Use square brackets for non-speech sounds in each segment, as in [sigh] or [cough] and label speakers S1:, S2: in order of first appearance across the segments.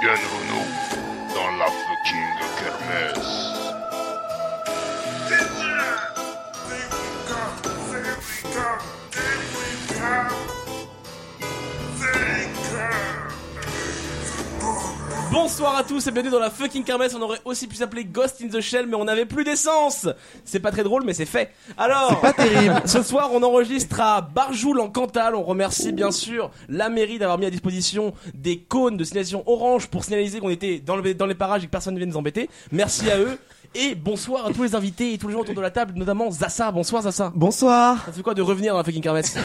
S1: Bienvenue dans la fucking kermesse.
S2: Bonsoir à tous et bienvenue dans la fucking kermesse. On aurait aussi pu s'appeler Ghost in the Shell, mais on n'avait plus d'essence. C'est pas très drôle, mais c'est fait. Alors,
S3: Pas terrible.
S2: [laughs] ce soir, on enregistre à Barjoul en Cantal. On remercie bien sûr la mairie d'avoir mis à disposition des cônes de signalisation orange pour signaliser qu'on était dans, le- dans les parages et que personne ne vient nous embêter. Merci à eux. Et bonsoir à tous les invités et tous les gens autour de la table, notamment Zassa. Bonsoir Zassa.
S3: Bonsoir.
S2: Ça te fait quoi de revenir dans la fucking kermesse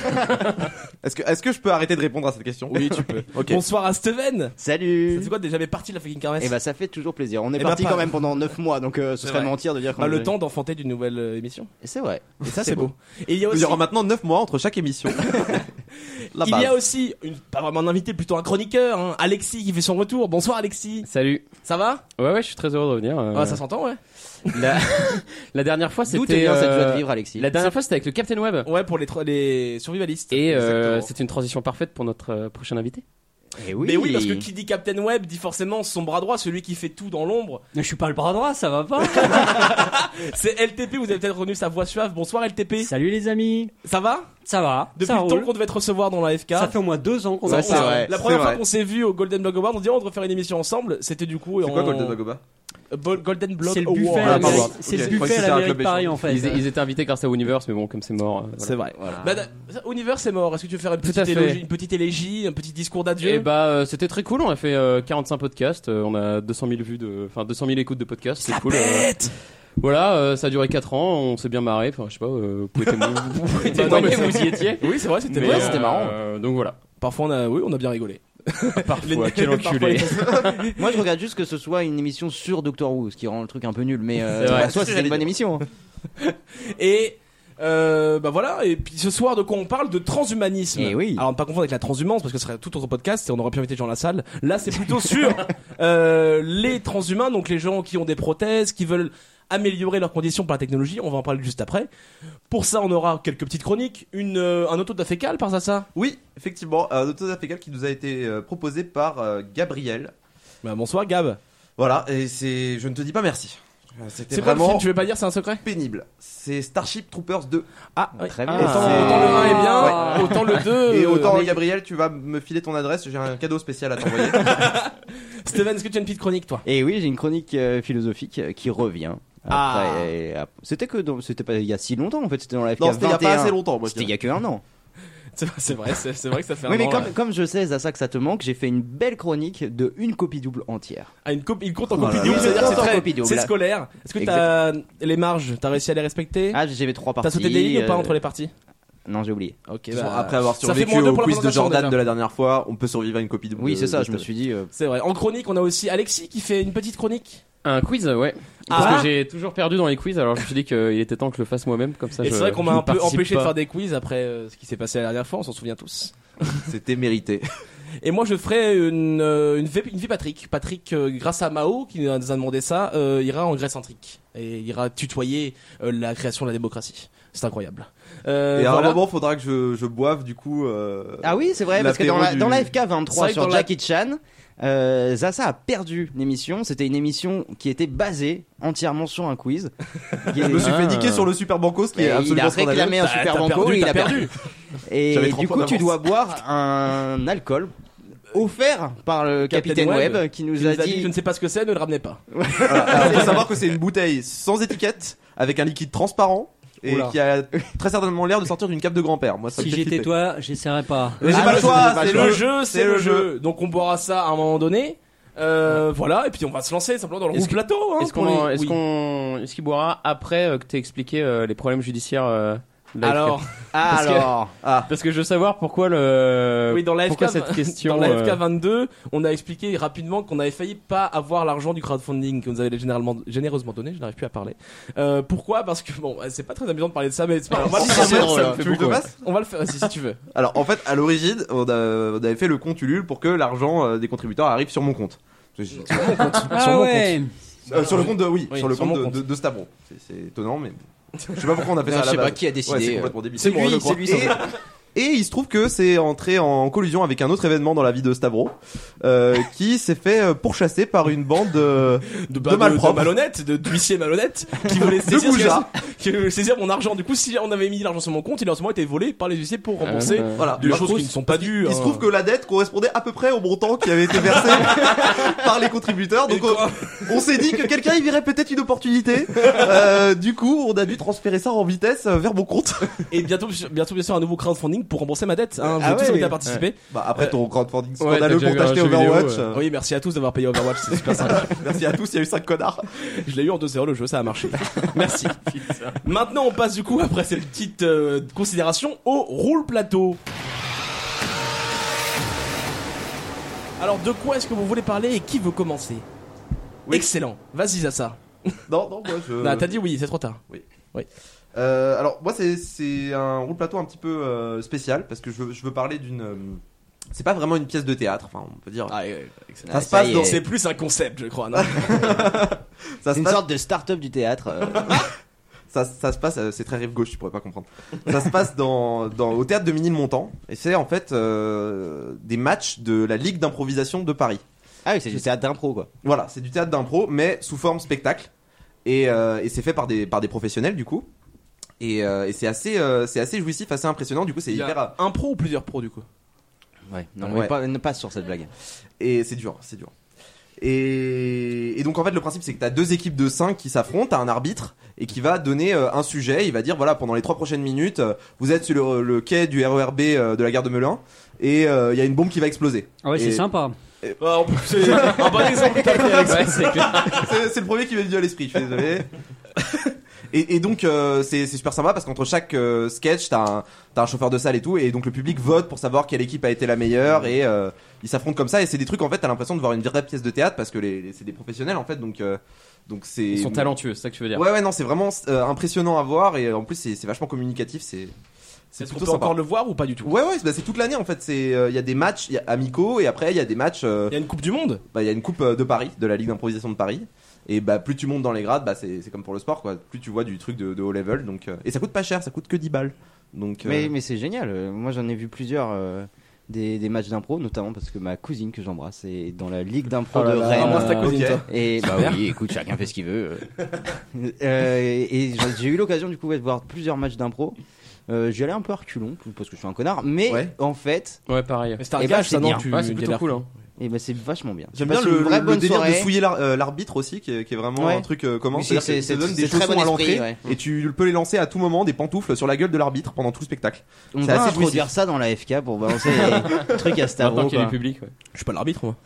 S3: Est-ce que, est-ce que je peux arrêter de répondre à cette question
S2: Oui, tu peux.
S3: [laughs] [laughs] Ok.
S2: Bonsoir à Steven. Ça
S4: Salut
S2: te fait quoi d'être jamais parti de la fucking kermesse
S4: Et bah ça fait toujours plaisir. On est
S3: Eh ben,
S4: parti
S3: pas-
S4: quand
S2: [laughs]
S4: même pendant 9 mois, donc euh, ce
S2: C'est
S4: serait
S2: vrai.
S4: mentir de dire qu'on
S2: Bah,
S4: est-
S2: le temps d'enfanter d'une nouvelle euh, émission.
S4: Et C'est vrai.
S2: Et ça, c'est beau. Et il y a
S3: Il
S2: aussi,
S3: y aura maintenant 9 mois entre chaque émission.
S4: [laughs]
S3: La
S2: il y a
S3: base.
S2: aussi une- pas vraiment un invité, plutôt un chroniqueur, hein, Alexis qui fait son retour. Bonsoir Alexis,
S5: Salut.
S2: ça va
S5: Ouais, ouais, je suis très heureux de revenir. euh,
S2: Ah, Ça s'entend, ouais.
S5: la... [laughs] la dernière fois,
S4: D'où te
S5: c'était.
S4: vient cette
S5: euh,
S4: joie de vivre, Alexis
S5: La dernière fois, c'était avec le Captain Web.
S2: Ouais, pour les, tro- les survivalistes.
S5: Et euh,
S2: Exactement.
S5: c'était une transition parfaite pour notre euh, prochain invité.
S4: Eh oui.
S2: Mais oui, parce que qui dit Captain Web dit forcément son bras droit, celui qui fait tout dans l'ombre.
S6: Mais je suis pas le bras droit, ça va pas
S2: [laughs] C'est LTP, vous avez peut-être reconnu sa voix suave. Bonsoir LTP,
S6: Salut les amis
S2: ça va
S6: Ça va,
S2: Depuis
S6: ça
S2: le temps
S6: roule.
S2: qu'on devait te recevoir dans la FK.
S6: Ça fait au moins deux ans qu'on
S3: Ouais,
S6: a
S3: c'est vrai.
S2: la
S3: c'est
S2: première fois
S3: vrai.
S2: qu'on s'est vu au Golden Blog Award, on dit oh, on devrait faire une émission ensemble. C'était du coup.
S3: C'est quoi
S2: en-
S3: Golden Dagoba
S2: Euh, Bol- Golden Blog
S6: C'est le
S2: Award.
S6: buffet à
S3: Ah, pardon.
S6: l'Amérique- c'est
S3: Ok.
S6: le
S3: Je crois
S6: buffet
S3: que
S6: à
S3: c'était un
S6: l'Amérique
S3: club
S6: Paris en
S3: échange.
S6: fait.
S5: Ils, ils étaient invités grâce à Universe, mais bon, comme c'est mort. euh, voilà.
S2: C'est vrai.
S4: Voilà.
S2: Bah, da- Univers c'est mort. Est-ce que tu veux faire une petite,
S5: à fait.
S2: élogie- une petite élégie, un petit discours d'adieu [laughs]
S5: Et bah, euh, c'était très cool. On a fait euh, 45 podcasts. euh, on a 200 000 vues de, enfin 200 000 écoutes de podcasts. C'est cool. euh, voilà, euh, ça a duré 4 ans. On s'est bien marré. Enfin, je sais pas. euh, vous
S2: [laughs]
S5: pouvez témoigner. vous pouvez
S2: Bah non,
S5: témoigner,
S2: mais c'est-
S5: vous y [laughs] étiez.
S2: Oui, c'est vrai, c'était
S5: Mais,
S2: bien.
S5: euh, donc voilà.
S2: Parfois, on a, oui, on a bien rigolé.
S5: Parfois, quel
S2: [laughs] parfois,
S5: enculé.
S2: les-
S4: [laughs] Moi, je regarde juste que ce soit une émission sur Doctor Who, ce qui rend le truc un peu nul.
S2: [laughs]
S4: Mais euh,
S5: C'est vrai.
S4: en soi, c'est une bonne émission. hein.
S2: Et euh, bah voilà. Et puis ce soir, de quoi on parle De transhumanisme.
S4: Eh oui.
S2: Alors, ne pas confondre avec la transhumance, parce que ce serait tout autre podcast et on aurait pu inviter des gens dans la salle. Là, c'est plutôt
S4: [laughs]
S2: sur euh, les transhumains, donc les gens qui ont des prothèses, qui veulent améliorer leurs conditions par la technologie. On va en parler juste après. Pour ça, on aura quelques petites chroniques, une euh, un auto da fécale par ça ça.
S3: Oui, effectivement, un autodafé fécal qui nous a été euh, proposé par euh, Gabriel.
S2: Bah, bonsoir Gab.
S3: Voilà, et c'est. Je ne te dis pas merci. Euh, C'était
S2: C'est quoi le film
S3: vraiment
S2: Tu veux pas dire, c'est un secret
S3: pénible. C'est Starship Troopers 2.
S2: Ah, oui.
S4: Très bien.
S2: Autant,
S3: c'est-
S2: autant le 1 est bien,
S6: Ouais.
S2: autant le 2.
S3: et
S2: euh,
S3: autant,
S2: mais-
S3: Gabriel, tu vas me filer ton adresse, j'ai un cadeau spécial à
S2: [laughs]
S3: t'envoyer.
S2: [laughs] Steven, est-ce que tu as une petite chronique, toi
S4: Et oui, j'ai une chronique euh, philosophique euh, qui revient.
S2: Ah.
S4: Après, et ap- C'était que dans... c'était pas il y a si longtemps en fait. C'était dans la FK
S3: non, c'était il y a pas
S4: 21.
S3: assez longtemps, moi je
S4: C'était il
S3: dirais.
S4: y a que un an.
S2: [laughs] C'est vrai, c'est vrai, c'est- c'est vrai que ça fait
S4: [laughs] Oui,
S2: un
S4: mais
S2: an, là.
S4: comme, comme je sais, Zaza, que ça te manque, j'ai fait une belle chronique de une copie double entière.
S2: Ah, une coupe- il compte en
S4: Voilà.
S2: copie double,
S4: Oui,
S2: c'est-à-dire
S4: c'est
S2: c'est
S4: en
S2: très-
S4: copie double,
S2: c'est
S4: là.
S2: scolaire. Est-ce que t'as les marges T'as réussi à les respecter
S4: Ah, j'ai fait trois parties.
S2: T'as sauté des lignes ou pas
S4: euh,
S2: entre les parties
S4: Non, j'ai oublié.
S2: Ok,
S3: De toute façon, Après avoir
S2: Eh ben, ça fait
S3: survécu
S2: moins deux
S3: au
S2: pour la
S3: quiz de
S2: présentation,
S3: Jordan
S2: déjà.
S3: de la dernière fois, on peut survivre à une copie de
S4: Oui, c'est
S3: de-
S4: ça,
S3: de
S4: je me
S3: Steven.
S4: suis dit. euh,
S2: C'est vrai. En chronique, on a aussi Alexis qui fait une petite chronique.
S5: Un quiz, ouais. Parce
S2: Ah.
S5: que j'ai toujours perdu dans les quiz, alors je me suis dit qu'il était temps que je le fasse moi-même, comme ça.
S2: Et
S5: je-
S2: c'est vrai qu'on
S5: je
S2: m'a
S5: ne
S2: un peu
S5: participe
S2: empêché de
S5: pas.
S2: faire des quiz après euh, ce qui s'est passé la dernière fois, on s'en souvient
S4: [laughs]
S2: tous.
S3: C'était mérité.
S2: [laughs] Et moi, je ferai une, euh, une, vie, une vie Patrick. Patrick, euh, grâce à Mao, qui nous a demandé ça, euh, ira en Grèce antique. Et ira tutoyer euh, la création de la démocratie. C'est incroyable. Euh,
S3: et à
S2: voilà.
S3: un moment, faudra que je, je boive du coup. euh,
S4: Ah oui, c'est vrai, parce que dans la,
S3: l'apéro du-
S4: dans la FK
S2: C'est vrai
S4: 23
S2: que dans
S4: sur
S2: la-
S4: Jackie Chan, euh, Zaza a perdu l'émission. C'était une émission qui était basée entièrement sur
S3: [laughs]
S4: un quiz.
S3: Je me suis fait
S5: Ah.
S3: niquer sur le Super Banco, ce qui
S4: Et
S3: est
S4: il
S3: absolument
S4: a
S3: scandaleux.
S4: réclamé un
S2: T'as-
S4: super
S2: t'as
S4: banco,
S2: perdu,
S4: il
S2: t'as
S4: a perdu.
S3: J'avais
S4: Et
S3: trois
S4: du
S3: points
S4: coup, tu
S3: d'avance.
S4: dois boire
S3: [laughs]
S4: un alcool offert par le
S2: Capitaine
S4: euh, capitaine
S2: Webb,
S4: Webb, qui
S2: Il
S4: nous
S2: nous
S4: a
S2: a dit, je
S4: dit.
S2: ne sais pas ce que c'est, ne le ramenez pas.
S3: [laughs] Voilà. Alors, faut savoir que c'est une bouteille sans étiquette, avec un liquide transparent, et
S2: Oula.
S3: qui a très certainement l'air de sortir d'une cape de grand-père. Moi, ça me
S6: Si
S3: fait
S6: j'étais
S3: flipper.
S6: toi, j'essaierais pas.
S3: Mais j'ai
S2: Ah,
S3: pas le choix,
S2: C'est
S3: c'est
S2: le
S3: le
S2: jeu, c'est
S3: c'est
S2: le
S3: le
S2: jeu. Donc on boira ça à un moment donné. Euh, voilà, et puis on va se lancer simplement dans le
S5: Est-ce
S2: rouge
S5: que-
S2: plateau. Hein,
S5: Est-ce
S2: pour
S5: qu'on,
S2: les-
S5: est-ce
S2: oui.
S5: qu'on, est-ce qu'il boira après euh, que t'aies expliqué euh, les problèmes judiciaires euh, de la
S2: Alors, [laughs]
S5: FK?
S4: Ah,
S5: parce que-
S4: alors.
S3: Ah,
S5: parce que je veux savoir pourquoi le,
S2: oui, dans la
S5: euh, pourquoi
S2: FK,
S5: cette question.
S2: hein. dans la
S5: euh,
S2: FK 22, on a expliqué rapidement qu'on avait failli pas avoir l'argent du crowdfunding que vous avez généralement généreusement donné. Je n'arrive plus à parler. Euh, pourquoi Parce que bon, c'est pas très amusant de parler de ça, mais c'est pas.
S3: Alors,
S2: on va
S3: moi, si,
S2: le faire.
S3: si,
S4: c'est
S3: si,
S4: drôle,
S3: ça me
S4: hein.
S3: fait
S4: Tu veux
S3: beaucoup,
S4: que je
S3: ouais.
S2: On va le faire si, si tu veux.
S3: [laughs] Alors, en fait, à l'origine, on, a- on avait fait le compte Ulule pour que l'argent euh, des contributeurs arrive sur mon compte.
S2: Sur mon
S6: Ah ouais
S3: Euh, sur le compte de oui,
S2: Oui,
S3: sur le
S2: sur
S3: compte,
S2: mon
S3: de,
S2: compte.
S3: de, de Stavro. C'est- C'est étonnant, mais je sais pas pourquoi on a fait ça.
S4: Non,
S3: à
S4: je
S3: la
S4: sais pas
S3: base.
S4: qui a
S3: Ouais, c'est
S4: décidé. euh,
S3: complètement débile.
S4: C'est
S3: Moi, je
S4: lui,
S3: crois.
S4: c'est lui, sans
S3: Et- Et il se trouve que c'est entré en collusion avec un autre événement dans la vie de Stavro, euh, qui s'est fait euh, pourchasser par une bande euh,
S2: de,
S3: de malpropre.
S2: malhonnête, de d'huissier malhonnête, qui voulait
S3: de
S2: saisir,
S3: goujats.
S2: qui voulait saisir mon argent. Du coup, si on avait mis l'argent sur mon compte, il aurait sûrement été volé par les huissiers pour rembourser
S5: Euh,
S3: Voilà.
S2: des
S3: Par
S2: choses
S3: contre,
S2: qui ne sont pas dues. hein.
S3: Il se trouve que la dette correspondait à peu près au montant qui avait été versé par les contributeurs. Donc on, on s'est dit que quelqu'un il verrait peut-être une opportunité. Euh, du coup, on a dû transférer ça en vitesse euh, vers mon compte.
S2: Et bientôt, bientôt, bien sûr, un nouveau crowdfunding pour rembourser ma dette. Hein, vous
S3: Ah
S2: avez tous
S3: ouais.
S2: invité à participer.
S3: Bah après ton crowdfunding
S5: Ouais, t'as
S3: scandaleux
S5: déjà
S3: pour
S5: eu un
S3: t'acheter
S5: jeu vidéo,
S3: Overwatch.
S5: ouais.
S3: euh,
S2: Oui, merci à tous d'avoir payé Overwatch, c'est super sympa.
S3: [laughs] Merci à tous, il y a eu 5 connards.
S2: [laughs] Je l'ai eu en 2-0 le jeu, ça
S3: [laughs]
S2: a marché. Merci. Maintenant, on passe du coup, après cette petite euh, considération, au roule plateau. Alors, de quoi est-ce que vous voulez parler et qui veut commencer
S3: Oui.
S2: Excellent. Vas-y, Zaza.
S3: Non, non, moi je.
S2: Non, Bah, T'as dit oui, c'est trop tard.
S3: Euh, alors moi c'est c'est un roule plateau un petit peu euh, spécial parce que je, veux- je veux parler d'une. euh, c'est pas vraiment une pièce de théâtre, enfin on peut dire.
S4: Ah,
S3: ça se passe
S4: y est.
S3: dans.
S2: C'est plus un concept, je crois.
S3: [laughs]
S2: non
S3: Ça se
S4: C'est une
S3: passe-
S4: sorte de start-up du théâtre. euh,
S3: [laughs] Ça, ça se passe, euh, c'est très rive gauche, tu pourrais pas comprendre. Ça se passe dans, dans, au théâtre de Ménilmontant, et c'est en fait euh, des matchs de la Ligue d'improvisation de Paris.
S4: Ah oui, c'est du théâtre d'impro quoi.
S3: Voilà, c'est du théâtre d'impro, mais sous forme spectacle, et, euh, et c'est fait par des, par des professionnels du coup. Et, euh, et c'est assez, euh, c'est assez jouissif, assez impressionnant. Du coup, c'est
S2: Il y a
S3: hyper. euh,
S2: Un pro ou plusieurs pros, du coup
S6: Euh,
S4: Ouais.
S7: Euh,
S4: Non,
S3: Ouais.
S4: mais pas, ne passe sur cette blague.
S3: Et c'est dur, c'est dur. Et, et donc en fait le principe c'est que t'as deux équipes de 5 qui s'affrontent, t'as un arbitre et qui va donner euh, un sujet, il va dire voilà pendant les trois prochaines minutes euh, vous êtes sur le, le quai du RERB euh, de la gare de Melun et euh, il y a une bombe qui va exploser.
S6: Ah ouais,
S3: Et-
S6: c'est sympa.
S2: Ah, en plus, C'est un bon exemple que t'as pris, Alex.
S5: Ouais, c'est clair.
S3: c'est c'est le premier qui m'est venu à l'esprit, je suis désolé. Et, et donc euh, c'est c'est super sympa parce qu'entre chaque euh, sketch t'as un, t'as un chauffeur de salle et tout et donc le public vote pour savoir quelle équipe a été la meilleure et euh, ils s'affrontent comme ça et c'est des trucs en fait t'as l'impression de voir une vraie pièce de théâtre parce que les, les- c'est des professionnels en fait donc euh, donc c'est
S5: Ils sont talentueux, c'est ça que tu veux dire.
S3: ouais ouais non c'est vraiment euh, impressionnant à voir et euh, en plus c'est c'est vachement communicatif c'est c'est
S2: Est-ce qu'on
S3: plutôt
S2: peut
S3: sympa
S2: encore le voir ou pas du tout
S3: ouais ouais c'est- bah, c'est toute l'année en fait c'est euh, il y a des matchs il y a amicaux et après il y a des matchs euh,
S2: Il y a une Coupe du Monde
S3: bah, il y a une coupe euh, de Paris, de la Ligue d'improvisation de Paris. Et bah, plus tu montes dans les grades, bah, c'est c'est comme pour le sport, quoi. Plus tu vois du truc de, de haut level. Donc, euh, Et ça coûte pas cher, ça coûte que 10 balles. Donc, euh,
S4: Mais, mais c'est génial. euh, Moi j'en ai vu plusieurs euh, des, des matchs d'impro, notamment parce que ma cousine que j'embrasse est dans la ligue d'impro
S3: Oh là
S4: de
S3: là,
S4: Rennes.
S3: embrasse ta
S4: euh,
S3: cousine,
S4: ok.
S3: toi.
S4: Et bah oui, écoute, chacun fait ce qu'il [laughs] veut. euh. [laughs] Euh, et et j'ai- j'ai eu l'occasion du coup ouais, de voir plusieurs matchs d'impro. Euh, J'y allais un peu à reculons parce que je suis un connard, mais
S3: Ouais.
S4: en fait,
S5: Ouais, pareil.
S2: Mais c'est un
S4: Eh ben,
S2: gage,
S4: c'est
S2: ça, non
S4: bien.
S2: tu
S5: Ouais, c'est plutôt
S2: galères.
S5: cool. Hein.
S4: eh ben, c'est vachement bien.
S3: j'aime
S4: Je
S3: bien
S4: passe une
S3: le,
S4: vraie
S3: le
S4: bonne
S3: délire
S4: soirée.
S3: de souiller l'ar- euh, l'arbitre aussi, qui est, qui est vraiment
S4: Ouais.
S3: un truc euh, commun.
S4: Oui,
S3: C'est-à-dire
S4: c'est-
S3: qu'il te
S4: c'est-
S3: donne
S4: c'est
S3: des
S4: très
S3: chaussons
S4: bon
S3: à l'entrée
S4: esprit, ouais.
S3: et tu peux les lancer à tout moment, des pantoufles sur la gueule de l'arbitre pendant tout le spectacle.
S4: On
S3: C'est
S4: va
S3: assez
S4: introduire ça dans la FK pour
S3: [laughs]
S4: balancer
S2: [laughs]
S4: les trucs à
S5: euh, Maintenant
S4: Stavro.
S5: qu'il y a
S4: quoi.
S5: du public. ouais.
S2: Je suis pas l'arbitre, moi.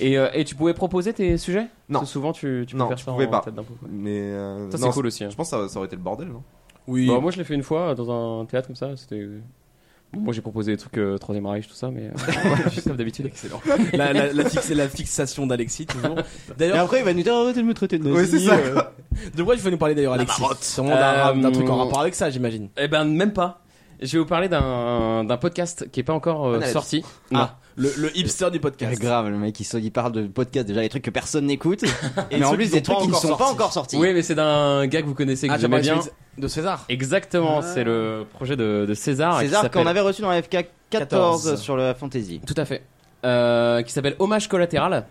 S5: Et, euh, et tu pouvais proposer tes sujets
S3: Non.
S5: Parce que souvent tu, tu peux
S3: Non,
S5: faire
S3: je
S5: ça
S3: pouvais
S5: en
S3: pas.
S5: tête d'impôt, quoi.
S3: Mais euh,
S5: Ça
S3: non,
S5: c'est cool aussi. hein.
S3: Je pense que ça, ça aurait été le bordel, non
S2: Oui.
S5: Bah, moi je l'ai fait une fois euh, dans un théâtre comme ça, c'était. Bon, moi j'ai proposé des trucs euh, Troisième Reich, tout ça, mais. euh,
S3: [laughs]
S5: ouais, tu sais, [laughs] comme d'habitude. Excellent.
S2: la, la, la, fixe- la fixation d'Alexis, toujours.
S4: Et
S2: D'ailleurs,
S4: après, il va nous dire arrêtez de me traiter de
S3: Ouais, c'est ça. quoi.
S2: de quoi tu vas nous parler d'ailleurs, Alexis Sûrement d'un
S5: Euh,
S2: d'un truc en rapport avec ça, j'imagine.
S5: Eh ben, même pas. Je vais vous parler d'un d'un podcast qui est pas encore euh,
S3: Analyse.
S5: sorti.
S2: Ah, le, le hipster du
S4: C'est
S2: podcast.
S4: grave, le mec il, saute, il parle de podcast déjà, des trucs que personne n'écoute.
S2: [laughs] Et
S4: mais en
S2: ceux
S4: plus,
S2: qui
S4: des
S2: sont pas
S4: trucs qui ne
S2: encore
S4: sont pas
S2: sortis.
S4: encore sortis.
S5: Oui, mais c'est d'un gars que vous connaissez, que
S2: Ah,
S5: j'aimais bien.
S2: de César.
S5: Exactement, c'est le projet de, de César. qui
S4: Ah. César,
S5: s'appelle-
S4: qu'on avait reçu dans la FK 14
S2: 14.
S4: sur la fantasy.
S5: Tout à fait. Euh, qui s'appelle Hommage collatéral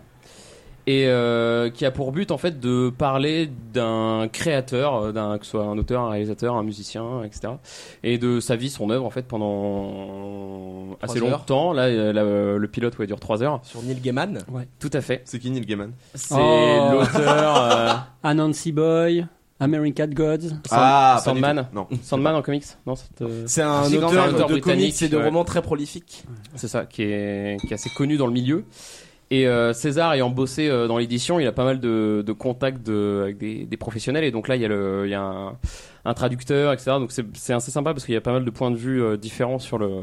S5: et euh, qui a pour but en fait de parler d'un créateur, euh, d'un que ce soit un auteur, un réalisateur, un musicien, etc. Et de sa vie, son œuvre en fait pendant assez
S2: heures.
S5: longtemps. Là, euh, là, euh, le pilote ouais, dure 3 heures.
S2: Sur Neil Gaiman.
S5: Tout à fait.
S3: C'est qui Neil Gaiman
S5: C'est
S6: Oh.
S5: l'auteur euh,
S6: [laughs] Anansi Boy, American Gods.
S3: Ah, pas du
S5: Sandman.
S3: tout. Non.
S5: Sandman en comics, non c'est, euh,
S2: C'est un
S5: C'est
S2: auteur,
S5: un auteur
S2: de
S5: britannique,
S2: comics et de
S5: ouais.
S2: romans très prolifique.
S5: C'est ça, qui est, qui est assez connu dans le milieu. Et euh, César ayant bossé euh, dans l'édition, il a pas mal de, de contacts de, avec des, des professionnels. Et donc là, il y a, le, il y a un, un traducteur, etc. Donc c'est c'est assez sympa parce qu'il y a pas mal de points de vue euh, différents sur le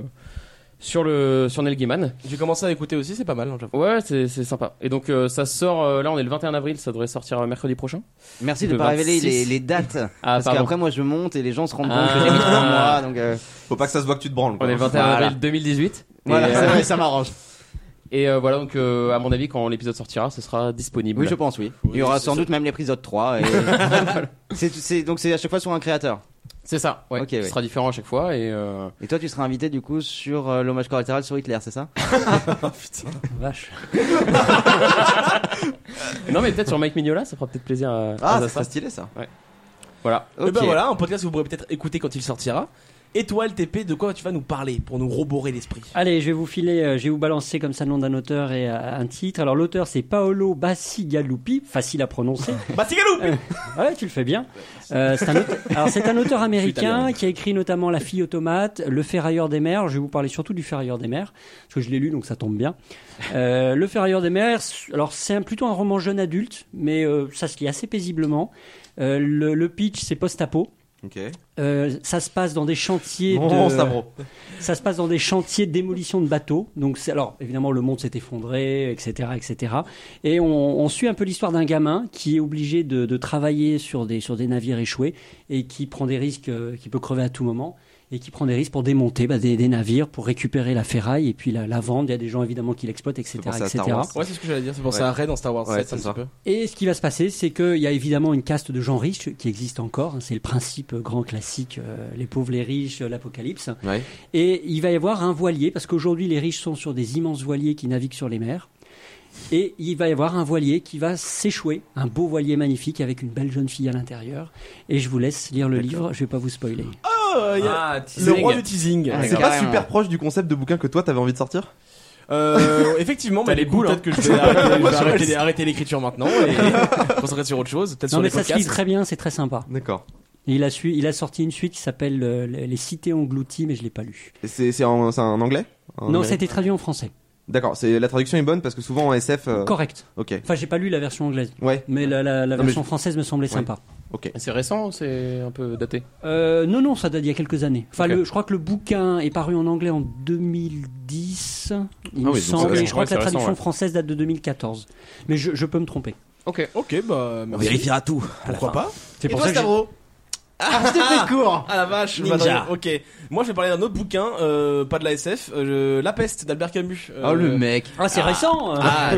S5: sur le sur Neil Gaiman.
S2: J'ai commencé à écouter aussi, c'est pas mal, hein, j'avoue.
S5: Ouais, c'est c'est sympa. Et donc euh, ça sort. euh, là, on est le 21 avril. Ça devrait sortir euh, mercredi prochain.
S4: Merci de
S5: Le
S4: ne pas révéler
S5: 26.
S4: les, les dates.
S5: Ah,
S4: parce
S5: pardon.
S4: qu'après, moi je monte et les gens se rendent compte
S5: Ah.
S4: que j'ai mis 3 mois. Donc, euh,
S3: Faut pas que ça se voit que tu te branles.
S5: On
S3: quoi.
S5: est le 21
S4: Voilà.
S5: avril 2018. Et,
S4: voilà,
S5: euh,
S4: c'est vrai, [laughs] ça m'arrange.
S5: et euh, voilà. Donc euh, à mon avis, quand l'épisode sortira, ce sera disponible.
S4: Oui,
S5: [laughs]
S4: je [laughs] pense, oui. Il y aura sans doute même l'épisode 3. Et... c'est, c'est- donc c'est à chaque fois sur un créateur.
S5: C'est ça, ouais.
S4: Ok,
S5: Ce
S4: ouais.
S5: sera différent à chaque fois. Et, euh,
S4: Et toi, tu seras invité du coup sur euh, l'hommage collatéral sur Hitler,
S5: [laughs]
S4: c'est ça
S5: Oh,
S6: Vache.
S5: [laughs] Euh, Non, mais peut-être sur Mike Mignola, ça fera peut-être plaisir à,
S3: Ah,
S5: à
S3: ça
S5: Zaza.
S3: serait stylé ça.
S5: Eh Voilà.
S2: Et ben voilà, un podcast que vous pourrez peut-être écouter quand il sortira. Et toi, LTP, de quoi tu vas nous parler pour nous roborer l'esprit
S6: Allez, je vais vous filer, euh, je vais vous balancer comme ça le nom d'un auteur et euh, un titre. Alors l'auteur c'est Paolo Bassigalupi, facile à prononcer.
S2: Bah, c'est galou
S6: Ouais, tu le fais bien. Euh, c'est un auteur- Alors c'est un auteur américain qui a écrit notamment La fille automate, Le ferrailleur des mers. Je vais vous parler surtout du ferrailleur des mers parce que je l'ai lu donc ça tombe bien. Euh, le ferrailleur des mers. Alors c'est un- plutôt un roman jeune adulte, mais euh, ça se lit assez paisiblement. Euh, le, le pitch c'est post-apo.
S3: Ok.
S6: Euh, ça se passe dans des chantiers.
S3: Bon,
S6: de...
S3: Stavro.
S6: Ça se passe dans des chantiers de démolition de bateaux. Donc, c'est- alors évidemment, le monde s'est effondré, etc., etc. Et on, on suit un peu l'histoire d'un gamin qui est obligé de, de travailler sur des sur des navires échoués et qui prend des risques, euh, qui peut crever à tout moment et qui prend des risques pour démonter bah, des, des navires, pour récupérer la ferraille et puis la, la vendre. Il y a des gens évidemment qui l'exploitent, etc.,
S3: penser à
S6: etc.
S3: Star Wars.
S2: Ouais, c'est ce que j'allais dire, c'est pour
S3: Ouais.
S2: ça à Ray dans Star Wars
S3: Ouais,
S2: 7,
S3: c'est
S2: un petit
S3: ça.
S2: peu.
S6: Et ce qui va se passer, c'est qu'il y a évidemment une caste de gens riches qui existe encore. hein, C'est le principe euh, grand classique, euh, les pauvres, les riches, euh, l'apocalypse.
S3: Ouais.
S6: Et il va y avoir un voilier, parce qu'aujourd'hui les riches sont sur des immenses voiliers qui naviguent sur les mers. Et il va y avoir un voilier qui va s'échouer, un beau voilier magnifique avec une belle jeune fille à l'intérieur. Et je vous laisse lire le livre, je vais pas vous spoiler.
S5: Ah,
S2: Le
S5: teasing.
S2: roi du teasing.
S4: Ah,
S3: C'est
S4: d'accord.
S3: pas
S4: Carrément.
S3: super proche du concept de bouquin que toi t'avais envie de sortir
S2: Euh, effectivement,
S5: T'as
S2: mais
S5: les
S2: du coup,
S5: boules, hein.
S2: Peut-être que
S5: [laughs]
S2: je vais arrêter, je vais
S3: je
S2: arrêter-
S3: reste.
S2: arrêter l'écriture maintenant et me concentrer sur autre chose. Peut-être
S6: Non
S2: sur
S6: mais
S2: les
S6: ça se lit
S2: podcasts.
S6: très bien, c'est très sympa.
S3: D'accord.
S6: Et il, a su, il a sorti une suite qui s'appelle euh, Les cités englouties, mais je l'ai pas lu.
S3: Et C'est c'est en, c'est en anglais En
S6: non,
S3: anglais
S6: ça a été traduit en français.
S3: D'accord, c'est- la traduction est bonne parce que souvent en SF. euh,
S6: Correct.
S3: Ok.
S6: Enfin, j'ai pas lu la version anglaise,
S3: Ouais,
S6: mais la, la- la
S3: Non, mais
S6: version française me semblait sympa.
S5: C'est récent, c'est un peu daté.
S6: Euh, non, non, ça date d'il y a quelques années. Enfin,
S5: Ok.
S6: le- je crois que le bouquin est paru en anglais en 2010, il
S5: Ah
S6: me
S5: oui, donc
S6: semble,
S5: c'est-
S6: et je crois
S5: ouais,
S6: que la
S5: c'est récent,
S6: traduction
S5: ouais.
S6: française date de 2014. Mais je, je peux me tromper.
S5: Ok.
S2: Ok, bah, merci.
S4: vérifiera tout.
S2: Pourquoi pas
S6: C'est pour ça que j'ai-
S4: court
S2: Ah la vache,
S4: Ninja.
S2: bah, attends, ok. Moi, je vais parler d'un autre bouquin, euh, pas de la SF, euh, La Peste d'Albert Camus. euh,
S4: Oh le mec
S6: Ah, c'est récent euh.
S5: [laughs]
S2: Ah,
S4: [laughs]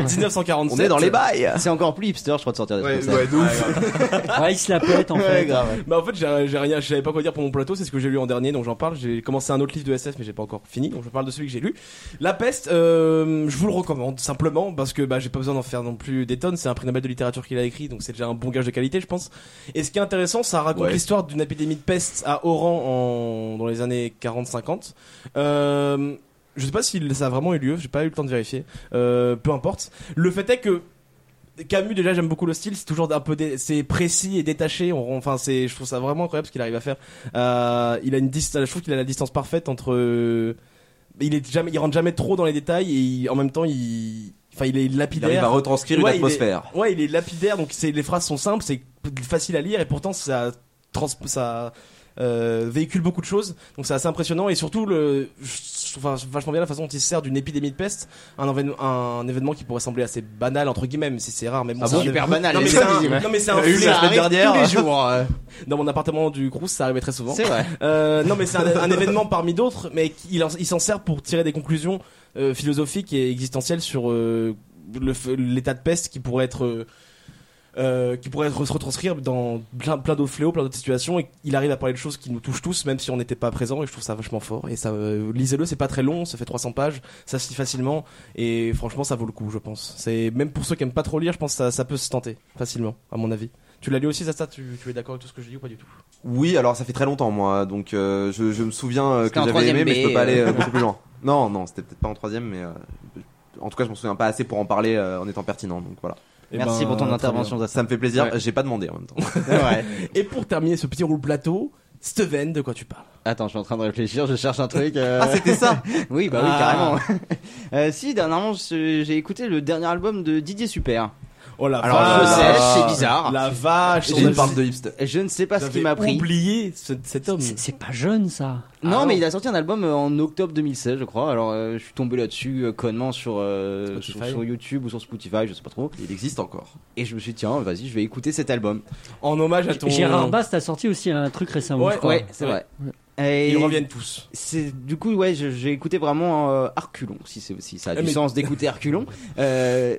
S3: on
S2: 1947.
S3: est dans les bails
S4: C'est encore plus hipster, je crois, de sortir des trucs comme ça.
S3: de ouf.
S6: [laughs] Ouais, il se la pète en fait.
S2: Bah en fait j'ai j'ai rien, je savais pas quoi dire pour mon plateau, c'est ce que j'ai lu en dernier donc j'en parle. J'ai commencé un autre livre de SF mais j'ai pas encore fini donc je parle de celui que j'ai lu. La peste, euh, je vous le recommande simplement parce que bah j'ai pas besoin d'en faire non plus des tonnes. C'est un prix Nobel de littérature qu'il a écrit donc c'est déjà un bon gage de qualité je pense. Et ce qui est intéressant, ça raconte
S3: Ouais.
S2: l'histoire d'une épidémie de peste à Oran en, dans les années 40-50. Euh, je sais pas si ça a vraiment eu lieu, j'ai pas eu le temps de vérifier. Euh, peu importe. Le fait est que Camus déjà j'aime beaucoup le style, c'est toujours un peu dé- c'est précis et détaché. On, enfin c'est je trouve ça vraiment incroyable ce qu'il arrive à faire. Euh, il a une distance, je trouve qu'il a la distance parfaite entre euh, il est jamais il rentre jamais trop dans les détails et il- en même temps il enfin il est
S3: Il arrive à
S2: lapidaire.
S3: retranscrire
S2: Ouais,
S3: une
S2: il est-
S3: atmosphère.
S2: ouais, il est lapidaire donc c'est les phrases sont simples, c'est facile à lire et pourtant ça trans ça euh, véhicule beaucoup de choses donc c'est assez impressionnant et surtout le je trouve vachement bien la façon dont il se sert d'une épidémie de peste un, évén- un événement qui pourrait sembler assez banal entre guillemets mais c'est- c'est rare mais bon,
S4: Ah
S2: c'est
S4: bon
S2: un
S4: Super banal,
S2: non mais
S4: les
S2: c'est un,
S4: amis, ouais.
S2: non, mais c'est un
S3: Il a eu
S2: fléau.
S3: la semaine dernière.
S4: tous les jours. euh.
S2: hein. Dans mon appartement du Crous, ça arrivait très souvent.
S4: C'est vrai.
S2: Euh, non mais c'est un, un événement parmi d'autres, mais qui- il, en- il s'en sert pour tirer des conclusions euh, philosophiques et existentielles sur euh, le f- l'état de peste qui pourrait être euh, euh, qui pourrait être- se retranscrire dans plein, plein d'autres fléaux, plein d'autres situations, et il arrive à parler de choses qui nous touchent tous, même si on n'était pas présent, et je trouve ça vachement fort. Et ça, euh, lisez-le, c'est pas très long, ça fait 300 pages, ça se lit facilement, et franchement, ça vaut le coup, je pense. C'est même pour ceux qui aiment pas trop lire, je pense que ça, ça peut se tenter facilement, à mon avis. Tu l'as lu aussi, Zaza Tu, tu es d'accord avec tout ce que je dis ou pas du tout
S3: Oui, alors ça fait très longtemps moi, donc euh, je, je me souviens euh, que
S4: C'était en
S3: j'avais aimé,
S4: troisième
S3: mais je
S4: B,
S3: peux pas
S4: euh.
S3: aller euh, beaucoup plus loin. [laughs] Non, non, c'était peut-être pas en troisième, mais euh, en tout cas je m'en souviens pas assez pour en parler euh, en étant pertinent, donc voilà.
S2: Eh
S4: Merci
S2: ben,
S4: pour ton
S2: très
S4: intervention, Zaza.
S3: Ça me fait plaisir,
S4: Ouais.
S3: j'ai pas demandé en même temps.
S2: [laughs]
S4: [laughs]
S2: bien. Et pour terminer ce petit roule plateau, Steven, de quoi tu parles
S4: Attends, je suis en train de réfléchir, je cherche un truc. euh.
S3: Ah, c'était ça
S4: [laughs] Oui, bah oui,
S2: Ah.
S4: carrément. [laughs] Euh, si, dernièrement, je- j'ai écouté le dernier album de Didier Super.
S2: Oh la
S4: Alors,
S2: vache
S4: je sais, c'est bizarre.
S2: La Ah, vache
S3: J'ai
S2: on a-
S3: une part de hipster.
S4: Je ne sais pas ce qui
S2: j'avais
S4: m'a pris.
S2: oublié ce- cet homme.
S6: C'est c'est pas jeune ça.
S4: Non,
S2: Ah
S4: mais
S2: non.
S4: il a sorti un album euh, en octobre 2016, je crois. Alors, euh, je suis tombé là-dessus euh, connement sur, euh, sur,
S2: Spotify.
S4: sur YouTube ou sur Spotify, je sais pas trop.
S3: Il existe encore.
S4: Et je me suis dit, tiens, vas-y, je vais écouter cet album.
S2: En hommage à ton.
S6: Gérard Bass t'as sorti aussi un truc récemment.
S2: Ouais,
S6: je crois.
S4: Ouais, c'est
S2: Ouais.
S4: vrai.
S2: Ils
S4: Et-
S2: reviennent tous.
S4: C'est du coup ouais, je- j'ai écouté vraiment euh, Arculon si c'est si ça a
S2: Eh
S4: du
S2: mais- [laughs]
S4: sens d'écouter Arculon. Euh,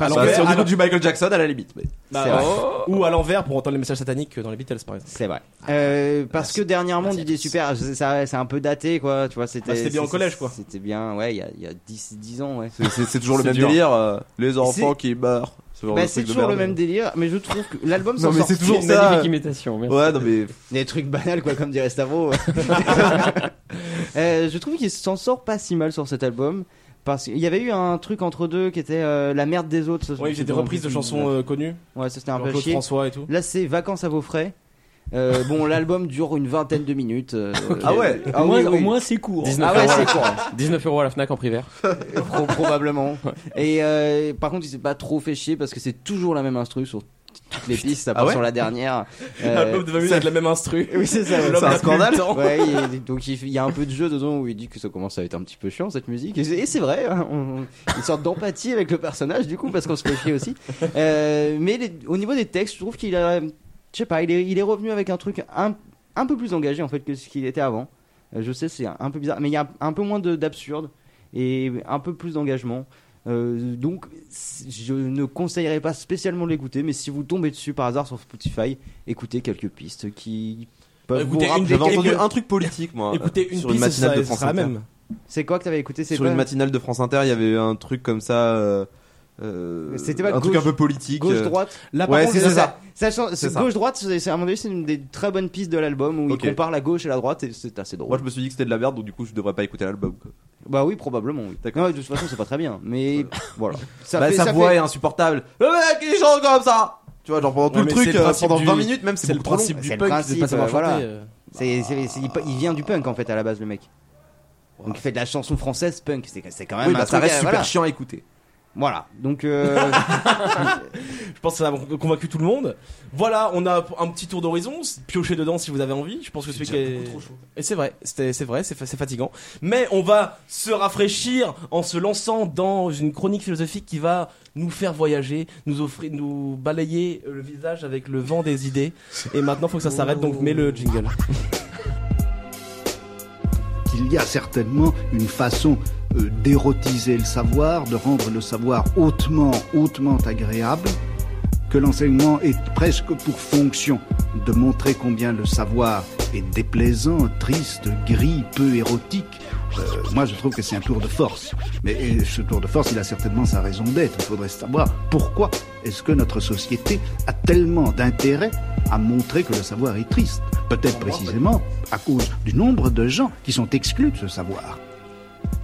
S3: À
S2: l'envers,
S3: l'envers,
S2: à
S3: au niveau
S2: l'en-
S3: du Michael Jackson à la limite. mais-
S2: Bah,
S4: C'est vrai.
S2: Ou à l'envers pour entendre les messages sataniques dans les Beatles, par exemple.
S4: oh. C'est vrai. Euh, parce
S2: merci.
S4: que dernièrement,
S2: Merci,
S4: Didier
S2: merci.
S4: Super, je sais, ça- c'est un peu daté, quoi. Tu vois, c'était.
S2: Bah, c'était bien au
S4: c'est-
S2: collège, quoi.
S4: C'était bien, ouais, il y a, il y a 10, 10 ans, ouais.
S3: C'est- C'est c'est toujours le
S5: C'est
S3: même
S5: dur.
S3: délire. euh, les enfants
S4: C'est-
S3: qui meurent. ce genre
S4: Bah,
S3: de
S4: c'est
S3: truc de
S4: toujours le
S3: merde.
S4: même délire, mais je trouve que l'album
S3: Non,
S4: s'en
S3: mais
S4: sort.
S3: c'est toujours
S5: Magnifique
S3: ça.
S5: imitation. merci.
S3: Ouais, non, mais
S4: [laughs] Des trucs banals, quoi, comme
S3: [laughs]
S4: dirait Stavro. Euh, je trouve qu'il s'en sort pas si mal sur cet album. Parce qu'il y avait eu un truc entre deux qui était euh, la merde des autres.
S2: Oui, j'ai des reprises de chansons euh, connues.
S4: Ouais, ça c'était un peu
S2: Jean-Claude
S4: chier.
S2: François et tout.
S4: Là, c'est Vacances à vos frais. Euh, bon, l'album dure une vingtaine de minutes. euh,
S3: Ah ouais.
S4: ah
S6: au moins,
S4: oui,
S6: au
S4: oui.
S6: moins, c'est court.
S5: 19
S4: Ah ouais,
S5: euros à la- [laughs]
S4: c'est court.
S5: 19 euros à la Fnac en privé.
S4: [laughs] Pro- probablement. Et euh, par contre, il s'est pas trop fait chier parce que c'est toujours la même instru sur t- toutes les pistes, à part
S3: Ah ouais
S4: sur
S2: [laughs]
S4: la dernière. Euh,
S2: L'album Ah, de 20 minutes avec la même instru.
S4: oui, c'est ça. ouais.
S2: L'homme
S3: c'est un
S2: n'a
S3: scandale.
S2: plus le [laughs] temps.
S4: Ouais, il- donc il, fait- il y a un peu de jeu dedans où il dit que ça commence à être un petit peu chiant cette musique. Et c'est et c'est vrai, hein, on- une sorte d'empathie avec le personnage du coup parce qu'on se fait chier aussi. Euh, mais les- au niveau des textes, je trouve qu'il a, je sais pas, il est, il est revenu avec un truc un, un peu plus engagé en fait que ce qu'il était avant. Euh, je sais, c'est un peu bizarre, mais il y a un peu moins de- d'absurde et un peu plus d'engagement. Euh, donc, c- je ne conseillerais pas spécialement de l'écouter, mais si vous tombez dessus par hasard sur Spotify, écoutez quelques pistes qui peuvent
S2: Bah,
S4: vous
S2: écoutez, une
S4: rappeler-
S2: des-
S3: j'avais entendu
S2: écoute-
S3: un truc politique, moi.
S2: Écoutez, une
S3: sur
S2: piste,
S3: une matinale
S2: ça-
S3: de
S2: ça
S3: France
S2: sera la
S3: Inter.
S2: même.
S4: C'est quoi que t'avais écouté C'est
S3: Sur
S4: pas-
S3: une matinale de France Inter, il y avait un truc comme ça. euh, euh,
S4: C'était pas
S3: un truc un
S4: gauche-
S3: peu politique. euh.
S4: gauche-droite
S2: Là, par
S3: Ouais,
S2: contre,
S3: c'est
S2: c'est
S3: ça.
S2: ça.
S4: Sachant,
S3: C'est
S4: ce
S3: ça.
S4: gauche-droite, c'est c'est- à mon avis, c'est une des très bonnes pistes de l'album où
S3: Ok.
S4: il compare la gauche et la droite et c'est assez drôle.
S3: Moi, je me suis dit que c'était de la merde, donc du coup, je devrais pas écouter l'album. quoi.
S4: Bah oui, probablement. Oui. Non, de toute façon, c'est pas très bien, mais [laughs] voilà. Ça
S3: bah,
S4: fait-
S3: sa
S4: ça
S3: voix
S4: fait-
S3: est insupportable. Le mec, il chante comme ça. Tu vois, genre pendant tout
S2: Ouais,
S3: le
S2: mais c'est
S3: truc,
S2: le
S3: euh,
S2: principe
S3: pendant
S2: du-
S3: 20 minutes, même c'est
S2: C'est le
S3: beaucoup trop long.
S2: principe du
S4: C'est le
S2: punk, c'est de
S4: principe,
S2: pas savoir
S4: euh, voilà.
S2: chanter. euh.
S4: c'est- c'est- c'est- il, il vient du punk en fait à la base, le mec. Donc il fait de la chanson française punk, c'est c'est quand même
S3: Oui,
S4: un
S3: bah, ça
S4: truc,
S3: reste
S4: euh,
S3: super
S4: voilà.
S3: chiant à écouter.
S4: Voilà.
S2: [laughs]
S4: Donc euh,
S2: Je pense que ça a convaincu tout le monde. Voilà, on a un petit tour d'horizon. Piochez dedans si vous avez envie. Je pense que celui qui est. Et c'est vrai, c'était- c'est vrai, c'est fa- c'est fatigant. Mais on va se rafraîchir en se lançant dans une chronique philosophique qui va nous faire voyager, nous offrir, nous balayer le visage avec le vent des idées. Et maintenant, faut que ça s'arrête. Donc, mets le jingle.
S8: qu'il y a certainement une façon euh, d'érotiser le savoir, de rendre le savoir hautement, hautement agréable, que l'enseignement est presque pour fonction de montrer combien le savoir est déplaisant, triste, gris, peu érotique. Euh, moi, je trouve que c'est un tour de force. Mais euh, ce tour de force, il a certainement sa raison d'être. Il faudrait savoir pourquoi est-ce que notre société a tellement d'intérêt à montrer que le savoir est triste. Peut-être précisément à cause du nombre de gens qui sont exclus de ce savoir.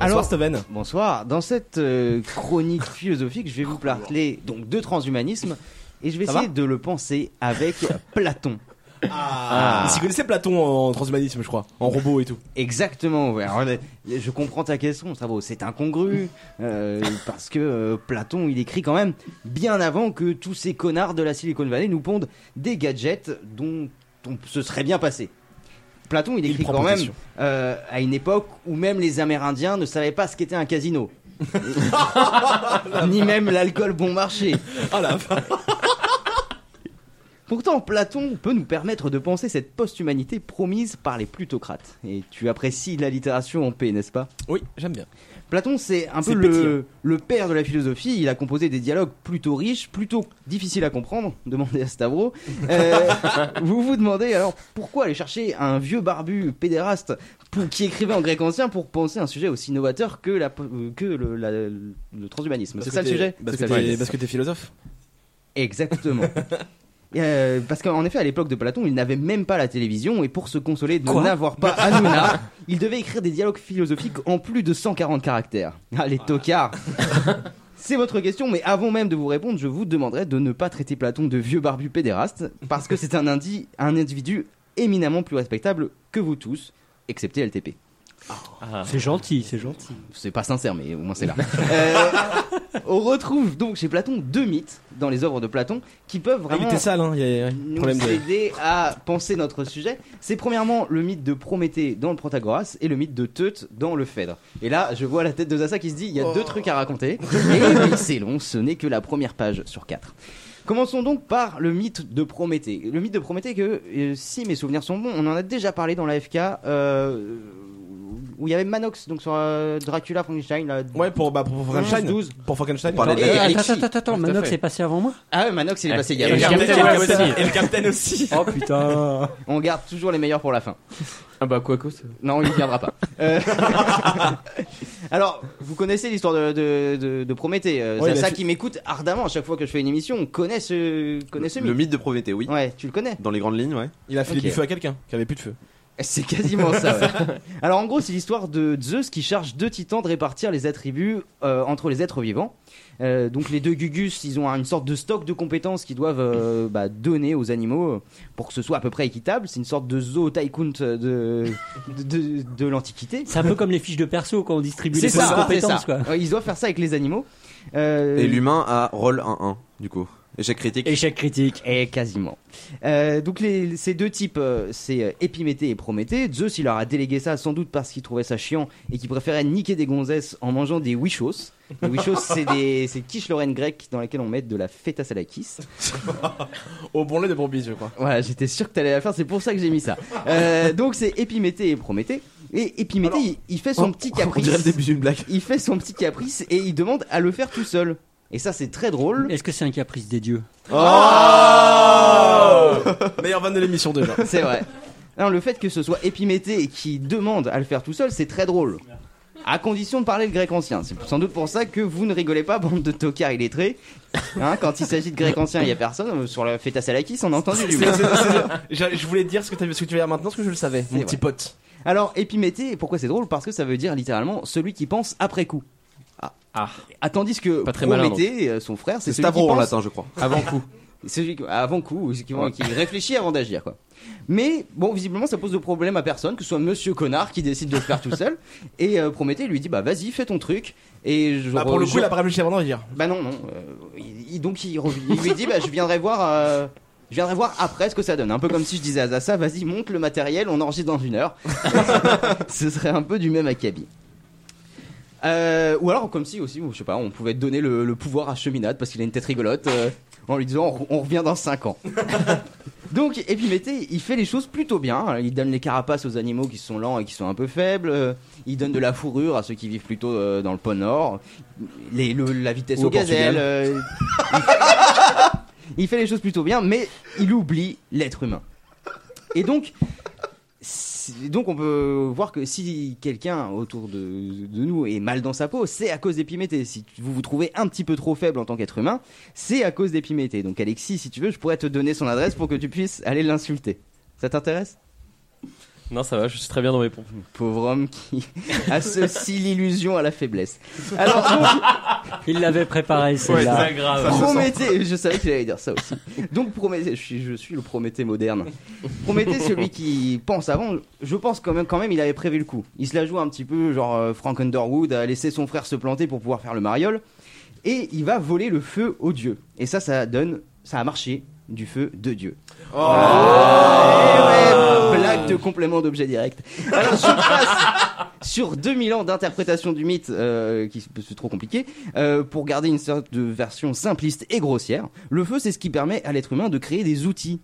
S2: Alors,
S4: Alors-
S2: Steven.
S4: Bonsoir. Dans cette euh, chronique philosophique, je vais vous parler donc de transhumanisme et je vais
S2: Ça
S4: essayer de le penser
S2: [laughs]
S4: avec Platon.
S2: Ah. Ils s'y connaissaient Platon en transhumanisme, je crois, en robot et tout.
S4: Exactement. ouais. Alors, les- les- je comprends ta question, ça vaut.
S2: [laughs]
S4: C'est incongru euh, parce que euh, Platon, il écrit quand même bien avant que tous ces connards de la Silicon Valley nous pondent des gadgets dont on se serait bien passé. Platon, il
S2: Il
S4: écrit
S2: prend
S4: quand même
S2: position.
S4: euh, à une époque où même les Amérindiens ne savaient pas ce qu'était
S2: [laughs]
S4: un casino. Ni même l'alcool bon marché.
S2: Ah la
S4: Pourtant, Platon peut nous permettre de penser cette post-humanité promise par les plutocrates. Et tu apprécies la littération en paix, n'est-ce pas
S2: Oui, j'aime bien.
S4: Platon, c'est un
S2: C'est
S4: peu
S2: pétillant.
S4: le, le père de la philosophie. Il a composé des dialogues plutôt riches, plutôt difficiles à comprendre. [laughs] Demandez à Stavro.
S2: [laughs]
S4: Euh, vous vous demandez alors pourquoi aller chercher un vieux barbu pédéraste pour- qui écrivait en grec ancien pour penser un sujet aussi novateur que, la, que le, la- le transhumanisme. C'est ça le sujet
S2: Parce que
S5: C'est ça le
S2: t'es-
S5: sujet.
S2: parce que t'es philosophe. [laughs]
S4: Exactement. Euh, parce qu'en effet, à l'époque de Platon, il n'avait même pas la télévision et pour se consoler de n'avoir pas Hanouna, il devait écrire des dialogues philosophiques en plus de 140 caractères. Ah, les tocards C'est votre question, mais avant même de vous répondre, je vous demanderai de ne pas traiter Platon de vieux barbu pédéraste, parce que c'est un, indi- un individu éminemment plus respectable que vous tous, excepté LTP.
S6: C'est gentil, c'est gentil.
S4: C'est pas sincère, mais au
S2: [laughs]
S4: moins c'est là. Euh, on retrouve donc chez Platon deux mythes dans les œuvres de Platon qui peuvent
S2: Ah, il
S4: vraiment
S2: était sale, hein. Il y a ouais,
S4: nous
S2: problème de.
S4: aider à penser notre sujet. C'est premièrement le mythe de Prométhée dans le Protagoras et le mythe de Teute dans le Phèdre. Et là, je vois la tête de Zaza qui se dit il y a deux
S2: Oh.
S4: trucs
S2: [laughs]
S4: à raconter. Et oui, c'est long, ce n'est que la première page sur quatre. Commençons donc par le mythe de Prométhée. Le mythe de Prométhée que, euh, si mes souvenirs sont bons, on en a déjà parlé dans l'AFK euh, où il y avait Manox, donc sur euh, Dracula, Frankenstein. Là,
S2: Ouais, pour, bah, pour Frankenstein.
S4: 12.
S2: Pour Frankenstein.
S3: Pour
S2: pardon.
S3: aller-
S4: Et
S6: attends,
S4: Alexis.
S6: Euh, attends, attends, attends,
S5: Tout à
S6: Manox
S5: fait. Eh,
S6: est passé avant moi
S4: Ah ouais, Manox, il est
S5: Ouais.
S4: passé il y
S2: Et
S4: a
S2: le
S5: Captain
S2: Captain
S5: Web
S2: aussi.
S5: aussi.
S2: Et le Captain aussi.
S6: [laughs] Oh putain
S4: [laughs] On garde toujours les meilleurs pour la fin.
S5: Ah bah quoi que ça.
S4: Non, il ne
S5: [laughs]
S4: viendra pas. Euh, [laughs] Alors, vous connaissez l'histoire de, de, de- de Prométhée. euh,
S6: bah,
S2: Ouais, il a
S4: ça
S2: fait-
S4: qui m'écoute ardemment à chaque fois que je fais une émission. On connaît ce, connaît ce
S3: Le
S4: mythe.
S3: mythe de Prométhée, oui.
S4: Ouais, tu le connais.
S3: Dans les grandes lignes, ouais.
S2: Il a filé
S4: Ok. Eh,
S2: du feu à quelqu'un qui avait plus de feu.
S4: C'est
S3: [laughs]
S4: quasiment ça. ouais. Alors en gros, c'est l'histoire de Zeus qui charge deux titans de répartir les attributs euh, entre les êtres vivants. Euh, donc les deux Gugus, ils ont une sorte de stock de compétences qu'ils doivent euh, bah, donner aux animaux euh, pour que ce soit à peu près équitable. C'est une sorte de zoo tycoon de, de, de- de l'Antiquité.
S6: C'est un peu comme les fiches de perso quand on distribue
S4: C'est
S6: les
S4: ça, c'est ça.
S6: compétences quoi.
S4: Euh, Ils doivent faire ça avec les animaux. Euh,
S3: Et l'humain a rôle 1-1, du coup. Échec critique.
S6: Échec critique.
S4: Et quasiment. Euh, donc les, ces deux types, euh, c'est euh, Épiméthée et Prométhée. Zeus, il leur a délégué ça sans doute parce qu'il trouvait ça chiant et qu'il préférait niquer des gonzesses en mangeant des wichos. Les wichos,
S3: [laughs]
S4: c'est des c'est quiche lorraine grecque dans laquelle on met de la feta salakis.
S2: Au bon lait de bon bisou, quoi.
S4: Voilà, j'étais sûr que t'allais la faire, c'est pour ça que j'ai mis ça. Euh, donc c'est Épiméthée et Prométhée. Et Épiméthée, il, il fait son petit
S3: On
S4: caprice.
S3: dirait le début d'une blague.
S4: Il fait son petit caprice et il demande à le faire tout seul. Et ça, c'est très drôle. Oh
S6: Est-ce que c'est un caprice des dieux
S2: [laughs] Meilleur van de l'émission déjà.
S4: C'est vrai. Non, le fait que ce soit Épiméthée qui demande à le faire tout seul, c'est très drôle. À condition de parler le grec ancien. C'est sans doute pour ça que vous ne rigolez pas, bande de tocards illettrés. Hein, quand il s'agit de grec ancien, il n'y a personne. Euh, Sur la fête à Salakis, on a entendu du bruit.
S2: C'est- c'est- c'est- Je je voulais te dire ce que, t'as- ce que tu vas dire maintenant, parce que je le savais, mon
S4: vrai.
S2: petit pote.
S4: Alors, Épiméthée, pourquoi c'est drôle Parce que ça veut dire littéralement celui qui pense après coup. Ah.
S5: Ah.
S4: Ah, tandis que
S5: Pas très malin,
S4: Prométhée, euh, son frère,
S3: C'est
S4: c'est celui qui
S3: Stavro en
S4: pense
S3: latin,
S4: [laughs]
S3: je crois.
S5: Avant coup.
S4: celui qui- avant coup, ou qui, qui réfléchit avant d'agir, quoi. Mais bon, visiblement, ça pose de problème à personne, que ce soit Monsieur Connard qui décide de le faire tout seul. Et euh, Prométhée lui dit, bah vas-y, fais ton truc. Et je
S2: Bah, pour le
S4: je-
S2: coup, il a pas réfléchi avant d'en dire.
S4: bah non, non. euh, il- il- donc il, rev- il lui dit, bah je viendrai voir. euh, Je viendrai voir après ce que ça donne. Un peu comme si je disais à Zaza, vas-y, monte le matériel, on enregistre dans une heure. [laughs] ce serait un peu du même acabit. Euh, ou alors, comme si aussi, ou je sais pas, on pouvait donner le, le pouvoir à Cheminade parce qu'il a une tête rigolote euh, en lui disant on, re- on revient dans 5
S2: [laughs]
S4: ans. Donc, Épiméthée, il fait les choses plutôt bien. Il donne les carapaces aux animaux qui sont lents et qui sont un peu faibles. Euh, Il donne de la fourrure à ceux qui vivent plutôt euh, dans le pôle Nord. Les- le- la vitesse
S2: Ou au
S4: aux gazelles.
S2: Portugal.
S4: euh,
S2: [laughs]
S4: il fait les choses plutôt bien, mais il oublie l'être humain. Et donc, si- donc on peut voir que si quelqu'un autour de, de nous est mal dans sa peau, c'est à cause d'Épiméthée. Si tu- vous vous trouvez un petit peu trop faible en tant qu'être humain, c'est à cause d'Épiméthée. Donc Alexis, si tu veux, je pourrais te donner son adresse pour que tu puisses aller l'insulter. Ça t'intéresse
S5: Non ça va, je suis très bien dans mes pompes.
S4: Pauvre homme qui [laughs] associe l'illusion à la faiblesse. Alors,
S6: Il l'avait préparé celle-là.
S5: grave.
S4: donc, Prométhée, je savais qu'il allait dire ça aussi. Donc Prométhée, je suis, je suis le Prométhée moderne. Prométhée, celui qui pense avant, je pense quand même, quand même, il avait prévu le coup. Il se la joue un petit peu, genre euh, Frank Underwood a laissé son frère se planter pour pouvoir faire le mariole, et il va voler le feu aux dieux. Et ça, ça donne, ça a marché du feu de Dieu. Eh ouais, blague de complément d'objet direct. Alors je passe [laughs] sur 2000 ans d'interprétation du mythe, euh, qui c'est trop compliqué, euh, pour garder une sorte de version simpliste et grossière. Le feu, c'est ce qui permet à l'être humain de créer des outils.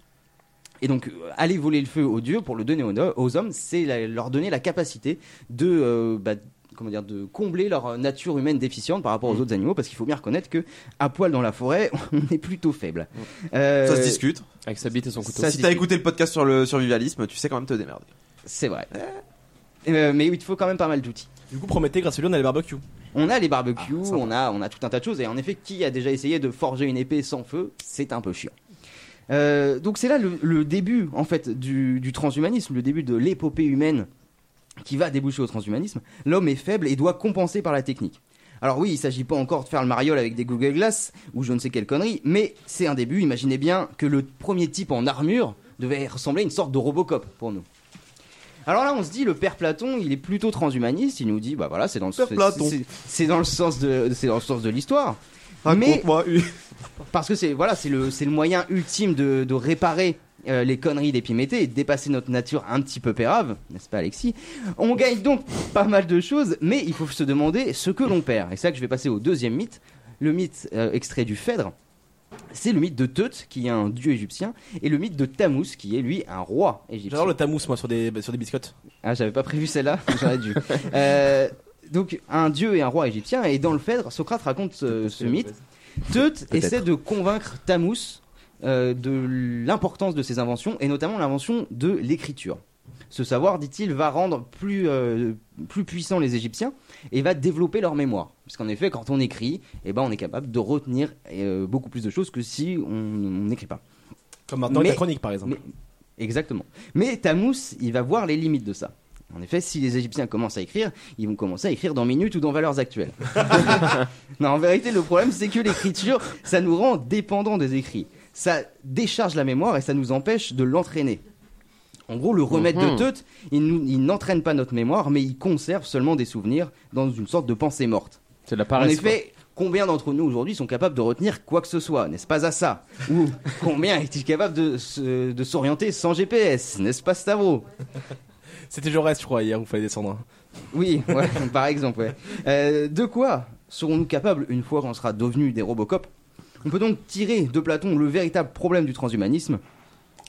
S4: Et donc, euh, aller voler le feu aux dieux pour le donner aux, no- aux hommes, c'est la- leur donner la capacité de, euh, bah, comment dire, de combler leur nature humaine déficiente par
S3: Mmh.
S4: rapport aux autres animaux, parce qu'il faut bien reconnaître que à poil dans la forêt, [laughs] on est plutôt faible. Euh,
S3: Ça se discute.
S5: Avec sa bite et son couteau.
S4: ça se
S3: si t'as
S4: discute.
S3: écouté le podcast sur le survivalisme, tu sais quand même te démerder.
S4: C'est vrai. Euh, mais il te faut quand même pas mal d'outils.
S2: Du coup, Prométhée, grâce à lui, on a les barbecues. Ah,
S4: On a les barbecues, on, a, on a tout un tas de choses, et en effet, qui a déjà essayé de forger une épée sans feu C'est un peu chiant. Euh, donc c'est là le, le début en fait du, du transhumanisme, le début de l'épopée humaine qui va déboucher au transhumanisme. L'homme est faible et doit compenser par la technique. Alors oui, il s'agit pas encore de faire le mariole avec des Google Glass ou je ne sais quelle connerie, mais c'est un début. Imaginez bien que le premier type en armure devait ressembler à une sorte de Robocop pour nous. Alors là, on se dit le père Platon, il est plutôt transhumaniste. Il nous dit, bah voilà, c'est dans le
S3: Père
S4: c'est-
S3: Platon.
S4: c'est- c'est dans le sens de c'est dans le sens de l'histoire. Mais
S3: Raconte-moi.
S4: [laughs] parce que c'est voilà, c'est le c'est le moyen ultime de, de réparer euh, les conneries d'Épiméthée et de dépasser notre nature un petit peu pérave, n'est-ce pas Alexis On gagne donc pas mal de choses, mais il faut se demander ce que l'on perd. Et c'est là que je vais passer au deuxième mythe, le mythe euh, extrait du Phèdre. C'est le mythe de Teut, qui est un dieu égyptien, et le mythe de Tammuz, qui est lui un roi égyptien.
S2: J'adore le tamous, moi, sur des, sur des biscottes.
S4: Ah, j'avais pas prévu celle-là, [laughs] j'aurais dû. Euh, donc, un dieu et un roi égyptien, et dans le Phèdre, Socrate raconte euh, ce mythe. Teut essaie de convaincre Tammuz euh, de l'importance de ses inventions, et notamment l'invention de l'écriture. Ce savoir, dit-il, va rendre plus, euh, plus puissants les Égyptiens et va développer leur mémoire. Parce qu'en effet, quand on écrit, eh ben, on est capable de retenir euh, beaucoup plus de choses que si on- on n'écrit pas.
S2: Comme maintenant avec
S4: Mais-
S2: la chronique, par exemple.
S4: Mais- exactement. Mais Tammuz, il va voir les limites de ça. En effet, si les Égyptiens commencent à écrire, ils vont commencer à écrire dans minutes ou dans valeurs actuelles. non, en vérité, le problème, c'est que l'écriture, ça nous rend dépendants des écrits. Ça décharge la mémoire et ça nous empêche de l'entraîner. En gros, le remède
S5: Mhm.
S4: de Teut, il nous- il n'entraîne pas notre mémoire, mais il conserve seulement des souvenirs dans une sorte de pensée morte.
S5: C'est de la
S4: En
S5: paresse. quoi.
S4: effet, combien d'entre nous aujourd'hui sont capables de retenir quoi que ce soit, n'est-ce pas à ça Ou combien est-il capable de, se- de s'orienter sans GPS, n'est-ce pas Stavro
S2: C'était Jaurès, je crois, hier, où il fallait descendre.
S4: Oui, ouais, [laughs] par exemple, ouais. Euh, de quoi serons-nous capables une fois qu'on sera devenus des Robocop On peut donc tirer de Platon le véritable problème du transhumanisme.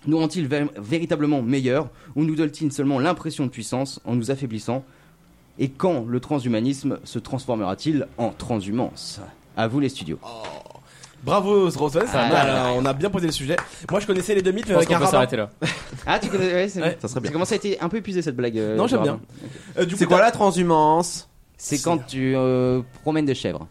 S4: Nous rend-il ver- véritablement meilleurs ou nous donne-t-il seulement l'impression de puissance en nous affaiblissant Et quand le transhumanisme se transformera-t-il en transhumance À vous les studios.
S2: Oh. Bravo, Roswell.
S5: Ah,
S2: on a bien posé le sujet. Moi, je connaissais les deux mythes,
S5: Je
S2: mais
S5: pense
S2: avec
S5: qu'on
S2: un
S5: peut
S2: rabbin.
S5: s'arrêter là.
S4: [laughs] Ah, tu connais, ouais, c'est-
S2: Ouais,
S3: ça serait bien.
S4: Ça commence à être un peu épuisé cette blague. euh,
S2: Non, j'aime
S4: Gérard.
S2: bien. Euh, du
S3: C'est
S2: coup,
S3: quoi
S2: t'as-
S3: la transhumance
S4: C'est quand tu euh, promènes des chèvres.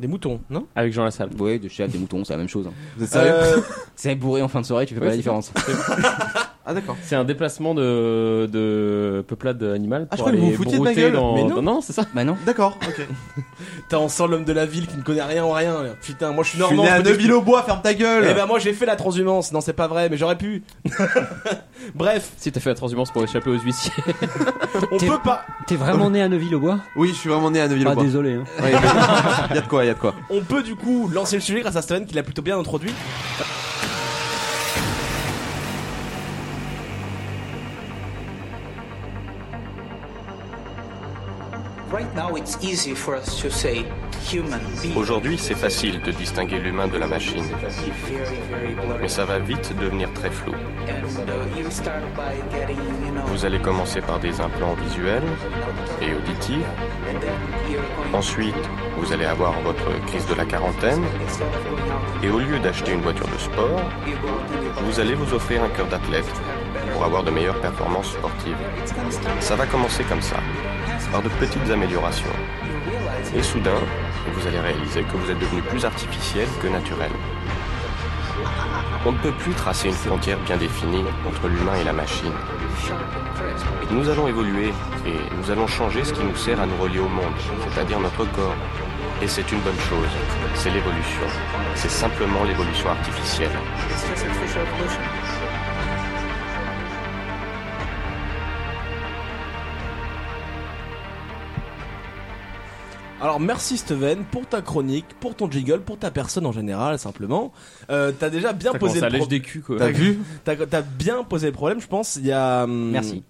S2: Des moutons, non
S5: Avec Jean Lassalle.
S4: Oui, des chèvres, des moutons, c'est la même chose. hein.
S3: Vous êtes sérieux
S2: Euh,
S4: [laughs] C'est bourré en fin de soirée, tu fais
S5: Oui,
S4: pas la
S5: c'est
S4: différence.
S3: [laughs] Ah d'accord.
S5: C'est un déplacement de, de peuplade animale.
S3: Ah, je
S5: pour
S3: crois que
S5: aller
S3: vous vous foutiez de ma
S5: brouter
S3: gueule.
S5: Dans...
S3: Mais non.
S5: dans- non, c'est ça.
S4: Bah non.
S3: D'accord, ok.
S2: [laughs] T'as on sent l'homme de la ville qui ne connaît rien en rien. là. Putain, moi je suis
S3: Je suis
S2: normand.
S3: né à
S2: peux t'expliquer.
S3: Neuville-au-Bois, ferme ta gueule
S2: Eh ben moi j'ai fait la transhumance. Non, c'est pas vrai, mais j'aurais
S5: [laughs]
S2: pu. Bref,
S5: Si t'as fait la transhumance pour échapper aux huissiers.
S2: on
S6: T'es-
S2: peut pas,
S6: T'es vraiment né à Neuville-au-Bois
S3: [laughs] Oui, je suis vraiment né à
S6: Ah,
S3: Neuville-au-Bois.
S6: désolé. hein.
S3: Ouais, y a de quoi, y a de quoi.
S2: [laughs] on peut du coup lancer le sujet grâce à Steven qui l'a plutôt bien introduit.
S9: Right now, it's easy for us to say human being.
S10: Aujourd'hui, c'est facile de distinguer l'humain de la machine,
S9: Very, very blurry.
S10: mais ça va vite devenir très flou.
S9: And uh, you start by getting, you know,
S10: Vous allez commencer par des implants visuels et auditifs.
S9: and then you're going
S10: Ensuite, vous allez avoir votre crise de la quarantaine.
S9: instead of going out,
S10: Et au lieu d'acheter une voiture de sport,
S9: you go out and you
S10: vous allez vous offrir un cœur d'athlète pour avoir de meilleures performances sportives. Ça va commencer comme ça, par de petites améliorations. Et soudain, vous allez réaliser que vous êtes devenu plus artificiel que naturel. On ne peut plus tracer une frontière bien définie entre l'humain et la machine. Nous allons évoluer et nous allons changer ce qui nous sert à nous relier au monde, c'est-à-dire notre corps. Et c'est une bonne chose, c'est l'évolution. C'est simplement l'évolution artificielle.
S2: Alors merci Steven pour ta chronique, pour ton jiggle, pour ta personne en général simplement. Euh, t'as déjà bien
S5: Ça
S2: posé
S5: commence à
S2: le
S5: lèche
S2: problème.
S5: des culs quoi.
S2: T'as vu T'as t'as bien posé le problème, je pense. Il y a. hum,
S4: Merci.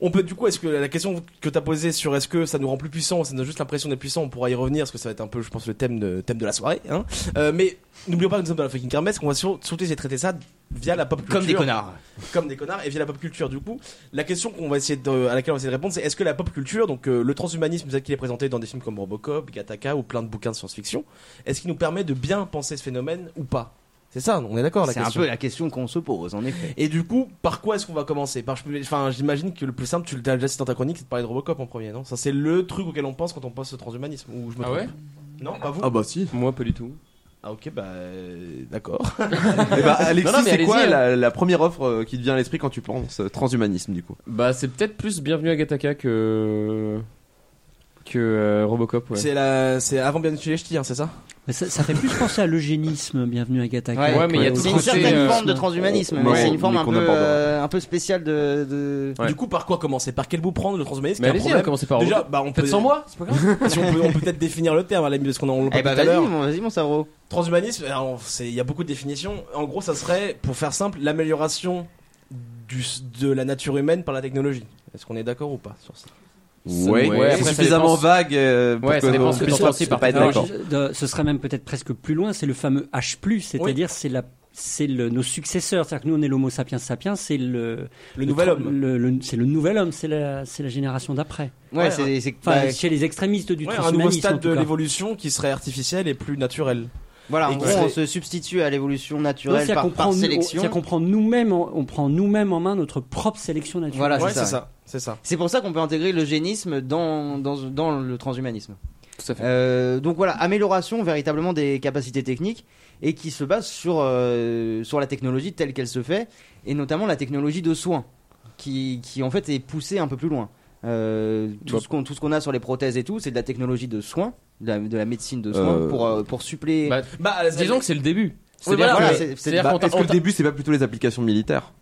S2: On peut du coup, est-ce que la question que t'as posée sur est-ce que ça nous rend plus puissants, ça nous donne juste l'impression d'être puissants, on pourra y revenir parce que ça va être un peu, je pense, le thème de, thème de la soirée. Hein. Euh, mais n'oublions pas que nous sommes dans la fucking kermesse, qu'on va sur- surtout essayer de traiter ça via la pop culture.
S4: Comme des connards.
S2: Comme des connards et via la pop culture. Du coup, la question qu'on va essayer de, à laquelle on va essayer de répondre, c'est est-ce que la pop culture, donc euh, le transhumanisme tel qu'il est présenté dans des films comme Robocop, Gataka ou plein de bouquins de science-fiction, est-ce qu'il nous permet de bien penser ce phénomène ou pas C'est ça, on est d'accord la
S4: C'est un
S2: question.
S4: peu la question qu'on se pose, en effet.
S2: Et du coup, par quoi est-ce qu'on va commencer Par, enfin, j'imagine que le plus simple, tu l'as déjà cité dans ta chronique, c'est de parler de Robocop en premier, non Ça, c'est le truc auquel on pense quand on pense au transhumanisme. Ou je me
S5: Ah
S2: trompe
S5: ouais
S2: Non, pas vous.
S3: Ah bah si.
S5: Moi pas du tout.
S2: Ah ok, bah euh, d'accord.
S3: [laughs]
S5: [laughs]
S3: Eh bah Alexis,
S5: Non, non, mais
S3: c'est quoi
S5: allez-y, hein.
S3: la, la première offre euh, qui te vient à l'esprit quand tu penses euh, transhumanisme du coup
S5: Bah c'est peut-être plus Bienvenue à Gataka que que euh, Robocop ouais.
S2: C'est la, c'est avant bien chez les ch'tis, hein, c'est ça
S6: Mais ça, ça fait plus penser à l'eugénisme, bienvenue à Gataka.
S5: Ouais, mais il y a
S6: qu'au
S5: tout
S4: C'est
S5: C'est
S6: transhumanisme.
S5: une côté,
S4: une certaine
S5: euh,
S4: forme de transhumanisme,
S3: on-
S4: mais
S3: on-
S4: c'est
S3: on-
S4: une forme un
S3: qu'on
S4: peu,
S3: abordera.
S4: euh, un peu spéciale de. de-
S5: Ouais.
S2: Du coup, par quoi commencer Par quel bout prendre le transhumanisme
S5: Mais
S2: qui est un
S5: allez-y,
S2: problème
S5: on commencer par
S2: Déjà,
S5: Robocop.
S2: bah on peut
S5: Peut-être sans moi, c'est pas grave.
S2: [laughs] si on peut, on peut peut-être définir le terme à la limite, parce qu'on en on l'a
S4: Eh
S2: pas
S4: bah
S2: dit tout à
S4: vas-y,
S2: l'heure.
S4: mon, vas-y, mon cerveau.
S2: Transhumanisme, alors, c'est- il y a beaucoup de définitions. En gros, ça serait, pour faire simple, l'amélioration du- de la nature humaine par la technologie. Est-ce qu'on est d'accord ou pas sur ça
S5: Ouais,
S3: Ouais,
S5: après,
S3: c'est
S5: ça dépend-
S3: suffisamment vague euh, pour
S5: Ouais, ça
S3: que
S5: dépend
S3: on
S5: ce que
S3: puisse
S5: t'entends aussi
S3: pas
S5: par
S3: être
S5: Ah,
S3: d'accord.
S5: d'accord.
S6: de- ce serait même peut-être presque plus loin, c'est le fameux H+, c'est-à-dire c'est la c'est le- nos successeurs, c'est-à-dire que nous on est l'Homo sapiens sapiens, c'est le,
S2: Le nouvel
S6: tra-
S2: homme.
S6: le- le- c'est le nouvel homme, c'est la, c'est la génération d'après.
S4: Ouais,
S2: Ouais,
S4: c'est, c'est-
S6: Enfin,
S4: bah,
S6: chez les extrémistes du
S2: Ouais, un nouveau
S6: transhumanisme. en
S2: stade
S6: tout
S2: de
S6: cas.
S2: l'évolution qui serait artificiel et plus naturel.
S4: voilà,
S2: et
S4: en
S2: qui
S4: gros, on
S2: serait-
S4: se substitue à l'évolution
S6: Donc,
S4: naturelle
S6: c'est-à-dire
S4: par,
S6: qu'on
S4: par
S6: prend-
S4: sélection.
S6: on- c'est-à-dire qu'on prend nous-mêmes, en- on prend nous-mêmes en main notre propre sélection naturelle.
S4: Voilà, Ah, c'est
S2: ouais,
S4: ça,
S2: c'est
S4: ouais.
S2: ça, c'est ça.
S4: C'est pour ça qu'on peut intégrer le génisme dans, dans, dans le transhumanisme.
S5: Tout à fait.
S4: Euh, donc voilà, amélioration véritablement des capacités techniques et qui se base sur, euh, sur la technologie telle qu'elle se fait et notamment la technologie de soins qui, qui en fait est poussée un peu plus loin. Euh, tout,
S5: Bah.
S4: ce qu'on, tout ce qu'on a sur les prothèses et tout, c'est de la technologie de soins, de la, de la médecine de soins
S3: Euh.
S4: pour, euh, pour suppléer.
S5: Bah,
S2: Bah,
S5: disons que c'est le début.
S4: voilà,
S5: C'est-à-dire
S4: voilà,
S5: que-
S4: c'est- c'est-
S5: c'est-à-dire
S3: Bah,
S5: qu'on t'a-
S3: Est-ce
S5: on
S3: que le
S5: t'a-
S3: début c'est pas plutôt les applications militaires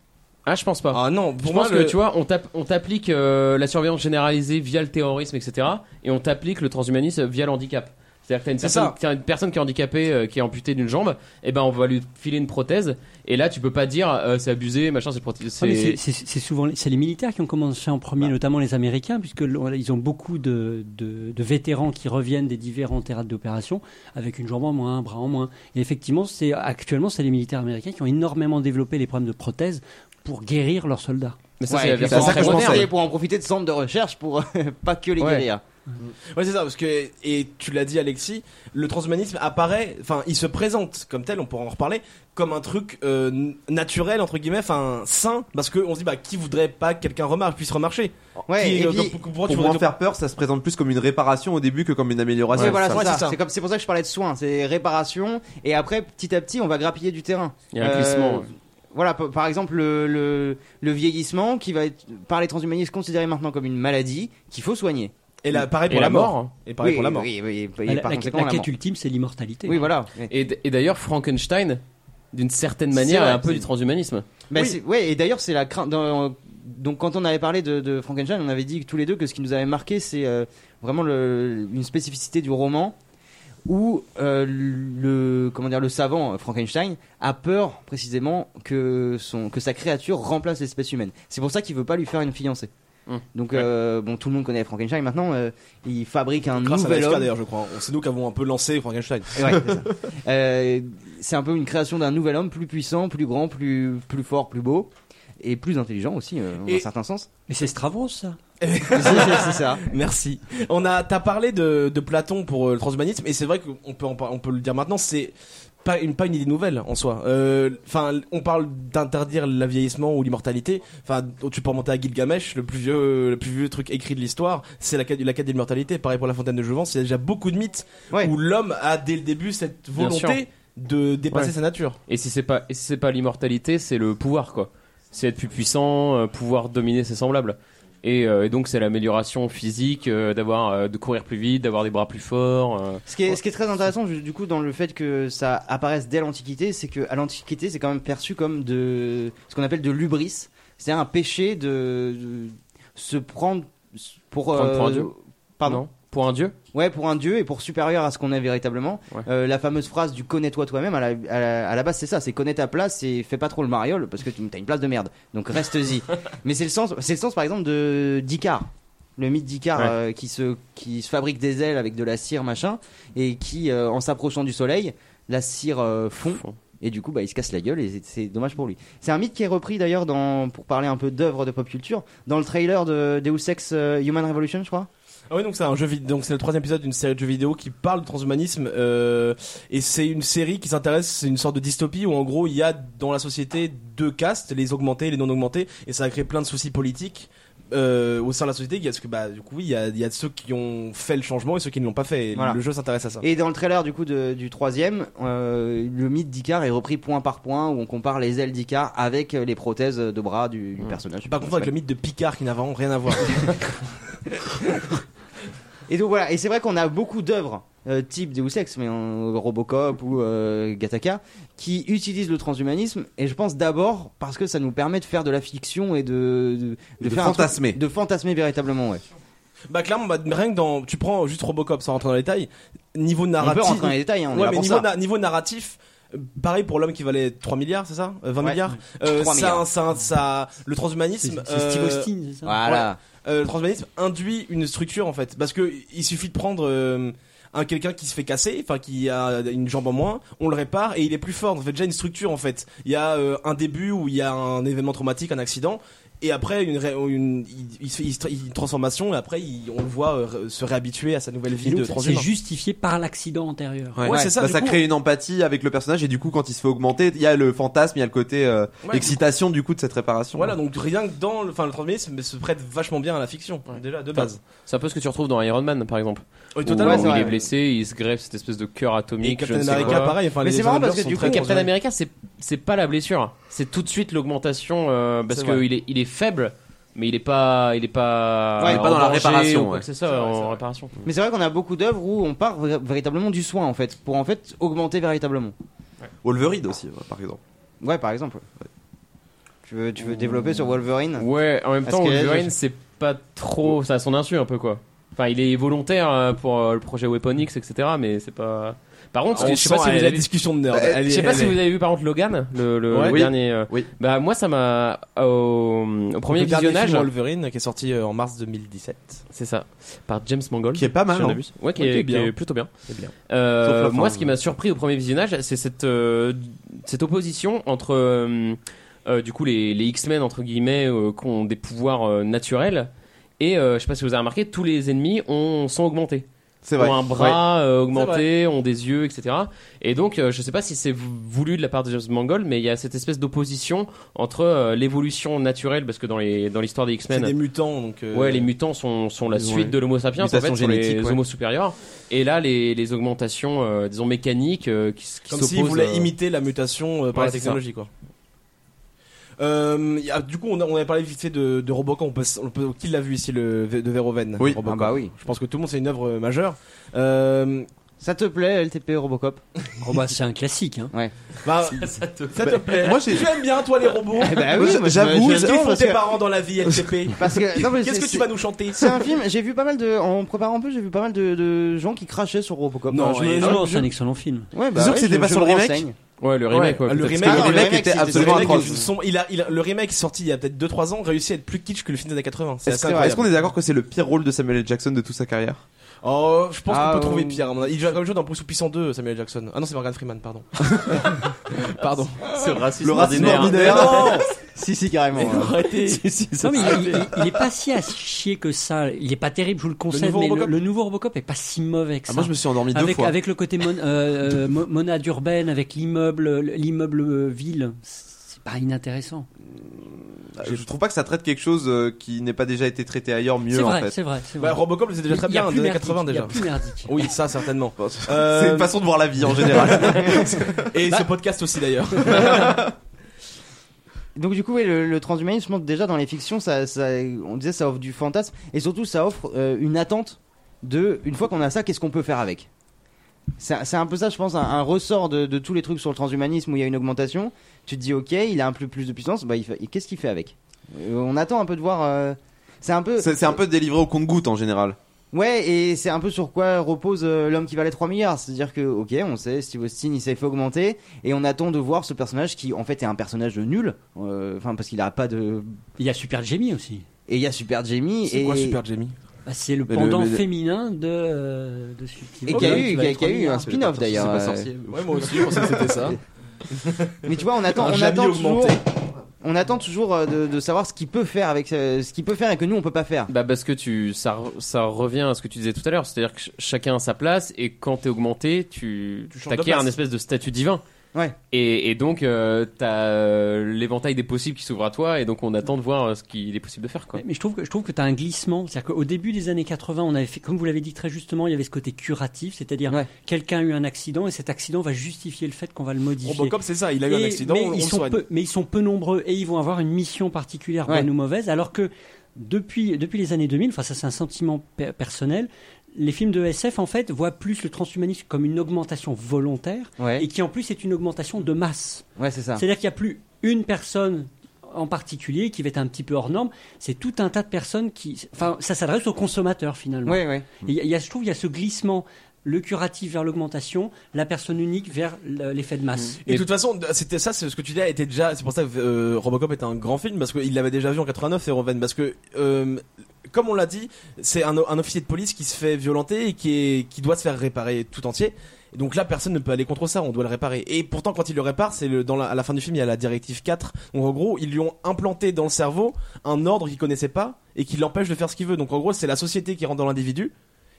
S5: Ah, je pense pas.
S2: Ah non,
S5: Je
S2: pour moi
S5: pense que
S2: le-
S5: tu vois, on t'app- on t'applique euh, la surveillance généralisée via le terrorisme, etc. Et on t'applique le transhumanisme via le handicap. C'est-à-dire que t'as une,
S2: C'est
S5: certaine-
S2: ça.
S5: t'as une personne qui est handicapée, euh, qui est amputée d'une jambe, et ben on va lui filer une prothèse. Et là, tu peux pas dire euh, c'est abusé, machin, c'est prothèse.
S4: Ah,
S6: Ouais, Ah, mais
S5: c'est-
S6: C'est c'est- c'est souvent les- c'est les militaires qui ont commencé en
S4: Bah.
S6: premier, notamment les Américains, puisque l'on- ils ont beaucoup de, de- de vétérans qui reviennent des différents théâtres d'opération avec une jambe en moins, un bras en moins. Et effectivement, c'est actuellement c'est les militaires américains qui ont énormément développé les problèmes de prothèses pour guérir leurs soldats.
S5: Mais ça,
S4: Ouais,
S5: c'est la
S4: et puis
S5: version
S4: pour
S3: ça que
S5: très
S4: en
S3: je
S5: moderne.
S4: profiter- pour en profiter de centres de recherche pour [laughs] pas que les
S5: Ouais.
S4: guérir.
S2: Mm. Ouais, c'est ça, parce que, et tu l'as dit Alexis, le transhumanisme apparaît, enfin, il se présente comme tel, on pourra en reparler, comme un truc euh, n- naturel, entre guillemets, enfin, sain, parce qu'on se dit, bah, qui voudrait pas que quelqu'un remarche, puisse remarcher
S4: Ouais,
S2: Qui-
S4: et
S2: euh,
S4: puis-
S2: donc, pourquoi tu
S3: Pour
S2: voudrais
S3: moins faire peur, ça se présente plus comme une réparation au début que comme une amélioration.
S4: Ouais, voilà,
S2: ça,
S4: c'est
S2: c'est
S4: ça.
S2: ça.
S4: C'est comme- c'est pour ça que je parlais de soins, c'est réparation, et après, petit à petit, on va grappiller du terrain. Euh,
S5: Il y a un glissement, ouais.
S4: Voilà, p- par exemple, le, le, le vieillissement qui va être, par les transhumanistes, considéré maintenant comme une maladie qu'il faut soigner.
S2: Et là, pareil
S5: Et
S2: pour la
S5: la
S2: mort. hein.
S5: mort. hein.
S2: Et pareil
S4: Oui,
S2: pour la mort.
S4: Oui, oui, et
S6: La,
S4: par
S6: la-
S4: conséquent,
S6: la
S4: la
S6: quête
S4: mort.
S6: ultime, c'est l'immortalité.
S4: Oui, voilà. Mais
S5: Et, d- et d'ailleurs, Frankenstein, d'une certaine
S4: C'est
S5: manière,
S4: vrai,
S5: est un peu
S4: c'est-
S5: du transhumanisme.
S2: Oui.
S4: Ben, c'est- ouais, et d'ailleurs, c'est la crainte. dans- donc, quand on avait parlé de, de Frankenstein, on avait dit tous les deux que ce qui nous avait marqué, c'est euh, vraiment le- une spécificité du roman où euh, le comment dire le savant euh, Frankenstein a peur précisément que son que sa créature remplace l'espèce humaine. C'est pour ça qu'il veut pas lui faire une fiancée.
S5: Mmh.
S4: Donc euh, bon, tout le monde connaît Frankenstein maintenant. euh, il fabrique un
S2: Grâce à
S4: nouvel
S2: l'AFK
S4: homme.
S2: d'ailleurs, je crois. C'est nous qui avons un peu lancé Frankenstein.
S4: Et ouais,
S2: [laughs]
S4: c'est ça. Euh, c'est un peu une création d'un nouvel homme plus puissant, plus grand, plus plus fort, plus beau et plus intelligent aussi euh, dans
S2: Et-
S4: un certain sens.
S6: Mais c'est Stravos,
S2: [laughs]
S6: ça.
S4: c'est c'est ça.
S2: Merci. On a, t'as parlé de, de Platon pour euh, le transhumanisme, et c'est vrai qu'on peut, en par- on peut le dire maintenant, c'est pas une, pas une idée nouvelle en soi. Euh, Enfin, on parle d'interdire l'avieillissement ou l'immortalité. Enfin, tu peux remonter à Gilgamesh, le plus vieux, le plus vieux truc écrit de l'histoire, c'est la quête, la quête de l'immortalité. Pareil pour la Fontaine de Jouvence, il y a déjà beaucoup de mythes
S4: Ouais.
S2: où l'homme a dès le début cette
S5: Bien sûr.
S2: volonté de dépasser
S5: Ouais.
S2: sa nature.
S5: Et si c'est pas, et si c'est pas l'immortalité, c'est le pouvoir, quoi. C'est être plus puissant, euh, pouvoir dominer ses semblables. Et, euh, et donc c'est l'amélioration physique, euh, d'avoir, euh, de courir plus vite, d'avoir des bras plus forts. euh.
S4: Ce qui, est, ce qui est très intéressant du du coup dans le fait que ça apparaisse dès l'Antiquité, c'est que à l'Antiquité c'est quand même perçu comme de ce qu'on appelle de l'ubris, c'est un péché de, de se prendre pour, euh,
S5: Prendre pour un dieu.
S4: Pardon.
S5: Non Pour un dieu
S4: Ouais, pour un dieu et pour supérieur à ce qu'on est véritablement.
S5: Ouais.
S4: Euh, la fameuse phrase du connais-toi toi-même, à la, à la- à la base c'est ça, c'est connais ta place et fais pas trop le mariole parce que tu as une place de merde.
S5: [laughs]
S4: Donc reste-y. Mais c'est le sens, c'est le sens par exemple de d'Icare, le mythe d'Icare
S5: Ouais.
S4: euh, qui se qui se fabrique des ailes avec de la cire machin et qui euh, en s'approchant du soleil, la cire euh, fond.
S5: Fond.
S4: Et du coup, bah, il se casse la gueule et c'est- c'est dommage pour lui. C'est un mythe qui est repris d'ailleurs dans, pour parler un peu d'œuvres de pop culture, dans le trailer de Deus Ex euh, Human Revolution, je crois.
S2: Ah oui, donc c'est un jeu vidéo. Donc c'est le troisième épisode d'une série de jeux vidéo qui parle de transhumanisme. euh, et c'est une série qui s'intéresse, c'est une sorte de dystopie où en gros il y a dans la société deux castes, les augmentés et les non augmentés, et ça a créé plein de soucis politiques. euh, au sein de la société, il y a ce que bah du coup oui, il y a, il y a ceux qui ont fait le changement et ceux qui ne l'ont pas fait. Et
S4: Voilà.
S2: Le jeu s'intéresse à ça.
S4: Et dans le trailer du coup de- du troisième, euh, le mythe d'Icar est repris point par point où on compare les ailes d'Icar avec euh, les prothèses de bras
S2: Hmm.
S4: du, du personnage.
S2: Par contre avec le mythe de Picard qui n'a vraiment rien à voir.
S4: [laughs] Et donc voilà, et c'est vrai qu'on a beaucoup d'œuvres euh, type Deus Ex, mais en Robocop ou euh, Gattaca, qui utilisent le transhumanisme. Et je pense d'abord parce que ça nous permet de faire de la fiction et de de,
S3: De
S4: faire un truc-
S3: fantasmer.
S4: de fantasmer véritablement. Ouais.
S2: bah clairement, bah, rien que dans, tu prends juste Robocop sans rentrer dans les détails. Niveau
S4: On peut
S2: narratif,
S4: rentrer dans les détails. hein, on est
S2: Ouais,
S4: là
S2: mais
S4: pour
S2: niveau,
S4: ça.
S2: na- niveau narratif, euh, Pareil pour l'homme qui valait 3 milliards, c'est ça Euh, 20
S4: Ouais.
S2: milliards, Euh,
S4: 3
S2: ça,
S4: milliards.
S2: ça- ça- Le transhumanisme.
S6: C'est Steve
S2: euh,
S6: Austin, c'est ça
S4: Voilà.
S2: euh, le transhumanisme induit une structure en fait parce que il suffit de prendre euh, un quelqu'un qui se fait casser enfin qui a une jambe en moins on le répare et il est plus fort on fait déjà une structure en fait il y a euh, un début où il y a un événement traumatique un accident et après une, ré- une- il, il se fait- il se tra- il- une transformation et après il- on le voit euh, ré- se réhabituer à sa nouvelle vie
S6: Et donc,
S2: de
S6: c'est
S2: transhumain
S6: justifié par l'accident antérieur.
S2: Ouais, c'est ça,
S3: Bah,
S2: du
S3: ça
S2: coup.
S3: crée une empathie avec le personnage et du coup quand il se fait augmenter, il y a le fantasme, il y a le côté euh,
S2: Ouais.
S3: excitation du coup de cette réparation.
S2: voilà donc rien que dans le, enfin le transhumanisme se prête vachement bien à la fiction déjà de base
S5: C'est un peu ce que tu retrouves dans Iron Man, par exemple.
S2: oui,
S5: où il est blessé, il se greffe cette espèce de cœur
S2: et
S5: atomique. je
S2: Captain
S5: ne sais
S2: America
S5: quoi.
S2: pareil enfin
S5: Mais
S2: les
S5: c'est marrant parce
S2: Avengers
S5: que du
S2: sont
S5: coup,
S2: très
S5: Captain
S2: transhumains.
S5: America, c'est c'est pas la blessure, c'est tout de suite l'augmentation euh, parce
S2: C'est
S5: que
S2: vrai.
S5: il est il est faible, mais il est pas il est pas
S4: Ouais, il est
S5: en
S3: pas dans la
S5: danger
S3: réparation,
S5: ou quoi
S3: ouais.
S5: que C'est ça, en réparation.
S4: Mais c'est vrai qu'on a beaucoup d'œuvres où on part vra- véritablement du soin en fait, pour en fait augmenter véritablement.
S3: Wolverine aussi euh, par exemple.
S4: Ouais, par exemple. Tu veux, tu veux développer
S3: [laughs]
S4: sur Wolverine
S5: Ouais, en même
S4: Parce
S5: temps,
S4: que là,
S5: Wolverine,
S4: je-
S5: c'est pas trop, ça a son insu un peu quoi. Enfin, il est volontaire euh, pour euh, le projet Weapon X, etc. Mais c'est pas. Par contre,
S2: Ah, On
S5: je sais pas
S2: sent,
S5: si
S2: elle,
S5: vous
S2: la
S5: avez Euh,
S2: discussion de nerd
S3: Bah,
S2: Elle
S5: Je
S2: est-
S5: sais pas
S2: elle
S5: si
S2: est-
S5: vous avez vu par exemple Logan, le, le-
S3: Ouais.
S5: le
S3: Oui.
S5: dernier. euh,
S3: Oui.
S5: Bah moi ça m'a au, au premier
S2: le dernier
S5: visionnage,
S2: film Wolverine qui est sorti euh, en mars 2017.
S5: c'est ça, par James Mangold.
S3: Qui est pas mal,
S5: si on
S3: hein.
S5: abuse. Ouais, qui,
S2: Ouais,
S5: est,
S2: qui est bien.
S5: qui est plutôt bien.
S2: C'est bien.
S5: Euh,
S3: Sauf la fin,
S5: moi ce
S3: hein.
S5: qui m'a surpris au premier visionnage, c'est cette euh, cette opposition entre euh, euh, du coup les, les X-Men entre guillemets euh, qui ont des pouvoirs euh, naturels et euh, je sais pas si vous avez remarqué tous les ennemis ont sont augmentés
S3: C'est vrai.
S5: ont un bras euh,
S2: C'est
S5: augmenté, ont des yeux, etc. Et donc, euh, je sais pas si c'est vou- voulu de la part de James Mangold, mais il y a cette espèce d'opposition entre euh, l'évolution naturelle, parce que dans les dans l'histoire des
S2: C'est des
S5: X-Men,
S2: mutants donc. euh,
S5: ouais, les mutants sont sont la
S3: ils ont
S5: suite
S3: une
S5: de l'Homo sapiens, en fait,
S3: mutation
S5: sont les
S3: génétique, ouais.
S5: Homo supérieurs, et là les les augmentations, euh, disons mécaniques, euh, qui, s- qui
S2: Comme
S5: s'opposent.
S2: s'ils voulaient
S5: euh,
S2: imiter la mutation euh, par
S5: ouais,
S2: la
S5: c'est ça.
S2: technologie quoi. Euh, y a- du coup, on, a- on avait parlé vite fait de, de Robocop. On peut, on peut- qui l'a vu ici le, de Verhoeven
S3: Oui.
S2: Robocop.
S4: Ah bah oui.
S2: Je pense que tout le monde c'est une œuvre euh, majeure. Euh,
S4: Ça te plaît LTP Robocop
S6: [laughs] Oh bah, c'est un classique. Hein.
S2: bah,
S5: ça te-
S2: ça te plaît
S3: moi, j'ai-
S2: tu aimes bien toi les robots.
S4: Eh ben
S3: Moi,
S4: moi, je-
S3: j'avoue,
S4: je-
S2: Qu'est-ce
S3: j'ai-
S2: qu'ils
S4: non,
S2: font
S4: parce
S2: tes
S4: que-
S2: parents dans la vie LTP
S4: Parce que non, mais
S2: Qu'est-ce
S4: c'est-
S2: que tu vas nous chanter
S4: C'est un film, j'ai vu pas mal de. En préparant un peu, j'ai vu pas mal de, de gens qui crachaient sur Robocop.
S2: Non,
S4: Hein,
S2: et-
S4: je-
S6: Non, non, c'est un excellent film.
S4: Ouais, bah
S3: sûr
S4: ouais,
S3: que c'était
S4: je-
S3: pas
S4: je
S3: sur le
S4: me
S3: remake
S4: renseigne.
S5: Ouais, le remake.
S2: Ouais,
S5: ouais,
S2: le
S5: peut-être.
S2: remake,
S4: Ah,
S3: le
S4: le
S3: remake
S4: remake,
S3: était
S4: c'était-
S2: Le
S3: absolument
S2: remake,
S3: atroce.
S2: ils sont- il a, il a- le remake sorti il y a peut-être 2-3 ans réussit à être plus kitsch que le film des années 80. C'est
S3: Est-ce
S2: assez
S3: que-
S2: incroyable.
S3: est-ce qu'on est d'accord que c'est le pire rôle de Samuel L. Jackson de toute sa carrière
S2: Oh, je pense
S4: Ah,
S2: qu'on peut trouver
S4: euh,
S2: pire. à mon avis. Il joue comme jeu dans Bruce ou Puissant 2, Samuel Jackson. Ah non, c'est Morgan Freeman, pardon. pardon.
S5: C'est le racisme
S3: Le racisme
S5: ordinaire.
S3: ordinaire.
S4: Si, si, carrément. ouais.
S3: [laughs]
S6: Non, mais il, il- il est pas si à chier que ça. Il est pas terrible, je vous le conseille.
S2: nouveau
S6: mais le,
S2: Robocop
S6: le nouveau Robocop est pas si mauvais que ça.
S3: Ah, Moi, je me suis endormi deux
S6: avec,
S3: fois.
S6: avec le côté mon- euh, euh, mo- monade urbaine, avec l'immeuble, l'immeuble euh, ville, c'est pas inintéressant.
S2: Bah,
S3: Je trouve pas que ça traite quelque chose euh, qui n'ait pas déjà été traité ailleurs
S6: C'est
S3: mieux en
S6: vrai,
S3: fait.
S6: c'est vrai, c'est
S2: Bah,
S6: vrai.
S2: Robocop, c'était déjà très
S6: Il y a
S2: bien,
S6: plus
S2: des années
S6: merdique,
S2: 80
S6: il y a
S2: déjà.
S6: plus merdique.
S2: Oui, ça certainement. Euh,
S3: C'est une façon de voir la vie en général.
S2: [laughs] Et
S6: Bah.
S2: ce podcast
S6: [laughs]
S2: aussi d'ailleurs.
S4: [laughs] Donc du coup, ouais, le, le transhumanisme déjà dans les fictions, ça, ça- on disait ça offre du fantasme et surtout ça offre euh, une attente de une fois qu'on a ça, qu'est-ce qu'on peut faire avec C'est c'est un peu ça, je pense, un, un ressort de, de tous les trucs sur le transhumanisme où il y a une augmentation. Tu te dis ok, il a un peu plus de puissance, bah, il fait- qu'est-ce qu'il fait avec Euh, On attend un peu de voir. euh, c'est un peu.
S3: c'est c'est un peu délivré au compte-goutte en général.
S4: Ouais, et c'est un peu sur quoi repose euh, l'homme qui valait 3 milliards. C'est-à-dire que, ok, on sait, Steve Austin, il s'est fait augmenter, et on attend de voir ce personnage qui, en fait, est un personnage nul. euh, Enfin, parce qu'il a pas de.
S6: Il y a Super Jamie aussi.
S4: Et il y a Super Jamie.
S2: C'est
S4: et...
S2: quoi Super Jamie
S6: Bah, c'est le
S3: Mais
S6: pendant
S3: le- mais-
S6: féminin de, euh, de Super
S4: Et qu'il y a eu, qu'il y a- qu'il y a eu un spin-off d'ailleurs.
S3: C'est pas
S4: euh,
S3: sorcier.
S2: Ouais, moi aussi, je pensais que
S3: [laughs]
S2: c'était ça.
S4: Mais tu vois, on attend,
S2: Un
S4: on
S2: Jamie
S4: attend toujours.
S2: augmenté.
S4: On attend toujours euh, de, de savoir ce qu'il peut faire avec euh, ce qu'il peut faire et que nous on peut pas faire.
S5: Bah parce que tu ça re- ça revient à ce que tu disais tout à l'heure, c'est-à-dire que ch- chacun a sa place et quand t'es augmenté, tu
S2: Tu changes de
S5: t'acquiers
S2: place.
S5: un espèce de statut divin.
S4: Ouais.
S5: Et, et donc euh, t'as euh, l'éventail des possibles qui s'ouvre à toi et donc on attend de voir euh, ce qu'il est possible de faire quoi.
S6: Mais je trouve que je trouve que t'as un glissement, c'est-à-dire qu'au début des années 80, on avait fait, comme vous l'avez dit très justement, il y avait ce côté curatif, c'est-à-dire
S4: Ouais.
S6: quelqu'un a eu un accident et cet accident va justifier le fait qu'on va le modifier.
S2: Robocop, Oh, bah, c'est ça, il a eu
S6: Et-
S2: un accident,
S6: mais,
S2: on, on
S6: ils
S2: le
S6: sont
S2: soigne.
S6: peu, mais ils sont peu nombreux et ils vont avoir une mission particulière,
S4: Ouais.
S6: bonne ou mauvaise, alors que depuis, depuis les années 2000, enfin ça c'est un sentiment pe- personnel, les films de SF en fait voient plus le transhumanisme comme une augmentation volontaire
S4: Ouais.
S6: et qui en plus est une augmentation de masse.
S4: Ouais, c'est ça.
S6: C'est-à-dire qu'il n'y a plus une personne en particulier qui va être un petit peu hors norme, c'est tout un tas de personnes qui... Enfin, ça s'adresse aux consommateurs finalement.
S4: Ouais, ouais.
S6: Et Il y a- il y a, je trouve, il y a ce glissement le curatif vers l'augmentation, la personne unique vers le- l'effet de masse.
S2: Et de toute façon, c'était ça, c'est ce que tu dis, était déjà. C'est pour ça que euh, Robocop était un grand film parce qu'il l'avait déjà vu en 89, Verhoeven, parce que. euh, comme on l'a dit, c'est un, un officier de police qui se fait violenter et qui, est- qui doit se faire réparer tout entier. Et donc là, personne ne peut aller contre ça, on doit le réparer. Et pourtant, quand il le répare, c'est le, dans la, à la fin du film, il y a la directive 4. Donc en gros, ils lui ont implanté dans le cerveau un ordre qu'il connaissait pas et qui l'empêche de faire ce qu'il veut. Donc en gros, c'est la société qui rentre dans l'individu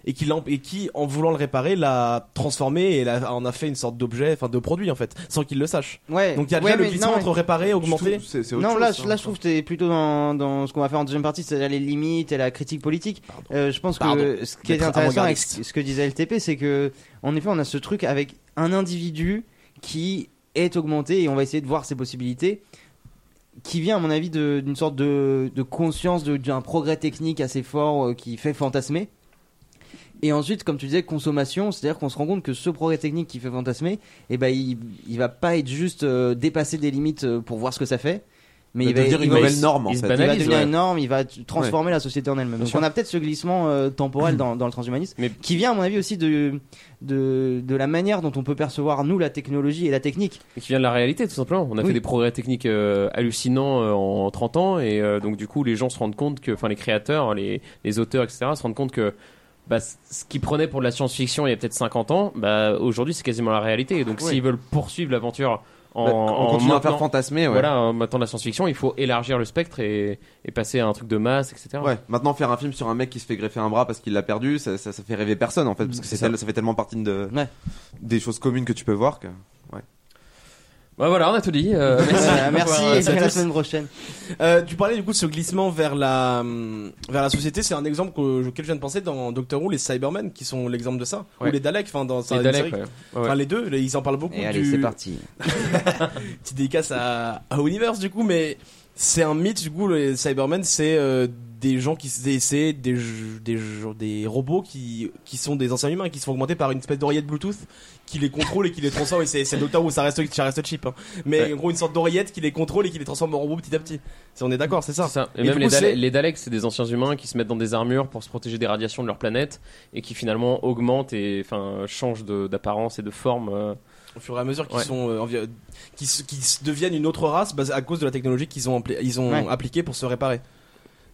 S2: et qui, l'emp- et qui, en voulant le réparer, l'a transformé et l'a- en a fait une sorte d'objet, enfin de produit en fait, sans qu'il le sache.
S4: Ouais.
S2: Donc il y a
S4: Ouais,
S2: déjà le
S4: mais
S2: glissement
S4: non,
S2: entre réparer, augmenter.
S3: C'est c'est autre
S4: Non,
S3: chose,
S4: là,
S3: hein.
S4: je- là, je trouve que t'es plutôt dans, dans ce qu'on va faire en deuxième partie, c'est-à-dire les limites et la critique politique. Euh, je pense
S2: Pardon.
S4: que ce qui est
S2: D'être
S4: intéressant avec
S2: avant-gardiste.
S4: ce ce que disait LTP, c'est que, en effet, on a ce truc avec un individu qui est augmenté et on va essayer de voir ses possibilités, qui vient, à mon avis, de- d'une sorte de, de conscience de- d'un progrès technique assez fort euh, qui fait fantasmer. Et ensuite, comme tu disais, consommation, c'est-à-dire qu'on se rend compte que ce progrès technique qui fait fantasmer, eh ben, il, il va pas être juste euh, dépasser des limites euh, pour voir ce que ça fait, mais il va,
S3: devenir
S4: il
S3: une
S4: va-
S3: nouvelle norme en
S5: il se
S3: fait.
S4: il va
S5: Analyse,
S4: devenir
S5: ouais.
S4: une norme, il va t- transformer la société en elle-même. Donc
S5: sûr.
S4: on a peut-être ce glissement euh, temporel dans, dans le transhumanisme,
S5: Mais-
S4: qui vient à mon avis aussi de, de, de la manière dont on peut percevoir nous la technologie et la technique.
S5: Et qui vient de la réalité, tout simplement. On a
S4: Oui.
S5: fait des progrès techniques euh, hallucinants euh, en 30 ans, et euh, donc du coup, les gens se rendent compte que, enfin, les créateurs, les, les auteurs, etc., se rendent compte que bah, c- ce qu'ils prenaient pour de la science-fiction il y a peut-être 50 ans, bah, aujourd'hui, c'est quasiment la réalité. Et donc,
S4: Ouais.
S5: s'ils veulent poursuivre l'aventure en,
S3: Bah,
S5: en
S3: on continue à
S5: maintenant-
S3: faire fantasmer. Ouais.
S5: voilà, en maintenant de la science-fiction, il faut élargir le spectre et, et passer à un truc de masse, etc.
S3: Ouais, maintenant faire un film sur un mec qui se fait greffer un bras parce qu'il l'a perdu, ça, ça, ça fait rêver personne en fait, parce que c'est tel- ça. fait tellement partie de
S4: Ouais.
S3: des choses communes que tu peux voir que.
S5: Bah, voilà, on a tout dit.
S4: [laughs]
S5: euh, merci.
S4: Euh, merci
S5: Au revoir,
S4: et à
S5: à
S4: la
S5: tous.
S4: semaine prochaine.
S2: Euh, tu parlais du coup de ce glissement vers la hum, vers la société. C'est un exemple que, auquel je viens de penser dans Doctor Who, les Cybermen qui sont l'exemple de ça,
S5: Ouais.
S2: ou les Daleks. Enfin, dans ça,
S5: Les
S2: une
S5: Daleks,
S2: série-
S5: ouais.
S2: Enfin, les deux, les- ils en parlent beaucoup.
S4: Et allez,
S2: du-
S4: c'est parti.
S2: Petite dédicace à, à Universe du coup, mais c'est un mythe du coup. Les Cybermen, c'est euh, des gens qui c'est- c'est des je- des je- des robots qui qui sont des anciens humains qui sont augmentés par une espèce d'oreillette Bluetooth qui les contrôle et qui les transforme. Et c'est c'est Doctor Who, ça reste ça reste cheap. hein. Mais en gros, une sorte d'oreillette qui les contrôle et qui les transforme en robots petit à petit. C'est- On est d'accord, c'est ça.
S5: C'est ça. Et,
S2: Et
S5: même
S2: du
S5: les,
S2: coup,
S5: Dale-
S2: c'est-
S5: les Daleks, c'est des anciens humains qui se mettent dans des armures pour se protéger des radiations de leur planète et qui finalement augmentent et enfin changent de- d'apparence et de forme. euh.
S2: au fur et à mesure qu'ils
S5: Ouais.
S2: sont euh, envi- qui, se- qui se deviennent une autre race bas- bah, à cause de la technologie qu'ils ont ampli- ils ont
S4: Ouais.
S2: appliquée pour se réparer.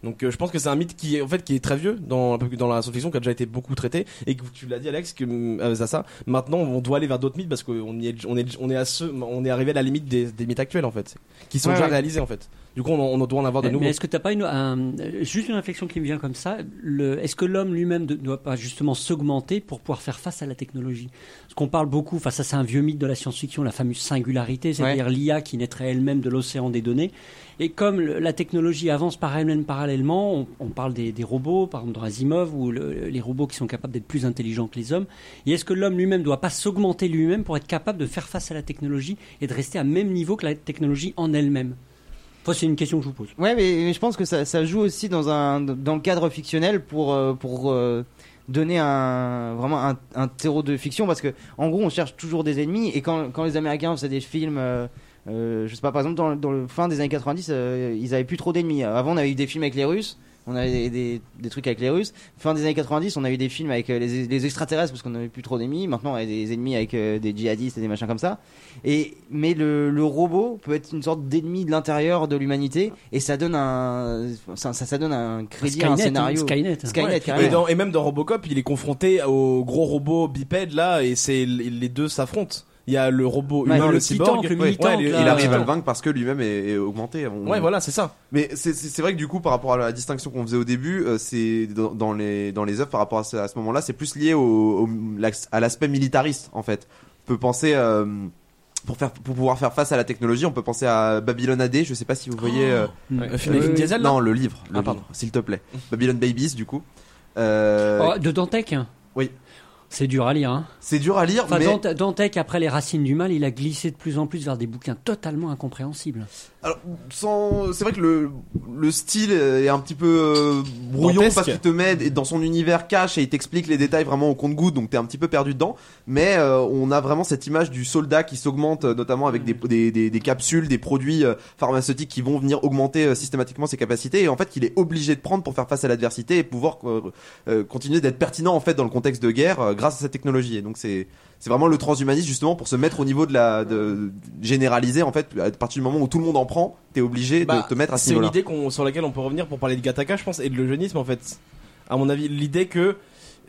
S2: Donc euh, je pense que c'est un mythe qui est en fait qui est très vieux dans un peu- dans la science-fiction qui a déjà été beaucoup traité et que tu l'as dit Alex que euh, Zaza, maintenant on doit aller vers d'autres mythes parce qu'on y est on est on est à ce on est arrivé à la limite des, des mythes actuels en fait qui sont
S4: Ouais,
S2: déjà
S4: ouais.
S2: réalisés en fait. Du coup on, en- on doit en avoir de
S6: Mais,
S2: nouveaux.
S6: est-ce que t'as pas une, un- euh, juste une réflexion qui me vient comme ça le- Est-ce que l'homme lui-même ne doit pas justement s'augmenter pour pouvoir faire face à la technologie Parce qu'on parle beaucoup, enfin ça c'est un vieux mythe de la science-fiction, la fameuse singularité, c'est-à-dire l'IA qui naîtrait elle-même de l'océan des données. Et comme le- la technologie avance par elle-même parallèlement, on, on parle des, des robots, par exemple dans Asimov, ou le- les robots qui sont capables d'être plus intelligents que les hommes. Et est-ce que l'homme lui-même ne doit pas s'augmenter lui-même pour être capable de faire face à la technologie et de rester à même niveau que la technologie en elle-même Enfin, c'est une question que je vous pose.
S4: Ouais, mais, mais je pense que ça, ça joue aussi dans, un, dans le cadre fictionnel pour, euh, pour euh, donner un, vraiment un, un terreau de fiction parce que en gros on cherche toujours des ennemis et quand, quand les Américains faisaient des films, euh, euh, je sais pas, par exemple dans, le- dans le fin des années 90, euh, ils avaient plus trop d'ennemis. Avant on avait eu des films avec les Russes. On avait des, des, des trucs avec les Russes. Fin des années 90, on a eu des films avec euh, les, les extraterrestres parce qu'on n'avait plus trop d'ennemis. Maintenant, on a des ennemis avec euh, des djihadistes et des machins comme ça. Et mais le, le robot peut être une sorte d'ennemi de l'intérieur de l'humanité et ça donne un ça, ça- ça donne un crédit à un
S6: Skynet,
S4: scénario.
S6: hein, Skynet.
S4: Skynet,
S2: Ouais.
S4: carrément.
S2: et, dans- et même dans Robocop, il est confronté au gros robot bipède là et c'est les deux s'affrontent. Il y a le robot
S4: Ouais,
S2: humain,
S4: le
S2: le,
S4: petit
S2: cyborg,
S6: tank, le
S2: Ouais,
S6: militant,
S2: ouais,
S6: là.
S2: il
S6: Ah,
S3: il arrive
S2: arrive
S3: à le vaincre parce que lui-même est, est augmenté. On-
S2: euh, Ouais, voilà, c'est ça.
S3: Mais c'est- c'est c'est vrai que du coup, par rapport à la distinction qu'on faisait au début, euh, c'est dans, dans les dans les œuvres par rapport à ce, à ce moment-là, c'est plus lié au, au- l'ax- à l'aspect militariste en fait. On peut penser euh, pour faire pour pouvoir faire face à la technologie, on peut penser à Babylone AD. Je sais pas si vous voyez. euh,
S6: Oh,
S2: Le film avec Vin Diesel, là
S3: non, le livre, le
S2: Ah, pardon.
S3: livre, s'il te plaît. Babylone Babies, du coup. Euh,
S6: Oh, de Dantec hein.
S3: Oui.
S6: C'est dur à lire. Hein.
S3: C'est dur à lire,
S6: Enfin,
S3: mais
S6: Dante- Dantec, après Les Racines du Mal, il a glissé de plus en plus vers des bouquins totalement incompréhensibles.
S3: Alors, sans, c'est vrai que le, le style est un petit peu euh, brouillon
S2: Dantesque.
S3: parce qu'il te met d- dans son univers cache et il t'explique les détails vraiment au compte-goutte, donc t'es un petit peu perdu dedans. Mais euh, on a vraiment cette image du soldat qui s'augmente, euh, notamment avec des, des, des, des capsules, des produits euh, pharmaceutiques qui vont venir augmenter euh, systématiquement ses capacités et en fait qu'il est obligé de prendre pour faire face à l'adversité et pouvoir euh, euh, continuer d'être pertinent en fait dans le contexte de guerre euh, grâce à cette technologie. Et donc c'est c'est vraiment le transhumanisme justement pour se mettre au niveau de la de, généraliser en fait à partir du moment où tout le monde en prend, t'es obligé
S2: Bah,
S3: de te mettre à ce
S2: C'est une
S3: niveau-là.
S2: idée qu'on- sur laquelle on peut revenir pour parler de Gataka, je pense, et de le jeunisme en fait. À mon avis, l'idée que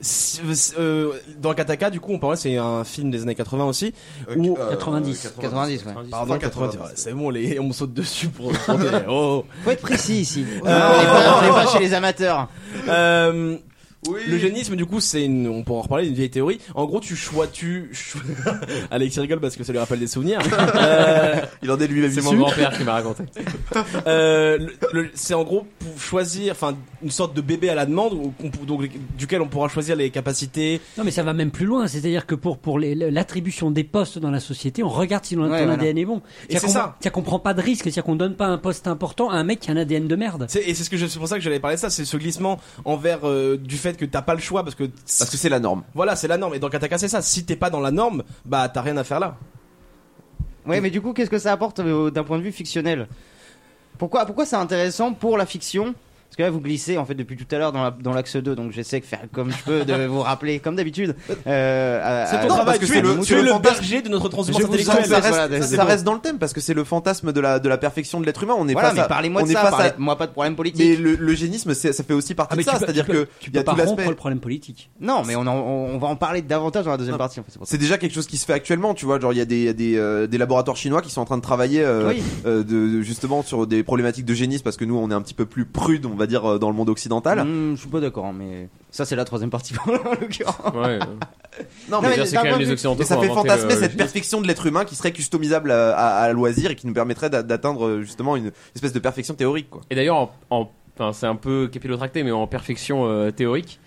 S2: si- euh, dans Gataka, du coup, on parlait, c'est un film des années 80 aussi,
S3: Euh,
S2: où
S6: 90.
S4: 90, ouais.
S2: Pardon, 90. ouais, c'est bon, les, on me saute
S3: [laughs]
S2: dessus pour. pour dire, oh.
S4: Faut être précis ici. On n'est
S2: Euh,
S4: pas, on est
S2: [laughs]
S4: pas chez les amateurs.
S2: Euh,
S3: Oui.
S2: Le génisme, du coup, c'est une. On pourra en reparler, une vieille théorie. En gros, tu choisis. [laughs] Tu... cho- Alex rigole parce que ça lui rappelle
S3: [laughs]
S2: des souvenirs. Euh,
S3: Il en est lui-même
S5: C'est mon
S3: issu.
S5: grand-père qui m'a raconté.
S2: euh, le- le- c'est en gros pour choisir, enfin, une sorte de bébé à la demande, où qu'on pou- donc, duquel on pourra choisir les capacités.
S6: Non, mais ça va même plus loin. C'est-à-dire que pour, pour les- l'attribution des postes dans la société, on regarde si l'on-
S4: Ouais,
S6: ton
S4: voilà.
S6: ADN est bon.
S2: Et
S6: C'est-à-dire
S2: c'est
S6: qu'on-
S2: ça.
S6: C'est-à-dire qu'on prend pas de risque, c'est-à-dire qu'on donne pas un poste important à un mec qui a un ADN de merde.
S2: C'est- Et c'est ce que je- c'est pour ça que j'allais parler de ça, c'est ce glissement envers euh, du fait que t'as pas le choix parce que
S3: Parce que c'est la norme.
S2: voilà c'est la norme et dans Kataka c'est ça. Si t'es pas dans la norme, bah t'as rien à faire là.
S4: Ouais, mais du coup, qu'est-ce que ça apporte euh, d'un point de vue fictionnel Pourquoi, pourquoi c'est intéressant pour la fiction Parce que là, vous glissez en fait depuis tout à l'heure dans la- dans l'axe 2, donc j'essaie de faire comme je peux, de vous rappeler, comme d'habitude. euh, à-
S3: C'est
S4: à-
S3: ton
S4: non,
S3: travail,
S4: parce que
S3: tu
S2: Tu es
S4: c'est
S3: le-
S2: le,
S4: mon-
S2: tu es le
S3: fantasme-
S2: berger de notre transmission
S4: Je vous
S3: Ça,
S4: sens,
S2: intellectuelle.
S3: ça reste,
S4: voilà,
S3: ça
S4: c'est bon.
S3: reste dans le thème parce que c'est le fantasme de la de la perfection de l'être humain. On est
S4: Voilà,
S3: face
S4: mais
S3: à-
S4: parlez-moi de
S3: on est
S4: ça,
S3: face à-
S4: parlez-moi pas de problème
S3: Mais
S4: politique.
S3: le, le génisme, c'est- ça fait aussi partie de
S6: tu
S3: ça,
S6: peux-
S3: c'est-à-dire
S6: tu peux-
S3: que
S6: tu
S3: il y
S6: peux
S3: a
S6: pas
S3: tout
S6: rompre
S3: l'aspect.
S6: le problème politique.
S4: Non, mais on, en- on, on va en parler davantage dans la deuxième
S3: Non.
S4: partie. En fait, c'est pour ça.
S3: C'est déjà quelque chose qui se fait actuellement, tu vois. Genre, il y a des, il y a des, euh, des laboratoires chinois qui sont en train de travailler euh,
S4: Oui.
S3: euh, de, de- justement sur des problématiques de génisme parce que nous, on est un petit peu plus prude, on va dire, euh, dans le monde occidental.
S4: Hmm, je suis pas d'accord, mais ça c'est la troisième partie [laughs] en l'occurrence.
S5: Ouais.
S3: Non,
S5: mais
S3: mais,
S5: dire, c'est quand
S4: d'un
S5: même
S4: point de
S5: les
S4: vue-
S5: Occidentaux. euh,
S3: mais ça
S5: qui ont
S3: fait
S5: inventé
S3: fantasmer
S5: le-
S3: cette perfection de l'être humain qui serait customisable à, à- à loisir et qui nous permettrait d'a- d'atteindre euh, justement une espèce de perfection théorique, quoi.
S5: Et d'ailleurs, en, en- enfin, c'est un peu capillotracté, mais en perfection euh, théorique.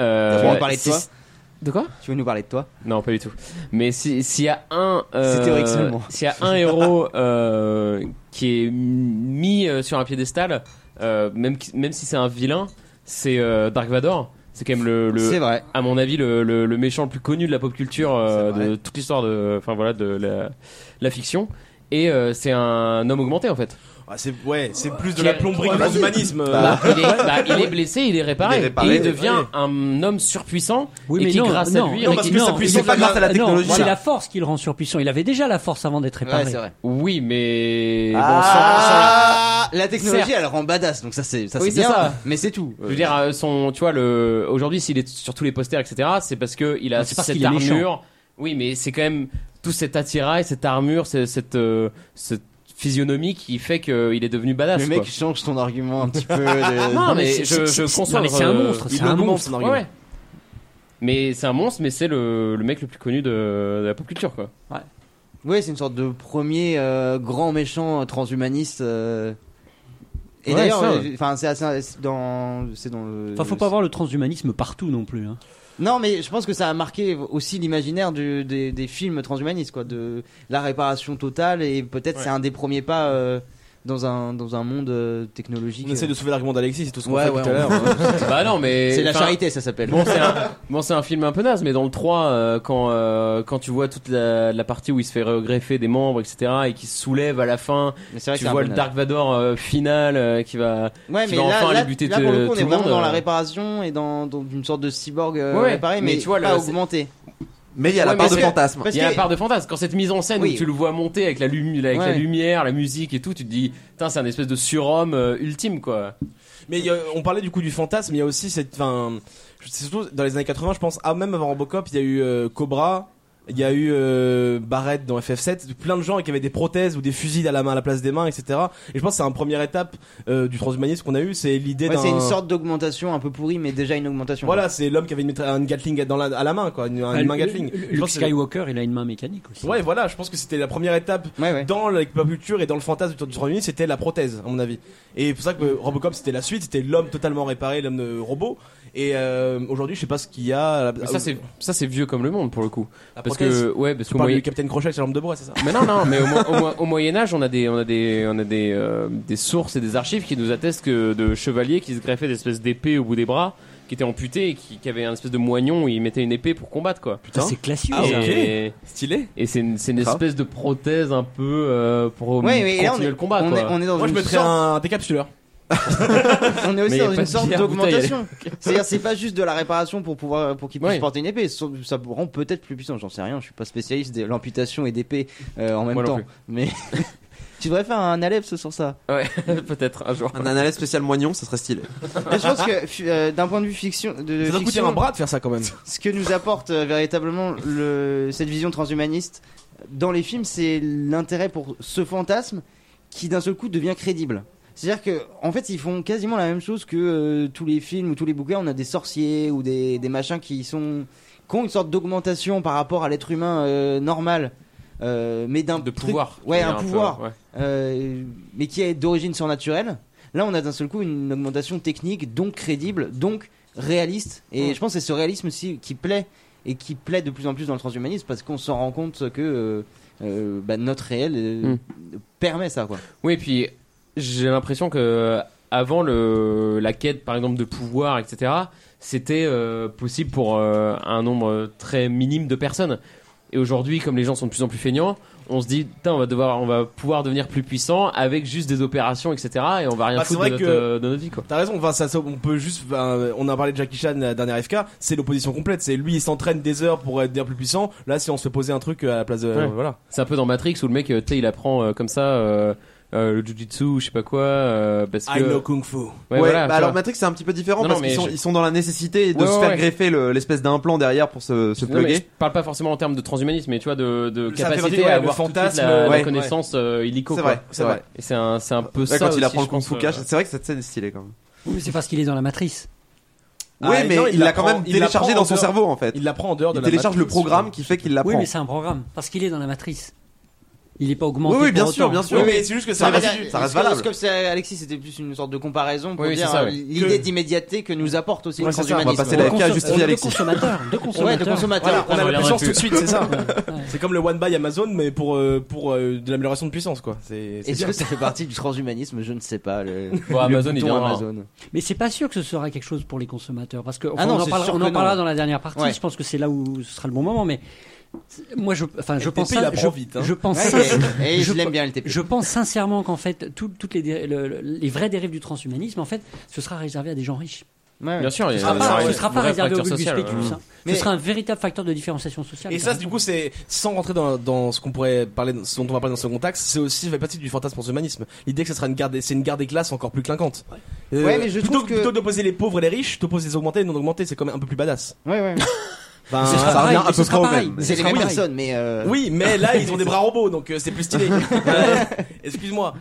S5: Euh,
S4: Tu veux nous parler de
S2: Bah,
S5: c'est-
S4: toi
S5: De quoi
S4: Tu veux nous parler de toi
S5: Non, pas du tout. Mais si- s'il y a un, euh,
S4: C'est théorique seulement.
S5: S'il y a un héros euh, qui est mis euh, sur un piédestal, euh, même qui- même si c'est un vilain, c'est euh, Dark Vador. C'est quand même le, le-
S4: C'est vrai.
S5: à mon avis, le, le- le méchant le plus connu de la pop culture, euh,
S4: C'est vrai.
S5: de toute l'histoire de, enfin voilà, de la, la fiction. Et euh, c'est un homme augmenté en fait.
S2: Ah, c'est ouais, c'est plus de la plomberie que
S5: Bah,
S2: de l'humanisme. euh,
S5: Bah,
S2: [laughs]
S5: il, est, bah, il est blessé, il est réparé,
S3: Il est réparé,
S5: et il devient
S2: oui.
S5: un homme surpuissant
S6: Oui,
S5: et
S6: mais
S5: qui
S6: non,
S5: grâce
S6: non,
S5: à lui,
S6: non,
S5: avec-
S6: parce
S2: que sa puissance-
S6: c'est pas
S3: pas grâce à la
S6: non,
S3: technologie,
S6: c'est
S3: ça.
S6: la force qui le rend surpuissant. Il avait déjà la force avant d'être réparé.
S4: Ouais, c'est vrai.
S5: oui, mais bon,
S4: Ah, la technologie,
S5: Certes.
S4: elle rend badass, donc ça c'est ça
S5: Oui,
S4: c'est
S5: c'est
S4: bien.
S5: ça.
S4: Mais c'est tout.
S5: Je veux dire, euh, son, tu vois, le, aujourd'hui, s'il est sur tous les posters, etc., c'est parce que il a
S6: Non, c'est parce
S5: cette
S6: qu'il est méchant.
S5: armure. Oui, mais c'est quand même tout cet attirail, cette armure, ce- cette, euh, cette physionomie qui fait qu'il est devenu badass.
S4: Le mec
S5: quoi.
S4: change son argument un petit peu. de-
S5: Non, mais
S6: c'est-
S5: je-
S6: c'est-
S5: je
S6: c'est-
S5: conçois,
S6: non, mais c'est un
S5: euh,
S6: monstre.
S2: il
S6: C'est un
S2: augmente
S6: monstre.
S2: son argument.
S5: Ouais, ouais. Mais c'est un monstre, mais c'est le, le mec le plus connu de, de la pop culture, quoi.
S4: Ouais, c'est une sorte de premier euh, grand méchant transhumaniste. euh. Et
S5: Ouais,
S4: d'ailleurs,
S5: ça,
S4: euh,
S5: ouais.
S4: enfin, c'est assez- c'est dans, c'est dans le.
S6: Enfin, faut pas voir le transhumanisme partout non plus. hein.
S4: Non, mais je pense que ça a marqué aussi l'imaginaire du- des, des films transhumanistes, quoi, de la réparation totale, et peut-être c'est un des premiers pas euh, dans un dans un monde euh, technologique.
S2: On essaie de sauver l'argument d'Alexis, c'est tout ce qu'on
S4: Ouais,
S2: fait
S4: ouais,
S2: tout à l'heure. hein.
S5: [laughs]
S4: [laughs]
S5: bah non, mais.
S4: C'est la
S5: enfin,
S4: charité, ça s'appelle.
S5: Bon, c'est un, bon, c'est un film un peu naze, mais dans le 3, euh, quand, euh, quand tu vois toute la, la partie où il se fait greffer des membres, etc., et qui se soulève à la fin,
S4: Mais c'est vrai
S5: tu
S4: que c'est un
S5: vois
S4: peu
S5: le
S4: naze.
S5: Dark Vador euh, final euh, qui va.
S4: Ouais,
S5: qui
S4: mais
S5: va
S4: là,
S5: enfin
S4: là,
S5: les buter
S4: là, pour
S5: tout-
S4: le coup, on
S5: tout
S4: est
S5: le
S4: vraiment
S5: monde,
S4: dans la
S5: euh.
S4: réparation et dans, dans une sorte de cyborg euh,
S5: Ouais,
S4: réparé,
S5: mais
S4: mais,
S5: tu vois,
S4: pas
S5: le- c'est-
S4: augmenté.
S3: Mais il y a la
S4: Ouais,
S3: part
S4: mais
S3: de
S4: est-ce que-
S3: fantasme.
S4: parce
S5: Il y a
S4: que-
S5: la part de fantasme. Quand cette mise en scène
S4: Oui.
S5: où tu le vois monter avec la, lumi- avec la
S4: Ouais.
S5: lumière, la musique et tout, tu te dis, putain, c'est un espèce de surhomme euh, ultime, quoi.
S2: Mais il y a- on parlait du coup du fantasme, il y a aussi cette. Enfin, c'est surtout dans les années 80, je pense. Ah, même avant Robocop, il y a eu euh, Cobra, il y a eu euh, Barrett dans FF7, plein de gens qui avaient des prothèses ou des fusils à la main à la place des mains, etc. Et je pense que c'est un première étape euh, du transhumanisme qu'on a eu, c'est l'idée
S4: Ouais,
S2: d'un.
S4: c'est une sorte d'augmentation un peu pourrie, mais déjà une augmentation.
S2: Voilà, c'est l'homme qui avait une, mitra- une Gatling dans la- à la main, quoi, une,
S4: Ah,
S5: Ah,
S2: une main
S6: Le-
S2: Gatling.
S6: le-
S2: Je
S6: Luke
S2: pense que c'est-
S6: Skywalker, il a une main mécanique aussi.
S2: Ouais, voilà, je pense que c'était la première étape
S4: Ouais, ouais.
S2: dans la pop culture et dans le fantasme du transhumanisme, c'était la prothèse, à mon avis. Et c'est pour ça que Robocop, c'était la suite, c'était l'homme totalement réparé, l'homme de robot. Et euh, aujourd'hui, je sais pas ce qu'il y a. à la-
S4: Ah
S5: Mais ça, c'est, ça, c'est vieux comme le monde, pour le coup.
S2: La
S5: Parce que ouais, parce
S2: Tu
S5: qu'au
S2: parles
S5: Moyen-
S2: du Capitaine Crochet avec sa lampe de bois, c'est ça
S5: Mais non, non, mais au, mo- au
S2: [laughs]
S5: mo- au Moyen Âge, on a des, on a des, on a des, euh, des sources et des archives qui nous attestent que de chevaliers qui se greffaient des espèces d'épées au bout des bras, qui étaient amputés, et qui, qui avaient un espèce de moignon, où ils mettaient une épée pour combattre, quoi. Hein
S6: Putain, c'est classique.
S2: Ah,
S6: ça.
S2: ok.
S5: Et,
S2: Stylé.
S5: et c'est une, c'est une
S3: Grave.
S5: espèce de prothèse un peu euh, pour
S4: Ouais, mais
S5: continuer
S4: là, on est,
S5: le combat.
S4: on
S5: quoi.
S4: est, on est dans
S2: Moi, je
S4: une
S2: mettrais
S4: sorte,
S2: un décapsuleur.
S4: [laughs] on est
S5: Mais
S4: aussi
S5: y a
S4: dans
S5: pas
S4: une
S5: de
S4: sorte
S5: bière,
S4: d'augmentation.
S5: [laughs]
S4: C'est-à-dire, c'est pas juste de la réparation pour pouvoir, pour qu'il puisse
S5: Ouais.
S4: porter une épée. Ça ça rend peut-être plus puissant. J'en sais rien. Je suis pas spécialiste de l'amputation et d'épée euh, en même
S5: Moi non
S4: temps.
S5: plus.
S4: Mais [laughs] tu devrais faire un Aleps sur ça.
S5: Ouais, [laughs] peut-être un jour.
S3: Un analyse spécial moignon, ça
S5: [laughs]
S3: serait stylé.
S4: Mais je pense que fu- euh, d'un point de vue fiction, de- de
S2: Ça doit coûter
S4: fiction,
S2: un bras de faire ça quand même.
S4: [laughs] ce que nous apporte euh, véritablement le, cette vision transhumaniste dans les films, c'est l'intérêt pour ce fantasme qui d'un seul coup devient crédible. C'est-à-dire que, en fait, ils font quasiment la même chose que euh, tous les films ou tous les bouquins. On a des sorciers ou des, des machins qui sont qui ont une sorte d'augmentation par rapport à l'être humain euh, normal, euh, mais d'un
S5: De
S4: truc-
S5: pouvoir.
S4: Ouais,
S5: Il y a
S4: un pouvoir.
S5: peu, ouais.
S4: Euh, mais qui est d'origine surnaturelle. Là, on a d'un seul coup une augmentation technique, donc crédible, donc réaliste.
S2: Mm.
S4: Et je pense que c'est ce réalisme aussi qui plaît et qui plaît de plus en plus dans le transhumanisme parce qu'on s'en rend compte que euh, euh, bah, notre réel euh,
S5: Mm.
S4: permet ça, quoi.
S5: Oui, et puis j'ai l'impression que euh, avant le, la quête, par exemple, de pouvoir, etc., c'était euh, possible pour euh, un nombre très minime de personnes. Et aujourd'hui, comme les gens sont de plus en plus feignants, on se dit, putain, on va devoir, on va pouvoir devenir plus puissant avec juste des opérations, etc. Et on va rien
S2: Bah, c'est
S5: foutre
S2: vrai
S5: de notre,
S2: que-
S5: euh, de notre vie, quoi.
S2: T'as raison, enfin, ça, ça, on peut juste. ben, on a parlé de Jackie Chan la dernière FK, c'est l'opposition complète. C'est lui, il s'entraîne des heures pour être bien plus puissant. Là, si on se fait poser un truc euh, à la place de.
S5: Ouais.
S2: Voilà.
S5: C'est un peu dans Matrix où le mec, euh, tu sais, il apprend euh, comme ça euh, euh, le jujitsu, ou je sais pas quoi, euh, parce que.
S2: I know Kung Fu.
S5: Ouais,
S3: Ouais,
S5: voilà,
S3: bah
S5: tu
S3: alors
S5: vois.
S3: Matrix c'est un petit peu différent
S5: Non,
S3: parce
S5: non,
S3: qu'ils
S5: mais
S3: sont,
S5: je-
S3: ils sont dans la nécessité de
S5: Ouais,
S3: se
S5: ouais,
S3: faire
S5: ouais.
S3: greffer le- l'espèce d'implant derrière pour se, se
S5: Non, mais je
S3: plugger.
S5: parle pas forcément en termes de transhumanisme, mais tu vois, de, de
S2: Ça fait partie,
S5: capacité
S2: ouais,
S5: à
S2: le
S5: avoir tout de suite
S2: fantasme,
S5: la, la
S3: ouais.
S5: connaissance euh, illico.
S3: C'est
S5: quoi.
S3: vrai, c'est vrai.
S5: Et c'est un, c'est un peu
S3: Ouais,
S5: ça.
S3: quand il
S5: aussi,
S3: apprend
S5: je
S3: le kung
S5: pense,
S3: fu
S5: euh,
S3: cash, c'est vrai que cette scène est stylée quand même.
S6: Oui, mais C'est parce qu'il est dans la matrice.
S2: Ah,
S3: oui,
S2: et
S3: mais
S2: non,
S3: il
S2: il
S3: l'a
S2: l'apprend-
S3: quand même
S2: il
S3: téléchargé
S2: l'apprend
S3: dans son
S2: en dehors-
S3: cerveau en fait.
S2: Il l'apprend en dehors de
S3: Il
S2: la
S3: télécharge le
S2: matrice,
S3: programme qui fait qu'il
S6: Oui,
S3: l'apprend.
S6: mais c'est un programme. Parce qu'il est dans la matrice. Il n'est pas
S3: Oui,
S6: augmenté.
S3: oui, bien
S6: pour
S3: sûr,
S6: autant.
S3: bien sûr.
S2: Oui, mais c'est juste que ça
S3: Ça
S2: reste-
S3: reste- ça reste
S4: Parce que-
S3: valable.
S4: Comme c'est Alexis, c'était plus une sorte de comparaison pour
S5: Oui, oui,
S4: dire
S5: c'est ça,
S4: euh,
S5: ouais.
S4: l'idée
S2: Que-
S4: d'immédiateté que nous apporte aussi
S2: Ouais,
S4: le
S2: c'est ça,
S4: transhumanisme.
S3: on va passer la
S4: Ouais,
S3: FK à justifier
S6: Deux
S3: Alexis.
S6: consommateurs. Deux
S4: Ouais, de
S6: consommateurs.
S4: consommateurs.
S2: On a
S5: On
S2: la
S5: reviendra
S2: puissance
S5: plus.
S2: tout de suite,
S5: [laughs]
S2: c'est ça.
S6: Ouais.
S2: C'est comme le one by Amazon, mais pour euh, pour euh, de l'amélioration de puissance, quoi. C'est. c'est
S4: Est-ce
S2: bien.
S4: que ça fait partie du transhumanisme Je ne sais pas. Le...
S2: [laughs]
S5: Bon, Amazon, il
S4: bouton
S5: viendra.
S4: Amazon.
S6: Mais c'est pas sûr que ce sera quelque chose pour les consommateurs. Parce que, enfin,
S4: Ah non,
S6: on en
S4: c'est
S6: parlera,
S4: sûr
S6: on
S4: que
S6: en
S4: non.
S6: parlera dans la dernière partie.
S4: Ouais.
S6: Je pense que c'est là où ce sera le bon moment. Mais c'est- moi, je, enfin, je
S2: FTP,
S6: pense,
S2: il
S6: sin-
S2: apprend
S6: je,
S2: vite, hein.
S6: je pense
S4: Ouais,
S6: sin-
S4: et, et
S6: je
S4: je, l'aime
S6: pe-
S4: bien le TP.
S6: Je pense sincèrement qu'en fait, tout- toutes les, dé- le- le- les vraies dérives du transhumanisme, en fait, ce sera réservé à des gens riches.
S4: Ouais,
S5: Bien
S4: ouais.
S5: sûr, il y
S6: Ce
S5: a
S6: sera pas,
S5: un
S6: ce sera pas
S5: vrai
S6: réservé au
S5: facteur
S6: public
S5: social,
S6: speculatif.
S5: euh.
S6: hein.
S4: Mais-
S6: Ce sera un véritable facteur de différenciation sociale.
S2: Et ça, du coup, c'est sans rentrer dans, dans ce qu'on pourrait parler, ce dont on va parler dans ce contexte, c'est aussi fait partie du fantasme transhumanisme. L'idée que ça sera une guerre, des- c'est une guerre des classes encore plus clinquante. Euh,
S4: Ouais, mais je
S2: plutôt,
S4: trouve que-
S2: plutôt d'opposer les pauvres et les riches, t'opposes les augmentés et les non augmentés, c'est quand même un peu plus badass.
S4: Ouais, ouais.
S2: [laughs] Ben,
S4: Ce sera
S2: ça
S4: pareil,
S2: revient
S4: mais
S2: à
S4: ce
S2: peu
S4: sera
S2: près au
S4: pareil.
S2: même.
S4: C'est les mêmes personnes, mais. euh,
S2: Oui, mais là ils ont des bras robots, donc euh, c'est plus stylé. Euh, Excuse-moi.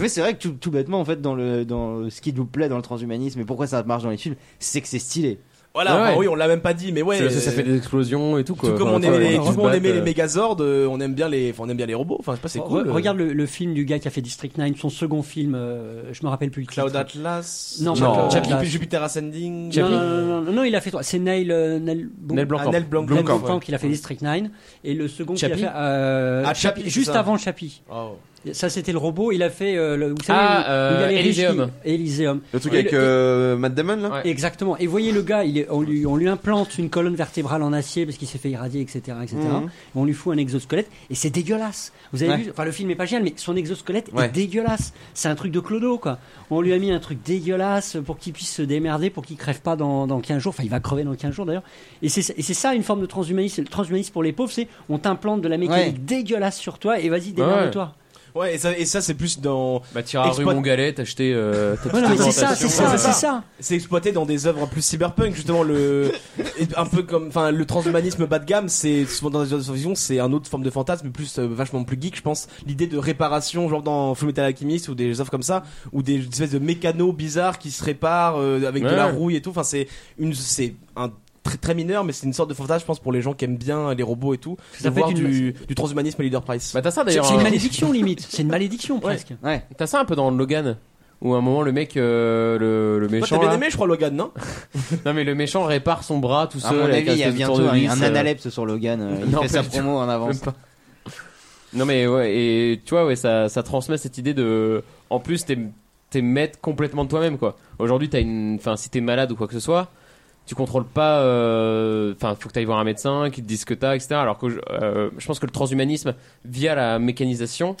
S4: Mais c'est vrai que tout, tout bêtement, en fait, dans le dans ce qui nous plaît dans le transhumanisme et pourquoi ça marche dans les films, c'est que c'est stylé.
S2: Voilà.
S5: Ouais,
S2: enfin,
S5: ouais.
S2: oui, on l'a même pas dit, mais ouais.
S5: C'est- Ça, ça fait
S2: euh,
S5: des explosions et tout. Quoi.
S2: Tout comme
S5: Enfin,
S2: on aimait
S5: ouais,
S2: les,
S5: ouais,
S2: tout comme on
S5: ouais.
S2: aimait les Megazords, euh, on aime bien les, enfin, on aime bien les robots. Enfin, je sais pas, c'est
S6: Oh, Re-
S2: cool. euh,
S6: Regarde le, le film du gars qui a fait District 9, son second film, euh, je me rappelle plus le
S2: Cloud
S6: titre.
S2: Atlas.
S6: Non,
S5: Non.
S2: Cloud
S6: Atlas.
S2: Atlas. Jupiter Ascending.
S6: Non, non, non, non, non, non, il a fait trois. C'est Neil, euh, Neil, Blom-
S5: Neil Blomkamp.
S2: Ah, Neil Blomkamp,
S6: Neil Blomkamp
S2: ouais.
S6: qui l'a fait District 9 et le second qu'il a
S5: Chappie
S6: fait euh,
S2: Ah,
S6: Chappie,
S2: Chappie, c'est
S6: juste
S2: ça.
S6: avant Chappie.
S2: Oh.
S6: Ça c'était le robot, il a fait euh, le, vous savez,
S5: Ah,
S6: où- où il y a
S5: euh,
S6: les riches qui-
S5: Elyséum.
S6: Elyséum.
S3: Le truc
S6: Et
S3: avec
S6: le-
S3: euh, Matt Damon là
S5: Ouais.
S6: Exactement. Et voyez le gars, il est, on, lui, on lui implante une colonne vertébrale en acier parce qu'il s'est fait irradier, etc., etc.
S3: Mhm.
S6: On lui fout un exosquelette et c'est dégueulasse. Vous avez
S3: Ouais.
S6: vu Enfin, le film est pas génial, mais son exosquelette est
S3: Ouais.
S6: dégueulasse. C'est un truc de clodo, quoi. On lui a mis un truc dégueulasse pour qu'il puisse se démerder, pour qu'il crève pas dans, dans 15 jours. Enfin, il va crever dans 15 jours d'ailleurs. Et c'est et c'est ça une forme de transhumanisme. Le transhumanisme pour les pauvres, c'est on t'implante de la mécanique
S4: Ouais.
S6: dégueulasse sur toi et vas-y démerde-toi.
S2: Ouais, et ça, et ça c'est plus dans,
S5: Bah, t'iras rue
S2: Exploit-
S5: Mongalet, t'acheter. Euh, ta
S6: Ouais, non, mais
S5: petite
S6: c'est ça, c'est
S5: augmentation,
S6: ça,
S5: euh,
S6: c'est ça.
S2: c'est exploité dans des œuvres plus cyberpunk justement le, et un peu comme, enfin le transhumanisme bas de gamme, c'est souvent dans des œuvres de science-fiction, c'est un autre forme de fantasme, plus euh, vachement plus geek, je pense. L'idée de réparation, genre dans Full Metal Alchemist ou des œuvres comme ça, ou des espèces de mécanos bizarres qui se réparent euh, avec de
S5: Ouais.
S2: la rouille et tout. Enfin, c'est une, c'est un très très mineur, mais c'est une sorte de fantasme, je pense, pour les gens qui aiment bien les robots et tout,
S6: Ça
S2: de
S6: s'appelle
S2: voir
S6: une-
S2: du, du transhumanisme à leader price.
S5: Bah, t'as ça
S6: C'est
S5: d'ailleurs.
S6: c'est
S5: hein.
S3: [laughs]
S6: une malédiction limite. C'est une malédiction presque.
S4: Ouais.
S5: T'as ça un peu dans Logan. où à un moment le mec, euh, le, le
S2: Toi, t'as
S5: méchant,
S2: bien
S5: là-
S2: aimé, je crois, Logan, non
S5: [laughs] non mais le méchant répare son bras tout
S4: À
S5: seul.
S4: mon
S5: avec
S4: avis, il y a
S5: espèce de
S4: bientôt
S5: tournevis,
S4: un, un
S5: euh,
S4: analepse sur Logan. euh, Il
S5: Non,
S4: fait
S5: pas
S4: sa
S5: du tout.
S4: promo en avance.
S5: Même pas. Non mais ouais, et tu vois, ouais, ça, ça transmet cette idée de... En plus, t'es, t'es maître complètement de toi-même, quoi. Aujourd'hui, t'as une... Enfin, si t'es malade ou quoi que ce soit, tu contrôles pas... euh, Enfin, faut que t'ailles voir un médecin qui te dise ce que t'as, etc. Alors que euh, je pense que le transhumanisme, via la mécanisation,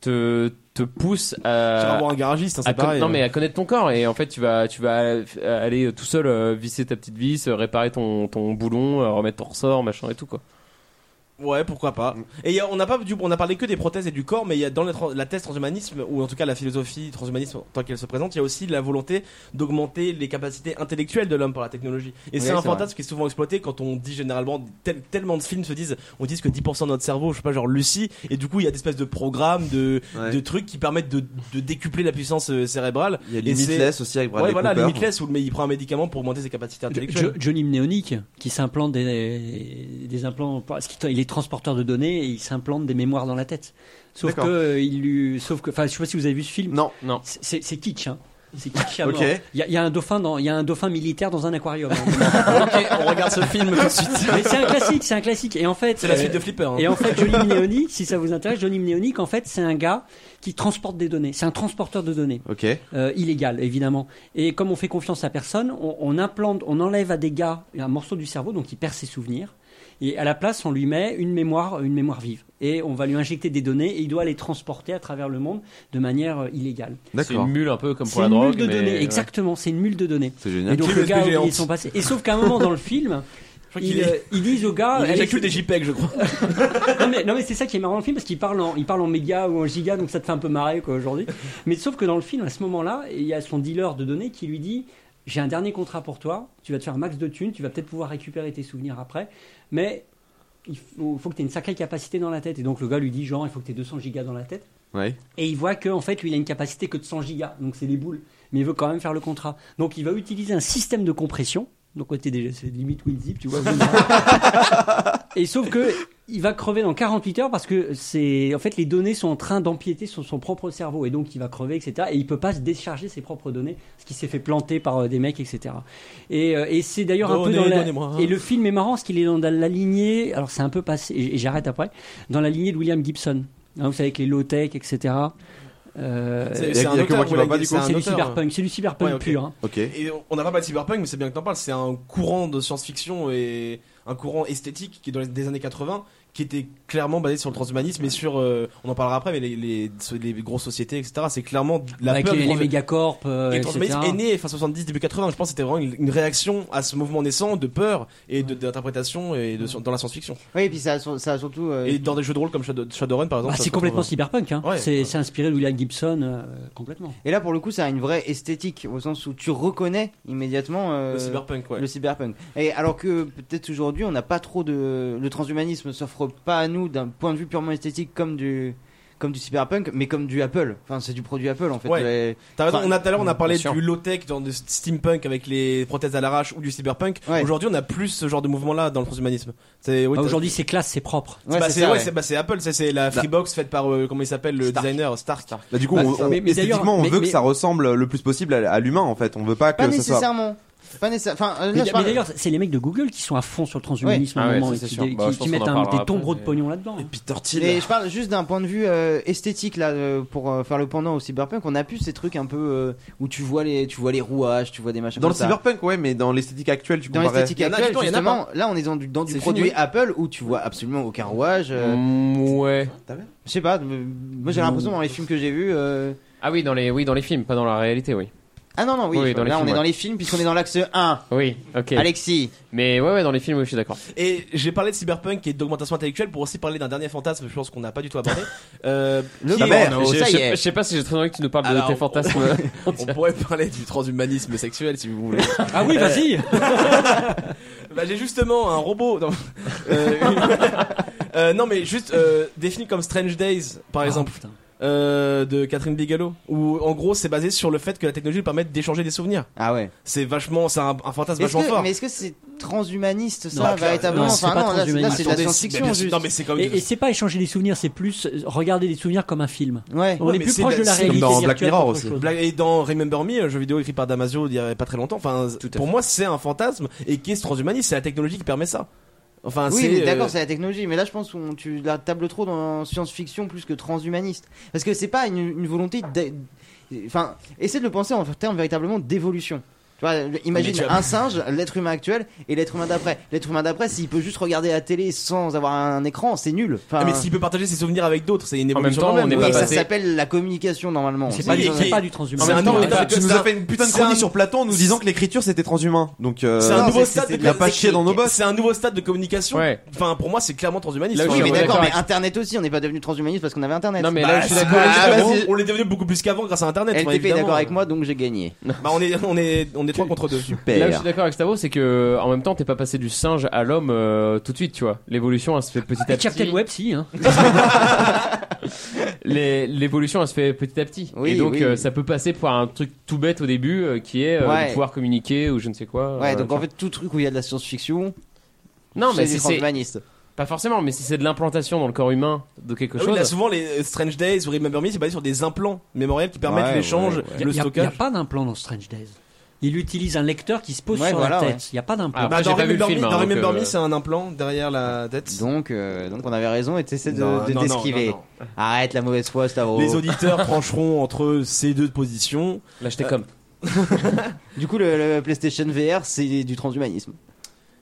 S5: te, te pousse à...
S11: J'irai voir un garagiste, hein,
S5: à
S11: c'est
S5: con-
S11: pareil.
S5: non mais à connaître ton corps et en fait tu vas tu vas aller tout seul euh, visser ta petite vis, euh, réparer ton ton boulon, euh, remettre ton ressort, machin et tout quoi.
S2: Ouais, pourquoi pas.
S3: Mm.
S2: Et il y a- on n'a pas du, on a parlé que des prothèses et du corps, mais il y a dans la, tran- la thèse transhumanisme ou en tout cas la philosophie transhumanisme tant qu'elle se présente, il y a aussi la volonté d'augmenter les capacités intellectuelles de l'homme par la technologie. Et c'est un
S4: c'est
S2: fantasme qui est souvent exploité quand on dit généralement tel- tellement de films se disent, on dit que 10% de notre cerveau, je sais pas genre Lucie, et du coup il y a des espèces de programmes de,
S3: Ouais.
S2: de trucs qui permettent de, de décupler la puissance euh, cérébrale.
S3: Il y a
S2: Et c'est-
S3: Limitless aussi avec Bradley
S2: Ouais, voilà,
S3: Cooper.
S2: Limitless où le mec, il prend un médicament pour augmenter ses capacités
S6: Jo-
S2: intellectuelles.
S6: Jo- Johnny Mnéonic qui s'implante des, des implants parce qu'il t- il est transporteur de données et il s'implante des mémoires dans la tête. Sauf que
S3: D'accord.
S6: euh, il lui, sauf que, enfin, je sais pas si vous avez vu ce film.
S3: Non.
S6: C'est- C'est c'est kitsch, hein. C'est kitsch à
S3: Ok.
S6: mort. Il y, a- il y a un dauphin dans, il y a un dauphin militaire dans un aquarium.
S11: Ok, on regarde ce film tout de suite.
S6: Mais c'est un classique, c'est un classique. Et en fait,
S2: C'est la
S6: euh,
S2: suite de Flipper. hein.
S6: Et en fait, Johnny Mnéonic, si ça vous intéresse, Johnny Mnéonic, en fait, c'est un gars qui transporte des données. C'est un transporteur de données
S3: Ok.
S6: euh, illégal évidemment. Et comme on fait confiance à personne, on, on implante, on enlève à des gars un morceau du cerveau, donc il perd ses souvenirs. Et à la place, on lui met une mémoire, une mémoire vive. Et on va lui injecter des données et il doit les transporter à travers le monde de manière euh, illégale.
S5: C'est une
S3: D'accord.
S5: mule un peu comme
S6: C'est
S5: pour la
S6: une
S5: drogue.
S6: mule de
S5: mais-
S6: données,
S5: ouais.
S6: exactement, c'est une mule de données.
S3: C'est
S6: Et
S3: génial.
S6: donc
S2: clé
S6: le
S2: USB
S6: gars,
S2: géante.
S6: ils sont passés. Et sauf qu'à un moment dans le film,
S2: crois qu'il
S6: ils,
S2: est-
S6: euh, ils disent aux
S3: Ah,
S6: gars,
S2: il
S6: Allez,
S2: éjacule des JPEG, je crois.
S6: [laughs] non mais, non, mais c'est ça qui est marrant dans le film parce qu'il parle en il parle en méga ou en giga donc ça te fait un peu marrer quoi aujourd'hui.
S2: [laughs]
S6: Mais sauf que dans le film à ce moment-là, il y a son dealer de données qui lui dit j'ai un dernier contrat pour toi, tu vas te faire un max de thunes, tu vas peut-être pouvoir récupérer tes souvenirs après, mais il faut, faut que tu aies une sacrée capacité dans la tête. Et donc le gars lui dit genre il faut que tu aies 200 gigas dans la tête.
S3: Ouais.
S6: Et il voit que en fait lui il a une capacité que de 100 gigas, donc c'est des boules, mais il veut quand même faire le contrat. Donc il va utiliser un système de compression. Donc ouais, t'es déjà c'est limite WinZip, tu vois. [laughs] et sauf que il va crever dans 48 heures parce que c'est en fait les données sont en train d'empiéter sur son propre cerveau et donc il va crever etc. Et il peut pas se décharger ses propres données, ce qui s'est fait planter par euh, des mecs etc. Et, euh, et c'est d'ailleurs un peu
S2: Donnez-
S6: dans la...
S2: donnez-moi.
S6: et le film est marrant parce qu'il est dans la lignée. Alors c'est un peu passé et et j'arrête après dans la lignée de William Gibson. Hein, vous savez, avec les low-tech, etc. Euh,
S2: C'est-
S3: y a-
S2: c'est
S3: y a
S2: un
S3: que moi
S2: auteur,
S3: qui vois
S2: ouais,
S3: pas, du coup.
S2: c'est un
S6: c'est du
S2: auteur.
S6: cyberpunk, c'est du cyberpunk
S2: Ouais, ok.
S6: pur. hein.
S3: Ok.
S2: Et on n'a pas parlé de cyberpunk, mais c'est bien que t'en parles. C'est un courant de science-fiction et un courant esthétique qui est dans les des années 80, qui était clairement basé sur le transhumanisme et sur. euh, on en parlera après, mais les, les, les grosses sociétés, etc. C'est clairement la
S6: avec
S2: peur
S6: les,
S2: du
S6: les
S2: trans-
S6: mégacorps, euh,
S2: et le
S6: etc.
S2: transhumanisme est né fin 70, début 80. Je pense que c'était vraiment une, une réaction à ce mouvement naissant de peur et de- d'interprétation et de, dans la science-fiction.
S4: Oui, et puis ça, a sur- ça a surtout. euh,
S2: Et dans des jeux de rôle comme Shadow- Shadowrun, par
S6: Bah,
S2: exemple. ça
S6: c'est
S2: se
S6: complètement
S2: retrouve. euh,
S6: cyberpunk. Hein.
S2: Ouais.
S6: c'est c'est inspiré de William Gibson euh, complètement.
S4: Et là, pour le coup, ça a une vraie esthétique, au sens où tu reconnais immédiatement euh,
S2: Le cyberpunk, ouais.
S4: le cyberpunk. Et alors que peut-être aujourd'hui, on n'a pas trop de. Le transhumanisme s'offre pas à nous d'un point de vue purement esthétique comme du. Comme du cyberpunk, mais comme du Apple. Enfin, c'est du produit Apple en fait.
S2: Ouais.
S4: Les-
S2: T'as raison,
S4: Enfin,
S2: on a tout à l'heure on a parlé
S5: bien sûr.
S2: du low-tech, genre de steampunk avec les prothèses à l'arrache ou du cyberpunk.
S4: Ouais.
S2: Aujourd'hui, on a plus ce genre de mouvement-là dans le transhumanisme. C'est oui,
S6: Bah,
S2: t'as-
S6: Aujourd'hui, c'est classe, c'est propre.
S2: c'est- bah,
S4: c'est
S2: c'est
S4: ça,
S2: ouais,
S4: ouais.
S2: c'est- bah, c'est Apple, c'est- c'est la Freebox faite par euh, comment il s'appelle le
S3: Stark.
S2: designer Stark.
S3: Bah, du coup,
S6: Bah,
S3: on-
S6: c'est-
S3: on-
S6: mais- mais d'ailleurs-
S3: esthétiquement, on
S6: mais-
S3: veut
S6: mais-
S3: que ça ressemble le plus possible à, à l'humain en fait. On veut
S2: euh,
S3: pas que
S4: Pas
S3: ça soit.
S4: nécessairement. Pas nécessaire- Enfin, euh, là,
S6: Mais,
S4: je
S6: mais
S4: parle-
S6: d'ailleurs, c'est les mecs de Google qui sont à fond sur le transhumanisme
S5: Ouais.
S6: au
S5: Ah ouais,
S6: moment
S5: ça,
S6: et
S5: c'est
S6: qui,
S5: sûr.
S6: qui-
S5: Bah, je
S6: qui
S5: pense qu'on
S6: mettent
S5: en
S6: un-
S5: parlera
S6: des tombereaux
S5: après,
S6: de
S5: mais-
S6: pognon là-dedans. hein.
S11: Peter
S4: Mais je parle juste d'un point de vue euh, esthétique là euh, pour euh, faire le pendant au cyberpunk. On a plus ces trucs un peu euh, où tu vois les tu vois les rouages, tu vois des machins
S3: Dans le
S4: comme ça.
S3: cyberpunk, ouais, mais dans l'esthétique actuelle, tu
S4: Dans
S3: comparais.
S4: l'esthétique
S2: Il y en a,
S4: actuelle,
S2: justement, il y en a
S4: justement, là on est dans du, dans du
S2: C'est
S4: produit
S2: fini.
S4: Apple où tu vois absolument aucun rouage. euh,
S5: Mm, ouais. Mm.
S4: Je sais pas, euh, moi j'ai l'impression dans les films que j'ai vus. euh,
S5: Ah oui dans les oui dans les films, pas dans la réalité oui.
S4: Ah non, non, oui,
S5: Oui, dans les
S4: là on
S5: films,
S4: est dans
S5: ouais.
S4: les films puisqu'on est dans l'axe 1.
S5: Oui ok.
S4: Alexis,
S5: Mais ouais ouais dans les films oui, je suis d'accord.
S2: Et j'ai parlé de cyberpunk et d'augmentation intellectuelle pour aussi parler d'un dernier fantasme, je pense qu'on n'a pas du tout abordé. euh,
S4: le
S2: qui est-
S4: porno,
S5: Ah, Je-
S4: ça
S5: je,
S4: y
S5: sais, pas-
S4: est.
S5: je sais pas si j'ai très envie que tu nous parles
S2: Alors,
S5: de tes fantasmes.
S3: [laughs]
S5: [laughs]
S2: on pourrait parler du transhumanisme sexuel si vous voulez. Euh,
S6: Ah oui, vas-y. Euh,
S2: [laughs] Bah, j'ai justement un robot.
S6: [laughs]
S2: Non, Euh, une- Euh, non, mais juste euh, des films comme Strange Days, par exemple.
S6: Ah, putain.
S2: euh, de Catherine Bigelow, où en gros c'est basé sur le fait que la technologie permet d'échanger des souvenirs.
S4: Ah ouais.
S2: C'est vachement, c'est un, un fantasme
S4: Est-ce
S2: vachement
S4: que-
S2: fort.
S4: mais est-ce que c'est transhumaniste ça,
S6: Non, clair-
S4: véritablement
S6: non, c'est
S4: Enfin,
S6: pas
S4: non, là, c'est- là,
S6: transhumaniste.
S4: c'est de la
S2: Attendez, mais
S4: science-fiction.
S2: bien sûr-
S4: juste.
S2: Non mais c'est comme
S6: Et, et c'est pas échanger les souvenirs, c'est plus euh, regarder les souvenirs comme un film.
S4: Ouais.
S6: On
S2: Ouais,
S6: est
S2: mais
S6: plus
S2: c'est
S6: proche
S2: de-
S6: de la
S2: c'est
S6: réalité
S3: comme dans Black
S6: virtuelle
S3: Mirror
S6: qu'autre
S3: aussi.
S6: chose.
S2: Blague- Et dans Remember Me, un jeu vidéo écrit par Damasio il y a pas très longtemps, enfin,
S4: à
S2: pour moi c'est un fantasme et qui est ce transhumaniste, c'est la technologie qui permet ça. Enfin,
S4: Oui,
S2: c'est
S4: mais
S2: euh,
S4: d'accord, c'est la technologie. Mais là, je pense qu'on tu la tables trop dans science-fiction plus que transhumaniste. Parce que c'est pas une, une volonté. d'a- Enfin, essaie de le penser en termes véritablement d'évolution. Tu vois, imagine un singe, l'être humain actuel et l'être humain d'après. L'être humain d'après, s'il peut juste regarder la télé sans avoir un écran, c'est nul. Enfin,
S2: ah, mais s'il peut partager ses souvenirs avec d'autres, c'est une
S5: En même
S2: évolution
S5: temps,
S2: dans le
S5: on n'est
S4: oui,
S5: pas
S4: ça
S5: passé-
S4: s'appelle la communication normalement.
S6: C'est
S2: Oui,
S6: pas, du-
S2: et-
S6: c'est pas du
S2: En même
S6: transhumanisme.
S2: temps,
S3: Non, mais
S2: t'as-
S3: attends, tu nous
S2: c'est
S3: as
S2: un-
S3: fait une putain de
S2: c'est
S3: chronique
S2: un-
S3: sur Platon en nous disant que l'écriture c'était transhumain. Donc euh,
S2: C'est un
S3: non,
S2: nouveau
S3: c'est-
S2: stade
S3: c'est-
S2: de-
S3: il a pas chié dans nos boss.
S2: C'est un nouveau stade de communication.
S5: Ouais.
S2: Enfin, pour moi, c'est clairement transhumaniste.
S5: Là,
S2: Enfin,
S5: je
S4: Oui, mais
S5: suis
S4: d'accord, mais
S5: d'accord.
S4: Internet aussi, on n'est pas devenu transhumaniste parce qu'on avait Internet.
S5: Non, mais là,
S2: Bah,
S5: je suis
S2: c'est-
S5: d'accord.
S2: bah,
S4: Ah,
S2: on-
S4: vas-y.
S2: on l'est devenu beaucoup plus qu'avant grâce à Internet.
S4: LTP
S2: ouais,
S4: est d'accord
S2: évidemment.
S4: avec moi, donc j'ai gagné.
S2: Bah, on est, on est, on est trois contre deux.
S5: Là où je
S4: Super.
S5: suis d'accord avec Stavo, c'est que euh, en même temps, t'es pas passé du singe à l'homme euh, tout de suite, tu vois. L'évolution, elle se fait petit à
S6: Et Captain
S5: petit.
S6: Web, si. Hein.
S5: [laughs] Les- L'évolution, elle se fait petit à petit.
S4: Oui,
S5: et donc,
S4: oui.
S5: euh, ça peut passer par un truc tout bête au début, euh, qui est euh,
S4: Ouais.
S5: de pouvoir communiquer ou je ne sais quoi.
S4: Ouais,
S5: euh,
S4: donc
S5: tu
S4: en fait, tout truc où il y a de la science-fiction,
S5: vois. non, mais
S4: c'est
S5: si
S4: du
S5: c'est
S4: transhumaniste.
S5: pas forcément, mais si c'est de l'implantation dans le corps humain de quelque
S2: Ah oui,
S5: chose.
S2: là, souvent, les euh, Strange Days ou Remember Me, c'est basé sur des implants mémoriels qui permettent
S3: Ouais,
S2: l'échange,
S3: ouais,
S6: Il n'y
S2: le
S6: a, il y a
S2: stockage.
S6: pas d'implant dans Strange Days. Il utilise un lecteur qui se pose
S4: Ouais,
S6: sur
S4: voilà,
S6: la tête. Il
S4: ouais.
S6: n'y a pas d'implant.
S5: Ah,
S2: Bah,
S5: Après,
S2: dans
S5: j'ai pas vu le
S2: Remember Me,
S5: film,
S2: dans
S5: hein, donc,
S2: Remember Me,
S5: euh,
S2: c'est un implant derrière la tête.
S4: Donc, euh, donc on avait raison et t'essaies de,
S2: Non,
S4: de
S2: non, non,
S4: t'esquiver.
S2: non,
S4: Arrête la mauvaise foi,
S6: Oh.
S4: Staro.
S2: Les auditeurs [laughs] trancheront entre ces deux positions. Euh,
S5: Là, j'étais comme.
S4: [laughs] Du coup, le, le PlayStation VR, c'est du transhumanisme.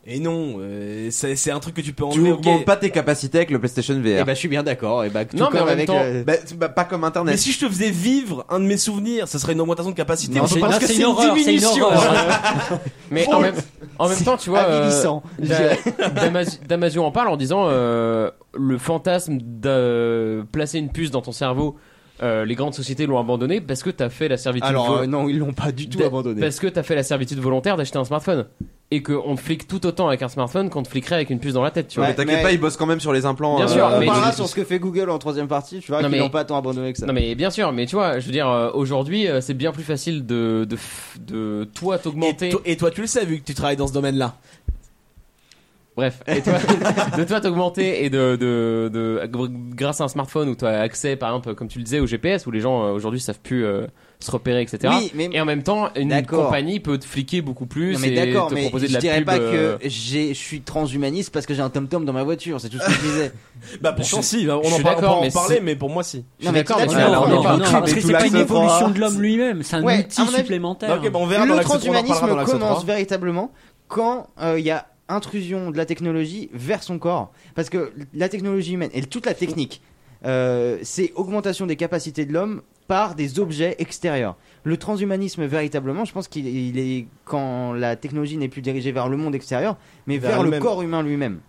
S2: Et non, euh, c'est c'est un truc que tu peux
S3: Tu
S2: emmener.
S3: augmentes
S2: ok.
S3: pas tes capacités avec le PlayStation
S4: Et
S3: VR.
S4: bah, je suis bien d'accord. Et bah, tout
S5: Non, mais
S4: comme
S5: en même
S4: avec
S5: temps-
S4: le-
S3: Bah, c'est- bah, pas comme
S2: Mais
S3: internet.
S2: si je te faisais vivre un de mes souvenirs, ça serait une augmentation de capacité. on
S4: Non,
S2: peut
S4: c'est-
S2: pas-
S4: non,
S2: parce que
S6: c'est une horreur. C'est une horreur.
S2: [laughs]
S5: Mais en même, en même temps, tu vois, euh,
S4: avilissant.
S5: Da- [laughs] Damas- Damasio en parle en disant euh, le fantasme de placer une puce dans ton cerveau. euh, les grandes sociétés l'ont abandonné parce que t'as fait la servitude.
S4: Alors,
S5: vo-
S4: euh, non, ils l'ont pas du tout
S5: d'a-
S4: abandonné.
S5: Parce que t'as fait la servitude volontaire d'acheter un smartphone et qu'on te flique tout autant avec un smartphone qu'on te fliquerait avec une puce dans la tête, tu
S3: Tu vois,
S5: vois.
S4: Ouais.
S3: mais t'inquiète
S4: mais-
S3: pas, ils bossent quand même sur les implants.
S5: Bien
S3: euh,
S5: sûr,
S4: on
S5: mais-
S4: parlera sur ce que fait Google en troisième partie. Tu vois
S5: Non,
S4: qu'ils
S5: mais-
S4: n'ont pas tant abandonné que ça.
S5: Non mais bien sûr, mais tu vois, je veux dire, euh, aujourd'hui, euh, c'est bien plus facile de de, f- de toi
S2: Et,
S5: t'augmenter.
S2: to- et toi, tu le sais, vu que tu travailles dans ce domaine-là.
S5: Bref, et toi, [laughs] de toi t'augmenter et de, de, de, grâce à un smartphone où tu as accès, par exemple, comme tu le disais, au GPS, où les gens euh, aujourd'hui savent plus euh, se repérer, etc.
S4: Oui, mais-
S5: Et en même temps, une
S4: D'accord.
S5: compagnie peut te fliquer beaucoup plus
S4: Non, mais
S5: et
S4: d'accord,
S5: te
S4: mais
S5: proposer de
S4: je
S5: la
S4: dirais
S5: pub.
S4: pas
S5: euh,
S4: que j'ai- je suis transhumaniste parce que j'ai un tom-tom dans ma voiture, c'est tout ce que je disais.
S2: [laughs] Bah, pourtant, si, on
S5: je
S2: en
S5: suis
S2: parle- on peut
S5: d'accord,
S2: en
S5: mais
S2: parler,
S5: c'est-
S2: mais pour moi, si.
S5: suis d'accord,
S4: là,
S5: mais
S4: tu
S5: Ouais,
S4: vas
S5: là,
S6: Non,
S5: on
S4: prendre-
S5: est
S6: non,
S5: pas
S6: non,
S5: en train
S6: parce
S3: de
S6: que
S3: tout
S6: c'est pas
S3: l'axe
S6: une
S3: de
S6: évolution
S3: Troie.
S6: de l'homme lui-même, c'est un
S4: Ouais, à
S6: outil
S4: mon avis-
S6: supplémentaire.
S2: Ok, bah, on verra dans
S4: le
S2: l'axe 3, on en
S4: transhumanisme
S2: parlera dans l'axe 3.
S4: commence véritablement quand euh, il y a intrusion de la technologie vers son corps. Parce que la technologie humaine et toute la technique, euh, c'est augmentation des capacités de l'homme par des objets extérieurs. Le transhumanisme, véritablement, je pense qu'il il est quand la technologie n'est plus dirigée vers le monde extérieur, mais
S2: Vers
S4: vers, le
S2: elle-même.
S4: corps humain lui-même.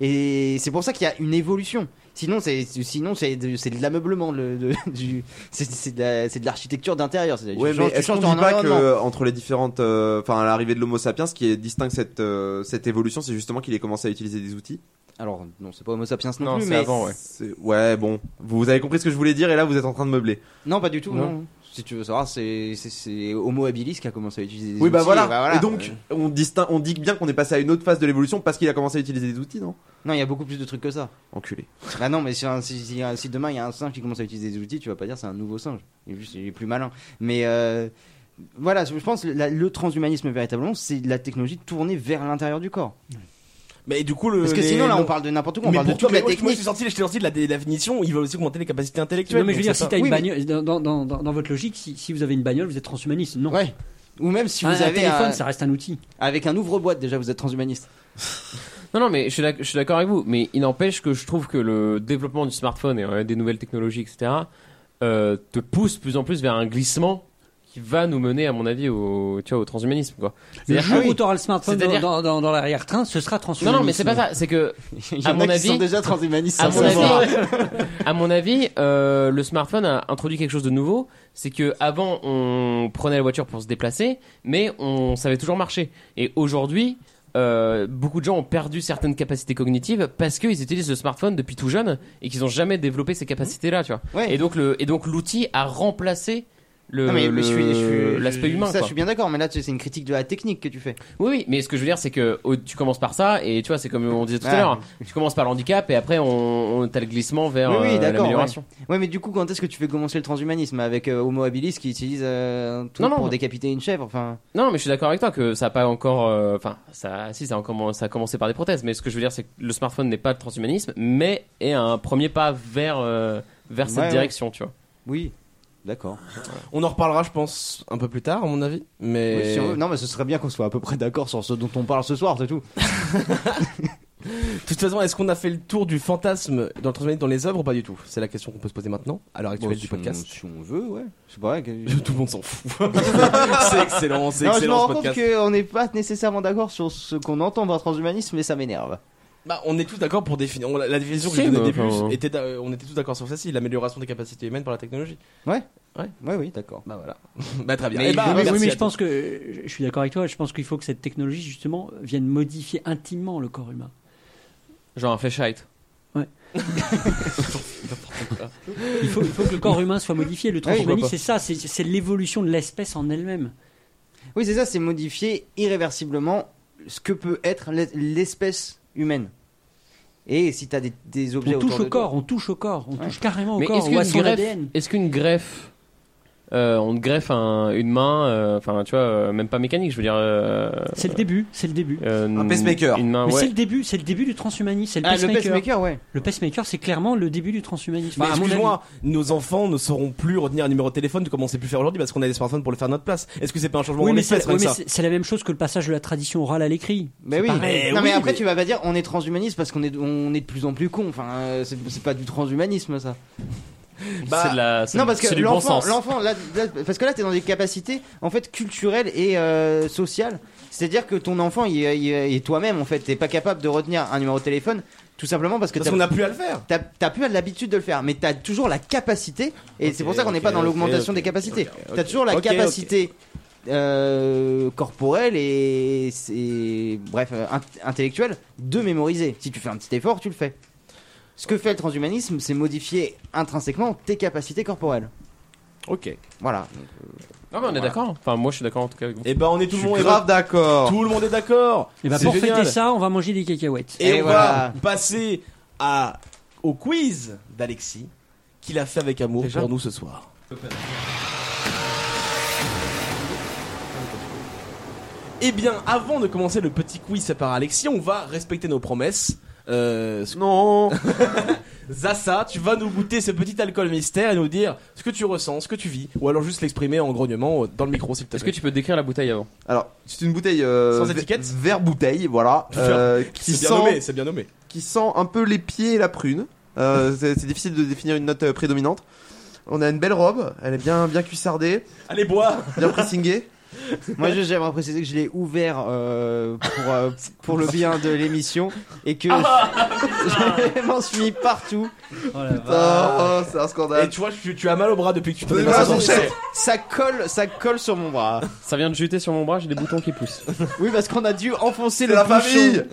S4: Et c'est pour ça qu'il y a une évolution. Sinon, c'est sinon c'est de, c'est de l'ameublement, le- de- [laughs] du- c'est c'est de la- c'est de l'architecture d'intérieur. c'est-à-dire, tu
S3: Ouais, mais
S4: changes- tu
S3: est-ce qu'on
S4: changes
S3: dit
S4: ton
S3: pas que
S4: environnement.
S3: euh, entre les différentes, euh, enfin, à l'arrivée de l'Homo sapiens, ce qui est- distingue cette euh, cette évolution, c'est justement qu'il ait commencé à utiliser des outils.
S4: Alors, non, c'est pas Homo sapiens non,
S5: Non,
S4: plus,
S5: c'est
S4: mais.
S5: avant, ouais.
S3: C'est- Ouais, bon, vous avez compris ce que je voulais dire, et là, vous êtes en train de meubler.
S4: Non, pas du tout,
S5: Non.
S4: non. Si tu veux savoir, c'est c'est- c'est Homo habilis qui a commencé à utiliser des
S3: Oui, bah
S4: outils, Euh,
S3: voilà.
S4: et
S3: Et donc, on distingue, on dit bien qu'on est passé à une autre phase de l'évolution parce qu'il a commencé à utiliser des outils, non
S4: Non, il y a beaucoup plus de trucs que ça.
S3: Enculé.
S4: bah non, mais si, un- si- si- si demain il y a un singe qui commence à utiliser des outils, tu vas pas dire c'est un nouveau singe. Il est, juste- il est plus malin. Mais euh, voilà, je pense que la- le transhumanisme véritablement, c'est la technologie tournée vers l'intérieur du corps.
S2: Mais du coup, le.
S4: Parce que
S2: les-
S4: sinon, là,
S2: le-
S4: on parle de n'importe quoi, on
S2: Euh, Mais
S4: parle de
S2: pour toi,
S4: toute
S2: mais
S4: la
S2: moi, je- moi, je
S4: technique.
S2: suis sorti, je t'ai sorti de la dé- la définition, ils veulent aussi augmenter les capacités intellectuelles.
S6: Non, mais je veux
S2: donc
S6: dire, si
S2: c'est pas-
S6: t'as une
S4: Oui, mais-
S6: bagnole, dans, dans, dans, dans votre logique, si, si vous avez une bagnole, vous êtes transhumaniste. Non.
S4: Ouais. Ou même si vous
S6: un, un
S4: avez
S6: téléphone,
S4: un-
S6: ça reste un outil.
S4: avec un ouvre-boîte, déjà, vous êtes transhumaniste.
S5: [laughs] Non, non, mais je suis d'ac- je suis d'accord avec vous. Mais il n'empêche que je trouve que le développement du smartphone et euh, des nouvelles technologies, etc., euh, te pousse plus en plus vers un glissement qui va nous mener, à mon avis, au, tu vois, au transhumanisme. Quoi.
S6: Le
S5: C'est-à-dire-
S6: jour
S5: Ah oui.
S6: où t'auras le smartphone dans,
S5: C'est-à-dire-
S6: dans, dans, dans l'arrière-train, ce sera
S5: Non,
S6: transhumaniste.
S5: non, mais c'est pas ça. C'est que
S4: [laughs] Il y
S5: À
S4: en a
S5: mon
S4: qui sont
S5: avis-
S4: déjà transhumanistes.
S5: à
S4: sans
S5: mon
S4: le savoir. [laughs]
S5: avis, à mon avis, euh, le smartphone a introduit quelque chose de nouveau. C'est que avant, on prenait la voiture pour se déplacer, mais on savait toujours marcher. Et aujourd'hui, euh, beaucoup de gens ont perdu certaines capacités cognitives parce qu'ils utilisent le smartphone depuis tout jeune et qu'ils n'ont jamais développé ces capacités-là, tu vois.
S4: Ouais.
S5: Et donc le et donc l'outil a remplacé le
S4: Non, mais- mais je suis- je
S5: le-
S4: suis-
S5: l'aspect humain.
S4: Ça,
S5: quoi.
S4: je suis bien d'accord, mais là, tu sais, c'est une critique de la technique que tu fais.
S5: Oui, oui, mais ce que je veux dire, c'est que oh, tu commences par ça, et tu vois, c'est comme on disait tout à
S4: Ah.
S5: l'heure, hein. tu commences par l'handicap, et après, on, on t'as le glissement vers
S4: Oui, oui,
S5: euh,
S4: d'accord,
S5: l'amélioration.
S4: Ouais, mais du coup, quand est-ce que tu fais commencer le transhumanisme avec euh, Homo habilis qui utilise euh, un truc
S5: Non, non.
S4: pour décapiter une chèvre Enfin,
S5: Non, mais je suis d'accord avec toi que ça a pas encore, euh, enfin, ça, si, ça a, encore, ça a commencé par des prothèses, mais ce que je veux dire, c'est que le smartphone n'est pas le transhumanisme, mais est un premier pas vers, euh, vers cette
S4: Ouais, ouais.
S5: direction, tu vois.
S4: oui, d'accord.
S2: On en reparlera, je pense, un peu plus tard, à mon avis. Mais
S4: Oui, si on veut. Non, mais ce serait bien qu'on soit à peu près d'accord sur ce dont on parle ce soir, c'est tout.
S2: [laughs] de toute façon, est-ce qu'on a fait le tour du fantasme dans le transhumanisme dans les œuvres ou pas du tout C'est la question qu'on peut se poser maintenant, à l'heure actuelle
S4: Bon,
S2: du
S4: si on-
S2: podcast.
S4: si on veut, ouais. C'est pas vrai. que-
S2: [laughs] Tout le monde s'en
S4: [laughs]
S2: fout. [laughs] c'est excellent, c'est
S4: Non, je me
S2: excellent
S4: rends
S2: ce
S4: compte
S2: podcast.
S4: qu'on n'est pas nécessairement d'accord sur ce qu'on entend par transhumanisme, mais ça m'énerve.
S2: Bah, on est tous d'accord pour définir. on- la, la définition que
S5: Si,
S2: j'ai donnée au
S5: mais
S2: début,
S5: enfin,
S2: était, d'a- euh, on était tous d'accord sur celle-ci l'amélioration des capacités humaines par la technologie.
S4: Ouais, oui, d'accord.
S2: Bah
S4: [laughs]
S2: voilà. bah très bien.
S6: Mais,
S2: Eh bah,
S6: oui,
S2: merci
S6: mais
S2: à
S6: je pense que je- je suis d'accord avec toi. Je pense qu'il faut que cette technologie justement vienne modifier intimement le corps humain.
S5: Genre un flashlight. [laughs] Ah.
S6: Il faut, il faut que le corps humain soit modifié.
S5: [laughs]
S6: Le
S4: pourquoi
S6: transhumanisme,
S4: pas.
S6: c'est ça, c'est- c'est l'évolution de l'espèce en elle-même.
S4: Oui, c'est ça, c'est modifier irréversiblement ce que peut être l'es- l'espèce humaine. Et si t'as des, des objets
S6: On touche
S4: autour
S6: au
S4: de toi-
S6: corps, on touche au corps, on touche carrément au
S5: mais
S6: corps
S5: est-ce
S6: ou à
S5: qu'une
S6: son
S5: greffe,
S6: ADN.
S5: est-ce qu'une greffe, euh, on te greffe un- une main, euh, enfin, tu vois, euh, même pas mécanique, je veux dire. euh,
S6: C'est le début, c'est le début.
S5: euh,
S3: Un pacemaker.
S5: Une main,
S6: Mais
S5: ouais.
S6: c'est le début, c'est le début du transhumanisme, c'est le
S4: Ah, le
S6: pacemaker.
S4: pacemaker, ouais.
S6: Le pacemaker, c'est clairement le début du transhumanisme.
S2: Mais
S6: Enfin, à mon
S2: Bah, excuse-moi, nos enfants ne sauront plus retenir un numéro de téléphone comme on sait plus faire aujourd'hui parce qu'on a des smartphones pour le faire à notre place. Est-ce que c'est pas un changement
S6: avis. Oui,
S2: en
S6: mais
S2: espèce
S6: c'est
S2: rien
S6: oui,
S2: que
S6: mais
S2: ça
S6: c'est- c'est la même chose que le passage de la tradition orale à l'écrit. Eh
S4: Mais oui.
S2: pareil.
S4: non,
S2: Mais
S4: mais
S2: oui,
S4: après,
S2: mais-
S4: tu vas pas dire on est transhumaniste parce qu'on est, on est de plus en plus con. Enfin, euh, c'est c'est pas du transhumanisme, ça.
S5: C'est de la- c'est-
S4: Non, parce
S5: c'est
S4: que
S5: du bon
S4: l'enfant,
S5: sens.
S4: l'enfant, là, là- parce que là, t'es dans des capacités en fait culturelles et euh, sociales. C'est-à-dire que ton enfant, il, il- et toi-même, en fait, t'es pas capable de retenir un numéro de téléphone, tout simplement parce que
S2: Parce
S4: t'as
S2: qu'on n'a plus à le faire.
S4: T'as t'as plus l'habitude de le faire, mais t'as toujours la capacité, et c'est pour ça qu'on n'est
S2: ok,
S4: pas dans
S2: ok,
S4: l'augmentation
S2: ok,
S4: des capacités.
S2: ok, ok,
S4: t'as toujours la
S2: ok,
S4: capacité euh, corporelle et, c'est- bref euh, int- intellectuelle de mémoriser. Si tu fais un petit effort, tu le fais. Ce que fait le transhumanisme, c'est modifier intrinsèquement tes capacités corporelles.
S2: Ok.
S4: Voilà.
S5: Non, mais on est d'accord. Enfin, moi, je suis d'accord en tout cas avec vous.
S2: Et ben on est tout
S3: Je
S2: le
S3: suis
S2: monde
S3: grave
S5: oh.
S3: d'accord.
S2: Tout le monde est d'accord.
S6: Et bah
S2: C'est
S6: pour
S2: génial.
S6: fêter ça, on va manger des cacahuètes. Eh,
S2: Et,
S4: Et
S2: on
S4: voilà.
S2: va passer à, au quiz d'Alexis qu'il a fait avec amour pour nous ce soir. Eh bien, avant de commencer le petit quiz fait par Alexis, on va respecter nos promesses. Euh, [laughs] non Zaza, tu vas nous goûter ce petit alcool mystère et nous dire ce que tu ressens, ce que tu vis, ou alors juste l'exprimer en grognement euh, dans le micro s'il te
S5: Est-ce que
S2: plaît.
S5: tu peux décrire la bouteille avant
S3: Alors, c'est une bouteille euh,
S2: Sans
S3: ver-
S2: étiquette
S3: Vert bouteille,
S2: [laughs]
S3: voilà, euh, qui
S2: C'est
S3: sent
S2: bien nommé, c'est bien nommé.
S3: qui sent un peu les pieds et la prune.
S5: [laughs]
S3: Euh, c'est c'est difficile de définir une note euh, prédominante. On a une belle robe, elle est bien bien cuissardée,
S2: Allez, bois
S3: bien pressingée.
S4: Moi, juste, j'aimerais préciser que je l'ai ouvert euh, pour, euh, pour le bien de l'émission et que
S3: [laughs]
S4: je m'en suis mis partout.
S3: Oh, c'est un
S2: Et
S3: scandale.
S2: tu vois, tu, tu as mal au bras depuis que tu t'en es
S3: Donnez-moi
S2: pas
S3: la
S2: sorti.
S3: fourchette.
S4: Ça colle, ça colle sur mon bras.
S5: Ça vient de jeter sur mon bras, j'ai des boutons qui poussent.
S4: Oui, [laughs] parce qu'on a dû enfoncer
S3: C'est
S4: le
S3: la
S4: bouchon.
S3: famille.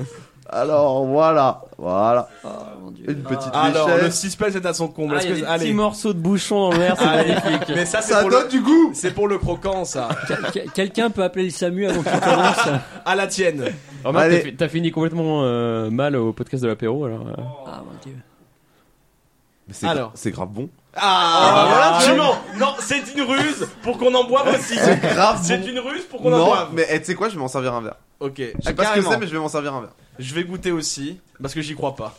S3: Alors voilà, voilà.
S4: Oh,
S3: Une petite
S2: Ah,
S4: Ah.
S2: Alors, le
S3: richesse.
S2: suspense est à son
S6: Ah,
S2: comble. Est-ce que- allez.
S5: petits morceaux de bouchon dans l'air,
S2: Allez. Mais ça, c'est
S3: Ça
S2: pour,
S3: donne
S2: le...
S3: du goût.
S2: c'est pour le croquant, ça.
S6: Quel- quel- Quelqu'un peut appeler le SAMU avant qu'il commence
S2: À la tienne.
S5: Remarque,
S2: bah,
S3: Allez.
S5: Oh, t'as fi- t'as fini complètement euh, mal au podcast de l'apéro alors. euh.
S6: Ah mon dieu.
S3: C'est
S2: Alors.
S3: gra- c'est grave bon. bah
S2: Ah, tu mens. Non, c'est une ruse pour qu'on en boive aussi.
S3: Grave
S2: C'est
S3: bon.
S2: une ruse pour qu'on en
S3: Non,
S2: boive.
S3: mais eh, tu sais quoi, je vais m'en servir un verre.
S2: Ok,
S3: Je sais pas ce que
S4: carrément.
S3: c'est, mais je vais m'en servir un verre.
S2: je vais goûter aussi parce que j'y crois pas.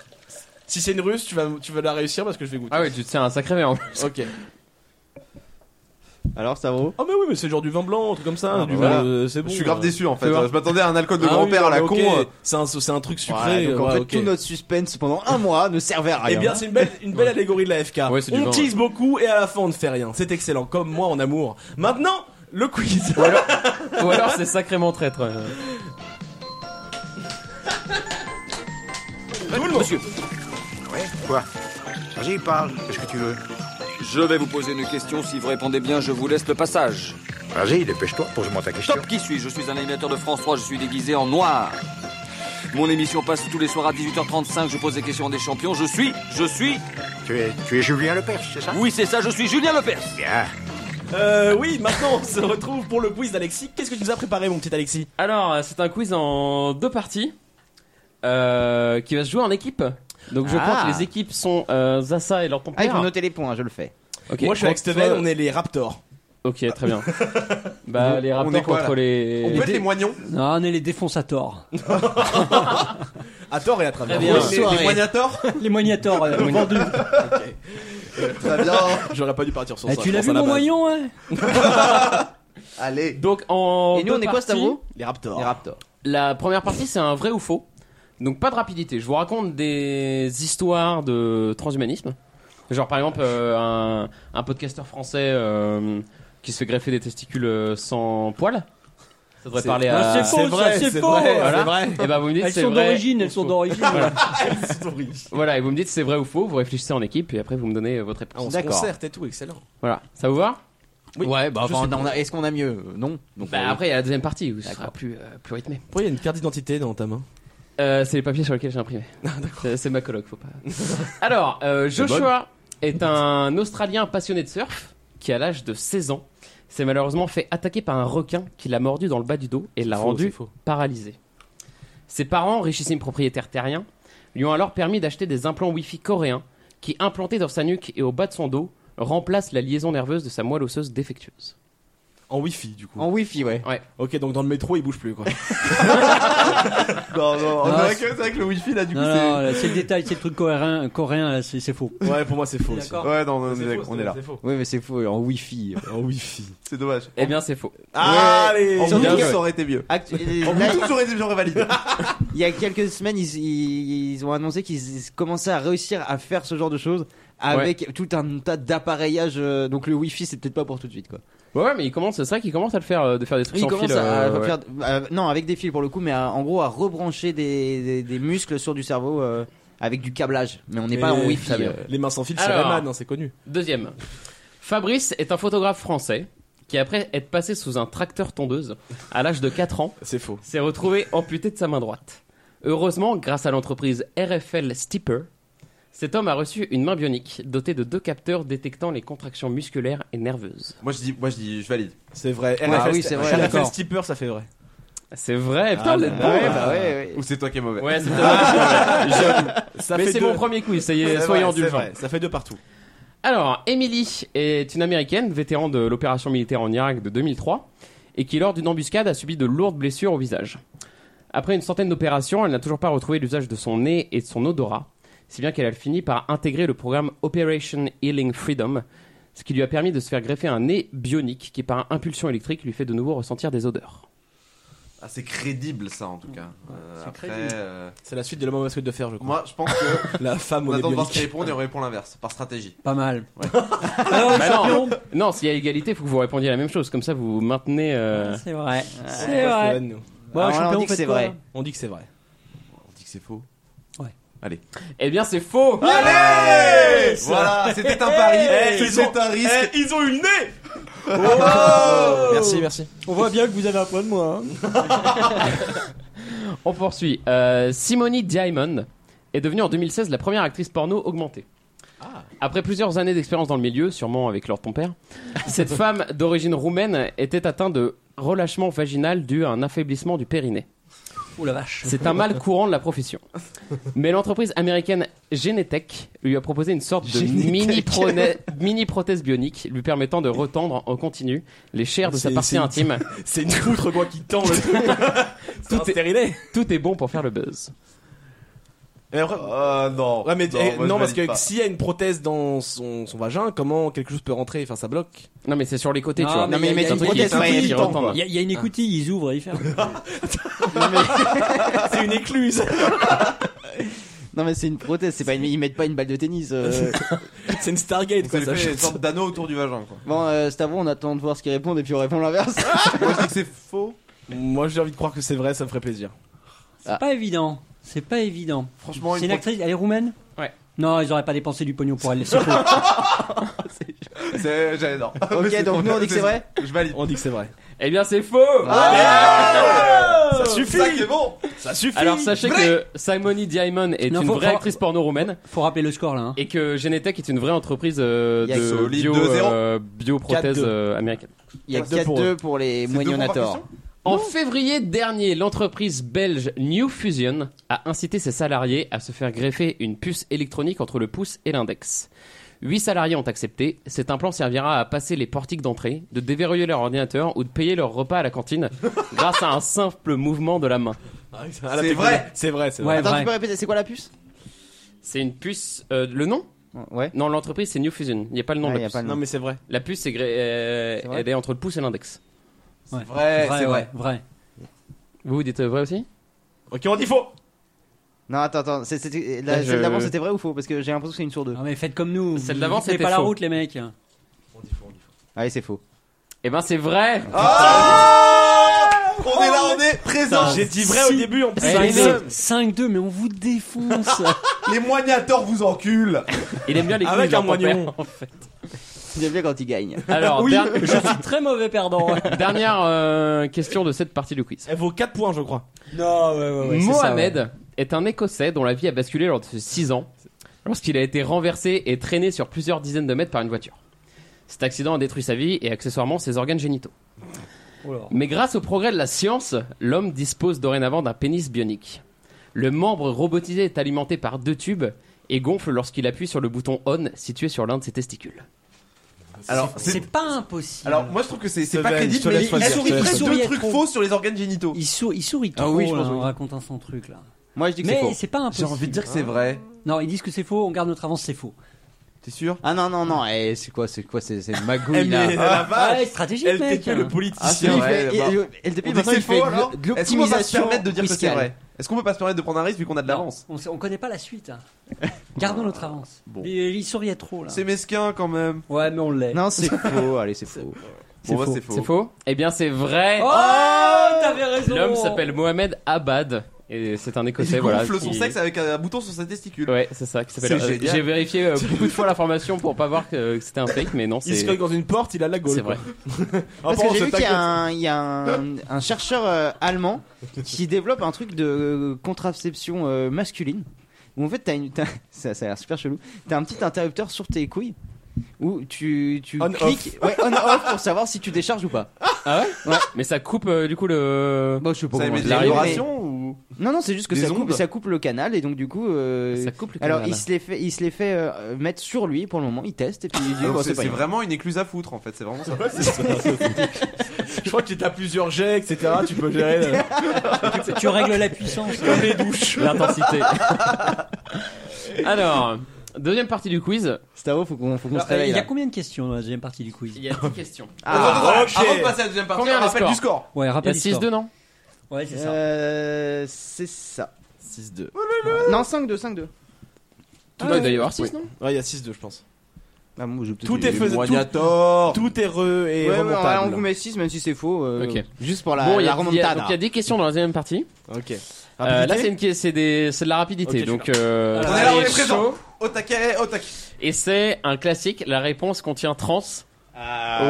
S2: Si c'est une ruse, tu vas, tu vas la réussir parce que je vais goûter.
S5: Ah ouais, tu te sers un sacré verre.
S2: Ok.
S4: Alors, ça vaut
S2: Ah mais oui, mais c'est genre du vin blanc, un truc comme ça.
S4: Ah,
S2: du
S4: bah voilà.
S2: vin, euh, c'est bon.
S3: Je suis grave
S2: euh.
S3: déçu en fait.
S2: Fais voir.
S3: Je m'attendais à un alcool de
S2: Ah oui,
S3: grand-père à la
S2: non,
S3: con.
S2: mais ok,
S3: euh,
S2: C'est un, c'est un truc
S4: Ouais,
S2: sucré.
S4: donc en
S2: ouais,
S4: fait,
S2: ok.
S4: tout notre suspense pendant un mois ne servait à rien.
S2: Eh bien, c'est une belle, une belle allégorie de la FK.
S5: Ouais, c'est du
S2: on
S5: vin,
S2: tease beaucoup et à la fin on ne fait rien. C'est excellent, comme moi en amour. Maintenant, le quiz.
S5: Ou alors c'est sacrément traître. euh.
S2: Tout le monde.
S1: Vas-y, parle, qu'est-ce que tu veux
S12: Je vais vous poser une question. Si vous répondez bien, je vous laisse le passage.
S1: Vas-y, dépêche-toi, pose-moi ta question.
S12: Stop, qui suis-je Je suis un animateur de France 3. Je suis déguisé en noir. Mon émission passe tous les soirs à 18h35. Je pose des questions des champions. Je suis, je suis.
S13: Tu es, tu es Julien Lepers, c'est ça
S12: Oui, c'est ça, je suis Julien Lepers.
S13: Bien.
S2: Euh, oui, maintenant on se retrouve pour le quiz d'Alexis. Qu'est-ce que tu nous as préparé, mon petit Alexis
S5: Alors, euh, c'est un quiz en deux parties euh, qui va se jouer en équipe. Donc, je
S4: Ah.
S5: crois que les équipes sont euh, Zassa et leur compère.
S4: Ah, il faut noter les points, hein, je le fais.
S5: Ok.
S2: Moi, je suis avec
S5: Contre- euh,
S2: Steven, on est les Raptors.
S5: Ok, très bien. bah, les rapports contre les.
S6: dé- Non, on est les défonçators.
S2: à tort et à travers.
S5: Très bien.
S2: Les- les Moignators
S6: Les moignators, euh, vendus.
S2: Euh, Très bien. J'aurais pas dû partir sur
S6: Eh,
S2: ça.
S6: tu
S2: je
S6: l'as
S2: pense,
S6: vu
S2: à la
S6: mon
S2: base.
S6: moignon, hein
S5: Allez. Donc en.
S4: Et nous, on
S5: deux
S4: est quoi,
S5: parties,
S4: Stavro
S2: Les Raptors.
S5: La première partie, c'est un vrai ou faux. Donc pas de rapidité. Je vous raconte des histoires de transhumanisme. Genre par exemple euh, un, un podcasteur français euh, qui se fait greffer des testicules euh, sans poils. Ça devrait
S2: C'est-
S5: parler
S2: Ah,
S5: à.
S2: c'est faux, C'est vrai, ça, c'est c'est faux. vrai, c'est vrai.
S5: Et bah vous me dites
S6: Elles
S5: c'est
S6: sont
S5: vrai
S6: d'origine,
S5: ou
S6: elles sont
S5: faux.
S6: d'origine.
S5: Voilà.
S2: Elles sont riches.
S5: [laughs] Voilà, et vous me dites c'est vrai ou faux. Vous réfléchissez en équipe et après vous me donnez euh, votre
S2: On
S5: réponse.
S2: se concerte et tout, excellent.
S5: Voilà, ça vous va
S2: Oui.
S5: Ouais, bah
S2: Je
S5: enfin,
S2: sais
S5: on a-
S2: pas.
S5: est-ce qu'on a mieux Euh, Non. Donc,
S2: Bah,
S5: après, il y a la deuxième partie où ce sera plus, euh, plus rythmé.
S2: Pourquoi il y a une carte d'identité dans ta main
S5: Euh, c'est les papiers sur lesquels j'ai imprimé.
S2: Ah,
S5: C'est- C'est ma coloc,
S2: [laughs]
S5: faut pas. Alors, euh,
S2: C'est
S5: Joshua est un Australien passionné de surf qui, à l'âge de 16 ans, s'est malheureusement fait attaquer par un requin qui l'a mordu dans le bas du dos et l'a
S2: faux, c'est
S5: rendu
S2: faux.
S5: paralysé. Ses parents, richissimes propriétaires terriens, lui ont alors permis d'acheter des implants Wi-Fi coréens qui, implantés dans sa nuque et au bas de son dos, remplacent la liaison nerveuse de sa moelle osseuse défectueuse.
S2: En wifi du coup.
S5: En Wi-Fi, ouais. ouais.
S2: Ok, donc dans le métro, il bouge plus [laughs] quoi.
S3: [laughs] Non, non, on
S6: Non,
S3: aurait
S6: Ah, c'est-
S3: que- c'est vrai que le wifi là, du
S6: Non,
S3: coup,
S6: non, là,
S3: c'est.
S6: c'est le [laughs]
S3: [laughs]
S6: détail, c'est le truc coréen, coréen là, c'est c'est faux.
S2: Ouais, pour moi, c'est faux aussi.
S6: D'accord.
S3: Ouais, non, on
S2: C'est
S3: est-
S2: faux,
S3: on est là.
S2: c'est faux.
S4: Oui, mais c'est faux, en wifi.
S2: En wifi.
S3: C'est dommage.
S5: Eh bien, c'est faux.
S3: Ah,
S2: Ouais.
S3: allez
S2: En
S3: Surtout
S2: Bluetooth,
S3: que ça
S2: ouais.
S3: aurait été mieux.
S4: Actu-
S3: En
S4: là,
S3: Bluetooth, ça aurait été j'aurais validé.
S4: [laughs] il y a quelques semaines, ils, ils- ils ont annoncé qu'ils commençaient à réussir à faire ce genre de choses avec tout un tas d'appareillages. euh, Donc le wifi, c'est peut-être pas pour tout de suite, quoi.
S5: Ouais, ouais, mais il commence, c'est vrai qu'il commence à le faire, euh, de faire des trucs
S4: Ils
S5: sans
S4: commencent
S5: fil.
S4: à,
S5: euh,
S4: à
S5: ouais.
S4: faire- à- non, avec des fils pour le coup, mais à- en gros à rebrancher des, des- des muscles sur du cerveau euh, avec du câblage. Mais on n'est pas en
S2: Mais-
S4: wifi.
S2: Très bien.
S4: euh.
S2: Les mains sans fil, c'est
S5: Alors.
S2: Rayman, hein, c'est connu.
S5: Deuxième. Fabrice est un photographe français qui, après être passé sous un tracteur tondeuse à l'âge de 4 ans,
S2: C'est faux.
S5: s'est retrouvé amputé de sa main droite. Heureusement, grâce à l'entreprise RFL Stipper, cet homme a reçu une main bionique dotée de deux capteurs détectant les contractions musculaires et nerveuses.
S3: Moi je dis, moi je dis, je valide.
S2: C'est vrai.
S4: Ah
S2: RFL
S4: oui, c'est vrai,
S2: RFL
S4: d'accord.
S2: Stipper, ça fait vrai.
S5: C'est vrai, Eh, putain,
S2: Ah
S5: vous
S2: là
S5: êtes
S2: là.
S5: bon.
S4: Ouais, bah ouais, ouais.
S3: Ou c'est toi qui es mauvais.
S2: [laughs]
S3: [laughs]
S5: Ouais, c'est
S2: Ça
S5: Mais
S2: fait
S5: c'est
S2: deux.
S5: mon premier quiz, ça y
S2: C'est
S5: est,
S2: vrai,
S5: soyez
S2: c'est
S5: indulgents.
S2: vrai, Ça fait deux partout.
S5: Alors, Emily est une américaine, vétéran de l'opération militaire en Irak de 2003, et qui, lors d'une embuscade, a subi de lourdes blessures au visage. Après une centaine d'opérations, elle n'a toujours pas retrouvé l'usage de son nez et de son odorat, si bien qu'elle a fini par intégrer le programme Operation Healing Freedom, ce qui lui a permis de se faire greffer un nez bionique qui, par impulsion électrique, lui fait de nouveau ressentir des odeurs.
S3: Ah, c'est crédible ça en tout cas. Euh,
S6: C'est
S3: après,
S6: crédible.
S3: euh,
S2: C'est la suite de la masque de fer, je crois.
S3: moi je pense que
S2: [laughs] La femme
S3: on
S2: au nez
S3: attend de voir ce
S2: bionique.
S3: qu'ils répondent et on répond l'inverse par stratégie.
S6: Pas
S3: [laughs]
S6: mal. [laughs] Ah
S5: Bah non, non s'il y a égalité, il faut que vous répondiez à la même chose, comme ça vous maintenez... euh,
S6: Ah, C'est vrai. C'est
S2: C'est pas
S6: vrai.
S2: Steven, nous.
S6: Bon,
S3: Ah,
S4: Alors,
S6: champion,
S4: on dit
S6: vous
S4: que
S6: faites
S4: c'est
S6: quoi,
S4: vrai.
S6: là
S2: On dit que c'est vrai.
S3: On dit que c'est faux.
S5: Eh bien, c'est faux
S3: Allez Voilà, c'était un pari,
S2: Eh, ils
S3: c'était un risque.
S2: ils ont eu le nez Merci, merci.
S6: On voit bien que vous avez un point de moi. hein.
S5: On poursuit. Euh, Simone Diamond est devenue en 2016 la première actrice porno augmentée. Après plusieurs années d'expérience dans le milieu, sûrement avec Lord ton père, cette femme d'origine roumaine était atteinte de relâchement vaginal dû à un affaiblissement du périnée.
S6: Oh la vache.
S5: C'est un mal courant de la
S2: [laughs]
S5: profession. Mais l'entreprise américaine Genetech lui a proposé une sorte de mini, prone- mini prothèse bionique lui permettant de retendre en continu les chairs de sa
S2: C'est-
S5: partie
S2: c'est une-
S5: intime.
S2: [laughs] C'est une poutre quoi qui
S5: [laughs]
S2: tend le truc.
S5: Tout est,
S2: terminé.
S5: tout est bon pour faire le buzz.
S3: Euh, non.
S2: Ouais, mais eh,
S3: non,
S2: non,
S3: moi, je
S2: parce que
S3: valide pas.
S2: s'il y a une prothèse dans son, son vagin, comment quelque chose peut rentrer Enfin, ça bloque.
S5: Non mais c'est sur les côtés,
S6: Non,
S5: tu vois.
S6: mais Non, mais il y a- ils mettent
S5: un
S6: une
S5: truc qui est
S6: prothèse
S5: un
S6: qui
S5: qui
S6: tend,
S5: retend.
S6: Il y, a- il y a une
S2: [laughs]
S6: écoutille, ils ouvrent, ils [laughs] ferment.
S2: C'est une [laughs] écluse.
S4: Non, mais c'est une prothèse, c'est pas une- ils mettent pas une balle de tennis.
S2: [laughs]
S4: euh.
S2: C'est une Stargate.
S3: Donc,
S2: Quoi,
S3: ça
S2: ça.
S3: lui fait une sorte d'anneau autour du vagin quoi.
S4: bon, euh, Stavro, on attend de voir ce qu'ils répondent et puis on
S2: [laughs]
S4: répond l'inverse.
S3: Moi je dis que c'est faux.
S2: Moi, j'ai envie de croire que c'est vrai. Ça me ferait plaisir.
S6: C'est pas évident. C'est pas évident.
S3: Franchement,
S6: C'est
S3: une
S6: une
S3: pro-
S6: actrice, elle est roumaine
S5: Ouais.
S6: Non, ils auraient pas dépensé du pognon pour aller.
S1: [laughs]
S6: C'est faux.
S3: Ah, C'est- J'adore.
S6: Ok,
S3: C'est-
S6: donc nous, on dit que c'est vrai
S3: Je valide.
S2: On dit que c'est vrai.
S5: Eh bien, c'est faux
S2: Ah,
S6: Ah,
S2: Ça suffit
S3: Ça, c'est bon
S2: Ça suffit
S5: Alors sachez
S2: Mais-
S5: que Simone Diamond est
S6: Non,
S5: une
S6: faut-
S5: vraie
S6: faut-
S5: actrice porno roumaine.
S6: Faut rappeler le score là. hein.
S5: Et que Genetech est une vraie entreprise euh,
S4: Yes.
S5: de
S4: Solide
S5: bio,
S4: 2-0.
S5: euh, bioprothèse
S4: 4-2.
S5: euh, américaine.
S4: Il y a 4-2 pour les moignonators.
S5: En février dernier, l'entreprise belge New Fusion a incité ses salariés à se faire greffer une puce électronique entre le pouce et l'index. Huit salariés ont accepté. Cet implant servira à passer les portiques d'entrée, de déverrouiller leur ordinateur ou de payer leur repas à la cantine grâce à un simple mouvement de la main.
S2: Ah, là, t'es
S4: vrai.
S2: con. C'est vrai, c'est vrai.
S4: Attends, tu peux répéter, c'est quoi la puce
S5: C'est une puce. euh, le nom
S4: Ouais.
S5: Non, l'entreprise c'est New Fusion. Il n'y a pas le nom
S4: Ah,
S5: de
S4: il y
S5: la
S4: a
S5: puce.
S4: pas le nom. Non,
S2: mais c'est vrai.
S5: La puce, c'est gré- euh,
S4: vrai
S5: elle est entre le pouce et l'index.
S6: Ouais.
S3: vrai, c'est
S6: ouais,
S3: vrai.
S6: Vrai.
S5: Vous, vous dites euh, vrai aussi
S2: Ok, on dit faux
S4: Non, attends, attends. c'est- c'était- la-
S5: Là,
S4: Celle
S5: je-
S4: d'avant, c'était vrai ou faux Parce que j'ai l'impression que c'est une sur deux.
S6: Non mais faites comme nous.
S5: Celle
S6: Vous
S5: d'avant,
S6: tenez
S5: c'était
S6: pas la
S5: faux.
S6: route les mecs.
S4: Allez, Ah c'est faux.
S5: Eh ben, c'est vrai
S2: Ah
S3: On est là, on est présent.
S2: J'ai dit vrai au début en plus.
S6: Eh, les
S2: c'est
S6: mecs, 5-2 mais on vous défonce.
S3: [laughs] Les moignators vous enculent.
S5: Il aime bien les couilles,
S2: Avec
S5: leur
S2: un moignon.
S5: grand-père, en fait.
S4: J'aime bien quand ils gagnent.
S5: Alors,
S6: Oui,
S5: der-
S6: je suis très mauvais perdant. ouais.
S5: [laughs] dernière euh, question de cette partie du quiz.
S2: Elle vaut 4 points, je crois.
S6: Non, ouais, ouais, ouais, c'est ça, ouais.
S5: Mohamed est un Écossais dont la vie a basculé lors de ses 6 ans, lorsqu'il a été renversé et traîné sur plusieurs dizaines de mètres par une voiture. Cet accident a détruit sa vie et accessoirement ses organes génitaux.
S6: Oh là.
S5: Mais grâce au progrès de la science, l'homme dispose dorénavant d'un pénis bionique. Le membre robotisé est alimenté par deux tubes et gonfle lorsqu'il appuie sur le bouton on situé sur l'un de ses testicules.
S3: Alors, c'est.
S6: C'est pas impossible.
S3: Alors,
S6: [laughs]
S3: moi je trouve que c'est c'est pas
S2: Seven, je
S3: crédible,
S2: te
S3: mais
S2: laisse
S3: il
S2: choisir,
S3: sourit
S2: je te laisse
S3: presque deux
S6: choisir.
S3: trucs faux sur les organes génitaux.
S6: il, sou- il sourit trop
S3: Ah oui, je
S6: là,
S3: pense
S6: en
S3: oui.
S6: racontant son truc là.
S4: Moi, je dis que c'est
S6: Mais
S4: faux.
S6: c'est pas impossible.
S3: vrai.
S6: Non, ils disent que c'est faux. On garde notre avance, c'est faux.
S3: T'es sûr
S4: Ah non, non, non. eh, C'est quoi, c'est quoi, c'est c'est une
S3: Eh,
S4: magouille là
S3: mais la
S6: Ah,
S3: vache
S6: ouais, stratégique
S2: Elle
S6: mec.
S2: était le
S3: Ah, c'est
S2: politicien.
S4: Il
S3: vrai,
S4: fait-
S3: bah.
S4: il-
S3: On
S4: il- le- depuis
S3: dit que
S4: maintenant,
S3: c'est
S4: il fait
S3: faux
S4: de-
S3: alors
S4: de
S3: Est-ce qu'on va se
S4: l'optimisation
S3: permettre de dire que c'est
S4: fiscale.
S3: vrai Est-ce qu'on peut pas se permettre de prendre un risque vu qu'on a de l'avance
S6: On, sait- on connaît pas la suite. hein. Gardons notre avance. Mais il souriait trop là.
S3: C'est mesquin quand même.
S6: Ouais, mais on l'est.
S3: [laughs]
S4: Non, c'est faux. Allez, c'est faux.
S3: Bon, bah,
S5: C'est faux Eh bien, c'est vrai
S6: Oh, t'avais raison.
S5: L'homme s'appelle Mohamed Abad et c'est un
S3: Il
S5: Écossais. voilà,
S3: gonfle son
S5: qui-
S3: sexe avec un bouton sur sa testicule.
S5: Ouais, c'est ça. qui s'appelle-
S3: C'est
S5: euh,
S3: génial.
S5: J'ai vérifié euh, beaucoup de fois l'information pour pas voir que, que c'était un fake, mais non,
S2: Il se
S5: c'est
S2: cogne dans une porte, il a la gaule.
S5: c'est vrai.
S4: Parce que j'ai vu qu'il y a, un, il y a un, un chercheur euh, allemand qui développe un truc de euh, contraception euh, masculine. Où en fait, t'as une, t'as- [laughs] ça, ça a l'air super chelou. T'as un petit interrupteur sur tes couilles où tu, tu
S2: On,
S4: cliques ouais, on off pour savoir si tu décharges ou pas.
S5: Ah Mais ça coupe euh, du coup le.
S4: Bon, je sais pas
S3: Ça
S4: comment
S3: émet
S4: je
S3: des
S5: la
S4: dirais, mais-
S3: vibrations ou
S4: Non, non, c'est juste que
S3: Des
S4: ça coupe,
S3: ondes
S4: ça coupe le canal et donc du coup. euh,
S5: Ça coupe le
S4: alors,
S5: canal.
S4: il se les fait, il se les fait euh, mettre sur lui pour le moment. Il teste et puis il dit
S3: Ah, donc
S4: bon,
S3: C'est
S4: c'est pas
S3: c'est
S4: grave.
S3: vraiment une écluse à foutre en fait, c'est vraiment ça.
S2: [laughs] Je crois que tu as plusieurs jets, etc. Tu peux gérer. euh,
S5: hein.
S6: Tu règles la puissance.
S2: Comme les douches.
S5: L'intensité. [laughs] Alors, deuxième partie du quiz.
S4: Stavo, faut qu'on faut qu'on se
S6: Euh,
S4: réveille.
S6: il y a
S4: là.
S6: combien de questions dans la deuxième partie du quiz
S5: Il y a 10 questions.
S3: Ah,
S2: ok.
S3: Avant de passer à la deuxième partie,
S5: Combien
S3: on
S5: le
S3: rappelle
S5: score
S3: du score.
S6: Ouais,
S5: Il y a
S6: rappelle
S5: 6-2, non
S6: Ouais, c'est ça.
S4: Euh, c'est ça.
S2: 6-2.
S4: Non, 5-2, 5-2.
S5: Tout
S3: Ah
S5: doit- il doit y avoir 6, non
S2: Ouais, il y a 6-2, je pense.
S4: Ah, moi, je vais peut-être
S2: Tout
S4: les-
S2: est faisable. Tout,
S3: Moignator.
S2: tout est re et
S4: Ouais, ouais, on
S2: remontable.
S4: vous met 6 même si c'est faux. euh,
S5: Ok.
S4: Juste pour la,
S5: Bon, il y a,
S4: la
S5: il y a-
S4: remontada.
S5: donc il y a 10 questions dans la deuxième partie.
S2: ok.
S5: Euh, là, c'est une qui- c'est des- c'est de la rapidité.
S2: Ok,
S5: donc, euh,
S3: On est là,
S5: c'est
S3: on est présent.
S5: chaud.
S3: Au taquet, au taquet.
S5: Et c'est un classique. La réponse contient trans.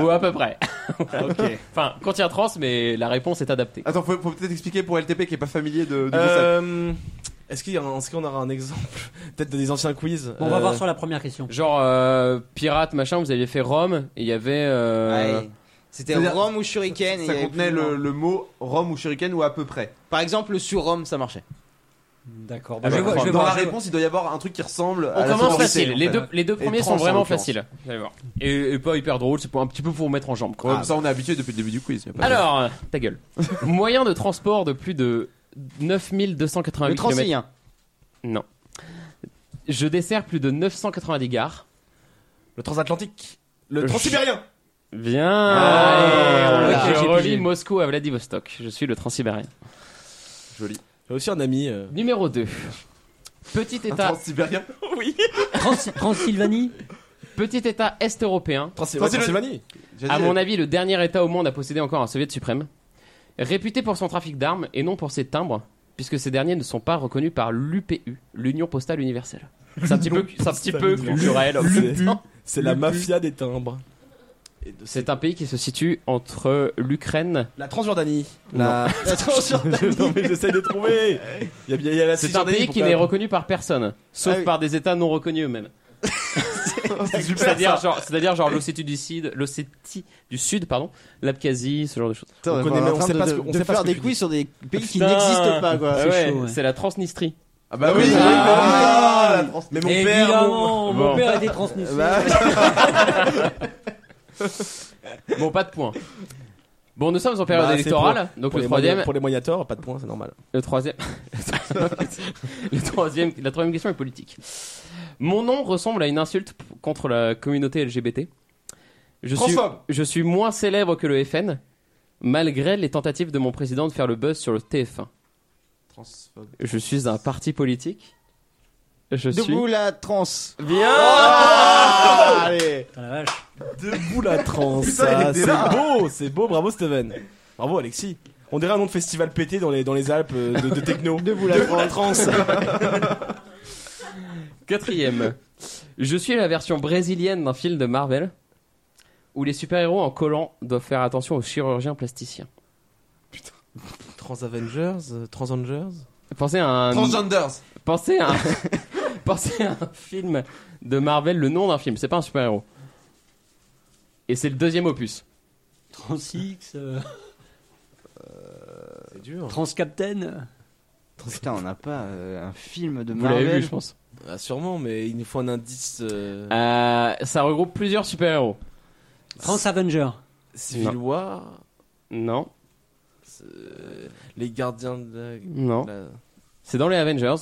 S5: Ou à peu près. [laughs] Enfin, contient trans, mais la réponse est adaptée.
S3: Attends, faut, faut peut-être expliquer pour LTP qui est pas familier de, du concept.
S2: Euh, Est-ce qu'il y a un- est-ce qu'on aura un exemple [laughs] Peut-être des anciens quiz
S6: Bon, on va
S2: euh,
S6: voir sur la première question.
S5: Genre euh, pirate machin, vous aviez fait Rome et il y avait euh,
S4: Ouais. C'était
S3: C'est-à-dire-
S4: Rome ou Shuriken. et il y
S3: Ça
S4: avait
S3: contenait
S4: plus
S3: le,
S4: de-
S3: le mot Rome ou Shuriken ou à peu près.
S4: Par exemple, le sur Rome, ça marchait.
S3: [laughs]
S6: D'accord.
S5: Ah,
S6: je
S5: bah,
S6: vais voir- je vais
S3: Dans
S6: voir,
S3: la
S6: je vais-
S3: réponse, il doit y avoir un truc qui ressemble
S5: on
S3: à la
S5: commence
S3: sonorité,
S5: facile.
S3: en
S5: Les
S3: fait. hein.
S5: deux, les deux
S3: Et
S5: premiers
S3: trans,
S5: sont
S3: en
S5: vraiment
S3: l'occurrence.
S5: faciles. Vous allez voir. Et, et pas hyper drôle, c'est pour un petit peu pour vous mettre en jambe.
S3: Ouais,
S5: quoi.
S3: mais ça, on est habitué depuis le début du quiz. y a pas de-
S5: Alors, euh, ta gueule. [laughs] Moyen de transport de plus de
S4: Le
S5: 9288 km.
S4: Transilien.
S2: hein.
S5: Non. Je dessers plus de 990 gares.
S2: le transatlantique,
S5: Le
S2: le transsibérien.
S5: Bien.
S4: Ah,
S5: Allez,
S4: voilà.
S5: je
S4: J'ai
S5: relie
S4: pigé.
S5: Moscou à Vladivostok. Je suis le transsibérien.
S2: J'ai aussi un ami. euh,
S5: Numéro 2. Petit
S3: Un
S5: état,
S3: transsibérien.
S6: Trans- Transylvanie
S5: petit état est-européen
S2: Transy-
S3: Transylvanie.
S2: Transylvanie.
S3: J'ai
S5: À
S3: dit-
S5: mon avis, le dernier État au monde à posséder encore un soviet suprême. Réputé pour son trafic d'armes et non pour ses timbres, puisque ces derniers ne sont pas reconnus par l'UPU, l'Union Postale Universelle. C'est un petit peu, c'est un petit peu culturel.
S2: L'UPU, c'est la mafia des timbres.
S5: C'est un pays qui se situe entre l'Ukraine.
S2: La Transjordanie.
S5: [laughs] La,
S2: Transjordanie. non, mais j'essaie de trouver. Il y a bien- il y a la
S5: C'est un
S2: Cisjordanie
S5: pays
S2: pour
S5: qui
S2: faire-
S5: n'est reconnu par personne, sauf
S2: Ah oui.
S5: par des États non reconnus
S4: [laughs]
S5: eux-mêmes. C'est-à-dire genre, c'est-à-dire genre l'Ossétie du Sud, l'Ossétie du Sud, pardon, l'Abkhazie, ce genre de choses.
S4: Putain, on est en train de- de- de faire des quiz sur des pays qui
S5: Putain.
S4: n'existent pas, quoi.
S5: Ah
S4: C'est
S5: ouais,
S4: chaud, ouais.
S5: C'est la Transnistrie.
S3: Ah
S4: bah oui, Ah.
S5: euh,
S4: oui, bah oui. Mais mon père,
S5: Évidemment,
S4: mon- Bon. Bah. [laughs]
S5: [laughs] bon, pas de points. Bon, nous sommes en période
S2: Bah, c'est
S5: électorale,
S2: pour-
S5: donc
S2: pour
S5: le
S2: les
S5: troisième.
S2: moyens- pour les moyens torts, pas de points, c'est normal.
S5: Le troisième. [laughs] le troisième. La troisième question est politique. Mon nom ressemble à une insulte p- contre la communauté LGBT. Je suis,
S3: Transphobe.
S5: je suis moins célèbre que le FN, malgré les tentatives de mon président de faire le buzz sur le TF1.
S3: Transphobe.
S5: Je suis un parti politique. Je suis.
S4: Debout la trans.
S5: Bien
S2: [laughs]
S4: Allez.
S6: la vache.
S2: Debout la trans.
S4: Putain, il
S2: ah,
S4: était
S2: c'est
S4: là.
S2: beau, c'est beau, bravo Steven. Bravo Alexis. On dirait un nom de festival pété dans les, dans les Alpes euh, de, de techno.
S4: Debout la
S2: trans.
S5: Quatrième. Je suis la version brésilienne d'un film de Marvel où les super-héros en collant doivent faire attention aux chirurgiens plasticiens.
S2: Trans Avengers, euh, Trans Avengers.
S5: Pensez à un.
S3: Transgenders.
S5: Pensez à un. [laughs] Pensez à un film de Marvel, le nom d'un film, c'est pas un super-héros. Et c'est le deuxième opus.
S6: Transix. euh,
S2: C'est dur.
S6: Transcaptain.
S4: Putain, on n'a pas euh, un film de
S5: Vous
S4: Marvel.
S5: l'avez vu, je pense.
S2: Ah, sûrement, mais il nous faut un indice. euh,
S5: Euh, ça regroupe plusieurs super-héros.
S6: Trans Avenger.
S2: Civil War,
S5: Non,
S2: euh, les gardiens de la.
S5: non.
S2: la-
S5: C'est dans les Avengers.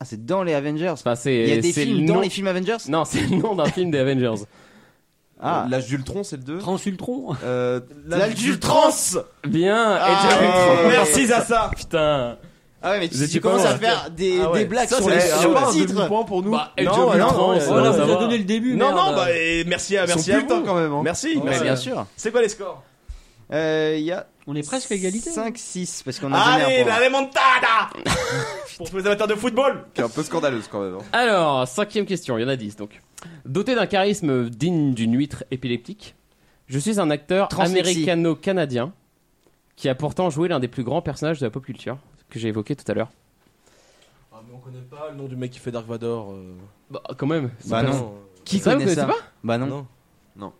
S4: Ah, c'est dans les Avengers.
S5: Enfin, c'est.
S4: Il y a des
S5: c'est
S4: films
S5: le
S4: dans
S5: nom-
S4: les films Avengers.
S5: Non, c'est le nom d'un film des Avengers.
S4: [laughs] Ah.
S2: Euh,
S3: L'âge d'Ultron, c'est le 2.
S6: Transultron.
S3: Euh,
S4: L'âge d'Ultron.
S5: Bien. Edge
S4: Ah,
S5: of
S4: ouais.
S5: Ultron.
S4: Merci,
S2: Zaza.
S5: Putain.
S4: Ah ouais, mais tu,
S5: Vous
S4: tu
S5: étiez pas
S4: commences
S5: loin,
S4: à faire des,
S2: Ah ouais.
S4: des blagues
S2: Ça,
S4: sur
S2: c'est-
S4: les
S2: eh, ouais, ouais.
S4: sous-titres.
S2: Point pour nous.
S5: Bah, Edge
S2: Non,
S5: of
S2: non,
S5: Ultron,
S2: non,
S5: ça
S2: non,
S6: Voilà,
S5: va
S6: vous avez
S5: savoir.
S6: donné le début.
S2: Non,
S6: merde.
S2: non, bah, et merci
S3: Ils
S2: à, merci
S3: sont
S2: à
S3: plus temps
S2: vous.
S3: quand même. hein.
S2: Merci,
S4: Ouais,
S2: merci.
S4: bien sûr.
S2: C'est quoi les scores
S4: Euh, Il y a
S6: On est presque à égalité.
S4: 5-6 parce qu'on a donné
S2: Allez,
S4: un point.
S2: la remontada Pour tous les amateurs de football
S3: Qui est un peu scandaleuse quand même. hein.
S5: Alors, cinquième question, il y en a dix donc. Doté d'un charisme digne d'une huître épileptique, je suis un acteur
S4: Translexie.
S5: américano-canadien qui a pourtant joué l'un des plus grands personnages de la pop culture que j'ai évoqué tout à
S2: Bah
S5: l'heure.
S2: Ah, mais on connaît pas le nom du mec qui fait Dark Vador. euh,
S5: Bah, quand même. c'est
S4: Bah
S5: pas-
S4: non. Qui
S5: Ça, vous
S4: connaît ça
S5: connaissez pas
S4: Bah non.
S2: Non.
S3: Non.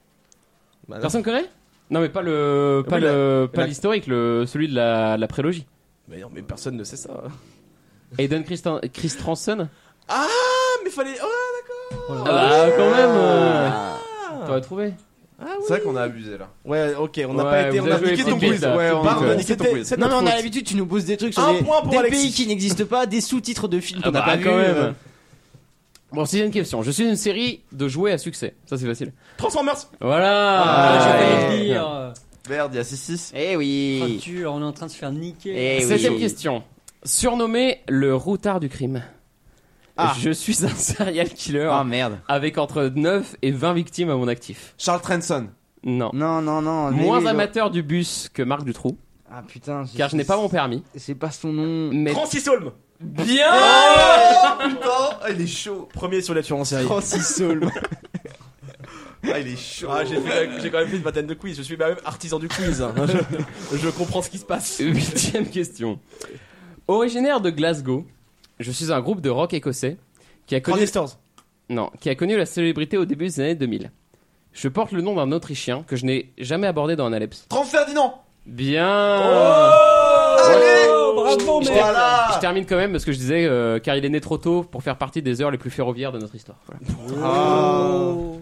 S2: Bah, non.
S5: Personne connaît Non, mais pas le, pas
S2: Oui,
S5: le, pas
S2: la-
S5: l'historique, le, celui de la, la prélogie.
S2: Mais non, mais personne ne sait ça.
S5: Aiden Christen- Christensen
S2: Ah, mais fallait. Oh,
S5: Ah bah, quand même. euh,
S4: Ah.
S5: T'aurais trouvé
S3: C'est vrai qu'on a abusé là.
S2: Ah ouais, ok, on n'a
S5: Ouais,
S2: pas été.
S5: vous
S2: On a
S5: avez joué
S2: niqué ton
S5: petite
S2: quiz.
S5: bête, là.
S2: Ouais, on
S5: Petite
S2: a
S5: bête.
S2: niqué ton quiz.
S4: Non, mais on a l'habitude, tu nous bosses des trucs sur
S2: Un
S4: des,
S2: point pour
S4: des
S2: Alexis.
S4: pays qui n'existent pas, des sous-titres de films qu'on
S5: Ah
S4: n'a
S5: bah,
S4: pas
S5: quand
S4: vu.
S5: même.
S4: euh.
S5: Bon, sixième question. Je suis une série de jouets à succès. Ça, c'est facile.
S2: Transformers
S5: Voilà
S4: Ah,
S6: Ah,
S4: ouais.
S6: j'allais
S5: Allez.
S6: le dire.
S3: Merde, il y a 6-6.
S4: Eh oui.
S6: Peinture, on est en train de se faire niquer.
S4: Eh
S5: Septième
S4: oui.
S5: question. Surnommé le routard du crime.
S4: Ah.
S5: Je suis un serial killer
S4: Ah merde.
S5: avec entre 9 et 20 victimes à mon actif.
S3: Charles Trenson.
S5: Non.
S4: Non, non, non. mais
S5: Moins
S4: oui,
S5: amateur du bus que Marc Dutroux,
S4: l'autre. Ah putain. j'ai-
S5: car je n'ai pas mon permis.
S4: C'est pas son nom. Oh
S5: Mais
S2: Francis Holm
S5: bien
S3: Putain, il est chaud.
S2: Premier sur les tueurs en série.
S4: Francis Holm.
S3: Ah, il est chaud.
S2: Ah, j'ai fait- j'ai quand même fait une vingtaine de quiz. Je suis même artisan du quiz. hein. Je, je comprends ce qui se passe.
S5: [laughs] Huitième question. Originaire de Glasgow, je suis un groupe de rock écossais qui a connu
S2: Corny Stores.
S5: Non, qui a connu la célébrité au début des années 2000. Je porte le nom d'un Autrichien que je n'ai jamais abordé dans un Aleps.
S3: Trent Ferdinand.
S5: Bien
S3: Allez
S6: Oh, bravo, mec.
S3: Voilà
S5: Je termine quand même parce que je disais, euh, car il est né trop tôt pour faire partie des heures les plus ferroviaires de notre histoire. Voilà.
S2: Ah.
S3: Ah.
S4: Oh.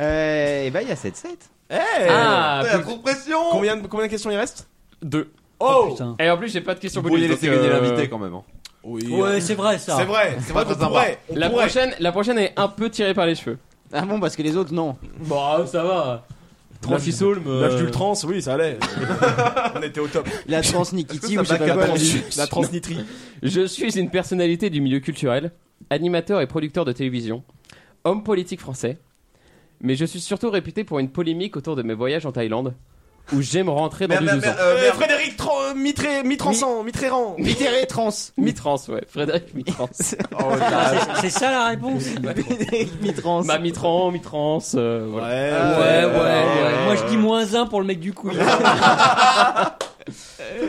S4: Euh, et bah il y a 7-7.
S2: Hey
S5: Ah,
S3: T'as la trop de pression
S2: combien, de- combien de questions il reste
S5: deux.
S6: Oh, putain.
S5: Et en plus, j'ai pas de question
S3: Vous pourriez
S5: bonus.
S3: laisser
S5: donc,
S3: gagner
S5: euh,
S3: l'invité quand même. hein.
S2: Oui. euh,
S6: Ouais, c'est vrai ça.
S2: C'est vrai, c'est vrai qu'on
S3: Sympa.
S2: pourrait. on
S5: La
S2: pourrait.
S5: prochaine, la prochaine est un peu tirée par les cheveux.
S4: Ah bon parce que les autres non.
S5: Bon, ça va. Francis Holm. euh,
S2: L'âge du trans, oui, ça allait. on était au top.
S4: La Transnikiti
S3: ça
S4: ou je sais
S3: back
S4: pas
S3: à
S4: quoi.
S3: trans-
S2: La transnitrie.
S5: Je suis une personnalité du milieu culturel, animateur et producteur de télévision, homme politique français, mais je suis surtout réputé pour une polémique autour de mes voyages en Thaïlande, où j'aime rentrer dans
S11: Merde,
S5: du
S11: merde,
S5: 12 ans.
S11: merde, euh,
S2: Eh,
S11: merde. Frédéric Tran- Mitré, Mitransan, Mitréran.
S5: Mitterrand Trans. Mitrans, ouais. Frédéric Mitrans.
S6: C'est ça la réponse
S5: Frédéric Mitrans. Bah, Mitran, Mitrans. euh, voilà.
S6: ouais, ouais. Euh, Moi je
S5: Euh.
S6: dis moins un pour le mec du coup.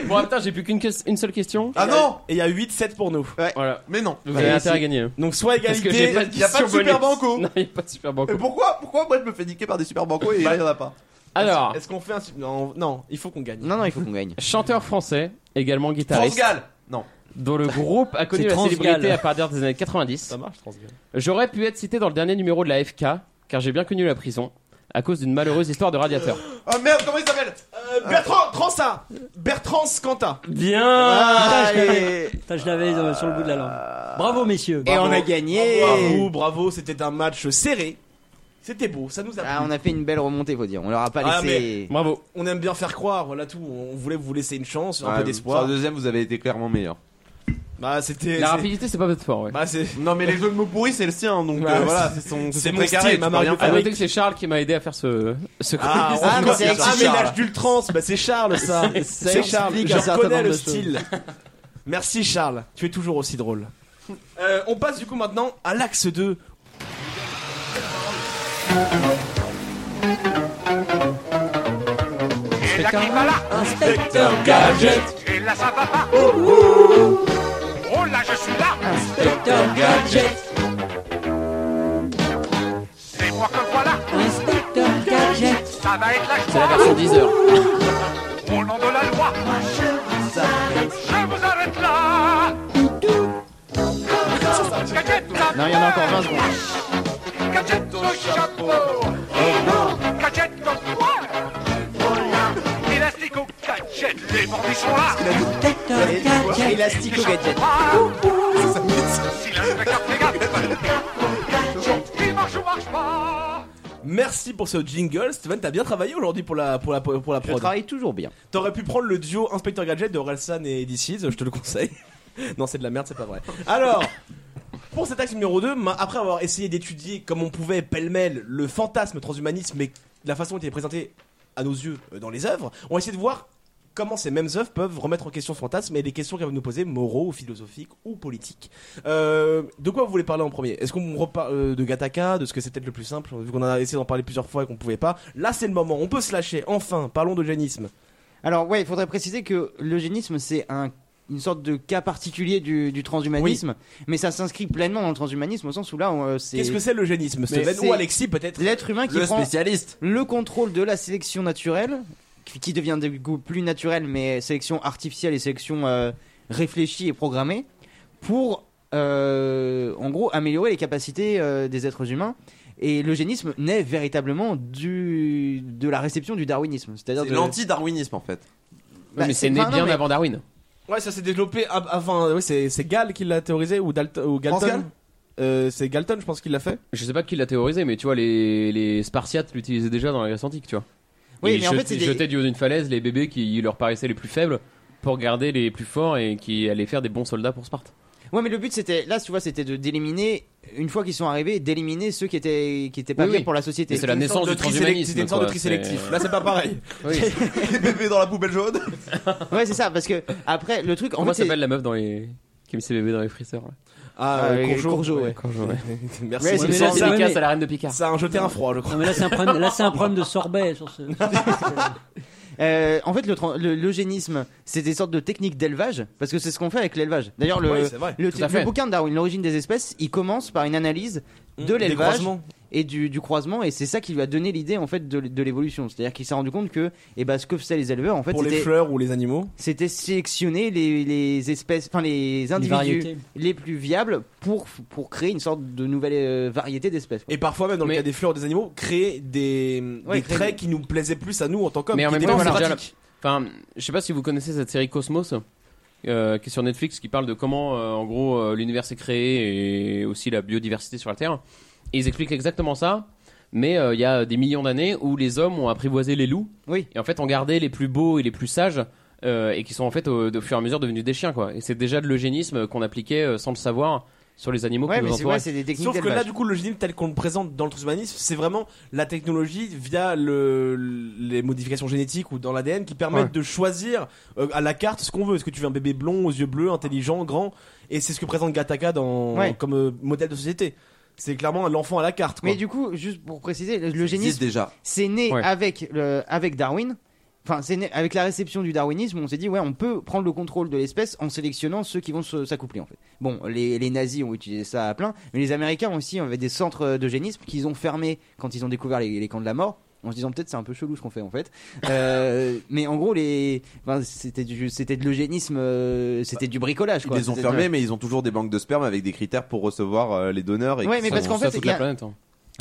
S5: Bon, attends, j'ai plus qu'une que- une seule question.
S11: Ah non
S2: Et il y a 8-7 pour nous.
S5: Voilà.
S11: Mais non.
S5: Vous avez
S11: Bah,
S5: intérêt à
S11: si.
S5: gagner.
S2: Donc, soit
S11: Parce que
S2: égalité,
S11: j'ai pas de
S2: il y a pas de
S5: question
S2: super
S5: bonus.
S2: banco.
S5: [laughs] Non, il n'y a pas de super banco.
S11: Mais pourquoi, pourquoi moi je me fais niquer par des super bancos et là il y en a pas
S5: Alors,
S2: Est-ce qu'on fait un. sup- Non, non, il faut qu'on gagne.
S4: Non, non, il faut qu'on gagne.
S5: chanteur français, également guitariste.
S11: Transgal Non.
S5: dont le groupe a connu
S6: C'est
S5: la
S6: Transgal.
S5: célébrité à partir des années 90.
S2: Ça marche, Transgal.
S5: J'aurais pu être cité dans le dernier numéro de la FK, car j'ai bien connu la prison, à cause d'une malheureuse histoire de radiateur.
S11: Oh merde, comment il s'appelle
S5: Ah.
S11: Euh, Bertrand Transa Bertrand Scantin
S6: Bien Putain, je l'avais- putain, je l'avais euh, sur le bout de la langue. Bravo messieurs.
S4: Et on a gagné.
S2: Bravo, bravo, c'était un match serré. C'était beau, ça nous a plu.
S4: Ah, on a fait une belle remontée, faut dire. On leur a pas
S2: Ah,
S4: laissé.
S5: Bravo.
S2: On aime bien faire croire, voilà tout. On voulait vous laisser une chance, un
S3: Ouais,
S2: peu d'espoir.
S3: Sur la deuxième, vous avez été clairement meilleur.
S2: Bah, c'était.
S5: La
S2: c'est-
S5: rapidité, c'est pas votre fort, ouais.
S2: Bah, c'est.
S3: Non,
S5: [laughs]
S3: mais les jeux de mots pourris, c'est le sien, donc
S2: Bah,
S3: euh, voilà, c'est son,
S2: c'est
S3: son
S2: mon
S3: très
S2: style,
S3: carré,
S2: ma
S3: tu peux
S2: marque
S3: rien
S2: de
S5: À
S3: faire.
S5: noter que Ah, c'est Charles qui m'a aidé à faire ce, ce
S2: Ah,
S4: Ah,
S2: on
S4: mais c'est
S2: connaît-
S4: avec
S2: ah,
S4: Charles.
S2: mais l'âge d'ultrance, bah, c'est Charles ça.
S4: Ça
S2: C'est
S4: explique
S2: Charles,
S4: un
S2: je
S4: certain
S2: reconnais
S4: nombre
S2: le
S4: de choses.
S2: style. Merci Charles, tu es toujours aussi drôle. Euh, on passe du coup maintenant à l'axe 2.
S6: Inspecteur Gadget
S1: Et là ça va pas Oh là je suis là
S6: Inspecteur Gadget
S1: C'est moi que voilà
S6: Inspecteur Gadget
S1: Ça va être la
S5: C'est la
S1: joie
S5: version 10 heures.
S1: Au nom de la loi Je vous arrête là
S4: Non, il y en a encore 20 secondes.
S1: Gadget au chapeau Gadget au poil Élastique au gadget Les bandits sont là
S6: Inspecteur Gadget
S4: Élastico gadget.
S1: Ah Si l'inspecteur fait gaffe Il marche ou marche pas
S2: Merci pour ce jingle. Steven, t'as bien travaillé aujourd'hui pour la, pour la, pour la
S4: Je
S2: prod.
S4: travaille toujours bien.
S2: T'aurais pu prendre le duo Inspecteur Gadget de Orelsan et DC's, je te le conseille. [laughs] non, c'est de la merde, c'est pas vrai. Alors, pour cet axe numéro 2, ma- après avoir essayé d'étudier comme on pouvait pêle-mêle le fantasme transhumaniste, mais la façon dont il est présenté à nos yeux euh, dans les œuvres, on va essayer de voir comment ces mêmes œuvres peuvent remettre en question ce fantasme et les questions qu'elles peuvent nous poser, moraux, ou philosophiques ou politiques. Euh, de quoi vous voulez parler en premier Est-ce qu'on reparle euh, de Gattaca, de ce que c'est peut-être le plus simple, vu qu'on a essayé d'en parler plusieurs fois et qu'on pouvait pas Là, c'est le moment, on peut se lâcher, enfin, parlons de janisme.
S4: Alors, ouais, il faudrait préciser que l'eugénisme, c'est un- une sorte de cas particulier du, du transhumanisme, mais ça s'inscrit pleinement dans le transhumanisme au sens où là, on, euh, c'est
S2: Qu'est-ce que c'est l'eugénisme Steven
S4: c'est-
S2: ou Alexis peut-être
S4: l'être humain qui
S3: Le
S4: prend
S3: spécialiste.
S4: le contrôle de la sélection naturelle, qui qui devient du coup plus naturelle, mais sélection artificielle et sélection euh, réfléchie et programmée, pour euh, en gros améliorer les capacités euh, des êtres humains. Et l'eugénisme naît véritablement du, de la réception du darwinisme. C'est-à-dire
S3: C'est
S4: de-
S3: l'anti-darwinisme en fait.
S4: Bah,
S5: mais c'est né
S4: enfin, non,
S5: bien
S4: mais-
S5: avant Darwin.
S2: Ouais, ça s'est développé av- avant. ouais, c'est c'est Gall qui l'a théorisé ou, Dalt- ou
S3: Gall
S2: Galton Euh, C'est Galton, je pense, qui l'a fait.
S5: Je sais pas qui l'a théorisé, mais tu vois, les, les Spartiates l'utilisaient déjà dans la Grèce antique, tu vois.
S4: Oui,
S5: Ils
S4: mais en
S5: jet-
S4: fait, c'est
S5: ils
S4: des-
S5: jetaient du haut d'une falaise les bébés qui leur paraissaient les plus faibles pour garder les plus forts et qui allaient faire des bons soldats pour Sparte.
S4: Ouais, mais le but c'était là, tu vois, c'était de d'éliminer une fois qu'ils sont arrivés, d'éliminer ceux qui étaient qui étaient pas
S5: Oui,
S4: bien
S5: oui.
S4: pour la
S5: Mais
S4: société.
S5: c'est la naissance du
S2: tri
S5: transhumanisme.
S2: sélectif- C'était une sorte de
S5: quoi.
S2: tri
S5: C'est- euh,
S2: sélectif. Là, c'est pas pareil.
S5: [laughs] Oui.
S3: Les
S2: [laughs]
S3: bébés dans la
S5: [laughs]
S3: poubelle jaune.
S4: Ouais, c'est ça, parce que après le truc, en
S5: Comment
S4: fait, c'est-
S5: s'appelle la meuf dans les. qui met ses bébés dans les frisseurs là
S2: Ah,
S4: Ah,
S2: euh,
S4: oui,
S2: Courgeot.
S4: Courgeot, ouais.
S2: [laughs] Merci.
S4: Ouais,
S2: Ouais,
S4: c'est
S2: mais
S4: ça,
S2: ça,
S6: c'est
S5: C'est
S2: ça,
S6: vrai,
S5: dédicace
S6: mais-
S5: à la reine de Picard.
S2: ça a un jeté un froid, je crois.
S6: Non mais là c'est un problème, là c'est un problème de sorbet sur ce.
S4: euh, en fait le tran- le- l'eugénisme, c'est des sortes de techniques d'élevage, parce que c'est ce qu'on fait avec l'élevage. D'ailleurs, le
S2: Oui, c'est vrai.
S4: le,
S5: Tout à
S4: le
S5: fait.
S4: bouquin de Darwin, l'origine des espèces, il commence par une analyse de
S2: Mmh, Des
S4: l'élevage
S2: croisements.
S4: et du, du croisement, et c'est ça qui lui a donné l'idée en fait de, de l'évolution. C'est-à-dire qu'il s'est rendu compte que, eh ben, ce que faisaient les éleveurs, en fait,
S2: Pour les
S4: c'était
S2: fleurs ou les animaux.
S4: c'était sélectionner les, les espèces, enfin les individus
S6: variétés.
S4: les plus viables pour, pour créer une sorte de nouvelle euh, variété d'espèces. quoi.
S2: Et parfois, même dans le
S5: Mais-
S2: cas des fleurs ou des animaux, créer des,
S4: Ouais,
S2: des
S4: créer
S2: traits qui nous plaisaient plus à nous en tant qu'hommes.
S5: Mais en
S2: qui
S5: même
S2: étaient
S5: temps,
S2: plus
S5: c'est déjà
S2: pratiques.
S5: Enfin, je sais pas si vous connaissez cette série Cosmos, euh, qui est sur Netflix, qui parle de comment, euh, en gros, euh, l'univers s'est créé et aussi la biodiversité sur la Terre. Et ils expliquent exactement ça, mais euh, il y a des millions d'années où les hommes ont apprivoisé les loups.
S4: Oui.
S5: Et en fait, ont gardé les plus beaux et les plus sages. euh, et qui sont en fait au, au fur et à mesure devenus des chiens quoi. Et c'est déjà de l'eugénisme qu'on appliquait euh, sans le savoir sur les animaux qui nous entourent.
S2: Sauf que là, du coup, le génisme tel qu'on le présente dans le transhumanisme, c'est vraiment la technologie via le, les modifications génétiques ou dans l'ADN qui permettent
S5: Ouais.
S2: de choisir euh, à la carte ce qu'on veut. Est-ce que tu veux un bébé blond, aux yeux bleus, intelligent, grand Et c'est ce que présente Gattaca dans,
S4: Ouais.
S2: comme euh, modèle de société. C'est clairement l'enfant à la carte.
S4: Mais du coup, juste pour préciser, le, le génisme,
S2: existe déjà.
S4: c'est né
S2: Ouais.
S4: avec, le, avec Darwin. Enfin, c'est né avec la réception du darwinisme, on s'est dit, ouais, on peut prendre le contrôle de l'espèce en sélectionnant ceux qui vont se- s'accoupler, en fait. Bon, les, les nazis ont utilisé ça à plein, mais les Américains aussi avaient des centres de génisme qu'ils ont fermés quand ils ont découvert les, les camps de la mort. En se disant peut-être c'est un peu chelou ce qu'on fait en fait, Euh, [laughs] mais en gros les, enfin, c'était du, c'était de l'eugénisme, euh, c'était du bricolage.
S3: Ils
S4: quoi.
S3: les ont
S4: C'était-
S3: fermés, mais ils ont toujours des banques de sperme avec des critères pour recevoir euh, les donneurs. Et
S4: Ouais,
S3: qui
S4: mais
S3: sont-
S4: parce qu'en fait, il y a-
S3: hein.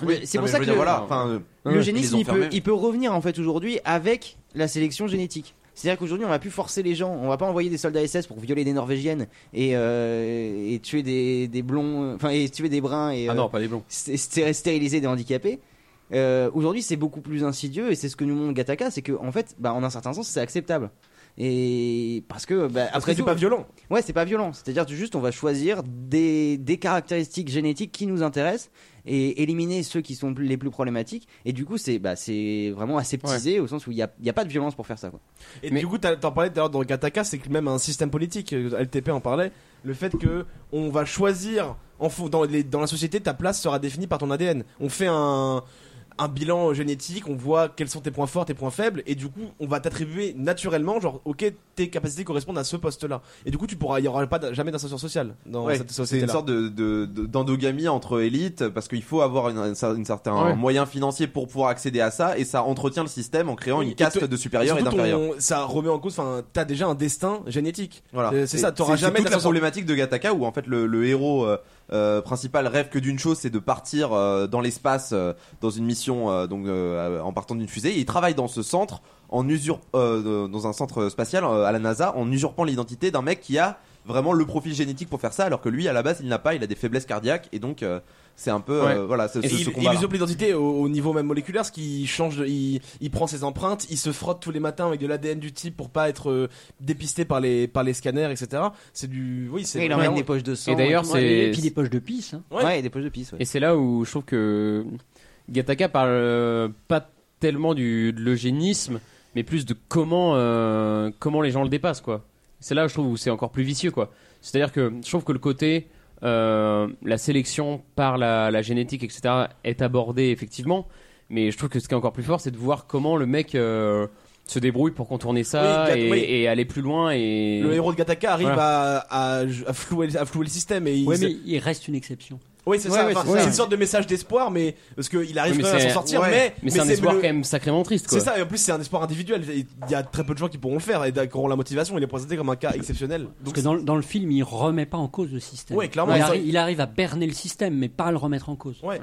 S4: Le-
S3: Oui,
S4: c'est
S3: non,
S4: pour
S3: mais
S4: ça
S3: je
S4: que
S3: veux dire, voilà, enfin, euh, ils
S4: le
S3: les
S4: génisme
S3: ont
S4: il peut,
S3: fermés.
S4: il peut revenir en fait aujourd'hui avec la sélection génétique. C'est-à-dire qu'aujourd'hui, on va plus forcer les gens. On va pas envoyer des soldats SS pour violer des Norvégiennes et, euh, et tuer des, des blonds, enfin et tuer des bruns et
S5: Ah non,
S4: euh,
S5: pas les blonds.
S4: sté- sté- stériliser des handicapés. Euh, aujourd'hui, c'est beaucoup plus insidieux et c'est ce que nous montre Gattaca, c'est que en fait, bah, en un certain sens, c'est acceptable. Et parce que bah, après
S2: que c'est
S4: tout-
S2: pas violent.
S4: Ouais, c'est pas violent. C'est-à-dire que juste on va choisir des, des caractéristiques génétiques qui nous intéressent et éliminer ceux qui sont plus- les plus problématiques. Et du coup, c'est bah, c'est vraiment aseptisé au sens où il n'y a, il y a pas de violence pour faire ça. Quoi.
S2: Et du coup, t'as- t'en parlais d'ailleurs dans Gattaca, c'est que même un système politique, euh, LTP en parlait, le fait que on va choisir, en fon- dans, les- dans la société, ta place sera définie par ton ADN. On fait un, un bilan génétique, on voit quels sont tes points forts, tes points faibles, et du coup, on va t'attribuer naturellement, genre, ok, tes capacités correspondent à ce poste-là. Et du coup, tu pourras, il y aura pas d- jamais d'insertion sociale dans
S3: Ouais,
S2: cette
S3: c'est
S2: société-là.
S3: une sorte de- de- de- d'endogamie entre élites parce qu'il faut avoir une, un cer- une certain
S2: Ouais.
S3: moyen financier pour pouvoir accéder à ça et ça entretient le système en créant une caste
S2: toi-
S3: de supérieurs et
S2: surtout, ton-
S3: d'inférieurs.
S2: Ça remet en cause, enfin, t'as déjà un destin génétique.
S3: Voilà.
S2: C'est- C'est ça, t'auras
S3: c'est
S2: jamais
S3: toute la
S2: d'insertion-
S3: problématique de Gattaca où en fait le, le héros euh, euh, principal rêve que d'une chose, c'est de partir euh, dans l'espace euh, dans une mission euh, donc euh, en partant d'une fusée. Et il travaille dans ce centre en usur euh, dans un centre spatial euh, à la NASA en usurpant l'identité d'un mec qui a vraiment le profil génétique pour faire ça, alors que lui à la base il n'a pas, il a des faiblesses cardiaques et donc euh, c'est un peu euh,
S2: Ouais.
S3: voilà ce,
S2: Et
S3: ce-
S2: il,
S3: ce
S2: il
S3: combat.
S2: usurpe l'identité au, au niveau même moléculaire, ce qui change, de- il, il prend ses empreintes, il se frotte tous les matins avec de l'ADN du type pour pas être euh, dépisté par les par les scanners, etc. C'est du, oui, c'est.
S4: il emmène des poches de sang.
S5: Et d'ailleurs,
S4: tout.
S5: c'est-
S4: Ouais,
S6: Et puis des poches de pisse. hein.
S4: Ouais. Ouais, des poches de pisse. ouais.
S5: Et c'est là où je trouve que Gattaca parle euh, pas tellement du, de l'eugénisme, mais plus de comment, euh, comment les gens le dépassent, quoi. C'est là, je trouve, où c'est encore plus vicieux, quoi. C'est-à-dire que je trouve que le côté, euh, la sélection par la, la génétique, etc., est abordé, effectivement, mais je trouve que ce qui est encore plus fort, c'est de voir comment le mec euh, se débrouille pour contourner ça
S2: Oui, Gat-
S5: et,
S2: oui.
S5: et aller plus loin. Et...
S2: Le héros de Gattaca arrive
S5: Voilà.
S2: à, à, à flouer à flouer le système et il.
S6: Ouais, mais il reste une exception.
S2: Oui, c'est
S6: Ouais,
S2: ça.
S6: ouais,
S2: enfin,
S6: c'est ça.
S2: c'est une sorte de message d'espoir, mais parce qu'il arrive
S5: Oui, mais
S2: quand même à
S5: c'est-
S2: s'en sortir.
S5: ouais.
S2: Mais,
S5: Mais c'est un
S2: mais
S5: espoir
S2: le-
S5: quand même sacrément triste, quoi.
S2: C'est ça. Et en plus, c'est un espoir individuel. Il y a très peu de gens qui pourront le faire et qui auront la motivation. Il est présenté comme un cas exceptionnel.
S6: Parce que dans, le- dans le film, il remet pas en cause le système.
S2: Ouais, clairement,
S6: Il,
S2: ils
S6: arri-
S2: ont-
S6: il arrive à berner le système, mais pas à le remettre en cause.
S2: Ouais.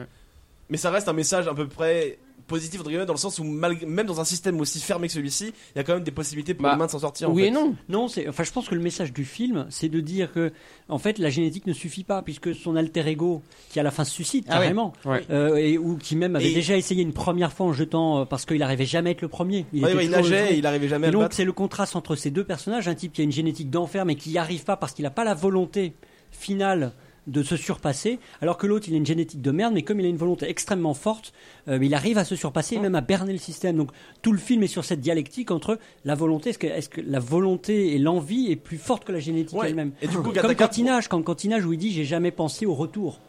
S2: Mais ça reste un message à peu près positif entre guillemets, dans le sens où malgré- même dans un système aussi fermé que celui-ci, il y a quand même des possibilités pour les mains de s'en sortir. en fait.
S6: Non, c'est. Enfin, je pense que le message du film, c'est de dire que, en fait, la génétique ne suffit pas, puisque son alter ego, qui à la fin se suicide
S2: Ah ouais.
S6: carrément,
S2: Ouais.
S6: euh, et ou qui même avait
S2: Et-
S6: déjà essayé une première fois en jetant, euh, parce qu'il arrivait jamais à être le premier.
S2: Ouais,
S6: était
S2: ouais, il
S6: toujours le
S2: nageait
S6: second.
S2: et il arrivait jamais à
S6: Et
S2: le
S6: donc,
S2: battre.
S6: c'est le contraste entre ces deux personnages, un type qui a une génétique d'enfer, mais qui n'y arrive pas parce qu'il n'a pas la volonté finale de se surpasser, alors que l'autre il a une génétique de merde, mais comme il a une volonté extrêmement forte, euh, il arrive à se surpasser et même à berner le système. Donc tout le film est sur cette dialectique entre la volonté, est-ce que, est-ce que la volonté et l'envie est plus forte que la génétique elle-même
S2: et du coup,
S6: Comme
S2: Gattaca-
S6: quand il nage, quand, quand il nage où il dit j'ai jamais pensé au retour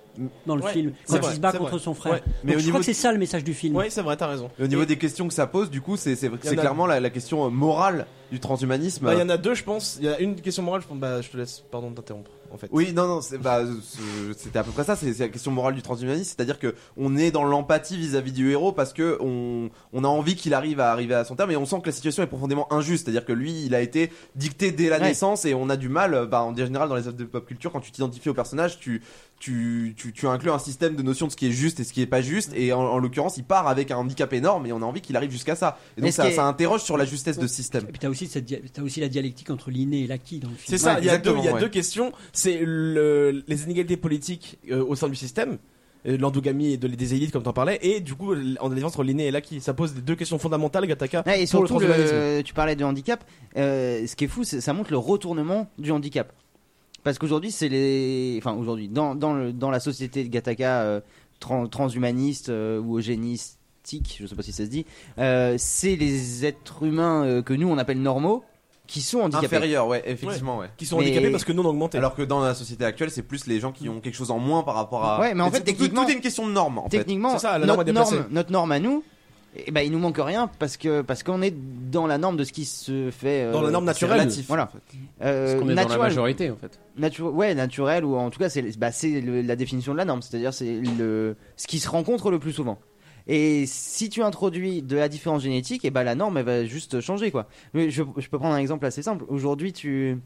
S6: dans le
S2: Ouais,
S6: film,
S2: c'est
S6: quand
S2: vrai,
S6: il se bat
S2: c'est
S6: contre
S2: vrai.
S6: son frère.
S2: Ouais.
S6: Mais
S2: Mais
S6: je
S2: au
S6: crois
S2: niveau
S6: que c'est ça le message du film.
S2: Oui, c'est vrai, t'as raison.
S3: Et au niveau des questions que ça pose, du coup, c'est c'est-
S2: Il y
S3: c'est
S2: en a-
S3: clairement la, la question euh, morale du transhumanisme.
S2: Bah, il y en a deux, je pense. Il y a une question morale, je pense. Bah, je te laisse, pardon de t'interrompre. En fait.
S3: Oui, non, non, c'est- bah, c'est- c'était à peu près ça. C'est c'est la question morale du transhumanisme, c'est-à-dire que on est dans l'empathie vis-à-vis du héros parce que on, on a envie qu'il arrive à arriver à son terme, et on sent que la situation est profondément injuste. C'est-à-dire que lui, il a été dicté dès la
S4: Ouais.
S3: naissance, et on a du mal, euh, bah, en général, dans les œuvres de pop culture, quand tu t'identifies au personnage, tu tu, tu, tu inclus un système de notion de ce qui est juste et ce qui est pas juste, et en, en l'occurrence, il part avec un handicap énorme, et on a envie qu'il arrive jusqu'à ça. Et
S6: Mais
S3: donc
S6: ce
S3: ça,
S6: qui est-
S3: ça interroge sur la justesse de ce système.
S6: Et puis t'as aussi, cette dia- t'as aussi la dialectique entre l'inné et l'acquis dans le film.
S2: C'est ça, il y a, deux, il y a
S3: ouais.
S2: deux questions. C'est le- les inégalités politiques euh, au sein du système, euh, l'endogamie et de, des élites comme t'en parlais, et du coup, l- en alliance entre l'inné et l'acquis. Ça pose les deux questions fondamentales, Gattaca,
S4: Ouais, et
S2: pour le
S4: surtout, le-
S2: transhumanisme.
S4: tu parlais de handicap. euh, ce qui est fou, c'est- ça montre le retournement du handicap. Parce qu'aujourd'hui, c'est les. Enfin, aujourd'hui, dans, dans, le- dans la société de Gattaca euh, tran- transhumaniste euh, ou eugénistique, je sais pas si ça se dit, euh, c'est les êtres humains euh, que nous on appelle normaux qui sont handicapés.
S3: Inférieurs, ouais, effectivement, ouais.
S4: Mais-
S2: non augmentés.
S3: Alors que dans la société actuelle, c'est plus les gens qui ont quelque chose en moins par rapport à.
S4: Ouais, mais en fait,
S3: Ah. c'est- tout-
S4: techniquement-
S3: tout est une question de normes. En fait.
S4: Techniquement,
S3: C'est ça, la norme
S4: notre,
S3: est déplacée.
S4: norme, notre norme à nous, eh ben, il nous manque rien parce que parce qu'on est dans la norme de ce qui se fait. euh,
S2: Dans la norme
S4: c'est
S2: naturelle.
S4: relatif. Voilà. Euh,
S5: Parce qu'on est dans la
S4: naturel.
S5: majorité, en fait.
S4: Natu- ouais, naturel ou en tout cas c'est bah, c'est le- la définition de la norme, c'est-à-dire c'est le ce qui se rencontre le plus souvent. Et si tu introduis de la différence génétique, et ben la norme elle va juste changer quoi. Mais je, je peux prendre un exemple assez simple. Aujourd'hui tu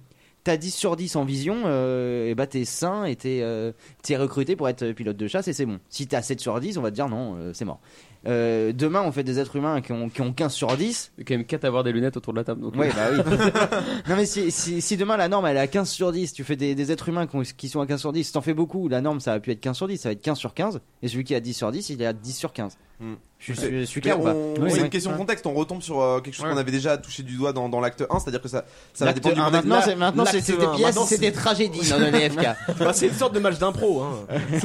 S4: T'as 10 sur 10 en vision, et bah t'es sain et t'es euh, t'es recruté pour être pilote de chasse et c'est bon. Si t'as 7 sur 10, on va te dire non, euh, c'est mort. Euh, demain, on fait des êtres humains qui ont, qui ont 15 sur 10.
S5: Il y a quand même 4 à avoir des lunettes autour de la table. Donc... euh.
S4: Ouais, bah
S5: [laughs]
S4: oui. [laughs] non, mais si, si, si demain la norme elle est à 15 sur 10, tu fais des, des êtres humains qui, ont- qui sont à 15 sur 10, si t'en fais beaucoup, la norme ça va plus être 15 sur 10, ça va être 15 sur 15, et celui qui a 10 sur 10, il est à 10 sur 15. Je suis, je suis clair ou
S3: Hmm. Mais
S4: pas
S3: on-
S4: Oui,
S3: C'est
S4: oui.
S3: une question de contexte. On retombe sur euh, quelque chose qu'on avait déjà touché du doigt dans, dans l'acte 1, c'est-à-dire que ça, ça va
S4: L'acte
S3: dépendre du
S4: 1,
S3: contexte.
S4: maintenant,
S3: Là,
S4: c'est- maintenant, c'est-
S3: l'acte
S4: c'est des
S3: 1,
S4: pièces,
S3: maintenant,
S4: c'est des tragédies dans le LFK.
S2: [laughs] Bah, c'est une sorte de match d'impro. Hein.
S4: [laughs]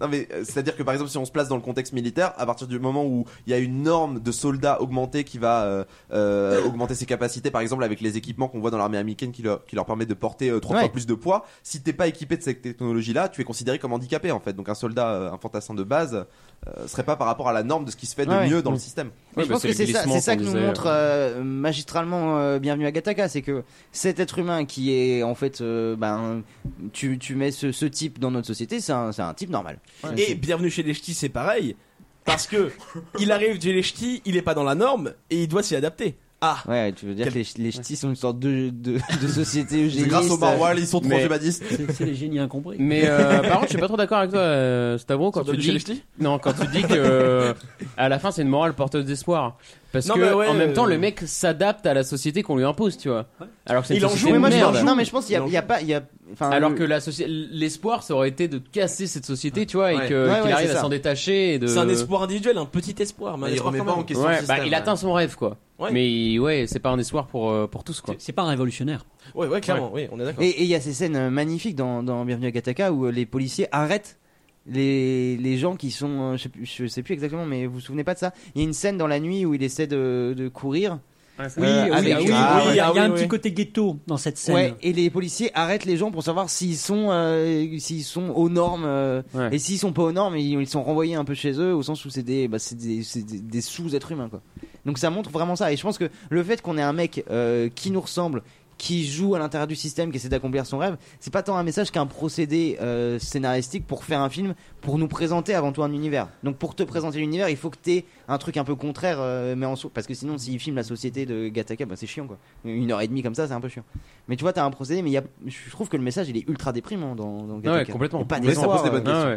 S3: non mais euh, c'est-à-dire que par exemple si on se place dans le contexte militaire, à partir du moment où il y a une norme de soldats augmentée qui va euh, euh, augmenter ses capacités, par exemple avec les équipements qu'on voit dans l'armée américaine qui leur, qui leur permet de porter euh, trois
S4: Ouais.
S3: fois plus de poids, si t'es pas équipé de cette technologie-là, tu es considéré comme handicapé en fait. Donc un soldat, euh, un fantassin de base, euh, serait pas par rapport à la norme de ce qui se fait de
S4: Ouais,
S3: mieux
S4: ouais.
S3: dans le
S4: Mm.
S3: système.
S4: Mais je pense que c'est ça, c'est ça que nous montre euh, magistralement euh, Bienvenue à Gattaca, c'est que cet être humain qui est en fait, euh, ben, tu, tu mets ce, ce type dans notre société, c'est un, c'est un type normal.
S2: Et
S3: bah
S2: bienvenue chez les ch'tis, c'est pareil. Parce que il arrive chez les ch'tis, il est pas dans la norme et il doit s'y adapter. Ah
S4: Ouais, tu veux dire que les, les ch'tis sont une sorte de, de, de société eugéniste.
S5: Mais-
S6: C'est les génies incompris.
S5: Mais euh, par contre, je suis pas trop d'accord avec toi, euh, Stavro, quand
S6: Sur
S5: tu
S6: de chez les
S5: dis
S6: ch'tis
S5: non, quand tu dis que
S4: [laughs]
S5: euh, à la fin c'est une morale porteuse d'espoir, parce
S4: Non, mais
S5: que
S4: ouais,
S5: en même temps
S4: euh,
S5: le mec s'adapte à la société qu'on lui impose, tu vois. Alors que c'est une
S4: Il en
S5: société
S4: joue,
S5: de
S4: mais moi, je
S5: merde.
S4: m'en joue. Non, mais je pense qu'il y a- il y a pas- il y a- enfin,
S5: Alors
S4: le-
S5: que la soci- l'espoir, ça aurait été de casser cette société, tu vois, et
S2: Ouais.
S5: que-
S2: Ouais,
S5: qu'il
S2: ouais,
S5: arrive
S2: c'est
S5: à
S2: ça.
S5: s'en détacher. et de-
S2: C'est un espoir individuel, un petit espoir. Mais un
S5: Ouais,
S2: espoir quand même.
S5: Ouais, bah,
S4: hein.
S5: il atteint son rêve, quoi.
S2: Ouais.
S5: Mais ouais, c'est pas un espoir pour euh, pour tous, quoi.
S6: C'est pas un révolutionnaire.
S2: Ouais, ouais, clairement, oui, on est d'accord.
S4: Et et il y a ces scènes euh, magnifiques dans, dans Bienvenue à Gattaca où euh, les policiers arrêtent les, les gens qui sont. euh, Je sais, plus- je sais plus exactement, mais vous vous souvenez pas de ça Il y a une scène dans la nuit où il essaie de, de courir.
S6: Oui,
S4: euh,
S6: oui,
S4: avec-
S6: ah oui,
S4: Ah,
S6: oui,
S4: ouais.
S6: il y a, il y a un petit côté ghetto dans cette scène.
S4: Ouais, et les policiers arrêtent les gens pour savoir s'ils sont, euh, s'ils sont aux normes. euh, Et s'ils sont pas aux normes, ils, ils sont renvoyés un peu chez eux, au sens où c'est des, bah, c'est des, c'est des- des sous-êtres humains. Quoi. Donc ça montre vraiment ça. Et je pense que le fait qu'on ait un mec euh, qui nous ressemble, qui joue à l'intérieur du système, qui essaie d'accomplir son rêve, c'est pas tant un message qu'un procédé euh, scénaristique pour faire un film, pour nous présenter avant tout un univers. Donc pour te présenter l'univers, il faut que t'aies un truc un peu contraire, euh, mais en soi- parce que sinon s'il filme la société de Gattaca, bah, c'est chiant quoi. Une heure et demie comme ça, c'est un peu chiant. Mais tu vois, t'as un procédé, mais il y a, je trouve que le message il est ultra déprimant dans, dans Gattaca. Et pas d'espoir,
S2: Ça
S4: euh,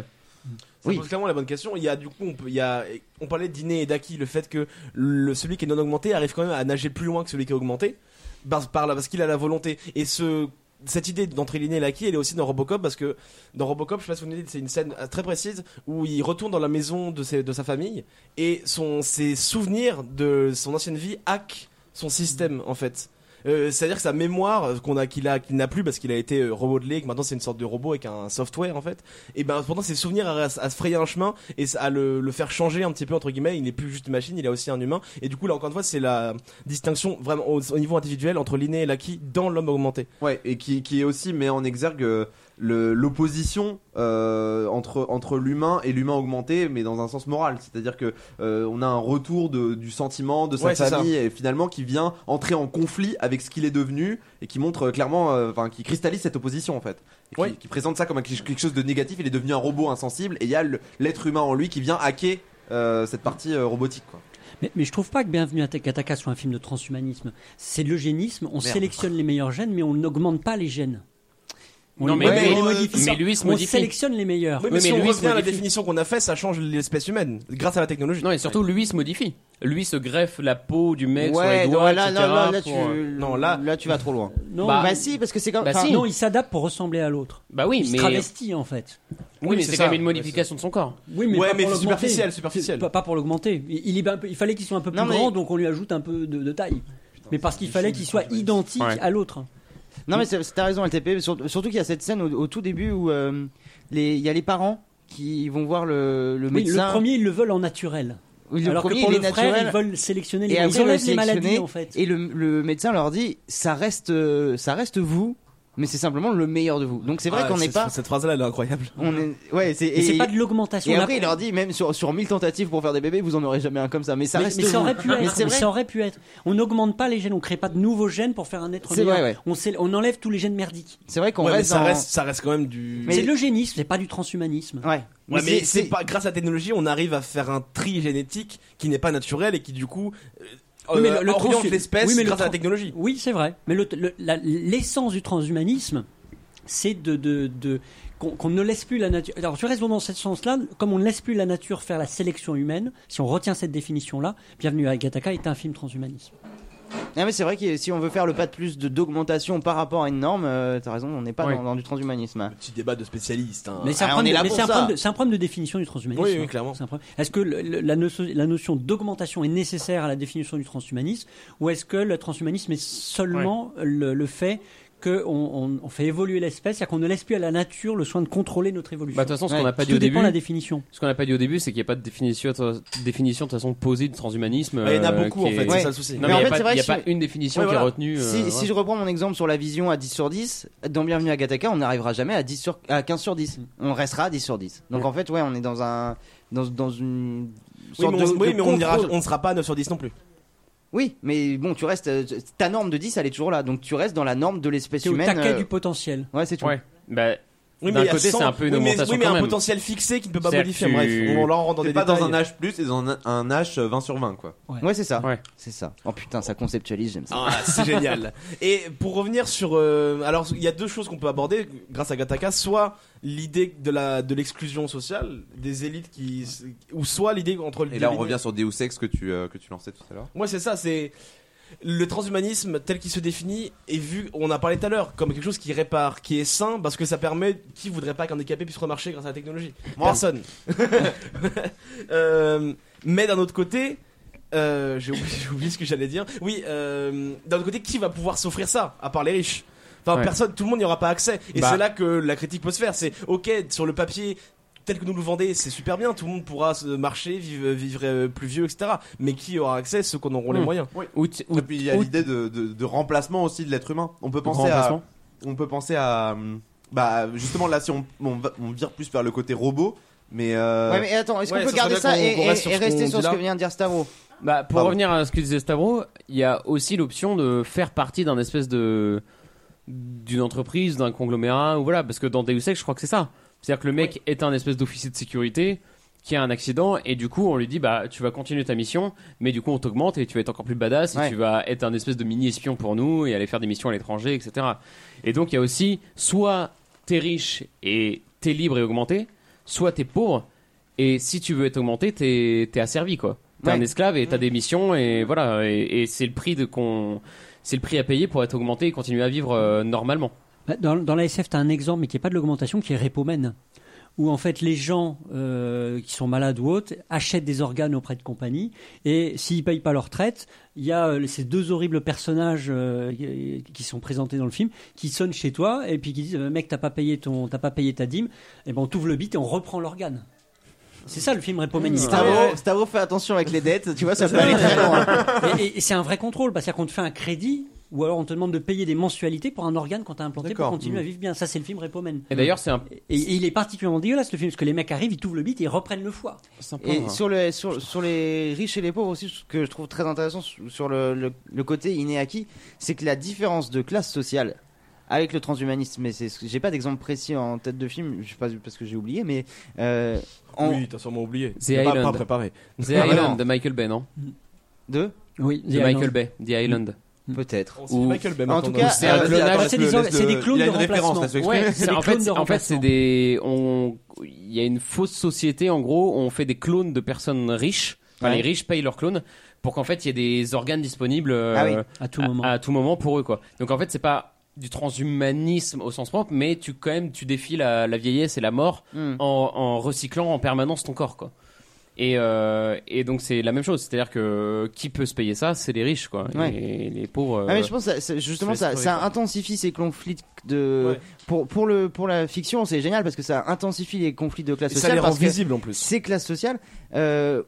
S4: Oui.
S2: pose clairement la bonne question. Il y a du coup, on, peut- il y a, on parlait d'Iné et d'Aki, le fait que le, celui qui est non augmenté arrive quand même à nager plus loin que celui qui est augmenté, par, par là, parce qu'il a la volonté. Et ce, cette idée d'entre l'inné et l'acquis, elle est aussi dans Robocop, parce que dans Robocop, je sais pas si vous vous souvenez, c'est une scène euh, très précise où il retourne dans la maison de, ses- de sa famille et son, ses souvenirs de son ancienne vie hack son système en fait. Euh, C'est-à-dire que sa mémoire euh, qu'on a, qu'il a, qu'il n'a plus parce qu'il a été euh, remodelé, que maintenant c'est une sorte de robot avec un software en fait. Et ben pendant ses souvenirs à, à se frayer un chemin et à le, le faire changer un petit peu entre guillemets. Il n'est plus juste une machine, il est aussi un humain. Et du coup là encore une fois c'est la distinction vraiment au, au niveau individuel entre l'inné et l'acquis dans l'homme augmenté.
S3: Ouais, et qui, qui est aussi met en exergue euh, le- l'opposition euh, entre, entre l'humain et l'humain augmenté, mais dans un sens moral. C'est-à-dire que euh, on a un retour de- du sentiment de sa
S2: Ouais, c'est ça.
S3: famille et finalement qui vient entrer en conflit avec ce qu'il est devenu et qui montre euh, clairement, euh, enfin, qui cristallise cette opposition en fait. Et qui, qui présente ça comme un- quelque chose de négatif. Il est devenu un robot insensible et il y a le- l'être humain en lui qui vient hacker euh, cette partie euh, robotique. Quoi.
S6: Mais, mais je trouve pas que Bienvenue à Takataka soit un film de transhumanisme. C'est de l'eugénisme, on
S3: Merde.
S6: sélectionne les meilleurs gènes, mais on n'augmente pas les gènes. On
S5: Non,
S6: les-
S5: mais-
S6: on
S5: mais-
S6: les
S5: mais-
S6: modifie
S5: mais
S6: pas.
S5: lui, il se
S6: on
S5: modifie.
S6: sélectionne les meilleurs.
S5: Oui,
S2: mais, si on revient à la définition qu'on a fait, ça change l'espèce humaine grâce à la technologie.
S5: Non et surtout lui il se modifie. Lui se greffe la peau du mec sur
S4: Ouais,
S5: les doigts,
S4: non, là,
S5: etc.,
S4: non, là, là,
S5: pour,
S4: tu-
S5: euh,
S4: non, là- là, tu vas trop loin.
S6: Non,
S5: Bah-
S6: bah, si, parce que c'est comme.
S5: Bah,
S6: enfin,
S5: si.
S6: Non, il s'adapte pour ressembler à l'autre.
S5: Bah oui,
S6: il
S5: mais-
S6: se travestit en fait.
S5: Oui, mais c'est quand même une modification de son corps.
S6: Oui, mais,
S5: Ouais,
S6: pas
S5: mais
S6: pour
S5: c'est
S6: l'augmenter.
S5: superficiel, superficiel.
S6: Pas, pas pour l'augmenter. Il, il est un peu- il fallait qu'il soit un peu plus
S5: Non, mais-
S6: grand, donc on lui ajoute un peu de, de taille. mais parce qu'il fallait qu'il soit identique
S5: Ouais.
S6: à l'autre.
S4: Non, mais c'est- c'est- t'as raison, LTP. mais sur- Surtout qu'il y a cette scène au, au tout début où euh, les- il y a les parents qui vont voir le, le
S6: Oui,
S4: médecin.
S6: le premier, ils le veulent en naturel.
S4: Oui, le
S6: Alors
S4: premier,
S6: que pour
S4: il
S6: le
S4: est
S6: frère,
S4: naturel.
S6: ils veulent sélectionner les,
S4: Et
S6: ils
S4: après, on
S6: enlèvent
S4: l'a
S6: les maladies
S4: sélectionné,
S6: en fait.
S4: Et le, le médecin leur dit ça reste, euh, ça reste vous, mais c'est simplement le meilleur de vous. Donc c'est vrai
S2: Ah,
S4: qu'on n'est
S2: cette-
S4: pas.
S2: Cette phrase-là, elle est incroyable.
S4: On est, ouais, c'est,
S6: Mais c'est pas de l'augmentation,
S4: Et
S6: on
S4: après,
S6: a-
S4: il leur dit, même sur, sur 1000 tentatives pour faire des bébés, vous en aurez jamais un comme ça. Mais ça
S6: mais,
S4: reste.
S6: mais ça
S4: vous. Ah,
S6: aurait pu
S4: Mais
S6: être.
S4: c'est
S6: mais
S4: vrai.
S6: ça aurait pu être. On n'augmente pas les gènes, on crée pas de nouveaux gènes pour faire un être
S4: C'est
S6: meilleur.
S4: vrai, ouais.
S6: on, sé- on enlève tous les gènes merdiques.
S4: C'est vrai qu'on
S2: Ouais, mais
S4: reste
S2: ça,
S4: dans-
S2: reste, ça reste quand même du.
S6: C'est de l'eugénisme, c'est pas du transhumanisme.
S4: Ouais.
S2: Ouais, mais c'est pas grâce à la technologie, on arrive à faire un tri génétique qui n'est pas naturel et qui du coup euh,
S6: Oui, mais le-
S2: euh,
S6: le
S2: oriente
S6: transhu-
S2: l'espèce
S6: oui, mais le
S2: grâce à la
S6: tran-
S2: technologie.
S6: Oui, c'est vrai. Mais le- le- la- l'essence du transhumanisme, c'est de, de- de- qu'on qu'on ne laisse plus la nature. Alors, tu restes dans ce sens-là, comme on ne laisse plus la nature faire la sélection humaine, si on retient cette définition-là, Bienvenue à Gattaca est un film transhumaniste.
S4: Ah, mais c'est vrai que si on veut faire le pas de plus de d'augmentation par rapport à une norme, euh, t'as raison, on n'est pas
S2: Oui.
S4: dans, dans du transhumanisme. Petit
S2: débat de spécialistes. hein.
S6: Mais c'est un,
S4: Ah, on est
S6: problème,
S4: là
S6: mais
S4: pour
S6: c'est un
S4: ça.
S6: problème de, c'est un problème de définition du transhumanisme.
S4: Oui, oui,
S6: hein.
S4: clairement.
S6: C'est un problème. Est-ce que le- le- la, notion, la notion d'augmentation est nécessaire à la définition du transhumanisme ou est-ce que le transhumanisme est seulement le, le fait qu'on on, on fait évoluer l'espèce, c'est-à-dire qu'on ne laisse plus à la nature le soin de contrôler notre évolution
S5: Bah, de toute façon, ce qu'on n'a pas dit
S6: Tout
S5: au début.
S6: dépend de la définition.
S5: Ce qu'on n'a pas dit au début, c'est qu'il n'y a pas de définition, de définition de toute façon posée de transhumanisme.
S2: Bah, il y en a
S5: euh,
S2: beaucoup,
S5: qui
S2: en fait,
S5: est-
S2: c'est ça le souci.
S5: Non,
S2: Mais
S5: mais
S2: en
S5: il n'y
S2: fait,
S5: a,
S2: c'est
S5: pas,
S2: vrai
S5: il y a
S2: que
S5: pas
S2: si-
S5: une définition
S4: Ouais,
S5: qui est
S4: voilà.
S5: retenue.
S4: Si,
S5: euh,
S4: si
S5: voilà.
S4: je reprends mon exemple sur la vision à 10 sur 10, dans Bienvenue à Gattaca, on n'arrivera jamais à, 10 sur, à 15 sur 10. On restera à 10 sur 10. Donc en fait, ouais, on est dans un. Dans, dans une.
S2: Oui,
S4: sorte
S2: mais on,
S4: de-
S2: oui,
S4: de
S2: mais on, ira-
S4: contrôle.
S2: on ne sera pas à 9 sur 10 non plus.
S4: Oui, mais bon, tu restes. euh, Ta norme de 10, elle est toujours là. Donc tu restes dans la norme de l'espèce
S6: C'est au
S4: humaine.
S6: taquet
S4: euh,
S6: du potentiel.
S4: Ouais, c'est tout.
S5: Ouais. Bah,
S2: Oui,
S5: d'un
S2: mais à
S5: côté,
S2: 100,
S5: c'est un peu une
S2: oui, mais-
S5: augmentation
S2: oui, mais
S5: quand
S2: un
S5: même.
S2: potentiel fixé qui ne peut pas
S5: C'est-à-dire
S2: modifier.
S5: que
S2: Bref,
S5: tu-
S2: on leur rend dans
S3: T'es
S2: des
S3: pas
S2: détails.
S3: dans un âge plus, t'es dans un, un âge 20 sur 20, quoi.
S4: Ouais, c'est ça. C'est ça. Oh putain, ça conceptualise, j'aime ça.
S2: Ah,
S3: [laughs]
S2: c'est
S4: [laughs]
S2: génial. Et pour revenir sur, euh, alors il y a deux choses qu'on peut aborder grâce à Gattaca, soit l'idée de la de l'exclusion sociale des élites qui, ou soit l'idée entre le
S3: Et là, on revient sur Deus Ex que tu, euh, que tu lançais tout à l'heure.
S2: Moi, c'est ça, c'est. Le transhumanisme tel qu'il se définit est vu, on en a parlé tout à l'heure, comme quelque chose qui répare, qui est sain, parce que ça permet, qui voudrait pas qu'un handicapé puisse remarcher grâce à la technologie
S3: Moi.
S2: Personne. [laughs] Euh, mais d'un autre côté, euh, j'ai oublié, [laughs] j'ai oublié ce que j'allais dire. Oui, euh, d'un autre côté, qui va pouvoir s'offrir ça, à part les riches Enfin,
S5: Ouais.
S2: personne, tout le monde n'y aura pas accès. Et
S5: Bah.
S2: c'est là que la critique peut se faire. C'est ok, sur le papier, tel que nous le vendez, c'est super bien, tout le monde pourra se marcher, vivre, vivre euh, plus vieux, etc. Mais qui aura accès Ceux qu'on auront les
S3: Hmm.
S2: moyens.
S3: Oui.
S5: Ou
S3: Et puis il y a l'idée de, de- de remplacement aussi de l'être humain. On peut penser à,
S2: remplacement
S3: on peut penser à, hum, bah justement là si on, on, va- on vire plus vers le côté robot, mais. euh,
S4: Ouais, mais attends, est-ce
S3: Ouais,
S4: qu'on peut
S3: ça
S4: garder
S3: serait
S4: ça
S3: bien
S4: et,
S3: qu'on- qu'on reste
S4: et-
S3: sur
S4: et
S3: ce
S4: rester
S3: qu'on
S4: sur
S3: dit
S4: ce que
S3: là
S4: vient de dire Stavro
S5: Bah, pour
S4: Pardon.
S5: revenir à ce que disait Stavro, il y a aussi l'option de faire partie d'un espèce de d'une entreprise, d'un conglomérat ou voilà, parce que dans Deus Ex, je crois que c'est ça. C'est-à-dire que le mec est un espèce d'officier de sécurité qui a un accident et du coup on lui dit bah tu vas continuer ta mission, mais du coup on t'augmente et tu vas être encore plus badass et
S4: Ouais.
S5: tu vas être un espèce de mini espion pour nous et aller faire des missions à l'étranger, etc. Et donc il y a aussi soit t'es riche et t'es libre et augmenté, soit t'es pauvre et si tu veux être augmenté, t'es t'es asservi quoi. T'es
S4: Ouais.
S5: un esclave et t'as des missions et voilà et, et c'est le prix de qu'on c'est le prix à payer pour être augmenté et continuer à vivre euh, normalement.
S6: Bah, Dans, dans la SF, tu as un exemple, mais qui n'est pas de l'augmentation, qui est Repomen. Où en fait, les gens euh, qui sont malades ou autres achètent des organes auprès de compagnies. Et s'ils ne payent pas leur traite, il y a euh, ces deux horribles personnages euh, qui- qui sont présentés dans le film qui sonnent chez toi et puis qui disent euh, Mec, t'as pas, payé ton- t'as pas payé ta dîme. Et ben on t'ouvre le bit et on reprend l'organe. C'est ça le film
S4: Mmh.
S6: Repomen. Il-
S4: Stavro, Stavro, fais attention avec les dettes, tu vois, ça peut aller très loin.
S6: Et, et- et c'est un vrai contrôle, parce qu'on te fait un crédit ou alors on te demande de payer des mensualités pour un organe qu'on t'a implanté pour
S5: D'accord.
S6: continuer
S5: Mm.
S6: à
S4: Mmh.
S6: vivre bien. Ça, c'est le film Repomen.
S5: Et d'ailleurs c'est un
S6: Et, et il est particulièrement dégueulasse le film, parce que les mecs arrivent, ils t'ouvrent le bit et ils reprennent le foie.
S4: Et sur, le, sur, sur les riches et les pauvres aussi, ce que je trouve très intéressant sur sur le, le, le côté inné acquis, c'est que la différence de classe sociale avec le transhumanisme, mais c'est ce que- j'ai pas d'exemple précis en tête de film, je sais pas parce que j'ai oublié, mais euh, en-
S2: Oui, t'as sûrement oublié.
S5: The
S2: T'es pas-
S5: Island.
S2: pas préparé.
S5: The
S4: Ah,
S5: Island
S4: non.
S5: de Michael Bay, non
S4: de
S6: Oui,
S5: De Michael Bay, The Island.
S6: Hmm.
S4: Peut-être.
S2: Oh, C'est Michael Bay, maintenant,
S4: en tout
S2: dans
S4: cas,
S2: le-
S4: c'est
S5: un
S4: un
S5: clonage.
S4: clonage.
S5: C'est
S6: des- euh, ah, c'est des clones
S3: il a
S6: de
S3: une référence,
S6: remplacement.
S3: laisse-le
S5: Ouais,
S3: exprimer.
S5: c'est-
S6: des
S5: en
S6: clones
S5: fait,
S6: de
S5: c'est- en fait, c'est
S6: remplacement.
S5: des. on- Il y a une fausse société, en gros, où on fait des clones de personnes riches. Enfin,
S4: Ouais.
S5: les riches payent leurs clones pour qu'en fait, il y ait des organes disponibles euh,
S4: Ah oui.
S6: À tout moment.
S5: À, tout moment pour eux, quoi. Donc, en fait, c'est pas du transhumanisme au sens propre, mais tu quand même tu défies la, la vieillesse et la mort
S4: Hmm.
S5: en, en recyclant en permanence ton corps, quoi. Et, euh, et donc c'est la même chose, c'est-à-dire que qui peut se payer ça, c'est les riches quoi.
S4: Ouais.
S5: Et les pauvres.
S4: Ah, mais
S5: euh,
S4: je pense que ça- ça- justement
S5: se laissent
S4: ça,
S5: crever,
S4: ça
S5: quoi.
S4: intensifie ces conflits de pour pour le pour la fiction c'est génial parce que ça intensifie les conflits de classe
S2: Et ça
S4: sociale
S2: les rend
S4: parce que
S2: visibles, en plus.
S4: ces classes sociales euh,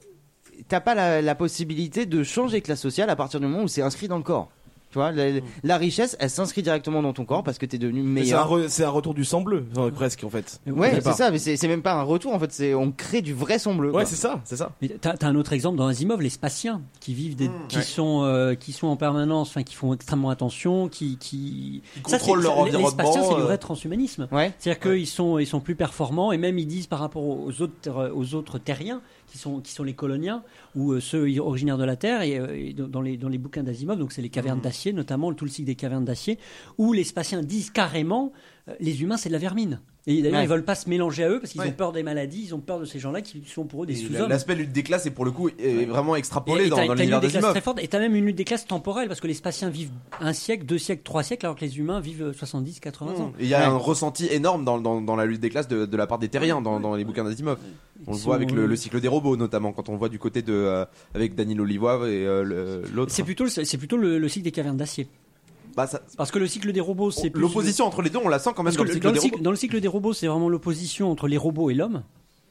S4: t'as pas la, la possibilité de changer de classe sociale à partir du moment où c'est inscrit dans le corps tu vois la, la richesse elle s'inscrit directement dans ton corps parce que t'es devenu
S2: Mais C'est un,
S4: meilleur
S2: re- c'est un retour du sang bleu, enfin, presque en fait.
S4: hein. ouais
S2: Quelque
S4: c'est
S2: part.
S4: ça mais c'est c'est même pas un retour en fait c'est on crée du vrai son bleu
S2: Ouais, c'est ça c'est ça
S6: Mais t'as, t'as un autre exemple dans Asimov, les Spatiens, qui vivent des, qui
S4: Mmh. Ouais.
S6: sont, euh, qui sont en permanence, enfin, qui font extrêmement attention, qui, qui Ça,
S4: contrôlent
S6: c'est-
S4: leur
S6: ça, les-
S4: environnement,
S6: Les Spatiens, c'est du
S4: euh.
S6: vrai transhumanisme. C'est-à-dire qu'ils sont, ils sont plus performants et même ils disent par rapport aux autres, ter- aux autres terriens qui sont, qui sont les coloniens ou euh, ceux i- originaires de la Terre et, euh, et dans dans les, dans les bouquins d'Asimov, donc c'est les
S4: Mmh.
S6: cavernes d'acier, notamment tout le cycle des cavernes d'acier, où les Spatiens disent carrément euh, les humains c'est de la vermine. Et d'ailleurs
S3: Ouais.
S6: ils veulent pas se mélanger à eux parce qu'ils
S3: Ouais.
S6: ont peur des maladies, ils ont peur de ces gens-là qui sont pour eux des
S3: Et
S6: sous-hommes.
S3: L'aspect lutte des classes est pour le coup est vraiment
S6: Et-
S3: extrapolé
S6: et
S3: dans,
S6: t'as-
S3: dans
S6: t'as une
S3: l'univers
S6: lutte des
S3: des
S6: classes
S3: immeubles.
S6: très forte, et t'as même une lutte des classes temporelle parce que les Spatiens vivent un siècle, deux siècles, trois siècles, alors que les humains vivent euh, 70, 80 ans.
S3: Mmh. Et Il y a
S6: Ouais.
S3: un ressenti énorme dans, dans, dans la lutte des classes de, de la part des terriens dans, dans les bouquins d'Asimov. On le
S6: Ils
S3: voit
S6: sont- euh,
S3: avec le, le cycle des robots notamment quand on le voit du côté de euh, avec Danilo Livois et euh, le- l'autre. Bah,
S6: C'est plutôt, le- c'est plutôt le, le cycle des cavernes d'acier. Parce que le cycle des robots, c'est plus-
S3: L'opposition entre les deux, on la sent quand même
S6: Parce
S3: dans
S6: que
S3: le cycle
S6: dans,
S3: des
S6: le cycle,
S3: robots.
S6: dans le cycle des robots, c'est vraiment l'opposition entre les robots et l'homme.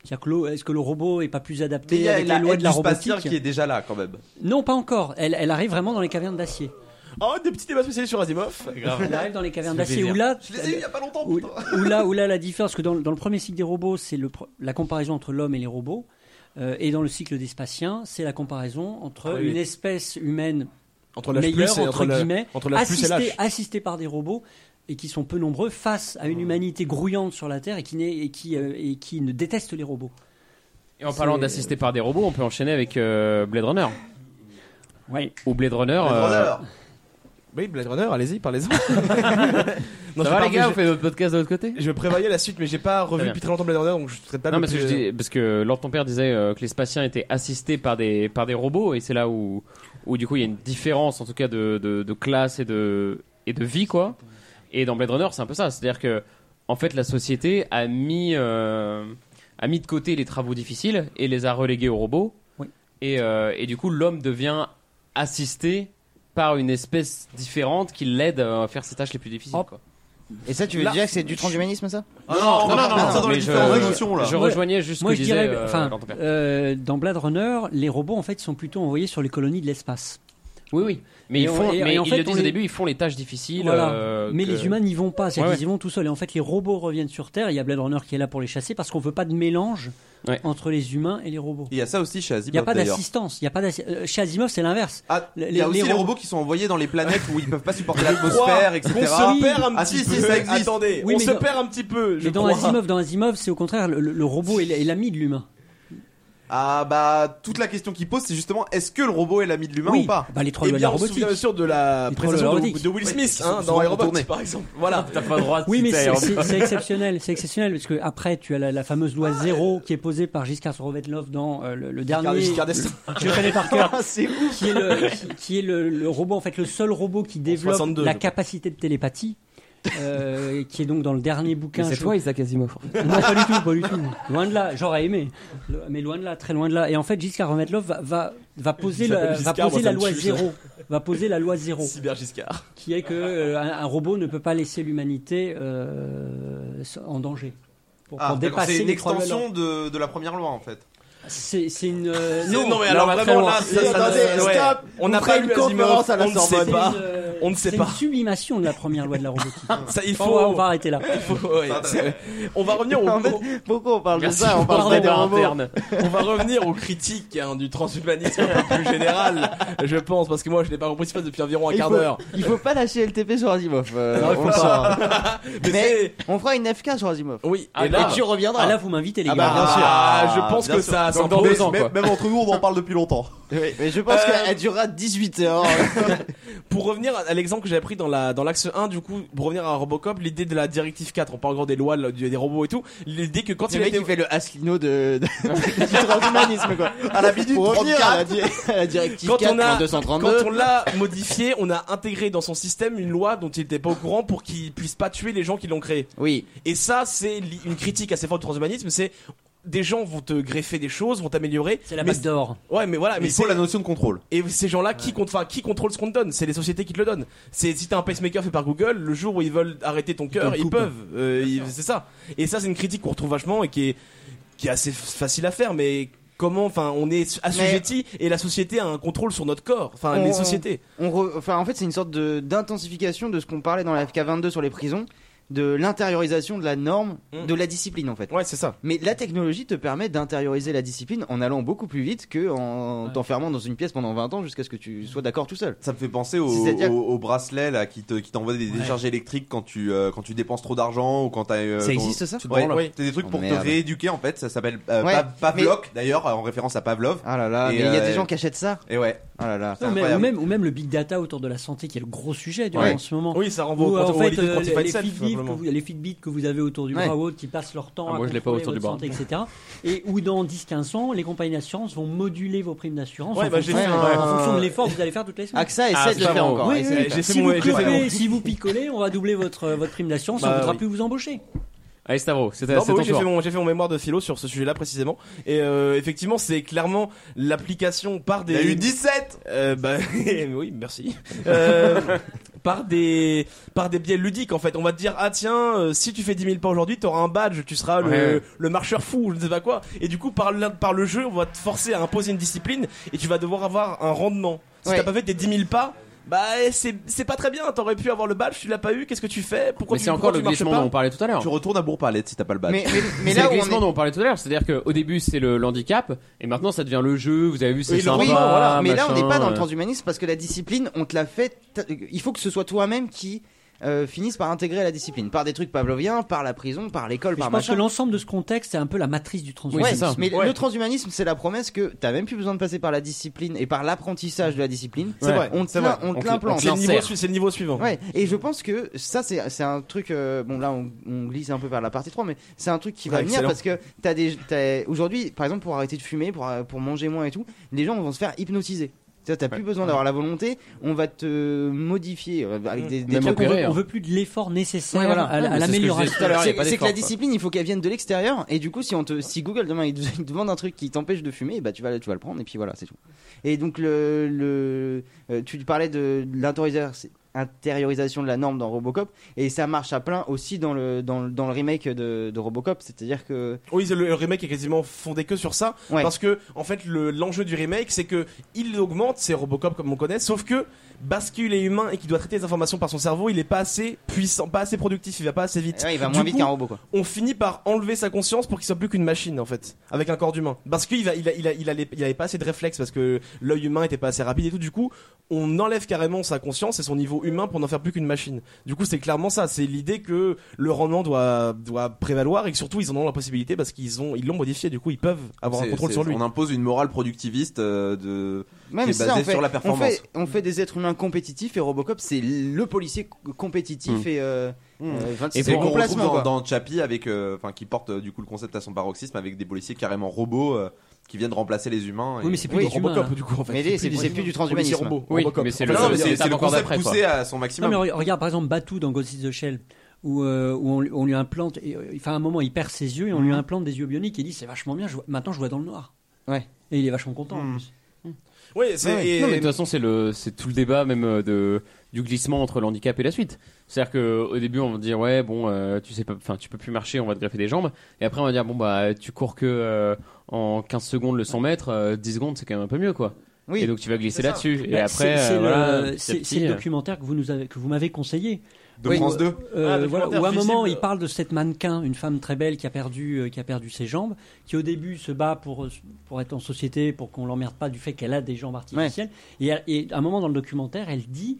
S6: C'est-à-dire que l'o- est-ce que le robot est pas plus
S3: Mais il
S6: adapté
S3: y a
S6: avec
S3: la
S6: les lois
S3: haine
S6: de
S3: du
S6: la
S3: spatial
S6: robotique
S3: qui est déjà là quand même.
S6: Non, pas encore. Elle, elle arrive vraiment dans les cavernes d'acier.
S2: Oh, des petits débats spécialisés sur Asimov.
S6: Elle arrive dans les cavernes
S2: Ça fait
S6: d'acier où
S2: plaisir.
S6: là,
S2: Je les ai eus il y a pas longtemps,
S6: où,
S2: putain.
S6: où là, où là, la différence, parce que dans, le- dans le premier cycle des robots, c'est le pro- la comparaison entre l'homme et les robots, euh, et dans le cycle des spatiens, c'est la comparaison entre
S2: Oui.
S6: une espèce humaine
S2: Entre l'âge
S6: meilleure
S2: plus et
S6: entre
S2: entre la-
S6: guillemets,
S2: entre l'âge plus et
S6: assistée,
S2: l'âge.
S6: assistée par des robots et qui sont peu nombreux face
S2: Mmh.
S6: à une humanité grouillante sur la Terre et qui, n'est- et qui, euh, et qui ne déteste les robots.
S5: Et euh, en parlant
S6: C'est-
S5: d'assister par des robots, on peut enchaîner avec euh, Blade Runner.
S6: Oui.
S5: Ou Blade Runner. euh,
S2: Oui, Blade Runner,
S5: [laughs]
S2: allez-y, parlez-en.
S5: Ça va, les gars, on fait notre podcast de l'autre côté
S2: Je prévoyais la suite, mais j'ai pas revu
S5: bien.
S2: depuis très longtemps Blade Runner, donc je traite pas
S5: non,
S2: le
S5: parce que,
S2: plus- euh,
S5: je dis- parce que Lord ton père disait euh, que les spatiens étaient assistés par des, par des robots, et c'est là où, où du coup il y a une différence en tout cas de, de, de classe et de, et de vie, quoi. Et dans Blade Runner, c'est un peu ça. C'est-à-dire que, en fait, la société a mis, euh, a mis de côté les travaux difficiles et les a relégués aux robots. Et, euh, et du coup, l'homme devient assisté par une espèce différente qui l'aide euh, à faire ses tâches les plus difficiles. quoi.
S4: et ça tu veux
S5: Là-
S4: dire que c'est du transhumanisme ça
S5: Ah non, Non, on va non, pas non, partir non, dans les mais je- différentes je- notions, là. Euh, je rejoignais juste ce
S6: moi,
S5: que
S6: je
S5: disait,
S6: dirais,
S5: euh,
S6: enfin,
S5: Laurent Tempère.
S6: euh, dans Blade Runner, les robots en fait sont plutôt envoyés sur les colonies de l'espace.
S5: Oui, oui. Mais, ils,
S6: on-
S5: font,
S6: et-
S5: mais
S6: et en
S5: ils
S6: fait,
S5: le
S6: on
S5: disent au
S6: les-
S5: début, ils font les tâches difficiles.
S6: Voilà.
S5: euh,
S6: mais
S5: que-
S6: les humains n'y vont pas, c'est-à-dire
S5: Ouais,
S6: qu'ils y vont tout seuls. Et en fait, les robots reviennent sur Terre. Il y a Blade Runner qui est là pour les chasser parce qu'on veut pas de mélange entre les humains et les robots.
S3: Il y a ça aussi chez Asimov.
S6: Il n'y a pas
S3: d'ailleurs. Ah,
S6: d'assistance. Il y a pas d'assi- euh, Chez Asimov, c'est l'inverse.
S3: Il y a aussi les robots qui sont envoyés dans les planètes où ils peuvent pas supporter l'atmosphère, etc.
S2: On se perd un petit
S3: Ah, si, si,
S2: peu.
S3: ça existe.
S2: Attendez,
S6: Oui,
S2: on
S6: mais
S2: se
S6: dans-
S2: perd un petit peu. je
S6: Mais dans
S2: crois.
S6: Asimov, dans Asimov, c'est au contraire le, le- le robot est l- est l'ami de l'humain.
S3: Ah bah toute la question qu'il pose c'est justement est-ce que le robot est l'ami de l'humain
S6: Oui.
S3: ou pas
S6: Bah, les trois
S3: Eh
S6: lois de
S3: bien,
S6: la
S3: on se souvient
S6: robotique.
S3: bien sûr de la
S6: Les trois
S3: prestation
S6: lois
S3: de,
S6: de la robotique.
S2: de Will Smith
S3: Ouais,
S2: hein,
S3: qui sont
S2: dans Iron
S3: retournés.
S2: Man, par exemple. Voilà.
S5: T'as pas le droit de
S6: Oui, mais
S5: citer
S6: c'est-
S5: Iron
S6: c'est
S5: Man.
S6: c'est exceptionnel, c'est exceptionnel parce que après tu as la, la fameuse loi zéro qui est posée par Giscard Rovetlov dans euh, le, le dernier. [laughs]
S2: Giscard d'Estaing.
S6: Je le connais par cœur.
S2: [laughs] C'est ouf.
S6: Qui est le, qui, qui est le, le robot en fait le seul robot qui développe
S2: 62,
S6: la
S2: je crois.
S6: capacité de télépathie. euh, qui est donc dans le dernier bouquin.
S5: Mais c'est
S6: je-
S5: toi, Isaac Asimov.
S6: non, pas du tout, pas du tout. Loin de là, j'aurais aimé. Le- mais loin de là, très loin de là. Et en fait, Giscard Rometlov va, va, va poser,
S2: Il s'appelle
S6: la,
S2: Giscard,
S6: va poser
S2: moi, ça
S6: la
S2: me
S6: loi
S2: tue, ça.
S6: zéro. Va poser la loi zéro.
S2: Cyber Giscard.
S6: Qui est que euh, un, un robot ne peut pas laisser l'humanité euh, s- en danger. Pour,
S3: Ah,
S6: pour
S3: d'accord,
S6: dépasser
S3: c'est une
S6: les trois lois de
S3: extension de, de la première loi en fait.
S6: la- C'est c'est une. euh,
S2: C'est- non, mais alors
S6: on va très
S2: vraiment,
S6: loin.
S2: là, ça- ça- Attendez, ouais. stop. On n'a
S6: fera
S2: pas eu Asimov, on ne sait
S6: Sorbonne.
S2: pas.
S6: C'est une, euh,
S2: On ne sait
S6: c'est
S2: pas.
S6: une sublimation de la première loi de la robotique.
S4: Ah.
S2: Ça, il
S6: Bon,
S2: faut-
S6: on va- on va arrêter là.
S2: Il faut- ouais, c'est- on va
S4: [laughs]
S2: revenir au.
S4: En fait, pourquoi on parle
S2: Merci
S4: de ça On
S2: pour
S4: parle
S2: le
S4: pas des
S2: débat
S4: robots.
S2: interne. On va revenir aux critiques hein, du transhumanisme un peu plus
S4: [laughs]
S2: général, je pense, parce que moi je n'ai pas compris ce qui se passe depuis environ un
S4: Il
S2: quart
S4: faut-
S2: d'heure.
S4: Il faut pas lâcher LTP sur Asimov. euh,
S2: Non, il faut
S4: on
S2: [laughs]
S4: le
S2: pas.
S4: sent. Mais, on fera une FK sur Asimov.
S2: Oui,
S4: et, là, tu reviendras.
S6: Ah, là, vous m'invitez, les
S4: Ah
S6: gars.
S4: bah, bien sûr.
S2: Ah, je pense
S4: bien
S2: que
S4: sûr.
S2: ça
S4: Donc,
S2: s'impose.
S4: dans deux ans,
S2: Même-
S4: quoi.
S2: même entre nous, on en parle depuis longtemps.
S4: Oui, mais je pense qu'elle durera 18 heures.
S2: Euh, [laughs] Pour revenir à l'exemple que j'avais pris dans la dans l'axe 1 du coup, pour revenir à Robocop, l'idée de la directive 4, on parle encore des lois là, du- des robots et tout, l'idée que quand
S4: Le
S2: il
S4: mec,
S2: était
S4: il fait le
S2: [laughs]
S4: Asselineau de, de- du transhumanisme, quoi. À la minute Pour revenir à la, di- à la directive
S2: quand
S4: 4
S2: on a
S4: 232.
S2: quand on l'a modifié, on a intégré dans son système une loi dont il n'était pas au courant pour qu'il puisse pas tuer les gens qui l'ont créé.
S4: Oui.
S2: Et ça c'est li- une critique assez forte du transhumanisme, c'est des gens vont te greffer des choses, vont t'améliorer.
S6: C'est la
S2: mais
S6: base d'or.
S2: Ouais, mais voilà.
S3: Ah, Il
S2: Mais
S3: faut
S2: c'est-
S3: la notion de contrôle.
S2: Et ces gens-là, qui, compte- enfin, qui contrôle ce qu'on te donne C'est les sociétés qui te le donnent. C'est si t'es un pacemaker fait par Google, le jour où ils veulent arrêter ton cœur, ils
S3: coupent.
S2: peuvent. Euh, ils- c'est ça. Et ça, c'est une critique qu'on retrouve vachement et qui est, qui est assez f- facile à faire, mais comment, enfin, on est assujetti et la société a un contrôle sur notre corps, enfin, les
S4: On-
S2: sociétés.
S4: on re- enfin, en fait, c'est une sorte de- d'intensification de ce qu'on parlait dans la FK22 sur les prisons, de l'intériorisation de la norme, de la discipline en fait.
S2: Hmm. Ouais, c'est ça.
S4: Mais la technologie te permet d'intérioriser la discipline en allant beaucoup plus vite que en t'enfermant dans une pièce pendant 20 ans jusqu'à ce que tu sois d'accord tout seul.
S3: Ça me fait penser au,
S4: C'est-à-dire-
S3: au- au bracelet là qui te qui t'envoie des
S4: Ouais.
S3: décharges électriques quand tu euh, quand tu dépenses trop d'argent ou quand t'as euh,
S4: Ça
S3: ton-
S4: existe, ça Tu te
S3: ouais,
S4: branles.
S3: ouais. T'as des trucs
S4: Oh,
S3: pour te
S4: merde.
S3: rééduquer en fait ça s'appelle euh,
S4: Ouais,
S3: Pav- Pavlok
S4: mais-
S3: d'ailleurs en référence à Pavlov euh,
S4: ah là là mais il y a des gens qui achètent ça
S3: et ouais
S4: ah là là
S6: Non, mais- ou, même, ou même le big data autour de la santé qui est le gros sujet tu
S3: Ouais.
S6: vois, en ce moment.
S2: Oui, ça renvoie
S6: Où,
S2: au
S6: euh, en
S2: quanti- au
S6: fait,
S2: leader
S6: euh,
S2: quantified
S6: les,
S2: self,
S6: Fitbit que
S2: simplement.
S6: vous- les Fitbit que vous avez autour du
S2: Ouais.
S6: bras ou autres qui passent leur temps
S5: Ah,
S6: à
S5: moi, je l'ai pas
S6: contrôler
S5: autour
S6: votre
S5: du bras.
S6: santé, etc. Et où dans 10-15 ans, les compagnies d'assurance vont moduler vos primes d'assurance
S2: Ouais,
S6: en,
S2: bah, j'ai
S6: fonction,
S2: fait, ouais.
S6: en fonction de l'effort que vous allez faire toutes les semaines.
S4: AXA essaie Ah, de c'est le pas faire bon. encore,
S6: Oui,
S4: essaie
S6: oui,
S4: de le
S6: oui.
S4: faire.
S6: Si, vous
S4: J'ai fait mon-
S6: clopez, si vous picolez, on va doubler votre, votre prime d'assurance, on
S2: Bah,
S6: ne voudra
S2: oui.
S6: plus vous embaucher.
S5: Allez, Stavro, c'était
S2: Non,
S5: c'est
S2: bah oui,
S5: ton
S2: j'ai
S5: tour.
S2: fait, mon, j'ai fait mon mémoire de philo sur ce sujet-là précisément. Et euh, effectivement, c'est clairement l'application par des.
S3: Il y a eu 17
S2: euh, bah, [laughs] Oui, merci. Euh,
S5: [laughs]
S2: par, des, par des biais ludiques en fait. On va te dire, ah tiens, euh, si tu fais 10 000 pas aujourd'hui, t'auras un badge, tu seras le,
S5: Ouais, ouais.
S2: le marcheur fou, ou je ne sais pas quoi. Et du coup, par, l'un- par le jeu, on va te forcer à imposer une discipline et tu vas devoir avoir un rendement. Si
S5: Ouais.
S2: t'as pas fait tes 10 000 pas. Bah c'est c'est pas très bien, t'aurais pu avoir le badge, tu l'as pas eu, qu'est-ce que tu fais Pourquoi
S5: Mais
S2: tu
S5: c'est encore
S2: pourquoi
S5: le
S2: tu marches
S5: glissement
S2: pas
S5: dont on parlait tout à l'heure.
S3: tu retournes à Bourg-Palette si t'as pas le badge
S4: mais,
S5: [laughs] c'est le glissement dont on parlait tout à l'heure, c'est-à-dire qu'au début c'est le handicap, et maintenant ça devient le jeu, vous avez vu, c'est
S4: Oui,
S5: sympa.
S4: oui, voilà. Mais là, on
S5: machin,
S4: n'est pas dans le
S5: euh.
S4: transhumanisme parce que la discipline, on te la fait. ta- Il faut que ce soit toi-même qui euh, finisse par intégrer la discipline, par des trucs pavloviens, par la prison, par l'école,
S6: Mais
S4: par
S6: je pense que
S4: machin.
S6: l'ensemble de ce contexte, c'est un peu la matrice du
S4: Ouais,
S6: transhumanisme.
S4: mais le transhumanisme, c'est la promesse que t'as même plus besoin de passer par la discipline et par l'apprentissage de la discipline.
S2: C'est vrai,
S4: On te
S2: c'est
S4: l'im-
S2: vrai.
S4: on
S2: On
S4: te
S2: te-
S4: l'implante.
S2: on te C'est le niveau l'insère. su- c'est le niveau suivant.
S4: Ouais. Et je pense que ça, c'est c'est un truc. euh, bon, là, on, on glisse un peu vers la partie 3, mais c'est un truc qui va
S2: Ouais,
S4: venir
S2: excellent.
S4: parce que t'as des. t'as- Aujourd'hui, par exemple, pour arrêter de fumer, pour, euh, pour manger moins et tout, les gens vont se faire hypnotiser. C'est-à-dire, T'as plus besoin d'avoir la volonté, on va te modifier euh,
S2: Mmh.
S4: avec des, des
S6: Même
S4: trucs-
S6: opérer, On veut- hein. on veut plus de l'effort nécessaire à- à l'amélioration.
S4: C'est c'est que la discipline, il faut qu'elle vienne de l'extérieur. Et du coup, si, on te, si Google demain il te, il te demande un truc qui t'empêche de fumer, bah, tu, vas, tu vas le prendre et puis voilà, c'est tout. Et donc, le, le, euh, tu parlais de l'intériorisation intériorisation de la norme dans Robocop et ça marche à plein aussi dans le, dans, le- dans le remake de, de Robocop c'est à dire que
S2: Oui, le le remake est quasiment fondé que sur ça,
S4: Ouais.
S2: parce que en fait le- l'enjeu du remake c'est que il augmente, c'est Robocop comme on connaît, sauf que parce qu'il est humain et qu'il doit traiter les informations par son cerveau, il est pas assez puissant, pas assez productif, il va pas assez vite.
S4: Ouais, il va
S2: Du
S4: moins vite
S2: coup,
S4: qu'un robot, quoi.
S2: On finit par enlever sa conscience pour qu'il soit plus qu'une machine en fait, avec un corps d'humain, parce qu'il va, il a, il a- il allait- il avait pas assez de réflexes, parce que l'œil humain était pas assez rapide et tout. Du coup, on enlève carrément sa conscience et son niveau humain pour n'en faire plus qu'une machine. Du coup, c'est clairement ça, c'est l'idée que le rendement doit doit prévaloir et que surtout ils en ont la possibilité parce qu'ils ont ils l'ont modifié, du coup ils peuvent avoir un
S3: C'est-
S2: contrôle
S3: c'est-
S2: sur lui.
S3: on impose une morale productiviste euh, de
S4: Ouais,
S3: qui
S4: mais
S3: est
S4: c'est
S3: basée
S4: ça, en fait.
S3: sur la
S4: On
S3: performance
S4: fait, on fait des êtres humains compétitifs et Robocop c'est le policier co- compétitif
S3: Mm.
S4: et euh, euh, vingt-
S3: Et
S4: c'est
S3: qu'on retrouve
S4: complètement,
S3: dans,
S4: quoi.
S3: dans Chappie avec, euh, enfin, qui porte euh, du coup le concept à son paroxysme avec des policiers carrément robots euh, qui viennent remplacer les humains. et-
S6: Oui, mais c'est plus Oui, des Robocop, humains, là. du coup, en fait.
S4: Mais
S6: C'est
S4: les- c'est
S6: plus des
S4: c'est plus du
S6: humains.
S4: transhumanisme.
S6: Policier robot,
S5: Oui,
S6: Robocop.
S5: mais c'est
S3: Enfin,
S5: le-
S3: non, mais
S5: c'est
S3: c'est-
S5: l'étape
S3: c'est le
S5: encore
S3: concept
S5: d'après, quoi.
S3: poussé à son maximum.
S6: Non, mais re- regarde par exemple Batu dans Ghost in the Shell où, euh, où on, lui- on lui implante, et, euh, enfin à un moment il perd ses yeux et on
S5: Mm.
S6: lui implante des yeux bioniques et il dit c'est vachement bien, je vois- maintenant je vois dans le noir.
S4: Ouais.
S6: Et il est vachement content.
S3: Mm.
S6: en plus.
S2: Oui, c'est
S5: Ouais,
S2: et-
S5: Non, mais de toute façon, c'est le, c'est tout le débat même euh, de du glissement entre le handicap et la suite. C'est-à-dire que au début, on va dire ouais, bon, euh, tu sais pas, enfin, tu peux plus marcher, on va te greffer des jambes. Et après, on va dire bon bah, tu cours que euh, en 15 secondes le 100 mètres, euh, 10 secondes, c'est quand même un peu mieux quoi.
S4: Oui.
S5: Et donc tu vas glisser
S4: C'est ça.
S5: là-dessus. Et
S6: Bah,
S5: après,
S6: c'est- c'est
S5: euh,
S6: le-
S5: voilà, petit à
S6: c'est
S5: petit,
S6: c'est le
S5: euh,
S6: documentaire que vous nous avez, que vous m'avez conseillé.
S3: De France
S6: où,
S3: 2.
S6: euh,
S3: Ah,
S6: voilà,
S3: documentaire
S6: où à un moment
S3: visible.
S6: il parle de cette mannequin, une femme très belle qui a perdu, euh, qui a perdu ses jambes, qui au début se bat pour euh, pour être en société, pour qu'on l'emmerde pas du fait qu'elle a des jambes artificielles. Et, à, et à un moment dans le documentaire, elle dit.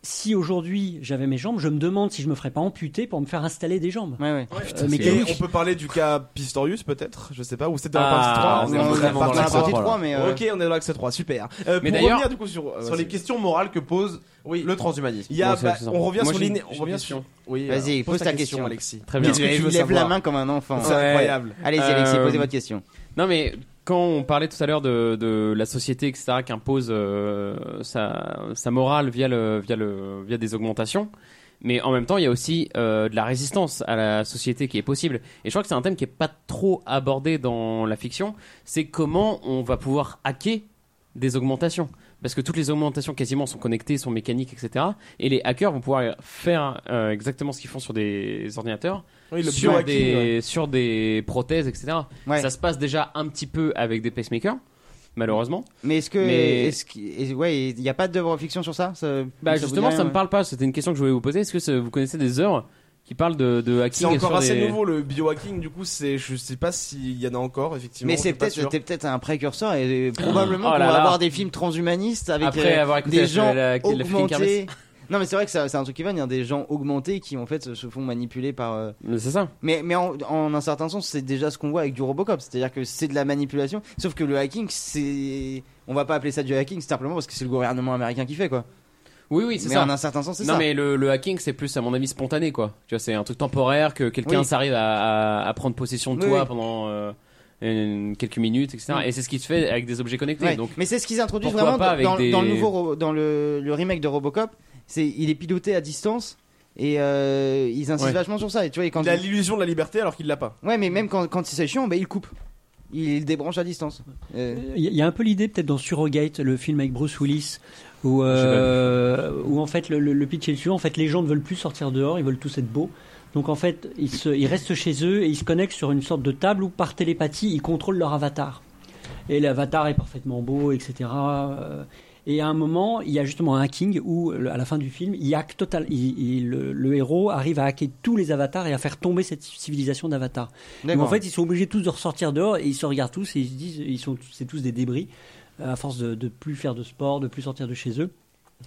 S6: Si aujourd'hui j'avais mes jambes, je me demande si je me ferais pas amputer pour me faire installer des jambes.
S4: ouais.
S6: Euh,
S2: Putain,
S6: mais
S2: c'est-
S6: quel-
S2: on peut parler du cas Pistorius peut-être, je sais pas, ou c'était dans
S5: Ah,
S2: la
S5: on
S2: partie
S5: est
S2: 3
S5: vraiment dans la partie 3,
S3: mais,
S5: euh,
S2: Ok, on est dans l'axe 3, super. Euh,
S5: Mais
S2: pour
S5: d'ailleurs-
S2: revenir, du coup, sur, euh,
S3: sur les
S2: vas-y.
S3: questions morales que pose le transhumanisme.
S2: Il y a,
S3: Bon, c'est-
S2: bah,
S3: c'est ça.
S2: on revient
S3: Moi,
S2: sur
S3: j'ai une-
S2: l'iné.
S3: j'ai
S2: On
S3: une
S2: revient
S3: question.
S2: sur. Oui,
S4: Vas-y,
S2: euh,
S4: pose ta question,
S2: Alexis.
S5: Très bien.
S2: Qu'est-ce que tu veux
S4: lève la
S2: savoir
S4: main comme un enfant.
S2: C'est incroyable. Euh,
S4: Allez-y, Alexis, posez votre question.
S5: Non, mais quand on parlait tout à l'heure de, de la société, etc., qui impose euh, sa, sa morale via, le, via, le, via des augmentations, mais en même temps, il y a aussi euh, de la résistance à la société qui est possible. Et je crois que c'est un thème qui est pas trop abordé dans la fiction, c'est comment on va pouvoir hacker des augmentations. Parce que toutes les augmentations quasiment sont connectées, sont mécaniques, etc. Et les hackers vont pouvoir faire euh, exactement ce qu'ils font sur des ordinateurs,
S2: Oui, le
S5: sur,
S2: biohacking,
S5: des,
S2: ouais.
S5: sur des prothèses, etc. Ça se passe déjà un petit peu avec des pacemakers, malheureusement.
S4: Mais est-ce que.
S5: Mais-
S4: est-ce qu'il- est- ouais, il n'y a pas d'œuvre fiction sur ça, Ça-
S5: Bah
S4: ça vous
S5: justement,
S4: dit
S5: ça
S4: rien,
S5: me parle pas. C'était une question que je voulais vous poser. Est-ce que ça- vous connaissez des heures qui parlent de, de
S11: C'est
S5: hacking
S11: encore
S5: sur
S11: assez
S5: des-
S11: nouveau le biohacking, du coup, c'est, je sais pas s'il y en a encore, effectivement.
S4: Mais
S11: je
S4: c'est
S11: suis pas
S4: peut-être
S11: sûr.
S4: c'était peut-être un précurseur et probablement
S11: Oh
S4: qu'on
S11: là
S4: va
S11: là.
S4: avoir des films transhumanistes avec
S5: Après
S4: euh,
S5: avoir écouté
S4: des
S5: la-
S4: gens
S5: la- la- la Flickr
S4: augmentés. Non mais c'est vrai que ça- c'est un truc qui va, il y a des gens augmentés qui en fait se- se font manipuler par. euh,
S5: C'est ça.
S4: Mais mais en, en un certain sens c'est déjà ce qu'on voit avec du Robocop, c'est-à-dire que c'est de la manipulation. Sauf que le hacking c'est on va pas appeler ça du hacking c'est simplement parce que c'est le gouvernement américain qui fait quoi.
S5: Oui, oui, c'est
S4: Mais
S5: ça.
S4: en un certain sens, c'est
S5: Non,
S4: ça.
S5: mais le, le hacking, c'est plus, à mon avis, spontané, quoi. Tu vois, c'est un truc temporaire que quelqu'un
S4: Oui.
S5: s'arrive à, à- à prendre possession de
S4: Oui,
S5: toi
S4: oui.
S5: pendant euh, une- quelques minutes, etc.
S4: Mm.
S5: Et c'est ce qui se fait avec des objets connectés.
S4: Ouais,
S5: Donc,
S4: mais c'est ce qu'ils introduisent
S5: pourquoi
S4: vraiment
S5: pas
S4: dans,
S5: avec des-
S4: dans le nouveau ro- dans le, le remake de Robocop. C'est il est piloté à distance et euh, ils insistent
S11: Ouais.
S4: vachement sur ça. Et tu vois, et quand
S11: Il a l'illusion de la liberté alors qu'il l'a pas.
S4: Ouais, mais même quand, quand c'est chiant, bah, il coupe. Il débranche à distance. Euh,
S6: Il y a- il y a un peu l'idée peut-être dans Surrogate, le film avec Bruce Willis, où, euh, où en fait le, le- le pitch est le suivant, en fait les gens ne veulent plus sortir dehors, ils veulent tous être beaux. Donc en fait ils, se- ils restent chez eux et ils se connectent sur une sorte de table où par télépathie ils contrôlent leur avatar. Et l'avatar est parfaitement beau, etc. Euh, Et à un moment, il y a justement un hacking où, le- à la fin du film, il hack total. il- il- le, le héros arrive à hacker tous les avatars et à faire tomber cette civilisation d'avatars. Donc
S4: D'accord.
S6: en fait, ils sont obligés tous de ressortir dehors et ils se regardent tous et ils se disent, ils sont, tous- c'est tous des débris euh, à force de, de plus faire de sport, de plus sortir de chez eux.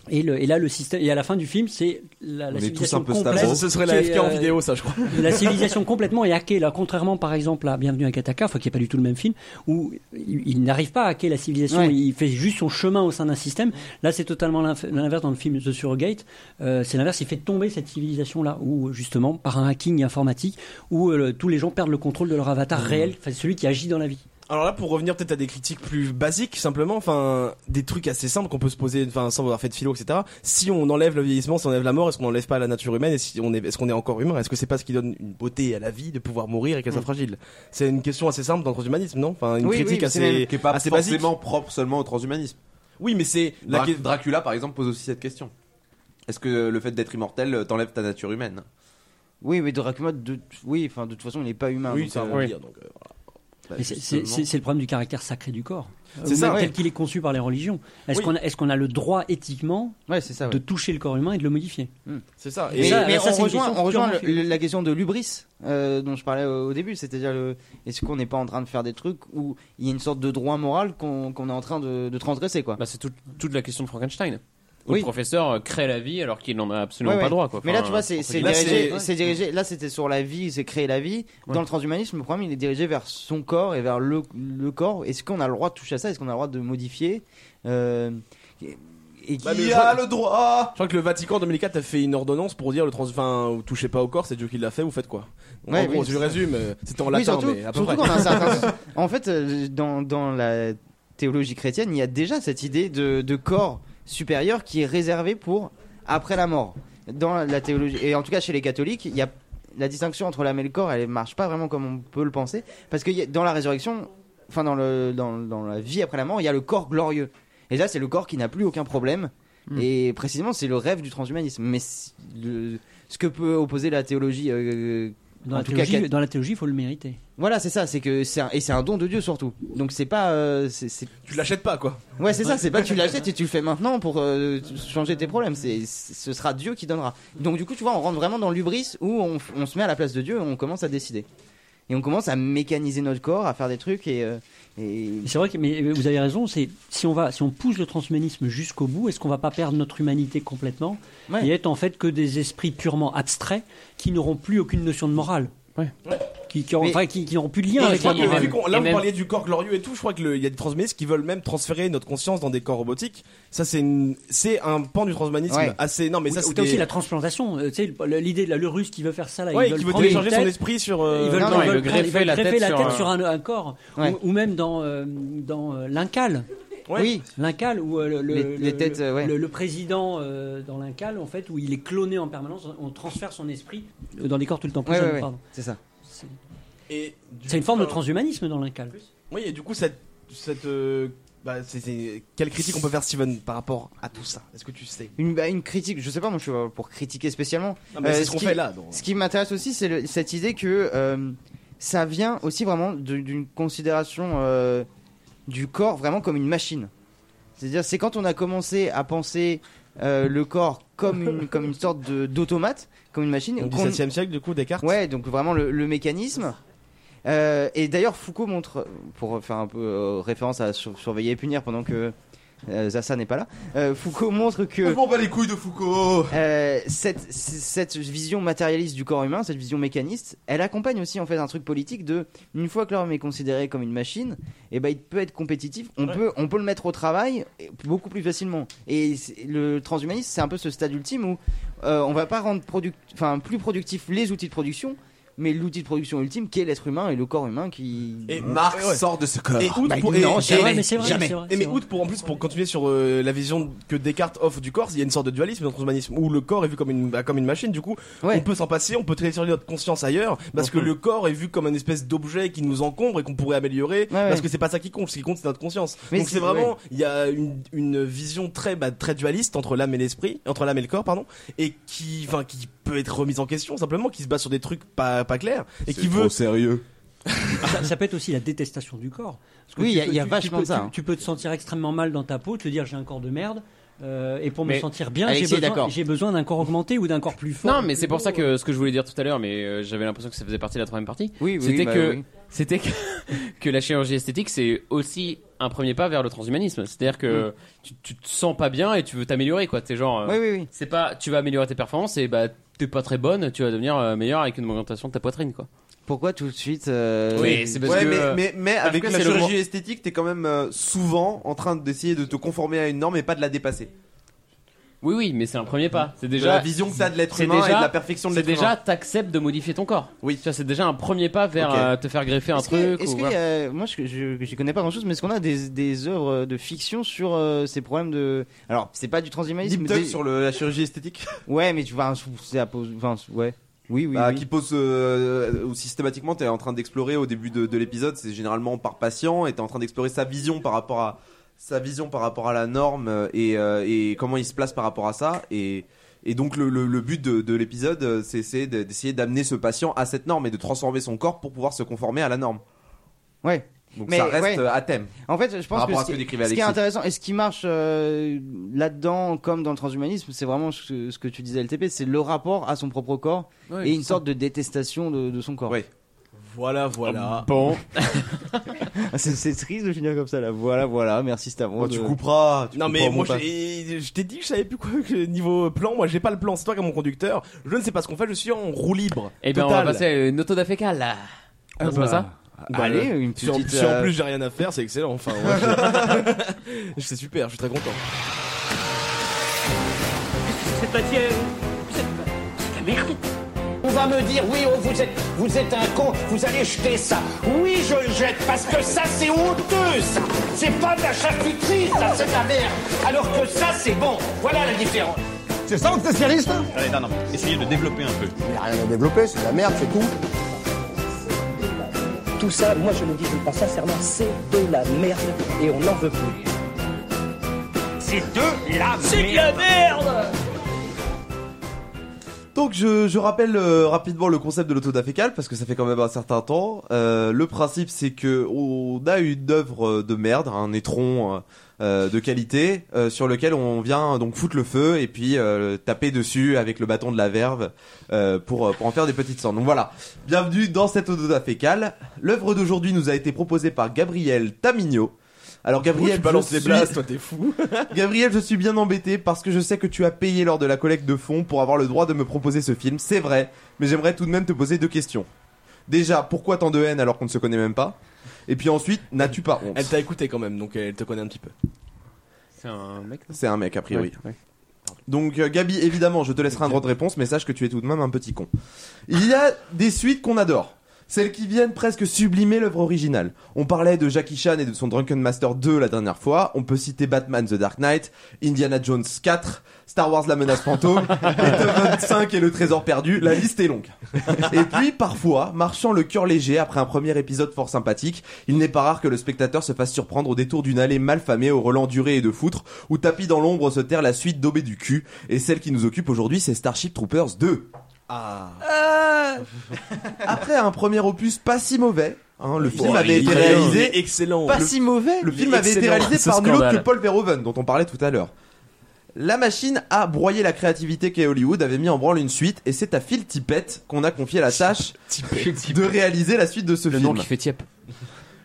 S6: Et, le- et là, le système. Et à la fin du film, c'est la, la
S2: On est tous
S6: civilisation
S2: un peu
S6: complète.
S2: stavo. Ce serait la
S6: qui est, euh,
S2: FK en vidéo, ça, je crois.
S6: La civilisation complètement est hackée. Là, contrairement, par exemple, à Bienvenue à Kataka, enfin, qui est pas du tout le même film, où il, il n'arrive pas à hacker la civilisation.
S4: Ouais.
S6: Il fait juste son chemin au sein d'un système. Là, c'est totalement l'inf- l'inverse dans le film The Surrogate. Euh, c'est l'inverse. Il fait tomber cette civilisation-là, où justement, par un hacking informatique, où euh, le- tous les gens perdent le contrôle de leur
S4: Mmh.
S6: avatar réel, enfin, celui qui agit dans la vie.
S2: Alors là, pour revenir peut-être à des critiques plus basiques, simplement, enfin, des trucs assez simples qu'on peut se poser, enfin, sans avoir fait de philo, etc. Si on enlève le vieillissement, si on enlève la mort, est-ce qu'on n'enlève pas la nature humaine, et si on est, est-ce qu'on est encore humain, est-ce que c'est pas ce qui donne une beauté à la vie de pouvoir mourir et qu'elle
S4: Mm.
S2: soit fragile C'est une question assez simple dans le transhumanisme, non Enfin, une critique assez,
S3: qui est pas
S2: assez basique.
S3: forcément propre seulement au transhumanisme.
S2: Oui, mais c'est
S3: la
S2: la que-
S3: Dracula par exemple pose aussi cette question. Est-ce que le fait d'être immortel euh, t'enlève ta nature humaine
S4: oui, mais Dracula, de, oui, enfin, de toute façon, il n'est pas humain.
S3: Oui,
S4: donc,
S3: c'est un
S4: euh,
S3: vampire, donc,
S11: Bah,
S6: Mais c'est- C'est c'est- c'est le problème du caractère sacré du corps.
S4: Bah, C'est
S6: Euh,
S4: ça,
S6: même
S4: ouais.
S6: tel qu'il est conçu par les religions. Est-ce
S4: Oui.
S6: qu'on a, est qu'on a le droit éthiquement
S4: ça, ouais. Mmh,
S6: de toucher le corps humain et de le modifier
S2: C'est ça.
S4: mais, mais
S6: ça, c'est une
S4: on rejoint,
S6: question
S4: on rejoint
S6: purement
S4: le- le- la question de l'ubris euh, dont je parlais au, au début, c'est-à-dire le- est-ce qu'on n'est pas en train de faire des trucs où il y a une sorte de droit moral qu'on qu'on est en train de, de transgresser quoi.
S5: Bah, c'est tout- toute la question de Frankenstein. Où
S4: Oui.
S5: Le professeur euh, crée la vie alors qu'il n'en a absolument
S4: Ouais,
S5: pas
S4: ouais.
S5: droit, quoi.
S4: Mais là,
S5: Enfin,
S4: tu vois, c'est
S5: entre
S4: c'est
S5: guillemets.
S4: dirigé, c'est dirigé. Là, c'était sur la vie, c'est créer la vie. Dans le transhumanisme, le problème, il est dirigé vers son corps et vers le, le corps. Est-ce qu'on a le droit de toucher à ça Est-ce qu'on a le droit de modifier Euh, et, et
S2: Bah, mais
S4: qui
S2: je
S4: a
S2: crois-
S4: le droit
S2: Je crois que le Vatican en 2004 a fait une ordonnance pour dire le trans, enfin, vous touchez pas au corps, c'est Dieu qui l'a fait, vous faites quoi Donc,
S4: Ouais,
S2: En gros,
S4: oui,
S2: je
S4: c'est ça.
S2: résume, euh, c'était en
S4: Oui,
S2: latin,
S4: surtout,
S2: mais à peu
S4: surtout
S2: près.
S4: dans
S2: [laughs]
S4: un certain sens. En fait, euh, dans, dans la théologie chrétienne, il y a déjà cette idée de, de corps supérieur qui est réservé pour après la mort. Dans la théologie, et en tout cas chez les catholiques, il y a la distinction entre l'âme et le corps, elle marche pas vraiment comme on peut le penser, parce que il y a- dans la résurrection, enfin dans, le, dans, dans la vie après la mort, il y a le corps glorieux. Et là, c'est le corps qui n'a plus aucun problème.
S6: Hmm.
S4: Et précisément, c'est le rêve du transhumanisme. Mais c- le- ce que peut opposer la théologie, euh,
S6: Dans,
S4: en
S6: la
S4: tout cas,
S6: théologie,
S4: ca-
S6: dans la théologie, il faut le mériter.
S4: voilà, c'est ça, c'est que c'est un, et c'est un don de Dieu surtout. Donc c'est pas euh, c'est, c'est-
S2: Tu l'achètes pas, quoi.
S4: Ouais, c'est ça, c'est pas tu l'achètes et tu le fais maintenant pour euh, changer tes problèmes, c'est c'est- ce sera Dieu qui donnera. Donc du coup, tu vois, on rentre vraiment dans l'ubris où on, f- on se met à la place de Dieu, et on commence à décider. Et on commence à mécaniser notre corps, à faire des trucs et, euh, et...
S6: C'est vrai que mais vous avez raison. C'est si on va, si on pousse le transhumanisme jusqu'au bout, est-ce qu'on va pas perdre notre humanité complètement
S4: Ouais.
S6: et être en fait que des esprits purement abstraits qui n'auront plus aucune notion de morale, qui, qui, auront- enfin, qui- qui n'auront plus de lien
S2: Et
S6: avec
S2: je crois
S6: la
S2: que,
S6: morale.
S2: vu qu'on- là, vous parliez du corps glorieux et tout. Je crois qu'il y a des transhumanistes qui veulent même transférer notre conscience dans des corps robotiques. Ça, c'est une- c'est un pan du transhumanisme
S6: Ouais.
S2: assez. Non, mais
S6: Oui,
S2: ça, c'est
S6: t'as
S2: des-
S6: aussi la transplantation. euh, tu sais, le- l'idée de la le russe qui veut faire ça là, ils
S2: Ouais, qui
S6: veulent
S2: veut
S6: prendre
S2: télécharger
S6: une tête,
S2: son esprit sur, euh,
S6: Ils veulent,
S2: Non, non,
S6: ils
S2: il
S6: veulent prendre- ils
S2: veut greffer
S6: veulent
S2: la
S6: greffer
S2: tête
S6: la
S2: sur
S6: tête
S2: un-
S6: sur un, un corps,
S2: Ouais.
S6: ou, ou même dans euh, dans euh, l'incal.
S2: Ouais.
S6: Oui, l'Incal, où euh, le, le-
S4: Les- les
S6: le-
S4: têtes,
S6: le-
S4: euh, ouais.
S6: le- le président euh, dans l'Incal, en fait, où il est cloné en permanence, on transfère son esprit euh, dans des corps tout le temps. plus
S4: Ouais,
S6: jeunes,
S4: ouais, ouais.
S6: pardon.
S4: C'est ça.
S6: C'est
S2: Et du
S6: c'est une
S2: coup,
S6: forme de
S2: euh,
S6: transhumanisme dans l'Incal.
S2: Oui, et du coup, cette. cette euh, bah, c'est- c'est- Quelle critique on peut faire, Steven, par rapport à tout ça Est-ce que tu sais
S4: Une, bah, une critique, je sais pas, moi je suis pas pour critiquer spécialement.
S2: Non, mais c'est ce qu'on
S4: qui-
S2: fait là, donc.
S4: Ce qui m'intéresse aussi, c'est le- cette idée que euh, ça vient aussi vraiment de- d'une considération euh, du corps vraiment comme une machine. C'est-à-dire, c'est quand on a commencé à penser euh, le corps comme une, comme une sorte de- d'automate, comme une machine.
S2: Au
S4: qu'on-
S2: 17 e siècle, du coup, Descartes
S4: Ouais, donc vraiment le, le mécanisme. Euh, et d'ailleurs, Foucault montre, pour faire un peu euh, référence à sur- surveiller et punir pendant que euh, Zassa n'est pas là, euh, Foucault montre que.
S3: Je m'en bats les couilles de Foucault
S4: Euh, cette, cette vision matérialiste du corps humain, cette vision mécaniste, elle accompagne aussi en fait un truc politique de une fois que l'homme est considéré comme une machine, et ben il peut être compétitif, on peut on peut le mettre au travail et beaucoup plus facilement. Et c'est- le transhumanisme, c'est un peu ce stade ultime où euh, on va pas rendre produc- enfin plus productif les outils de production. Mais l'outil de production ultime, qui est l'être humain et le corps humain qui
S2: Et
S3: Marx sort de ce corps.
S2: Et outre
S4: Bah,
S2: pour, et-
S4: non,
S2: et-
S4: jamais,
S2: et-
S4: mais c'est vrai,
S2: jamais.
S4: c'est vrai,
S2: Et mais
S4: c'est vrai.
S2: outre pour en plus pour continuer sur euh, la vision que Descartes offre du corps, il y a une sorte de dualisme dans le transhumanisme où le corps est vu comme une bah, comme une machine. Du coup, on peut s'en passer, on peut télécharger notre conscience ailleurs parce que le corps est vu comme une espèce d'objet qui nous encombre et qu'on pourrait améliorer parce
S4: ouais.
S2: que c'est pas ça qui compte, ce qui compte c'est notre conscience.
S4: Mais
S2: Donc
S4: c'est-
S2: c'est vraiment
S4: ouais.
S2: il y a une, une vision très bah, très dualiste entre l'âme et l'esprit, entre l'âme et le corps pardon, et qui enfin qui peut être remise en question simplement, qui se base sur des trucs pas pas clairs et qui veut
S3: sérieux.
S6: ça, ça peut être aussi la détestation du corps. Parce que
S4: Oui,
S6: tu
S4: il y a-
S6: peux-
S4: il y a
S6: tu- tu
S4: vachement
S6: peux-
S4: de ça,
S6: tu-
S4: hein.
S6: Tu peux te sentir extrêmement mal dans ta peau, te dire j'ai un corps de merde. euh, et pour me
S5: Mais
S6: sentir bien, j'ai
S5: Alexis est
S6: besoin,
S5: d'accord.
S6: j'ai besoin d'un corps augmenté ou d'un corps plus fort.
S5: Non, mais c'est pour ça que ce que je voulais dire tout à l'heure, mais euh, j'avais l'impression que ça faisait partie de la troisième partie.
S4: Oui, oui,
S5: c'était
S4: bah
S5: que
S4: oui.
S5: c'était que, que la chirurgie esthétique, c'est aussi un premier pas vers le transhumanisme. C'est-à-dire que tu, tu te sens pas bien et tu veux t'améliorer, quoi. T'es genre, euh,
S4: Mm. Oui, oui, oui.
S5: c'est pas, tu vas améliorer tes performances et bah t'es pas très bonne, tu vas devenir euh, meilleur avec une augmentation de ta poitrine, quoi.
S4: Pourquoi tout de suite euh,
S5: Oui, c'est parce
S3: ouais,
S5: que-
S3: mais, mais, mais
S5: parce
S3: avec
S5: que
S3: la
S5: c'est le
S3: chirurgie
S5: mo-
S3: esthétique, t'es quand même euh, souvent en train d'essayer de te conformer à une norme et pas de la dépasser.
S5: Oui, oui, mais c'est un premier pas. C'est déjà
S3: la vision que t'as de l'être
S5: c'est
S3: humain et
S5: déjà-
S3: de la perfection de l'être
S5: C'est déjà,
S3: humain.
S5: t'acceptes de modifier ton corps.
S3: Oui,
S5: ça c'est déjà un premier pas vers
S3: Ok.
S5: euh, te faire greffer un
S4: Est-ce que-
S5: truc.
S4: est-ce
S5: ou
S4: qu'il y
S5: voilà.
S4: a- moi, je je- j'y connais pas grand-chose, mais est-ce qu'on a des, des œuvres de fiction sur euh, ces problèmes de. Alors, c'est pas du transhumanisme.
S3: Deep
S4: mais
S3: Talk
S4: des-
S3: sur le- la chirurgie esthétique
S4: [laughs] Ouais, mais tu vois, c'est à pose. Enfin, ouais. Oui, oui.
S3: Bah,
S4: oui.
S3: qui pose euh, ou systématiquement t'es en train d'explorer au début de, de l'épisode c'est généralement par patient et t'es en train d'explorer sa vision par rapport à sa vision par rapport à la norme euh, et, euh, et comment il se place par rapport à ça et et donc le, le- le but de, de l'épisode euh, c'est c'est de- d'essayer d'amener ce patient à cette norme et de transformer son corps pour pouvoir se conformer à la norme
S4: ouais
S3: donc
S4: Mais
S3: ça reste
S4: ouais.
S3: euh, à thème
S4: En fait, je
S3: Par
S4: pense que
S3: rapport à
S4: ce
S3: ce que
S4: qui,
S3: décrivait
S4: ce qui est
S3: Alexis.
S4: intéressant et ce qui marche euh, là-dedans, comme dans le transhumanisme, c'est vraiment ce, ce que tu disais, LTP, c'est le rapport à son propre corps
S2: Ouais,
S4: et
S2: c'est
S4: une
S2: ça.
S4: sorte de détestation de, de son corps.
S2: voilà voilà.
S4: [laughs]
S5: Bon.
S4: Ah, c'est c'est triste de finir comme ça, là. Voilà, voilà, merci Stavron.
S3: Bon, tu
S4: de- Ah,
S3: couperas tu
S2: Non mais
S3: couperas au
S2: moi
S3: montage.
S2: j'ai- je t'ai dit que je savais plus quoi que niveau plan. Moi j'ai pas le plan, c'est toi qui es mon conducteur. Je ne sais pas ce qu'on fait, je suis en roue libre.
S5: Eh ben, on va passer à une auto da fécale, là.
S4: Ah,
S5: On passe pas
S4: bah.
S5: ça
S4: Allez, une
S2: si en,
S4: petite.
S2: si en
S4: euh,
S2: plus [laughs] j'ai rien à faire, c'est excellent. Enfin, ouais, [laughs] je- c'est super, je suis très content.
S1: C'est pas tiens. C'est la merde.
S14: On va me dire, oui, oh, vous, êtes, vous êtes un con, vous allez jeter ça. Oui, je le jette, parce que ça, c'est honteux, ça. C'est pas de la charcuterie, ça, c'est de la merde. Alors que ça, c'est bon. Voilà la différence. Euh,
S13: C'est ça, votre spécialiste
S1: Eh,
S13: Allez, non, non, essayez de développer un peu.
S14: Il n'y a rien à développer, c'est de la merde, c'est tout.
S15: Tout ça, moi je le dis, je le pense sincèrement, c'est de la merde et on n'en veut plus.
S14: C'est de la merde.
S1: C'est de la merde.
S3: Donc je, je rappelle euh, rapidement le concept de l'autodafécale parce que ça fait quand même un certain temps. Euh, le principe c'est que on a une œuvre de merde, un étron euh, euh, de qualité euh, sur lequel on vient euh, donc foutre le feu et puis euh, taper dessus avec le bâton de la verve euh, pour, euh, pour en faire des petites cendres. Donc voilà, bienvenue dans cette autodafécale. L'œuvre d'aujourd'hui nous a été proposée par Gabriel Tamigno. Alors Gabriel,
S2: tu balances
S3: je
S2: les
S3: suis-
S2: blasts, toi t'es [laughs] fou.
S3: Gabriel, je suis bien embêté parce que je sais que tu as payé lors de la collecte de fonds pour avoir le droit de me proposer ce film, c'est vrai, mais j'aimerais tout de même te poser deux questions. Déjà, pourquoi tant de haine alors qu'on ne se connaît même pas Et puis ensuite, n'as-tu pas honte
S2: Elle t'a écouté quand même, donc elle te connaît un petit peu.
S5: C'est un mec.
S3: C'est un mec, a priori. Donc, euh, Gabi, évidemment, je te laisserai un droit de réponse, mais sache que tu es tout de même un petit con. Il y a des suites qu'on adore. celles qui viennent presque sublimer l'œuvre originale. On parlait de Jackie Chan et de son Drunken Master 2 la dernière fois, on peut citer Batman The Dark Knight, Indiana Jones 4, Star Wars La
S5: [laughs]
S3: Menace Fantôme, Beethoven 5 et Le Trésor Perdu, la liste est longue. [laughs] Et puis parfois, marchant le cœur léger après un premier épisode fort sympathique, il n'est pas rare que le spectateur se fasse surprendre au détour d'une allée mal famée au relent duré et de foutre, où tapis dans l'ombre se terre la suite daubée du cul, et celle qui nous occupe aujourd'hui c'est Starship Troopers 2.
S1: Ah.
S2: Euh,
S3: Après un premier opus pas si mauvais, hein, le
S2: Il
S3: film
S2: est
S3: avait été
S2: brillant.
S3: réalisé
S2: Il est excellent.
S3: Pas
S2: Le-
S3: si mauvais. Le
S2: Il
S3: film
S2: est
S3: avait été
S2: excellent,
S3: réalisé
S2: ce
S3: par nul autre que
S2: scandale.
S3: Paul Verhoeven, dont on parlait tout à l'heure. La machine a broyé la créativité qu'est Hollywood, avait mis en branle une suite, et c'est à Phil Tippett qu'on a confié la tâche de réaliser la suite de ce film.
S5: qui fait Tiep.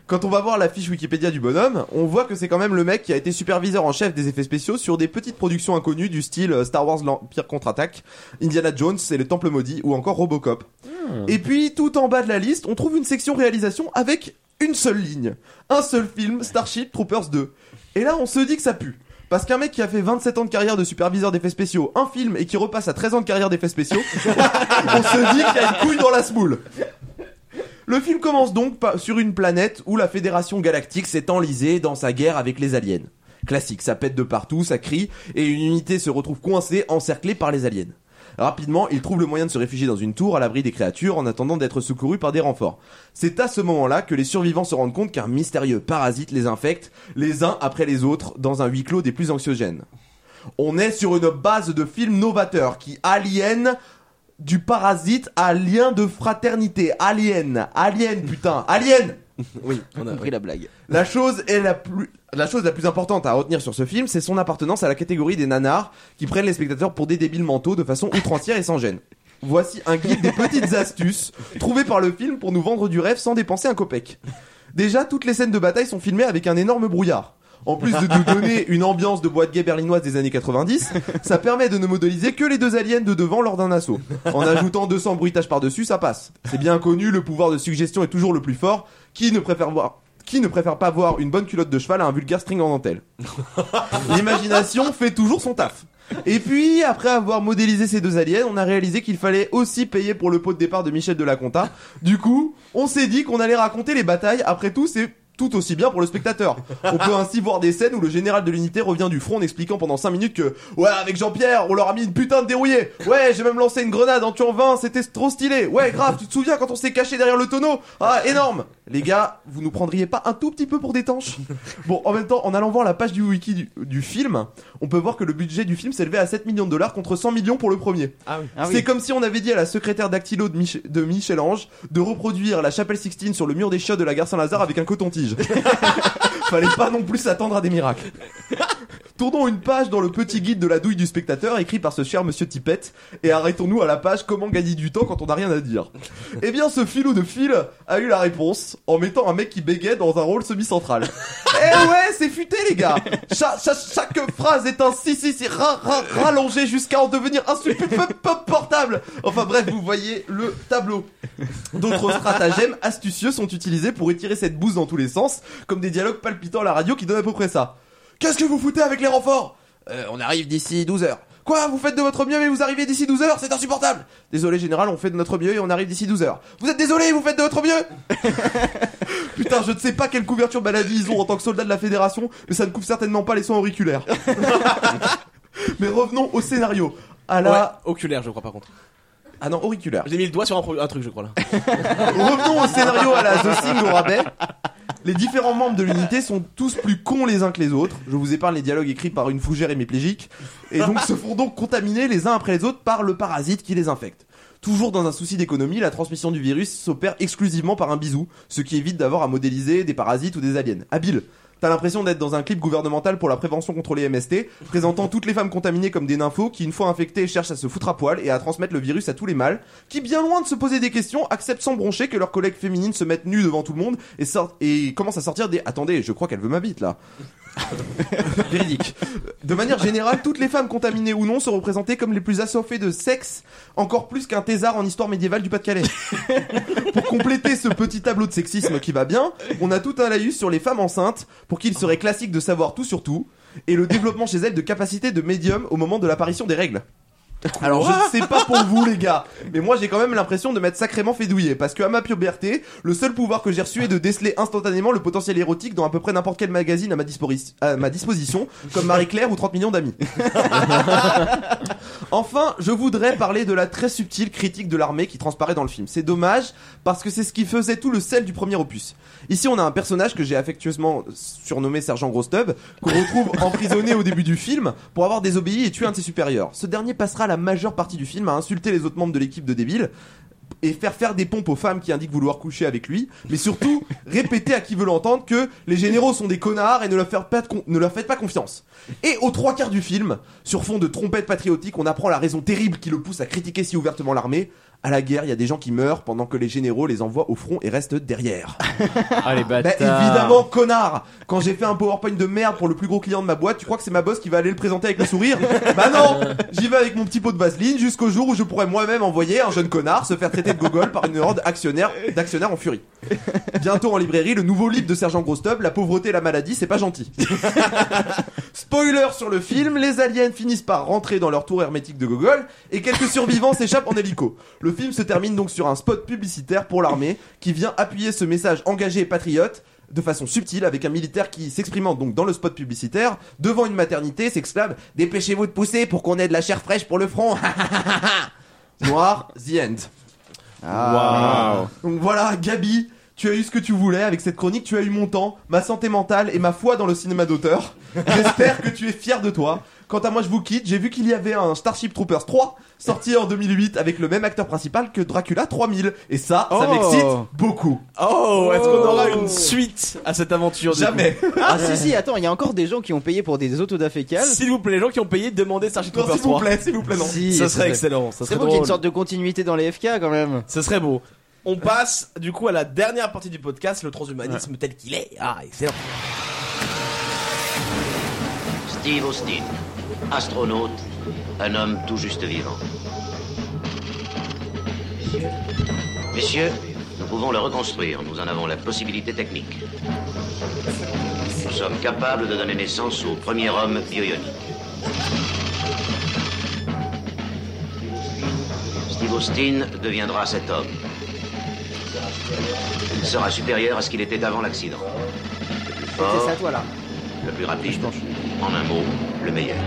S3: Quand on va voir la fiche Wikipédia du bonhomme, on voit que c'est quand même le mec qui a été superviseur en chef des effets spéciaux sur des petites productions inconnues du style euh, Star Wars l'Empire contre-attaque, Indiana Jones et le Temple Maudit ou encore Robocop.
S5: Hmm.
S3: Et puis tout en bas de la liste, on trouve une section réalisation avec une seule ligne, un seul film, Starship Troopers 2. Et là, on se dit que ça pue. Parce qu'un mec qui a fait 27 ans de carrière de superviseur d'effets spéciaux, un film et qui repasse à 13 ans de carrière d'effets spéciaux, [laughs] on se dit qu'il y a une couille dans la smoule. Le film commence donc par- sur une planète où la Fédération Galactique s'est enlisée dans sa guerre avec les aliens. Classique, ça pète de partout, ça crie, et une unité se retrouve coincée, encerclée par les aliens. Rapidement, ils trouvent le moyen de se réfugier dans une tour à l'abri des créatures en attendant d'être secourus par des renforts. C'est à ce moment-là que les survivants se rendent compte qu'un mystérieux parasite les infecte, les uns après les autres, dans un huis clos des plus anxiogènes. On est sur une base de films novateurs qui aliènent du parasite à lien de fraternité. Alien, alien, putain,
S4: [laughs]
S3: alien Oui,
S4: on a compris la blague.
S3: la chose est la plus la chose la plus importante à retenir sur ce film, c'est son appartenance à la catégorie des nanars qui prennent les spectateurs pour des débiles mentaux de façon outrancière et sans gêne. Voici un guide des petites astuces trouvées par le film pour nous vendre du rêve sans dépenser un copec. Déjà, toutes les scènes de bataille sont filmées avec un énorme brouillard. En plus de nous donner une ambiance de boîte gay berlinoise des années 90, ça permet de ne modéliser que les deux aliens de devant lors d'un assaut. En ajoutant 200 bruitages par-dessus, ça passe. C'est bien connu, le pouvoir de suggestion est toujours le plus fort. Qui ne préfère voir qui ne préfère pas voir une bonne culotte de cheval à un vulgaire string en dentelle [laughs] L'imagination fait toujours son taf. Et puis, après avoir modélisé ces deux aliens, on a réalisé qu'il fallait aussi payer pour le pot de départ de Michel de la Conta. Du coup, on s'est dit qu'on allait raconter les batailles. Après tout, c'est tout aussi bien pour le spectateur. On peut ainsi voir des scènes où le général de l'unité revient du front en expliquant pendant 5 minutes que ouais Bah, avec Jean-Pierre on leur a mis une putain de dérouillé. Ouais j'ai même lancé une grenade en tuant 20 c'était trop stylé. Ouais grave tu te souviens quand on s'est caché derrière le tonneau Ah énorme Les gars vous nous prendriez pas un tout petit peu pour des tanches Bon en même temps en allant voir la page du wiki du, du film on peut voir que le budget du film s'élevait à 7 millions de dollars contre 100 millions pour le premier.
S11: Ah oui.
S3: C'est comme si on avait dit à la secrétaire dactylo de, Mich- de Michel-Ange de reproduire la chapelle Sixtine sur le mur des chiottes de la gare Saint-Lazare avec un coton-tige. [laughs] Fallait pas non plus s'attendre à des miracles. Tournons une page dans le petit guide de la douille du spectateur écrit par ce cher monsieur Tipette et arrêtons-nous à la page comment gagner du temps quand on n'a rien à dire. Eh bien, ce filou de fil a eu la réponse en mettant un mec qui bégait dans un rôle semi-central. eh ouais, c'est futé les gars. Cha- cha- chaque phrase est un si si si ra- ra- rallongé jusqu'à en devenir insupportable. Enfin bref, vous voyez le tableau. D'autres stratagèmes astucieux sont utilisés pour étirer cette bouse dans tous les sens, comme des dialogues palpitants à la radio qui donnent à peu près ça. Qu'est-ce que vous foutez avec les renforts Euh, On arrive d'ici 12 heures. Quoi Vous faites de votre mieux mais vous arrivez d'ici 12 heures C'est insupportable Désolé général, on fait de notre mieux et on arrive d'ici 12 heures. Vous êtes désolé, vous faites de votre mieux [laughs] Putain, je ne sais pas quelle couverture maladie ils ont en tant que soldats de la fédération, mais ça ne couvre certainement pas les soins auriculaires. [laughs] mais revenons au scénario. À la...
S2: oculaire, je crois, par contre.
S3: Ah non, auriculaire.
S2: J'ai mis le doigt sur un, pro- un truc, je crois, là.
S3: Revenons au scénario à la The Thing au rabais. Les différents membres de l'unité sont tous plus cons les uns que les autres. Je vous épargne les dialogues écrits par une fougère hémiplégique. Et donc se font donc contaminer les uns après les autres par le parasite qui les infecte. Toujours dans un souci d'économie, la transmission du virus s'opère exclusivement par un bisou, ce qui évite d'avoir à modéliser des parasites ou des aliens. Habile. T'as l'impression d'être dans un clip gouvernemental pour la prévention contre les MST, présentant toutes les femmes contaminées comme des nymphos qui, une fois infectées, cherchent à se foutre à poil et à transmettre le virus à tous les mâles, qui, bien loin de se poser des questions, acceptent sans broncher que leurs collègues féminines se mettent nues devant tout le monde et, sortent et commencent à sortir des... Attendez, je crois qu'elle veut ma bite, là. Véridique. De manière générale, toutes les femmes contaminées ou non sont représentées comme les plus assoiffées de sexe, encore plus qu'un thésard en histoire médiévale du Pas-de-Calais. pour compléter ce petit tableau de sexisme qui va bien, on a tout un laïus sur les femmes enceintes, pour qui il serait classique de savoir tout sur tout, et le développement chez elles de capacités de médium au moment de l'apparition des règles. Alors je ne sais pas pour vous les gars, mais moi j'ai quand même l'impression de m'être sacrément fait douiller parce que à ma puberté, le seul pouvoir que j'ai reçu est de déceler instantanément le potentiel érotique dans à peu près n'importe quel magazine à ma, dispori- à ma disposition, comme Marie Claire ou 30 millions d'amis. Enfin, je voudrais parler de la très subtile critique de l'armée qui transparaît dans le film. C'est dommage parce que c'est ce qui faisait tout le sel du premier opus. Ici, on a un personnage que j'ai affectueusement surnommé Sergent Grosstub, qu'on retrouve emprisonné au début du film pour avoir désobéi et tué un de ses supérieurs. Ce dernier passera la majeure partie du film à insulter les autres membres de l'équipe de débiles et faire faire des pompes aux femmes qui indiquent vouloir coucher avec lui, mais surtout répéter à qui veut l'entendre que les généraux sont des connards et ne leur, faire pas de con- ne leur faites pas confiance. Et aux trois quarts du film, sur fond de trompettes patriotiques, on apprend la raison terrible qui le pousse à critiquer si ouvertement l'armée. À la guerre, il y a des gens qui meurent pendant que les généraux les envoient au front et restent derrière.
S5: Allez,
S3: Bah évidemment, connard Quand j'ai fait un PowerPoint de merde pour le plus gros client de ma boîte, tu crois que c'est ma boss qui va aller le présenter avec le sourire Bah non J'y vais avec mon petit pot de vaseline jusqu'au jour où je pourrais moi-même envoyer un jeune connard se faire traiter de gogol par une horde actionnaire d'actionnaires en furie. Bientôt en librairie, le nouveau livre de Sergent Grosstub, La pauvreté et la maladie, c'est pas gentil. Spoiler sur le film, les aliens finissent par rentrer dans leur tour hermétique de Gogol et quelques survivants [laughs] s'échappent en hélico. Le film se termine donc sur un spot publicitaire pour l'armée qui vient appuyer ce message engagé et patriote de façon subtile avec un militaire qui s'exprimant donc dans le spot publicitaire devant une maternité s'exclame dépêchez-vous de pousser pour qu'on ait de la chair fraîche pour le front [laughs] noir the end
S1: Ah.
S3: donc voilà, Gabi, tu as eu ce que tu voulais avec cette chronique, tu as eu mon temps, ma santé mentale et ma foi dans le cinéma d'auteur. J'espère que tu es fier de toi. Quant à moi, je vous quitte. J'ai vu qu'il y avait un Starship Troopers 3 sorti en 2008 avec le même acteur principal que Dracula 3000. Et ça, ça
S2: Oh.
S3: m'excite beaucoup.
S2: Oh, est-ce qu'on aura une suite à cette aventure du
S3: Jamais.
S2: [laughs] coup
S4: [laughs] Ah si si attends il y a encore des gens qui ont payé pour des autodas fécales
S2: S'il vous plaît les gens qui ont payé demandez Starship
S4: Non,
S2: Troopers
S4: s'il vous
S2: 3.
S4: plaît, s'il vous plaît, non. Si,
S2: ça serait
S4: ça serait-
S2: excellent ça serait
S4: c'est bon qu'il y ait une
S2: drôle.
S4: sorte de continuité dans les FK quand même
S2: ce serait beau on passe du coup à la dernière partie du podcast le transhumanisme tel qu'il est ah excellent
S16: Steve Austin, astronaute, un homme tout juste vivant. Messieurs, nous pouvons le reconstruire. Nous en avons la possibilité technique. Nous sommes capables de donner naissance au premier homme bioionique. Steve Austin deviendra cet homme. Il sera supérieur à ce qu'il était avant l'accident. Le plus fort,
S4: c'est ça toi là
S16: le plus rapide, en un mot, le meilleur.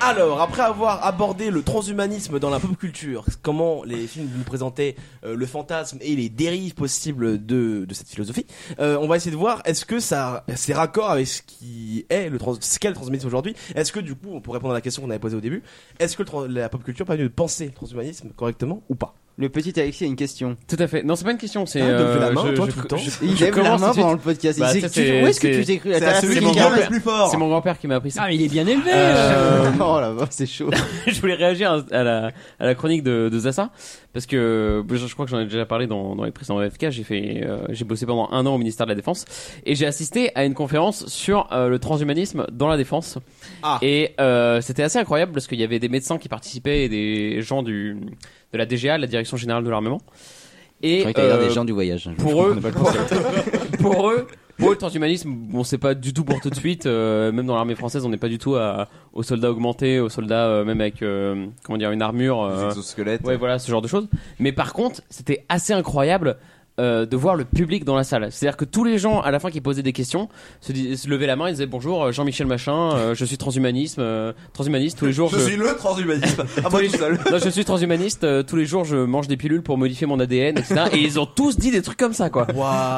S2: Alors, après avoir abordé le transhumanisme dans la pop culture, comment les films nous présentaient euh, le fantasme et les dérives possibles de, de cette philosophie, euh, on va essayer de voir est-ce que ça c'est raccord avec ce qui est le trans, ce qu'est le transhumanisme aujourd'hui. Est-ce que du coup, pour répondre à la question qu'on avait posée au début, est-ce que le trans- la pop culture permet de penser le transhumanisme correctement ou pas
S4: Le petit Alexis a une question.
S5: Tout à fait. Non, c'est pas une question, c'est.
S2: Ah, donc fais la
S5: euh,
S2: main,
S5: je-
S2: toi,
S5: je-
S2: tout le temps.
S5: je-
S4: Il
S5: je
S4: lève la
S5: commence
S4: main
S5: tout de
S4: pendant
S5: suite.
S4: le podcast. Il
S5: Bah,
S4: dit
S5: ça,
S4: que tu-
S5: c'est-
S4: où est-ce que
S5: c'est-
S4: tu t'es cru à
S5: c'est
S4: ta
S5: à celui
S4: place
S5: qui
S4: C'est mon
S5: garde le
S4: grand-père.
S5: plus fort. C'est mon grand-père qui m'a appris ça.
S6: Ah, mais il est bien élevé.
S5: Euh,
S4: Oh là bas [laughs] c'est chaud.
S5: [laughs] je voulais réagir à, à la, à la chronique de, de Zassa parce que je, je crois que j'en ai déjà parlé dans, dans les précédents FK. J'ai fait, euh, j'ai bossé pendant un an au ministère de la Défense et j'ai assisté à une conférence sur euh, le transhumanisme dans la défense.
S4: Ah.
S5: Et euh, c'était assez incroyable parce qu'il y avait des médecins qui participaient et des gens du de la DGA, la Direction Générale de l'Armement. Et
S4: Je croyais que t'allais dire
S5: euh,
S4: des gens du voyage. Je [laughs]
S5: Pour eux,
S4: comprenais pas
S5: [laughs]
S4: le concept.
S5: pour eux, pour eux, le transhumanisme, bon, c'est pas du tout pour tout de suite. euh, même dans l'armée française, on n'est pas du tout à, aux soldats augmentés, aux soldats euh, même avec euh, comment dire une armure,
S3: Des
S5: euh,
S3: exosquelettes.
S5: Ouais, voilà, ce genre de choses. Mais par contre, c'était assez incroyable. euh, de voir le public dans la salle. C'est-à-dire que tous les gens, à la fin, qui posaient des questions, se, dis- se levaient la main et disaient bonjour, euh, Jean-Michel Machin, euh, je suis transhumanisme, euh, transhumaniste tous les jours.
S3: Je suis le transhumaniste. À moi
S5: Tous les-
S3: tout seul.
S5: [laughs] Non, je suis transhumaniste. euh, tous les jours, je mange des pilules pour modifier mon ADN, etc. Et ils ont tous dit des trucs comme ça, quoi.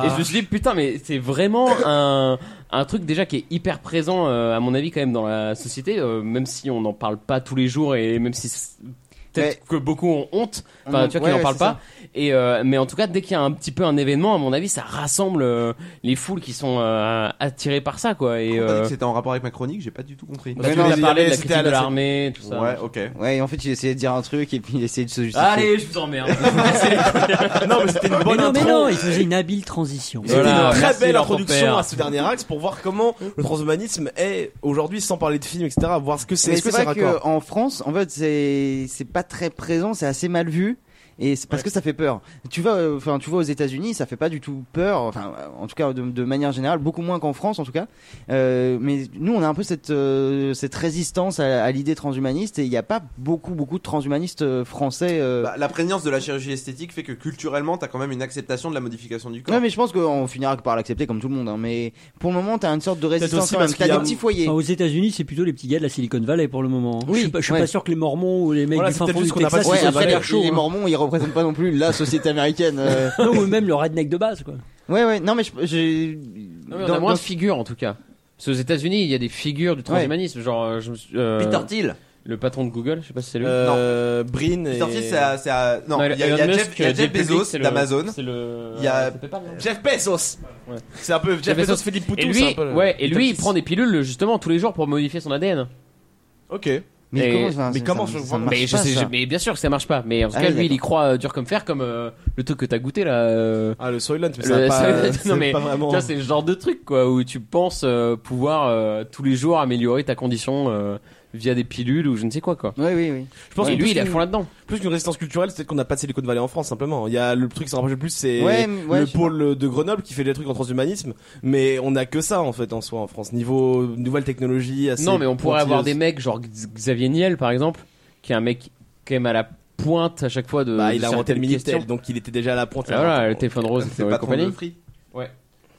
S5: Et je me suis dit, putain, mais c'est vraiment un, un truc déjà qui est hyper présent, euh, à mon avis, quand même, dans la société, euh, même si on n'en parle pas tous les jours et même si c'est- peut-être que beaucoup ont honte, enfin,
S4: Ouais,
S5: tu vois, qu'ils n'en
S4: ouais,
S5: parlent
S4: c'est
S5: pas. Et, euh, mais en tout cas, dès qu'il y a un petit peu un événement, à mon avis, ça rassemble euh, les foules qui sont euh, attirées par ça, quoi. Et,
S3: On m'a dit
S5: euh,
S3: que C'était en rapport avec ma chronique, j'ai pas du tout compris.
S5: Bah, tu nous as parlé de la critique de l'armée, tout ça.
S3: Ouais, ok.
S4: Ouais, et en fait, j'ai essayé de dire un truc et puis il essayait de se justifier.
S5: Allez, je vous emmerde.
S6: non, mais c'était
S5: une bonne
S6: non, Mais
S5: intro.
S6: non, Oh, il faisait une habile transition.
S2: C'était une très belle
S5: leur
S2: introduction
S5: tempère.
S2: à ce dernier axe pour voir
S5: [laughs]
S2: comment le transhumanisme est aujourd'hui, sans parler de films, etc., voir ce que c'est.
S4: Mais
S2: Est-ce que c'est
S4: vrai
S2: raccord
S4: qu'en France, en fait, c'est c'est pas très présent, c'est assez mal vu. Et c'est parce que ça fait peur. Tu vas, euh, enfin, tu vois aux États-Unis, ça fait pas du tout peur. Enfin, euh, en tout cas, de, de manière générale, beaucoup moins qu'en France, en tout cas. Euh, mais nous, on a un peu cette euh, cette résistance à, à l'idée transhumaniste, et il n'y a pas beaucoup beaucoup de transhumanistes euh, français. euh,
S3: Bah, la prégnance de la chirurgie esthétique fait que culturellement, t'as quand même une acceptation de la modification du corps.
S4: Ouais, mais je pense qu'on finira par l'accepter comme tout le monde. hein. Mais pour le moment, t'as une sorte de résistance
S6: aussi
S4: quand même.
S6: parce
S4: T'as
S6: qu'il y
S4: des
S6: a-
S4: petits foyers.
S6: Enfin, aux États-Unis, c'est plutôt les petits gars de la Silicon Valley pour le moment. hein. je suis, pas, je suis
S4: ouais.
S6: pas sûr que les Mormons ou les mecs
S4: Voilà,
S6: du
S4: c'est
S6: fin
S4: peut-être
S6: fond du
S4: juste qu'on n'a pas
S6: Texas
S4: de
S6: ils
S4: Silicon
S6: soient
S4: Valley.
S6: hyper chauds,
S4: Les
S6: hein.
S4: Mormons, ils représentent pas non plus la société américaine.
S2: [laughs]
S4: euh.
S6: non, ou même le redneck de base, quoi.
S4: Ouais, ouais, non, mais je- j'ai.
S5: Non, mais on
S4: dans-
S5: a moins
S4: dans-
S5: de figures en tout cas. Parce qu'aux États-Unis, il y a des figures du transhumanisme. Genre, euh, je me suis- euh,
S3: Peter Thiel.
S5: Le patron de Google, je sais pas si c'est lui.
S3: Euh,
S5: non.
S3: Brin Peter et- Thiel, c'est à- c'est à- non, il y a-
S5: Elon
S3: il y a
S5: Musk,
S3: Jeff- il y a
S5: euh,
S3: Jeff
S5: Public,
S3: Bezos
S5: c'est le-
S3: d'Amazon.
S5: c'est le-
S3: Il y a-
S5: ça euh, fait pas mal.
S11: Jeff Bezos. C'est un peu Jeff, Bezos, Philippe Poutou.
S5: Et lui,
S11: c'est un peu le-
S5: ouais, et
S11: le
S5: lui il
S11: Tetris.
S5: prend des pilules justement tous les jours pour modifier son ADN.
S11: Ok.
S5: Mais
S11: Et-
S5: comment ça-
S11: mais
S5: ça-
S11: comment
S5: ça-
S11: je-
S5: ça
S11: mais
S5: marche
S11: je
S5: pas,
S11: sais-
S5: ça
S11: mais-
S5: Mais bien sûr que ça marche pas. Mais en tout
S11: Ah
S5: cas,
S11: oui,
S5: lui, il y
S11: d'accord.
S5: croit euh, dur comme fer, comme euh, le truc que t'as goûté là. euh,
S2: Ah, le Soylent, mais
S5: le-
S2: ça a pas,
S5: [laughs] non
S2: [laughs] c'est
S5: mais
S2: pas vraiment.
S5: ça, c'est le genre de truc quoi où tu penses euh, pouvoir euh, tous les jours améliorer ta condition euh, via des pilules ou je ne sais quoi quoi.
S4: Ouais, oui, oui.
S2: Je pense
S5: et
S2: que
S5: lui,
S2: plus
S5: il est à
S2: qu'une-
S5: fond là-dedans.
S2: Plus qu'une résistance culturelle, c'est peut-être qu'on n'a pas de Silicon Valley en France, simplement. Il y a le truc qui s'en rapproche le plus, c'est
S4: Ouais, mais- ouais,
S2: le
S4: je sais
S2: pôle de Grenoble qui fait des trucs en transhumanisme. Mais on n'a que ça, en fait, en soi, en France. Niveau nouvelle technologie, assez
S5: Non, mais on pourrait avoir des
S2: pointilleuse.
S5: mecs genre X- Xavier Niel par exemple, qui est un mec quand même à la pointe à chaque fois de.
S2: Bah,
S5: de
S2: il a inventé
S5: certaines
S2: le Minitel,
S5: questions.
S2: donc il était déjà à la pointe.
S5: Ah, voilà, le téléphone rose,
S2: [laughs] C'est
S5: et
S2: pas
S5: compagnie.
S2: trop de free.
S5: Ouais.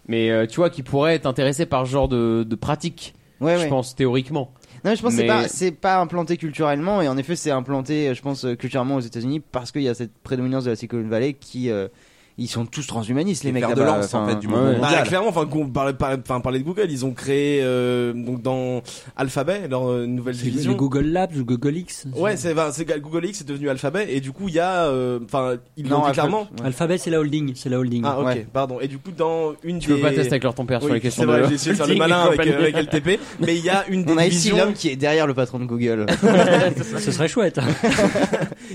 S5: Mais euh, tu vois, qui pourrait être intéressé par ce genre de, de pratique.
S4: Ouais,
S5: je
S4: ouais.
S5: pense théoriquement.
S4: Non, mais je pense
S5: Mais-
S4: que c'est pas, c'est pas implanté culturellement, et en effet, c'est implanté, euh, je pense, euh, culturellement aux États-Unis parce qu'il y a cette prédominance de la Silicon Valley qui. euh, ils sont tous transhumanistes, les mecs
S2: fer de
S4: là-bas,
S2: lance, en
S4: enfin,
S2: fait, du
S4: ouais,
S2: mouvement
S4: ouais.
S2: mondial. Bah, clairement, enfin, qu'on parlait, par- enfin, parler de Google, ils ont créé euh, donc dans Alphabet leur euh, nouvelle division.
S6: Le Google Labs ou Google X.
S2: Ouais, c'est enfin, c'est- Google X est devenu Alphabet et du coup il y a euh, enfin ils l'ont dit clairement.
S6: Alphabet, c'est la holding. C'est la holding.
S2: Ah ok, pardon. Et du coup dans une
S6: Tu peux
S2: des-
S6: pas tester avec leur
S5: ton père
S2: Oui,
S5: sur les
S2: c'est
S5: questions
S2: vrai,
S5: de-
S2: j'ai essayé de
S4: [laughs]
S2: faire le
S5: Ting et
S2: malin avec,
S5: compagnie.
S2: avec LTP, mais il y a une des
S4: On a ici
S2: divisions
S4: l'homme qui est derrière le patron
S2: [laughs]
S4: de Google.
S6: hein. [laughs] Ce serait chouette.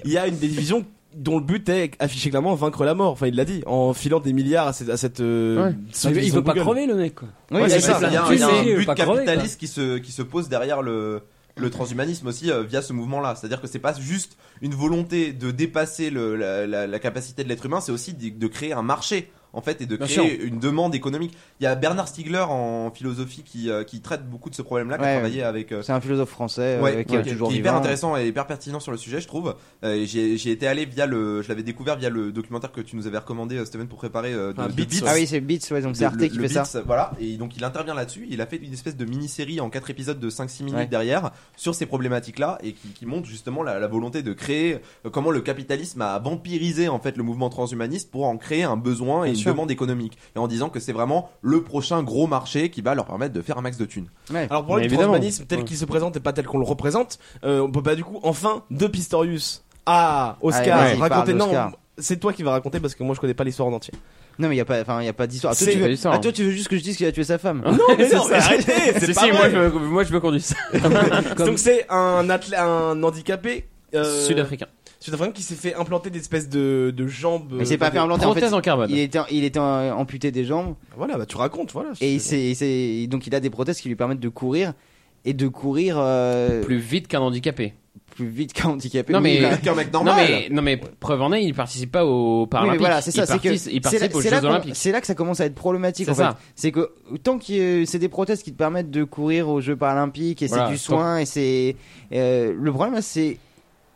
S2: il y a une des divisions dont le but est affiché clairement vaincre la mort. Enfin, il l'a dit en filant des milliards à cette, à cette euh,
S6: Ouais.
S2: subdivision
S6: Il veut pas
S2: Google.
S6: crever, le mec, quoi.
S3: Oui,
S2: Ouais,
S3: c'est
S2: c'est
S3: ça. Il y a un, il y a un
S2: Il veut
S3: but
S2: pas crever, quoi.
S3: capitaliste qui se, qui se pose derrière le, le transhumanisme aussi euh, via ce mouvement-là. C'est-à-dire que c'est pas juste une volonté de dépasser le- la, la- la capacité de l'être humain, c'est aussi de, de créer un marché. En fait, et de
S5: Bien
S3: créer
S5: sûr.
S3: une demande économique. Il y a Bernard Stiegler en philosophie qui, euh, qui traite beaucoup de ce problème-là, qui a
S4: Ouais,
S3: travaillé avec. euh,
S4: C'est un philosophe français euh,
S3: Ouais,
S4: qui est toujours
S3: hyper
S4: vivant.
S3: intéressant et hyper pertinent sur le sujet, je trouve. Euh, j'ai j'ai été allé via le, je l'avais découvert via le documentaire que tu nous avais recommandé, euh, Steven, pour préparer euh, de,
S4: Ah,
S3: de
S4: Beats,
S3: Beats.
S4: ouais. Ah oui, c'est Beats, ouais, donc c'est
S3: Le-
S4: Arte
S3: le-
S4: qui
S3: le
S4: fait ça.
S3: Beats, Voilà, et donc il intervient là-dessus. Il a fait une espèce de mini-série en quatre épisodes de 5-6 minutes
S4: Ouais.
S3: derrière sur ces problématiques-là et qui, qui montre justement la, la volonté de créer euh, comment le capitalisme a vampirisé en fait le mouvement transhumaniste pour en créer un besoin et
S4: Bien
S3: une
S4: sûr.
S3: demande économique et en disant que c'est vraiment le prochain gros marché qui va leur permettre de faire un max de thunes.
S2: Alors pour
S3: Mais
S2: le
S3: évidemment.
S2: transhumanisme tel qu'il se présente et pas tel qu'on le représente, euh, on peut pas du coup enfin de Pistorius à Oscar
S4: Ah, ouais, il
S2: raconter
S4: parle
S2: non.
S4: d'Oscar.
S2: C'est toi qui vas raconter parce que moi je connais pas l'histoire en entier.
S4: Non, mais il y a pas, enfin, il y a pas d'histoire. Ah, toi,
S2: C'est-
S4: tu
S2: pas
S4: veux...
S2: d'histoire.
S4: ah, toi, tu veux juste que je dise qu'il a tué sa femme.
S2: [laughs] Non, mais non, mais
S4: [laughs]
S2: arrêtez, c'est
S5: Si,
S2: pas
S5: si, moi
S2: vrai.
S5: je, veux- moi je veux qu'on dise
S2: [laughs]
S5: ça.
S2: Donc c'est un athlète, un handicapé euh,
S5: Sud-africain.
S2: Sud-africain qui s'est fait implanter des espèces de, de jambes. euh,
S4: Mais c'est pas fait implanter en fait. Il
S2: Et
S4: était, il était euh, amputé des jambes.
S2: Voilà, bah tu racontes, voilà.
S4: Et il s'est- il s'est- donc il a des prothèses qui lui permettent de courir et de courir euh,
S5: Plus vite qu'un handicapé.
S4: plus vite [laughs] qu'un handicapé.
S5: Non
S4: Oui,
S5: mais,
S4: bah,
S5: non mais, non mais preuve en est, il participe pas aux
S4: Oui, mais
S5: Paralympiques.
S4: voilà, c'est ça,
S5: il
S4: c'est que
S5: participe, il
S4: c'est là-
S5: participe aux
S4: c'est là
S5: Jeux
S4: qu'on-
S5: Olympiques.
S4: C'est là que ça commence à être problématique
S5: C'est
S4: en fait.
S5: ça.
S4: C'est que tant que c'est des prothèses qui te permettent de courir aux Jeux paralympiques et
S5: Voilà,
S4: c'est du
S5: tant-
S4: soin et c'est euh, le problème là, c'est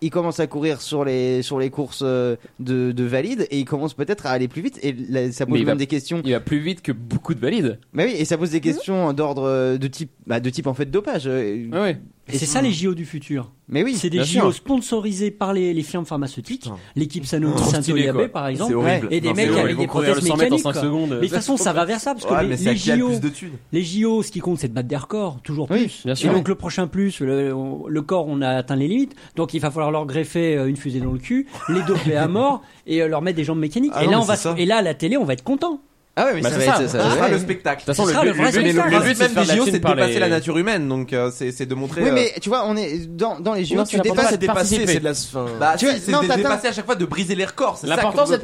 S4: il commence à courir sur les sur les courses euh, de, de valides et il commence peut-être à aller plus vite et là, ça pose
S5: Mais il
S4: même
S5: va-
S4: des questions.
S5: Il va plus vite que beaucoup de valides.
S4: Bah oui, et ça pose des questions d'ordre euh, de type bah, de type en fait dopage. euh,
S5: Ah
S6: Et c'est ça les JO du futur.
S4: Mais oui,
S6: c'est des
S4: bien
S6: JO
S4: sûr.
S6: sponsorisés par les, les firmes pharmaceutiques, l'équipe Sanofi
S4: Trop
S6: Santo
S4: stylé, quoi.
S6: par exemple,
S4: C'est horrible.
S6: et des
S4: Non, c'est
S6: mecs
S4: horrible.
S6: avec
S4: Ils
S6: des
S4: vont courir
S6: prothèses
S4: le 100 mètres en
S6: mécaniques.
S4: cinq
S6: quoi.
S4: secondes. euh,
S6: Mais de toute façon, ça va vers ça parce que
S4: Ouais,
S6: les,
S4: mais c'est
S6: les
S4: à qui a le
S6: JO,
S4: plus de thunes
S6: les JO, ce qui compte, c'est de battre des records, toujours
S4: Oui,
S6: plus.
S4: bien
S6: et
S4: sûr.
S6: donc le prochain plus, le, on- le corps, on a atteint les limites, donc il va falloir leur greffer euh, une fusée dans le cul, les doper à mort et euh, leur mettre des jambes mécaniques.
S4: Ah
S6: et
S4: non,
S6: là,
S4: mais
S6: on va,
S4: c'est ça.
S6: et là, à la télé, on va être content.
S4: Ah ouais, mais
S6: Bah,
S4: ça,
S6: c'est
S4: va
S6: ça.
S4: être- ça,
S6: Ah,
S4: va
S6: sera
S4: être-
S6: le
S3: spectacle.
S6: De toute façon, Ce le sera but- le vrai le but- mais le- spectacle.
S3: le
S6: le but c'est
S3: but
S6: de
S3: même
S6: faire
S3: des
S6: de la
S3: JO, c'est de
S6: thune par
S3: dépasser
S6: les-
S3: la nature humaine. Donc euh, c'est c'est de montrer.
S4: Oui,
S3: euh,
S4: mais tu vois, on est dans, dans les JO,
S3: Non,
S4: tu
S3: c'est
S4: dépasses
S3: pas de dépasser,
S4: participer.
S3: c'est de la- enfin, Bah,
S4: Bah,
S3: si, c'est de dépasser à chaque fois de briser les records. c'est ça qu'on veut.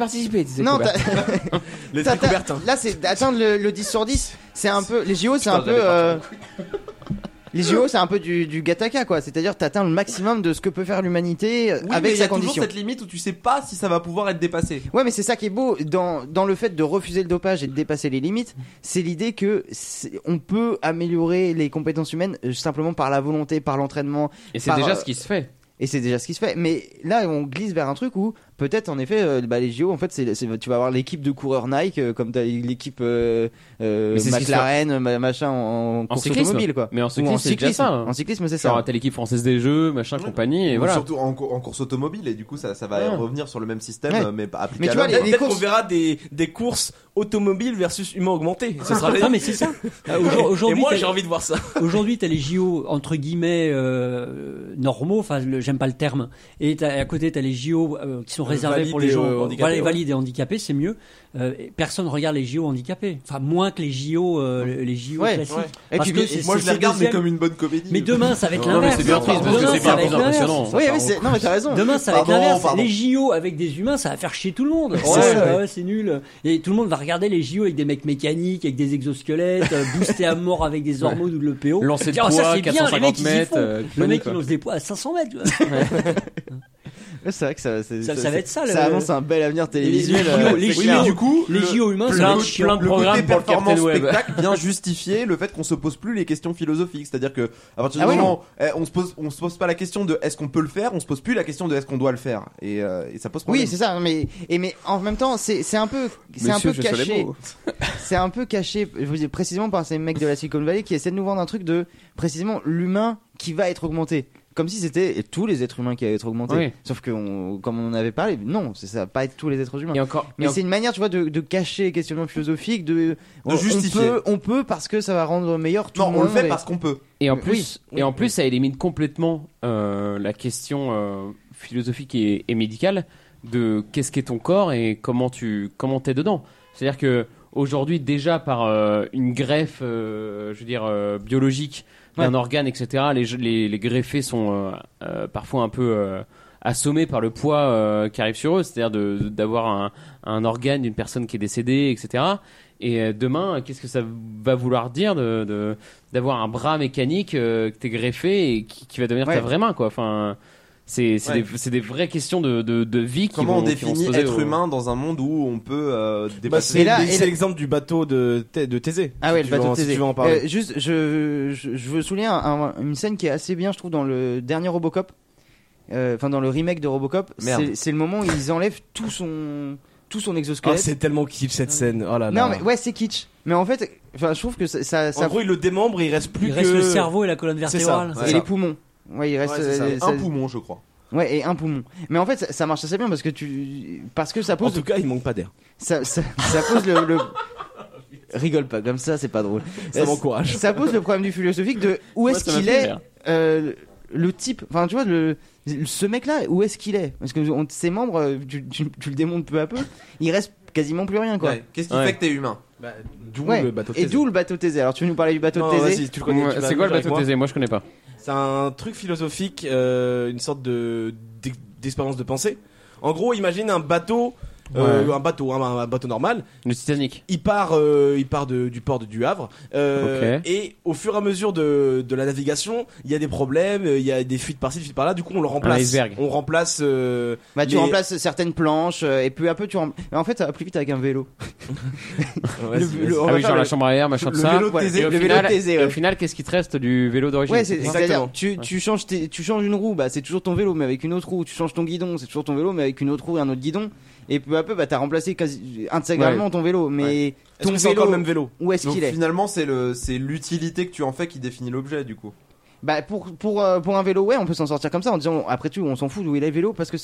S4: Non, t'as-
S3: Les hein.
S4: t'as- t'as-
S3: Coubertin.
S4: là, c'est d'atteindre le, le 10 sur 10. C'est un peu les JO, c'est un
S3: Putain,
S4: peu.
S3: j'avais pas
S4: euh, Les JO, c'est un peu du, du Gattaca, quoi. C'est-à-dire, t'atteins le maximum de ce que peut faire l'humanité euh,
S3: Oui, mais
S4: avec
S3: il y a
S4: sa
S3: toujours
S4: condition.
S3: cette limite où tu sais pas si ça va pouvoir être dépassé.
S4: Ouais, mais c'est ça qui est beau dans, dans le fait de refuser le dopage et de dépasser les limites, c'est l'idée que c'est- on peut améliorer les compétences humaines euh, simplement par la volonté, par l'entraînement.
S5: Et c'est
S4: par,
S5: déjà
S4: euh,
S5: ce qui se fait.
S4: Et c'est déjà ce qui se fait. Mais là, on glisse vers un truc où peut-être, en effet, euh, bah, les JO, en fait, c'est, c'est- tu vas avoir l'équipe de coureurs Nike, euh, comme t'as l'équipe euh, euh,
S5: Mais c'est ce qui se
S4: McLaren, ma- machin, en,
S5: En
S4: course
S5: cyclisme.
S4: automobile, quoi.
S5: Mais en
S4: Ou
S5: cyclisme, c'est déjà ça, hein.
S4: En cyclisme, c'est ça.
S5: Genre, t'as l'équipe française des jeux, machin, compagnie, et
S3: Ou
S5: voilà.
S3: Surtout en, co- en course automobile, et du coup, ça, ça va
S5: Ouais.
S3: revenir sur le même système,
S5: Ouais.
S3: euh, mais pas applicable.
S2: Mais tu vois,
S3: à l'homme.
S2: peut-être qu'on verra des, des courses automobiles versus humains augmentés. Ce sera
S6: Ah, mais c'est
S2: [laughs]
S6: ça. Euh, aujourd-
S2: Et
S6: aujourd'hui,
S2: moi,
S6: t'as-
S2: j'ai envie de voir ça.
S6: Aujourd'hui, t'as les JO entre guillemets euh, normaux, enfin le- j'aime pas le terme, et t'as- à côté t'as les JO euh, qui sont
S2: Euh,
S6: réservés pour les
S2: valides et,
S6: gens
S2: euh,
S6: voilà,
S2: handicapés,
S6: les
S2: ouais.
S6: valides et handicapés, c'est mieux. Euh, et personne regarde les JO handicapés, enfin moins que les JO, euh, les JO
S3: Ouais.
S6: classiques.
S3: Ouais. Et
S6: Parce
S3: puis,
S6: que
S3: mais-
S6: c'est-
S3: moi, je
S6: c'est
S3: les regarde, mais
S6: deuxième.
S3: comme une bonne comédie.
S6: Mais demain ça va être
S3: Non, mais
S6: l'inverse.
S3: c'est bien triste, parce que
S6: Demain,
S3: c'est
S6: ça va
S3: bien
S6: être
S3: plus
S6: l'inverse.
S3: impressionnant.
S4: Oui, oui, c'est- non, mais t'as raison.
S6: Demain ça va être
S4: Pardon,
S6: l'inverse.
S4: pardon.
S6: Les JO avec des humains, ça va faire chier tout le monde.
S4: C'est ça,
S6: euh,
S4: ouais.
S6: c'est nul. Et tout le monde va regarder les JO avec des mecs mécaniques, avec des exosquelettes, euh, boostés à mort avec des hormones ou de l'EPO.
S5: Lancer de
S6: Dire, oh, ça,
S5: poids,
S6: c'est bien, les
S5: 450
S6: mecs, ils y
S5: mètres,
S6: font.
S5: euh,
S6: le
S5: conneries,
S6: mec
S5: quoi.
S6: qui lance des poids à 500 mètres. tu vois. [laughs]
S4: Ouais, c'est vrai que ça, c'est-
S6: Ça- ça va être ça, le-
S4: Ça annonce un bel avenir
S6: Les- les
S4: télévisuel.
S6: JO,
S4: euh,
S6: les
S4: c'est
S6: JO,
S4: clair.
S6: du coup, les JO humains, ça va être chiant.
S3: le
S6: programme
S3: côté
S6: pour le Captain
S3: performance
S6: Web.
S3: spectacle vient justifier le fait qu'on se pose plus les questions philosophiques. C'est-à-dire que à partir du
S4: Ah oui.
S3: moment où eh, on se pose, on se pose pas la question de est-ce qu'on peut le faire, on se pose plus la question de est-ce qu'on doit le faire. Et, euh, et ça pose problème.
S4: Oui, c'est ça. Mais et mais en même temps, c'est c'est un peu c'est un
S3: Monsieur,
S4: peu
S3: je sais les
S4: caché.
S3: mots.
S4: [laughs] c'est un peu caché. Je vous dis précisément par ces mecs de la Silicon Valley qui essaient de nous vendre un truc de précisément l'humain qui va être augmenté. Comme si c'était tous les êtres humains qui allaient être augmentés.
S5: Oui.
S4: Sauf que, on- comme on en avait parlé, non, c'est- ça va pas être tous les êtres humains.
S5: Et encore-
S4: Mais
S5: et
S4: c'est
S5: en-
S4: une manière, tu vois, de, de cacher les questionnements philosophiques, de, on- on
S5: justifier.
S4: peut- On peut, parce que ça va rendre meilleur tout
S3: Non,
S4: le
S3: on le
S4: monde.
S3: fait
S4: et-
S3: parce qu'on peut.
S5: Et en
S4: Oui.
S5: plus, et en plus, ça élimine complètement euh, la question euh, philosophique et, et médicale de qu'est-ce qu'est ton corps et comment tu comment t'es dedans. C'est-à-dire que aujourd'hui déjà par euh, une greffe, euh, je veux dire euh, biologique d'un
S4: Ouais.
S5: organe, etc. Les, les, les greffés sont euh, euh, parfois un peu euh, assommés par le poids euh, qui arrive sur eux, c'est-à-dire de- d'avoir un, un organe d'une personne qui est décédée, etc. Et euh, demain, qu'est-ce que ça va vouloir dire de de- d'avoir un bras mécanique euh, que t'es greffé et qui, qui va devenir
S3: Ouais.
S5: ta vraie main, quoi. Enfin, c'est c'est
S3: Ouais.
S5: des, c'est des vraies questions de, de, de vie qui
S3: Comment
S5: vont, qui
S3: on
S5: vont se
S3: définit
S5: poser
S3: être
S5: au-
S3: humain dans un monde où on peut euh,
S2: Bah,
S3: dépasser
S2: c'est
S4: là-
S2: c'est
S4: et là-
S2: l'exemple du bateau de, Thé- de Thésée.
S4: Ah ouais,
S2: Si
S4: le
S2: tu veux
S4: bateau
S2: en-
S4: de
S2: si
S4: Thésée.
S2: tu veux en parler.
S4: Euh, juste, je, je, je veux souligner un- un- une scène qui est assez bien, je trouve, dans le dernier Robocop. Euh, Enfin, dans le remake de Robocop.
S2: Merde.
S4: C'est c'est le moment où ils enlèvent tout son, tout son
S2: Ah,
S4: exosquelette.
S2: c'est tellement kitsch cette scène. Oh là là.
S4: non, mais ouais, c'est kitsch. Mais en fait, enfin, je trouve que ça. ça,
S2: En gros, il le démembre, il reste plus
S4: Il
S2: que.
S4: reste le cerveau et la colonne
S2: C'est ça,
S4: vertébrale.
S2: c'est
S4: Et
S2: ça.
S4: les poumons. Ouais, il reste
S3: Ouais, c'est ça.
S4: euh,
S3: Un
S4: ça-
S3: poumon, je crois.
S4: Ouais, et un poumon. Mais en fait, ça, ça marche assez bien parce que tu, parce que ça pose.
S2: En tout cas, il manque pas d'air.
S4: Ça, ça, ça pose le,
S3: [laughs]
S4: le- Rigole pas, comme ça, c'est pas drôle.
S2: Ça m'encourage.
S4: Ça pose le problème du philosophique de où
S2: Moi,
S4: est-ce
S2: ça m'a
S4: qu'il
S2: fait
S4: est,
S2: rire.
S4: euh, le type. Enfin, tu vois, le, ce mec-là, où est-ce qu'il est Parce que on- ses membres, euh, tu, tu- tu le démontes peu à peu, il reste quasiment plus rien, quoi.
S3: Ouais. Qu'est-ce qui fait que t'es humain Bah, D'où
S4: Ouais.
S3: le bateau de
S4: Et
S3: Thésée.
S4: d'où le bateau Thésée. Alors, tu veux nous parler du bateau
S2: Non,
S4: de Thésée
S2: vas-y, tu le connais, tu vas
S5: C'est quoi le
S2: avec
S5: bateau
S2: moi.
S5: Thésée Moi, je connais pas.
S2: C'est un truc philosophique, euh, une sorte de d'e- d'expérience de pensée. En gros, imagine un bateau, euh,
S5: Ouais.
S2: un bateau, hein, un, un bateau normal.
S5: Le Titanic.
S2: Il part, euh, il part de- du port de du Havre. euh,
S5: Ok.
S2: Et au fur et à mesure de, de la navigation, il y a des problèmes, euh, il y a des fuites par-ci, des fuites par-là. Du coup, on le remplace.
S4: iceberg.
S2: On remplace. euh,
S4: Bah, tu
S2: les-
S4: remplaces certaines planches euh, et peu à peu tu rem- Mais en fait ça va plus vite avec un vélo.
S5: Le- le-
S4: on
S5: ah
S4: va
S5: oui,
S4: faire
S5: genre
S4: le-
S5: la chambre arrière, machin, tout
S4: le
S5: ça.
S4: vélo de
S5: Voilà.
S4: Thésée,
S5: Et au
S4: le vélo
S5: final-
S4: de Thésée,
S5: et
S4: ouais.
S5: au final, qu'est-ce qui te reste du vélo d'origine
S4: Ouais, c'est
S5: quoi
S4: c'est-à-dire, tu, tu changes tes- tu changes une roue, bah c'est toujours ton vélo mais avec une autre roue, tu changes ton guidon, c'est toujours ton vélo mais avec une autre roue et un autre guidon et peu à peu bah t'as remplacé quasi intégralement
S3: Ouais.
S4: ton vélo mais ton
S3: que c'est
S4: vélo,
S3: encore le même vélo
S4: Où est-ce
S3: Donc,
S4: qu'il est
S3: Finalement, c'est le c'est l'utilité que tu en fais qui définit l'objet du coup.
S4: Bah pour pour euh, pour un vélo ouais, on peut s'en sortir comme ça en disant après tout on s'en fout d'où il est le vélo parce que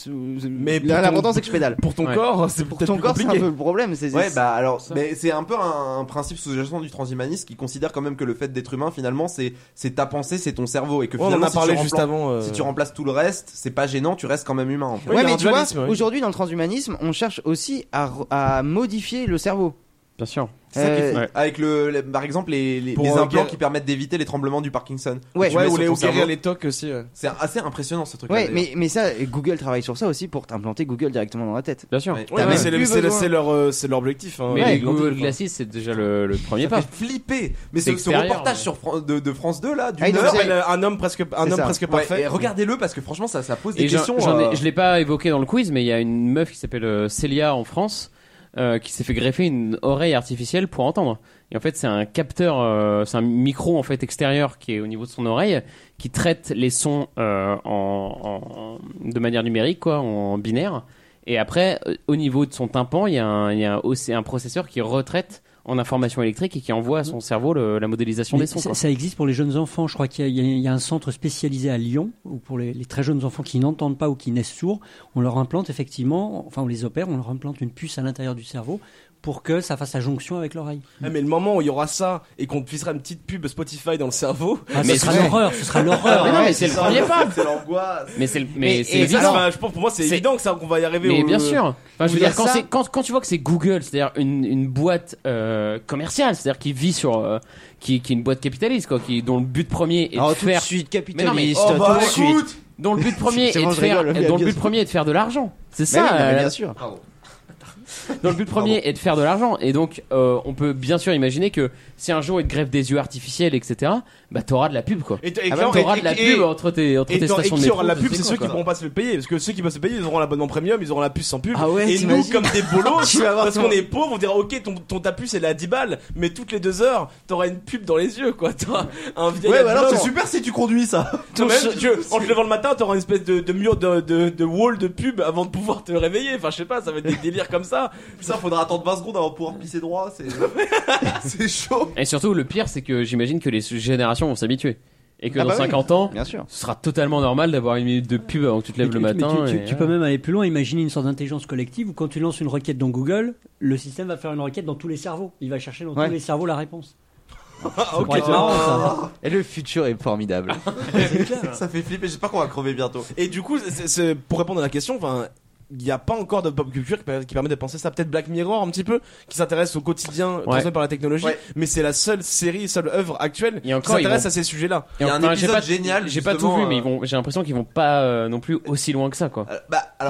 S4: mais
S3: pour ton-
S4: l'important c'est que je pédale.
S2: Pour ton hein,
S3: Ouais. corps,
S2: c'est
S4: pour
S3: peut-être
S4: ton
S3: plus
S4: corps c'est un
S3: compliqué.
S4: peu le problème, c'est
S3: Ouais,
S4: c'est-
S3: bah alors, mais c'est un peu un, un principe sous-jacent du transhumanisme qui considère quand même que le fait d'être humain, finalement, c'est c'est ta pensée, c'est ton cerveau, et que
S2: Ouais, on en
S3: finalement,
S2: a
S3: si
S2: parlé
S3: tu
S2: juste
S3: rempla-
S2: avant, euh.
S3: Si tu remplaces tout le reste, c'est pas gênant, tu restes quand même humain. En fait.
S4: Ouais, mais tu vois, aujourd'hui dans le transhumanisme, on cherche aussi à, re- à modifier le cerveau.
S5: Bien sûr.
S3: C'est ça qui est fou.
S4: Euh,
S3: Avec le, le- par exemple les, les,
S4: Pour,
S3: les
S4: euh,
S3: implants
S4: guérir-
S3: qui permettent d'éviter les tremblements du Parkinson.
S4: Ouais.
S3: Tu
S4: Ouais,
S3: mets
S4: ou
S3: sur
S4: les-
S3: ton
S4: ou guérir
S3: cerveau.
S4: les
S11: tocs aussi.
S3: C'est assez impressionnant ce truc.
S4: Ouais, mais, mais ça, Google travaille sur ça aussi pour t'implanter Google directement dans la tête.
S5: Bien sûr.
S2: Ouais, Ah, mais c'est le- c'est le- c'est leur, euh, c'est leur objectif. hein.
S5: Mais
S2: Ouais,
S5: les
S2: ils l'ont dit,
S5: Google
S2: quoi.
S5: Glasses, c'est déjà le, le premier pas.
S3: flipper. Mais
S5: C'est
S3: ce, ce
S5: extérieur,
S3: reportage
S5: ouais.
S3: sur Fran- de, de France 2 là, d'une
S5: Ah, il nous
S3: heure,
S5: faisait-
S3: elle, euh, un homme presque, un
S5: C'est
S3: homme
S5: ça.
S3: presque
S5: Ouais,
S3: parfait.
S5: et
S3: Regardez-le parce que franchement ça, ça pose des
S5: Et j'en-
S3: questions.
S5: j'en ai-
S3: euh,
S5: je l'ai pas évoqué dans le quiz, mais il y a une meuf qui s'appelle euh, Célia en France euh, qui s'est fait greffer une oreille artificielle pour entendre. Et en fait, c'est un capteur, euh, c'est un micro en fait extérieur qui est au niveau de son oreille qui traite les sons euh, en, en- de manière numérique, quoi, en binaire. Et après, euh, au niveau de son tympan, il y a un, il y a un, aussi un processeur qui retraite en information électrique et qui envoie
S3: Mhm.
S5: à son cerveau le- la modélisation
S6: Mais
S5: des sons.
S6: ça,
S5: quoi.
S6: ça existe pour les jeunes enfants. Je crois qu'il y, a- il y a- il y a un centre spécialisé à Lyon où pour les, les très jeunes enfants qui n'entendent pas ou qui naissent sourds, on leur implante effectivement, enfin on les opère, on leur implante une puce à l'intérieur du cerveau pour que ça fasse la jonction avec l'oreille.
S2: Ah, mais le moment où il y aura ça et qu'on te fissera une petite pub Spotify dans le cerveau,
S6: Ah, ce sera l'horreur, ce sera l'horreur.
S2: Mais
S6: Mais
S2: non,
S6: non,
S2: mais c'est le
S6: ça,
S2: premier
S6: c'est
S2: pas.
S3: l'angoisse.
S5: Mais c'est le- mais
S2: et
S5: c'est
S2: ça,
S5: évident.
S2: enfin, je pense pour moi c'est
S5: C'est-
S2: évident que ça qu'on va y arriver.
S5: Mais
S2: au-
S5: bien sûr. Enfin, je
S2: au-
S5: veux dire, quand,
S2: ça.
S5: c'est- quand, quand tu vois que c'est Google, c'est-à-dire une, une boîte euh, commerciale, c'est-à-dire qui vit sur. euh, qui, qui est une boîte capitaliste, quoi, qui, dont le but premier est de
S4: tout de
S5: faire.
S4: suite,
S5: Mais non, mais-
S4: capitaliste, Oh, tout bah, de suite. écoute.
S5: Dont
S4: [laughs]
S5: le but premier est,
S4: C'est bon,
S5: de
S4: je
S5: faire,
S4: rigole, mais
S5: dont le
S4: bien
S5: but
S4: sûr.
S5: premier est de faire de l'argent. C'est
S4: Mais
S5: ça.
S4: oui, non, mais
S5: euh,
S4: bien sûr.
S5: dont le but premier est de faire de l'argent. Et donc, euh, on peut bien sûr imaginer que si un jour ils te greffent des yeux artificiels, etc., bah t'auras de la pub, quoi.
S2: Et, et
S5: Ah, bah,
S2: clairement,
S5: t'auras
S2: et-
S5: de la
S2: et-
S5: pub entre tes, entre
S2: et
S5: tes
S2: dans-
S5: stations
S2: et
S5: de
S2: qui
S5: métro.
S2: aura la
S5: je
S2: pub,
S5: sais
S2: c'est
S5: quoi,
S2: ceux qui
S5: quoi.
S2: pourront pas se le payer. Parce que ceux qui peuvent se le payer, ils auront l'abonnement premium, ils auront la puce sans pub.
S5: Ah ouais,
S2: et nous,
S5: t'imagines
S2: comme des
S5: [laughs]
S2: bolos, tu vois, parce
S5: ton-
S2: qu'on est pauvres, on dira ok, ton, ton ta puce elle est à 10 balles, mais toutes les deux heures, t'auras une pub dans les yeux quoi. T'auras un vieil.
S3: Ouais, bah alors
S2: abonnement.
S3: c'est super si tu conduis ça.
S2: Ton même, tu veux, en te levant le matin, t'auras une espèce de, de mur de, de, de wall de pub avant de pouvoir te réveiller. Enfin, je sais pas, ça va être des délires comme ça.
S3: Ça, faudra attendre 20 secondes avant de pouvoir pisser droit. C'est c'est chaud.
S5: Et surtout, le pire, c'est que j'imagine que les générations vont s'habituer. Et que
S6: Ah
S5: dans
S6: bah oui,
S5: 50 ans,
S6: bien sûr.
S5: ce sera totalement normal d'avoir une minute de pub avant que tu te lèves le
S6: Mais tu-
S5: matin.
S6: tu,
S5: et-
S6: tu peux même aller plus loin, imaginer une sorte d'intelligence collective où quand tu lances une requête dans Google, le système va faire une requête dans tous les cerveaux. Il va chercher dans
S4: Ouais.
S6: tous les cerveaux la réponse.
S3: Ah,
S6: Ça pourrait être marrant, ça.
S4: Et le futur est
S2: [laughs]
S4: formidable.
S3: Ça fait flipper, j'espère qu'on va crever bientôt.
S2: Et du coup, c'est- c'est- pour répondre à la question, enfin. Il n'y a pas encore de pop culture qui per- qui permet de penser ça. Peut-être Black Mirror un petit peu, qui s'intéresse au quotidien transformé par la technologie, mais c'est la seule série, seule œuvre actuelle qui
S5: encore, ils
S2: s'intéresse
S5: vont-
S2: à ces sujets-là.
S5: Et enfin, j'ai pas- J'ai pas tout
S2: euh,
S5: vu, mais
S3: euh,
S5: ils vont- j'ai l'impression qu'ils vont pas euh, non plus aussi loin que ça, quoi.
S3: alors,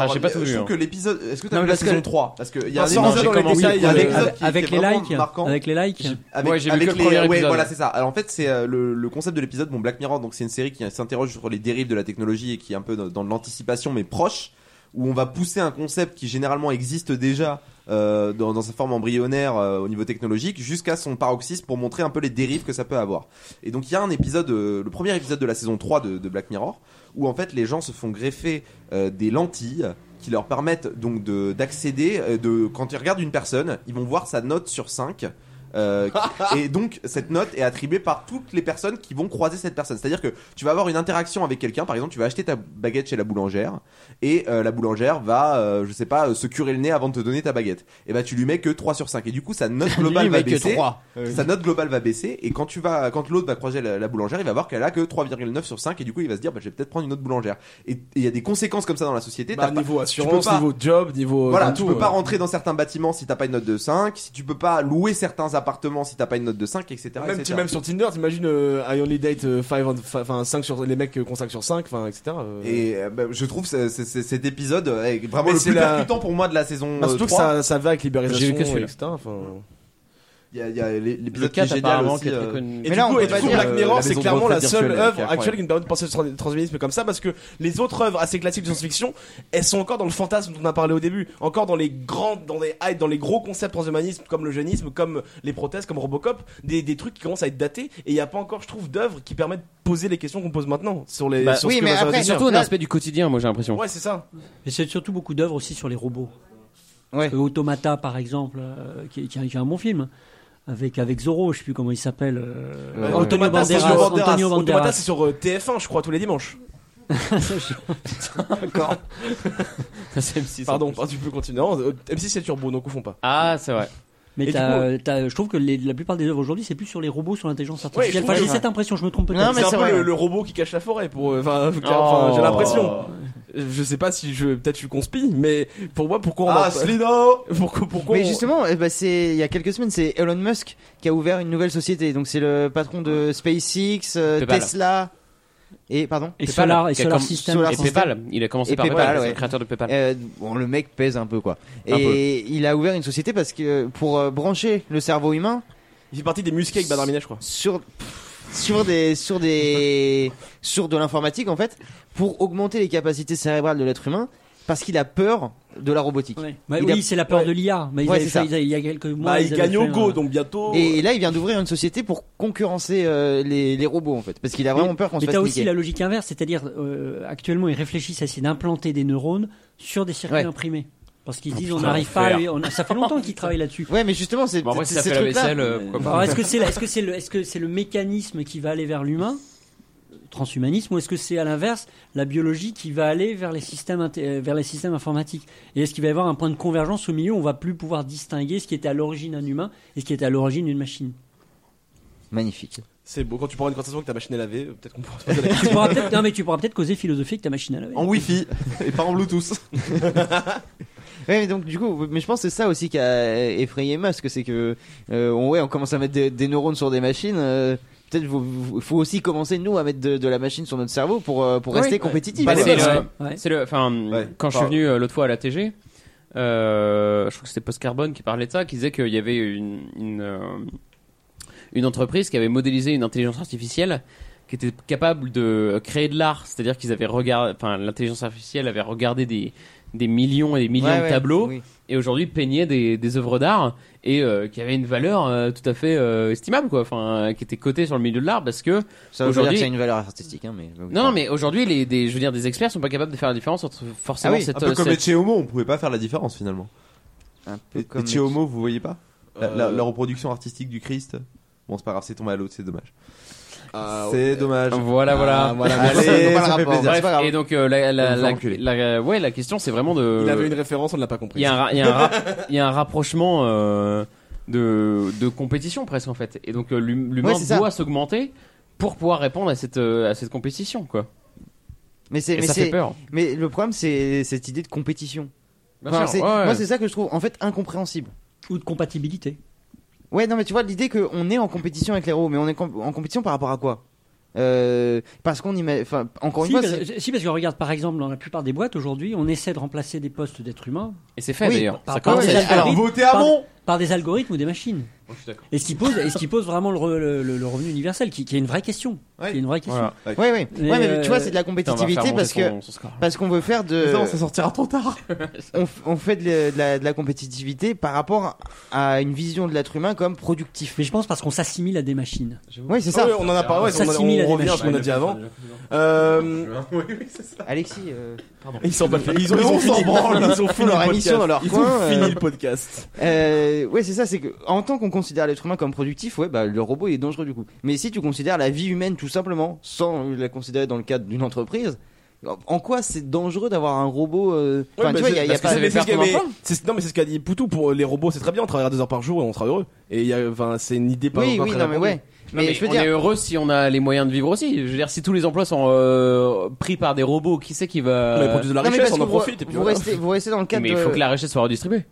S5: Enfin, j'ai pas
S3: euh,
S5: tout
S3: je
S5: vu.
S3: trouve
S5: hein.
S3: que l'épisode- est-ce que t'as
S5: Non,
S3: vu
S5: mais
S3: la
S5: parce
S3: saison
S5: que-
S3: 3? Parce que il y a
S5: Ah,
S3: un
S5: si,
S3: épisode
S5: j'ai
S3: dans les
S5: commencé,
S3: détails, il y a un
S5: oui,
S3: épisode qui
S6: Avec
S3: était
S6: les
S3: vraiment
S6: likes.
S3: marquant.
S6: Avec les likes.
S3: Avec,
S5: Ouais, j'ai vu
S3: avec
S5: que le
S3: les-
S5: premier
S3: ouais,
S5: épisode.
S3: voilà, c'est ça. Alors en fait, c'est euh, le, le concept de l'épisode, bon, Black Mirror, donc c'est une série qui s'interroge sur les dérives de la technologie et qui est un peu dans, dans de l'anticipation, mais proche, où on va pousser un concept qui généralement existe déjà euh, dans, dans sa forme embryonnaire euh, au niveau technologique jusqu'à son paroxysme pour montrer un peu les dérives que ça peut avoir. Et donc il y a un épisode, euh, le premier épisode de la saison 3 de, de Black Mirror, où en fait les gens se font greffer euh, des lentilles qui leur permettent donc de- d'accéder, euh, de, quand ils regardent une personne, ils vont voir sa note sur 5. Euh, qui- et donc cette note est attribuée par toutes les personnes qui vont croiser cette personne. C'est-à-dire que tu vas avoir une interaction avec quelqu'un, par exemple, tu vas acheter ta baguette chez la boulangère et euh, la boulangère va, euh, je sais pas, euh, se curer le nez avant de te donner ta baguette. Et bah tu lui mets que 3 sur 5 et du coup sa note globale
S4: [laughs] Lui, il
S3: va
S4: met que
S3: baisser.
S4: trois.
S2: Euh,
S3: Sa note globale va baisser et quand tu vas, quand l'autre va croiser la, la boulangère, il va voir qu'elle a que 3,9 sur 5 et du coup il va se dire bah je vais peut-être prendre une autre boulangère. Et et il y a des conséquences comme ça dans la société.
S2: Bah,
S3: T'as pas-
S2: niveau
S3: tu peux
S2: assurance,
S3: pas-
S2: niveau job, niveau.
S3: voilà,
S2: enfin,
S3: tu
S2: tout,
S3: peux
S2: euh.
S3: pas rentrer dans certains bâtiments si t'as pas une note de 5, si tu peux pas louer certains appartements si t'as pas une note de 5, etc.
S2: Même,
S3: etc.
S2: même sur Tinder, t'imagines euh, I only date 5 5 sur les mecs euh, qu'on 5 sur 5, enfin etc. euh.
S3: Et euh, bah, je trouve ce- ce- ce- cet épisode euh, est vraiment
S2: Mais
S3: le
S2: c'est
S3: plus
S2: la-
S3: percutant pour moi de la saison.
S2: Bah, surtout
S3: euh,
S2: que
S3: 3.
S2: ça, ça va avec
S3: J'ai
S2: Libérisation,
S3: vu que celui-là.
S2: etc. Enfin,
S3: Il y a, il y a l'é- l'épisode
S2: Le
S3: qui est
S2: quatre,
S3: génial
S2: apparemment,
S3: aussi.
S2: qui est très
S3: euh,
S2: connu. Et du coup, et du coup, Black Mirror, c'est clairement la seule œuvre actuelle qui nous permet de penser le trans- transhumanisme comme ça, parce que les autres œuvres assez classiques de science-fiction, elles sont encore dans le fantasme dont on a parlé au début, encore dans les grandes, dans les hypes, dans les gros concepts transhumanisme comme le génisme, comme les prothèses, comme Robocop, des, des trucs qui commencent à être datés, et il n'y a pas encore, je trouve, d'œuvres qui permettent de poser les questions qu'on pose maintenant sur les.
S5: Bah,
S2: sur ce
S5: oui,
S2: que
S5: mais
S2: va faire
S5: après,
S2: l'avenir.
S5: surtout un aspect du quotidien, moi j'ai l'impression.
S2: Ouais, c'est ça.
S6: Mais c'est surtout beaucoup d'œuvres aussi sur les robots.
S4: Parce
S6: que Automata, par exemple, euh, qui, qui, est- qui est un bon film. Avec, avec Zorro, je sais plus comment il s'appelle. euh,
S2: Euh,
S6: Antonio
S2: Automata, c'est
S6: Banderas.
S2: sur-
S6: Antonio
S2: Automata,
S6: Banderas.
S2: c'est sur euh, TF1, je crois, tous les dimanches.
S4: D'accord.
S5: M6.
S2: Pardon, pardon, tu peux continuer. Non, euh, M6 c'est turbo, donc confond pas.
S5: Ah, c'est vrai.
S6: Mais
S2: Et
S6: t'as-
S2: du
S6: t'as- je trouve que les- la plupart des œuvres aujourd'hui, c'est plus sur les robots, sur l'intelligence
S2: Ouais, je
S6: artificielle.
S2: trouve
S6: Enfin,
S2: que-
S6: j'ai cette impression, je me trompe peut-être.
S2: C'est un peu le, le robot qui cache la forêt pour. euh, Enfin,
S6: Oh.
S2: enfin, j'ai l'impression. je sais pas si je peut-être je conspire mais pour moi pourquoi on
S3: Ah,
S2: en-
S5: [laughs]
S2: [laughs] pourquoi pourquoi
S4: Mais
S2: on-
S4: justement, eh ben, c'est il y a quelques semaines, c'est Elon Musk qui a ouvert une nouvelle société. Donc c'est le patron de SpaceX, euh,
S5: Paypal.
S4: Tesla et pardon
S5: Et PayPal, Solar- et qui a Solar comm- System.
S4: Solar
S5: et PayPal. Il a commencé
S4: Et
S5: par PayPal, c'est le
S4: ouais.
S5: créateur de PayPal.
S4: Euh, bon, le mec pèse un peu quoi.
S5: Un
S4: Et il a ouvert une société parce que pour euh, brancher le cerveau humain.
S2: Il fait partie des musqués avec Bernard Minet, je crois.
S4: Sur sur des sur des sur de l'informatique en fait pour augmenter les capacités cérébrales de l'être humain parce qu'il a peur de la robotique.
S6: Ouais, Bah
S4: Il
S6: oui,
S4: a-
S6: c'est la peur de l'IA. Mais ils
S4: Ouais,
S6: avaient
S4: c'est
S6: fait-
S4: ça.
S6: ils avaient- il y a quelques
S2: Bah,
S6: mois. ils avaient fait un-
S2: bientôt. euh,
S4: Et là, il vient d'ouvrir une société pour concurrencer euh, les, les robots en fait, parce qu'il a vraiment
S6: Mais-
S4: peur qu'on se
S6: Mais t'as
S4: fasse
S6: aussi
S4: niquer.
S6: la logique inverse, c'est-à-dire euh, actuellement ils réfléchissent à essayer d'implanter des neurones sur des circuits
S4: Ouais.
S6: imprimés. Parce qu'ils
S5: Ah,
S4: Oh,
S6: disent on
S4: putain,
S6: n'arrive pas, à lui-
S4: l'enfer.
S6: on- ça fait longtemps qu'ils travaillent là-dessus.
S4: Ouais, mais justement, c'est
S5: Bon, en vrai, si
S4: c'est-
S5: ça
S4: ces
S5: fait la
S4: trucs-là.
S5: vaisselle, euh, pourquoi pas.
S6: Alors est-ce que c'est la- est-ce que c'est le est-ce que c'est le mécanisme qui va aller vers l'humain, transhumanisme, ou est-ce que c'est à l'inverse la biologie qui va aller vers les systèmes inté- euh, vers les systèmes informatiques Et est-ce qu'il va y avoir un point de convergence au milieu où on va plus pouvoir distinguer ce qui était à l'origine un humain et ce qui était à l'origine une machine
S4: Magnifique.
S2: c'est beau quand tu prends une conversation que ta machine est lavée euh, peut-être qu'on pourra se
S6: [laughs]
S2: poser la
S6: tu
S2: question.
S6: pourras peut-être, non mais tu pourras peut-être causer philosophique ta machine à laver.
S3: En Wi-Fi et pas en Bluetooth.
S4: Ouais, mais donc du coup, mais je pense que c'est ça aussi qui a euh, effrayé Musk, c'est que euh, on, ouais, on commence à mettre des, des neurones sur des machines. euh, Peut-être faut, faut- faut aussi commencer nous à mettre de, de la machine sur notre cerveau pour euh, pour rester compétitif.
S5: Bah,
S4: quoi.
S5: c'est le- c'est le- enfin, quand je suis
S4: Enfin,
S5: venu euh, l'autre fois à la TG, euh, je crois que c'était Post Carbone qui parlait de ça, qui disait qu'il y avait une, une, euh, une entreprise qui avait modélisé une intelligence artificielle qui était capable de créer de l'art, c'est-à-dire qu'ils avaient regardé, enfin, l'intelligence artificielle avait regardé des des millions et des millions
S4: Ouais,
S5: de
S4: ouais,
S5: tableaux
S4: oui.
S5: et aujourd'hui peignait des, des œuvres d'art et euh, qui avaient une valeur euh, tout à fait euh, estimable quoi, enfin, euh, qui était cotée sur le milieu de l'art parce que
S4: Ça veut pas dire que c'est une valeur artistique, hein, mais
S5: non, non, mais aujourd'hui, les, des, je veux dire, des experts sont pas capables de faire la différence entre forcément
S3: Ah oui,
S5: cette.
S3: un peu
S5: euh,
S3: comme
S5: cette-
S3: Ecce Homo, on pouvait pas faire la différence finalement.
S4: Un
S3: peu
S5: comme Ecce-
S3: Homo, vous voyez pas la, la-
S5: Euh.
S3: la reproduction artistique du Christ. Bon, c'est pas grave, c'est tombé à l'autre, c'est dommage.
S5: Ah,
S3: c'est
S5: ouais.
S3: dommage.
S5: Voilà, voilà.
S3: Ah, voilà.
S5: Merci.
S3: Allez,
S5: Pas le
S3: ça fait
S5: rapport.
S3: plaisir.
S5: Bref,
S3: c'est pas grave.
S5: et donc euh, la, la,
S3: On vous
S5: la-
S3: fait enculer.
S5: la- ouais, la question, c'est vraiment de.
S2: il avait une référence on ne l'a pas compris
S5: Il y a un, ra- il y a un ra- il y a un rapprochement euh, de, de compétition presque en fait, et donc euh, l'hum- l'humain
S4: Ouais, c'est ça.
S5: doit s'augmenter pour pouvoir répondre à cette euh, à cette compétition quoi.
S4: Mais c'est
S5: Et
S4: mais
S5: ça fait
S4: c'est-
S5: peur.
S4: Mais le problème c'est cette idée de compétition.
S5: Bien
S4: Enfin,
S5: sûr,
S4: c'est-
S5: ouais, ouais.
S4: Moi c'est ça que je trouve en fait incompréhensible.
S6: Ou de compatibilité.
S4: Ouais non mais tu vois l'idée qu'on est en compétition avec les robots, mais on est com- en compétition par rapport à quoi Euh, Parce qu'on y met, enfin encore
S6: si,
S4: une fois.
S6: parce,
S4: c'est-
S6: si, parce que regarde, par exemple, dans la plupart des boîtes aujourd'hui, on essaie de remplacer des postes d'êtres humains.
S5: Et c'est fait, d'ailleurs.
S6: Par,
S5: Ça
S6: par
S5: commence
S6: des
S5: à être fait.
S6: algorithmes,
S5: Alors, votez
S6: par-
S5: Hamon
S6: par des algorithmes ou des machines.
S5: je suis d'accord.
S6: et ce qui pose, et ce qui pose vraiment le, re- le- le- le revenu universel, qui, qui est une vraie question. Qui est une vraie question.
S4: Ouais, ouais. Ouais, mais,
S6: euh,
S4: tu vois, c'est de la compétitivité parce que parce qu'on veut faire de.
S6: Mais non, ça
S3: sortira trop tard.
S4: [laughs] on, f- on fait de, la- de la, de la compétitivité par rapport à une vision de l'être humain comme productif.
S6: Mais je pense parce qu'on s'assimile à des machines.
S4: Oui, c'est ça.
S2: Ah ouais, on en a pas, ouais, on, a- on revient à ce qu'on a dit avant. Euh,
S4: Alexis, euh, pardon.
S2: Ils s'en battent. Ils ont, ils ont fini, ils ont fini
S4: leur
S2: le
S4: émission
S2: podcast.
S4: dans leur
S2: ils
S4: coin.
S2: ont fini
S4: euh,
S2: le podcast.
S4: Euh, ouais, c'est ça, c'est que en tant qu'on considère l'être humain comme productif, ouais, bah, le robot il est dangereux du coup. Mais si tu considères la vie humaine tout simplement, sans la considérer dans le cadre d'une entreprise, en quoi c'est dangereux d'avoir un robot euh,
S2: Ouais,
S4: enfin,
S2: bah,
S4: tu vois,
S2: c'est-
S4: il y a, il y a
S2: parce que
S4: pas
S2: c'est- mais c'est ce qu'a- mais c'est- Non, mais c'est ce qu'a dit Poutou pour euh, les robots, c'est très bien, on travaillera deux heures par jour et on sera heureux. Et il y a, enfin, c'est une idée pas. pas très répandue.
S5: Non, mais on est heureux si on a les moyens de vivre aussi. Je veux dire, si tous les emplois sont euh, pris par des robots, qui c'est qui va
S2: Euh, Mais ils produisent de la
S4: Non, mais parce que vous-
S5: et puis
S4: vous
S5: voilà.
S4: restez- vous restez dans le cadre
S5: Mais il faut
S4: de-
S5: que la richesse soit redistribuée.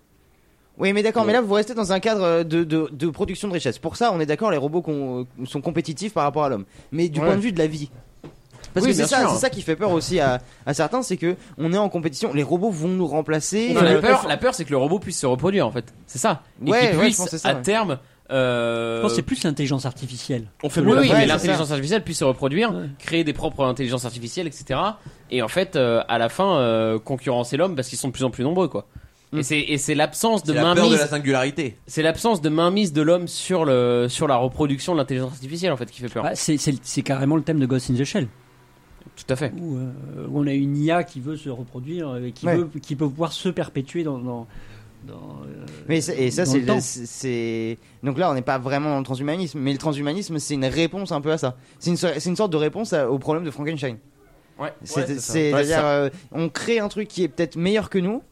S4: Oui, mais d'accord, mais là vous restez dans un cadre euh, de, de, de production de richesse. Pour ça, on est d'accord, les robots qu'on- euh, sont compétitifs par rapport à l'homme. Mais du
S5: Ouais.
S4: point de vue de la vie. Parce
S5: Oui,
S4: que c'est
S5: bien
S4: ça,
S5: sûr.
S4: c'est ça qui fait peur aussi à, à certains, c'est que on est en compétition, les robots vont nous remplacer.
S5: Non, la
S4: Euh,
S5: peur, la peur, c'est que le robot puisse se reproduire en fait. C'est ça. Et
S4: Ouais,
S5: qu'il
S4: ouais, je
S5: puisse
S4: pense que c'est ça,
S5: à
S4: ouais.
S5: terme. euh,
S6: Je pense que c'est plus l'intelligence artificielle.
S5: On fait
S6: mieux
S5: oui,
S6: la
S5: oui,
S6: vraie,
S5: mais
S6: c'est
S5: l'intelligence
S6: ça.
S5: artificielle puisse se reproduire, créer des propres intelligences artificielles, etc. Et en fait, euh, à la fin, euh, concurrencer l'homme parce qu'ils sont de plus en plus nombreux, quoi.
S4: Mm.
S5: Et c'est et c'est l'absence de
S3: C'est la peur
S5: mainmise.
S3: de la singularité.
S5: C'est l'absence de mainmise de l'homme sur le sur la reproduction de l'intelligence artificielle, en fait, qui fait peur.
S6: Bah, c'est- c'est c'est carrément le thème de Ghost in the Shell.
S5: Tout à fait.
S6: Où, euh, où on a une IA qui veut se reproduire, et qui,
S4: Ouais.
S6: veut, qui peut pouvoir se perpétuer dans. dans, dans, euh,
S4: Mais c'est- et ça,
S6: dans
S4: c'est
S6: le temps.
S4: le- c'est- c'est donc là, on n'est pas vraiment dans le transhumanisme, mais le transhumanisme, c'est une réponse un peu à ça. C'est une, so- c'est une sorte de réponse à- au problème de Frankenstein.
S5: Ouais.
S4: C'est-
S5: Ouais, c'est ça.
S4: C'est-à-dire,
S5: Ouais, c'est ça.
S4: euh, on crée un truc qui est peut-être meilleur que nous.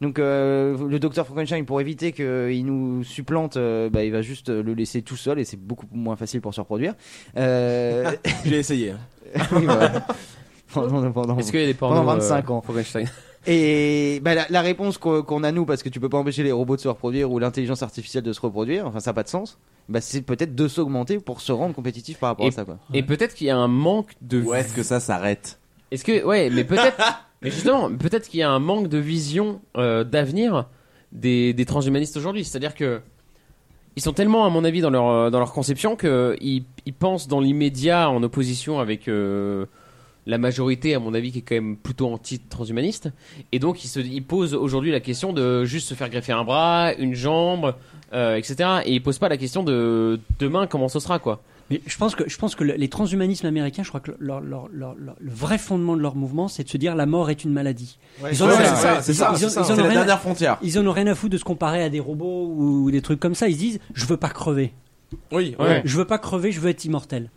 S4: Donc euh, le docteur Frankenstein, pour éviter qu'il nous supplante, euh, bah, il va juste euh, le laisser tout seul
S5: [laughs]
S4: et c'est beaucoup moins facile pour se reproduire. Euh, [laughs]
S2: J'ai essayé. hein.
S4: Oui, bah, pendant, pendant-
S5: Est-ce qu'il y a des pornos,
S4: pendant 25
S5: euh,
S4: ans.
S5: pour Einstein
S4: Et bah, la, la réponse qu'on qu'on a nous, parce que tu peux pas empêcher les robots de se reproduire ou l'intelligence artificielle de se reproduire, enfin ça n'a pas de sens. Bah, c'est peut-être de s'augmenter pour se rendre compétitif par rapport
S5: Et,
S4: à ça. Quoi.
S5: et peut-être qu'il y a un manque de. Ou est-ce que
S3: ça s'arrête
S5: Est-ce que ouais, mais peut-être. mais justement, peut-être qu'il y a un manque de vision euh, d'avenir des, des transhumanistes aujourd'hui. C'est-à-dire que ils sont tellement, à mon avis, dans leur euh, dans leur conception que ils, ils pensent dans l'immédiat en opposition avec. euh, la majorité, à mon avis, qui est quand même plutôt anti-transhumaniste. Et donc, ils, se, ils posent aujourd'hui la question de juste se faire greffer un bras, une jambe, euh, etc. Et ils posent pas la question de demain, comment ce sera, quoi.
S6: Mais je pense que, je pense que le- les transhumanismes américains, je crois que leur, leur- leur- leur- le vrai fondement de leur mouvement, c'est de se dire la mort est une maladie.
S3: Ouais,
S6: en
S3: ouais,
S6: ont-
S3: c'est ça,
S6: ils
S3: c'est
S6: ont-
S3: ça,
S6: ils ont-
S3: c'est
S6: ils
S3: ça.
S6: en ont
S3: C'est la
S6: rien à-
S3: dernière frontière.
S6: Ils en ont rien à foutre de se comparer à des robots ou des trucs comme ça. Ils se disent, je veux pas crever.
S2: Oui,
S5: ouais.
S6: Je veux pas crever, je veux être immortel.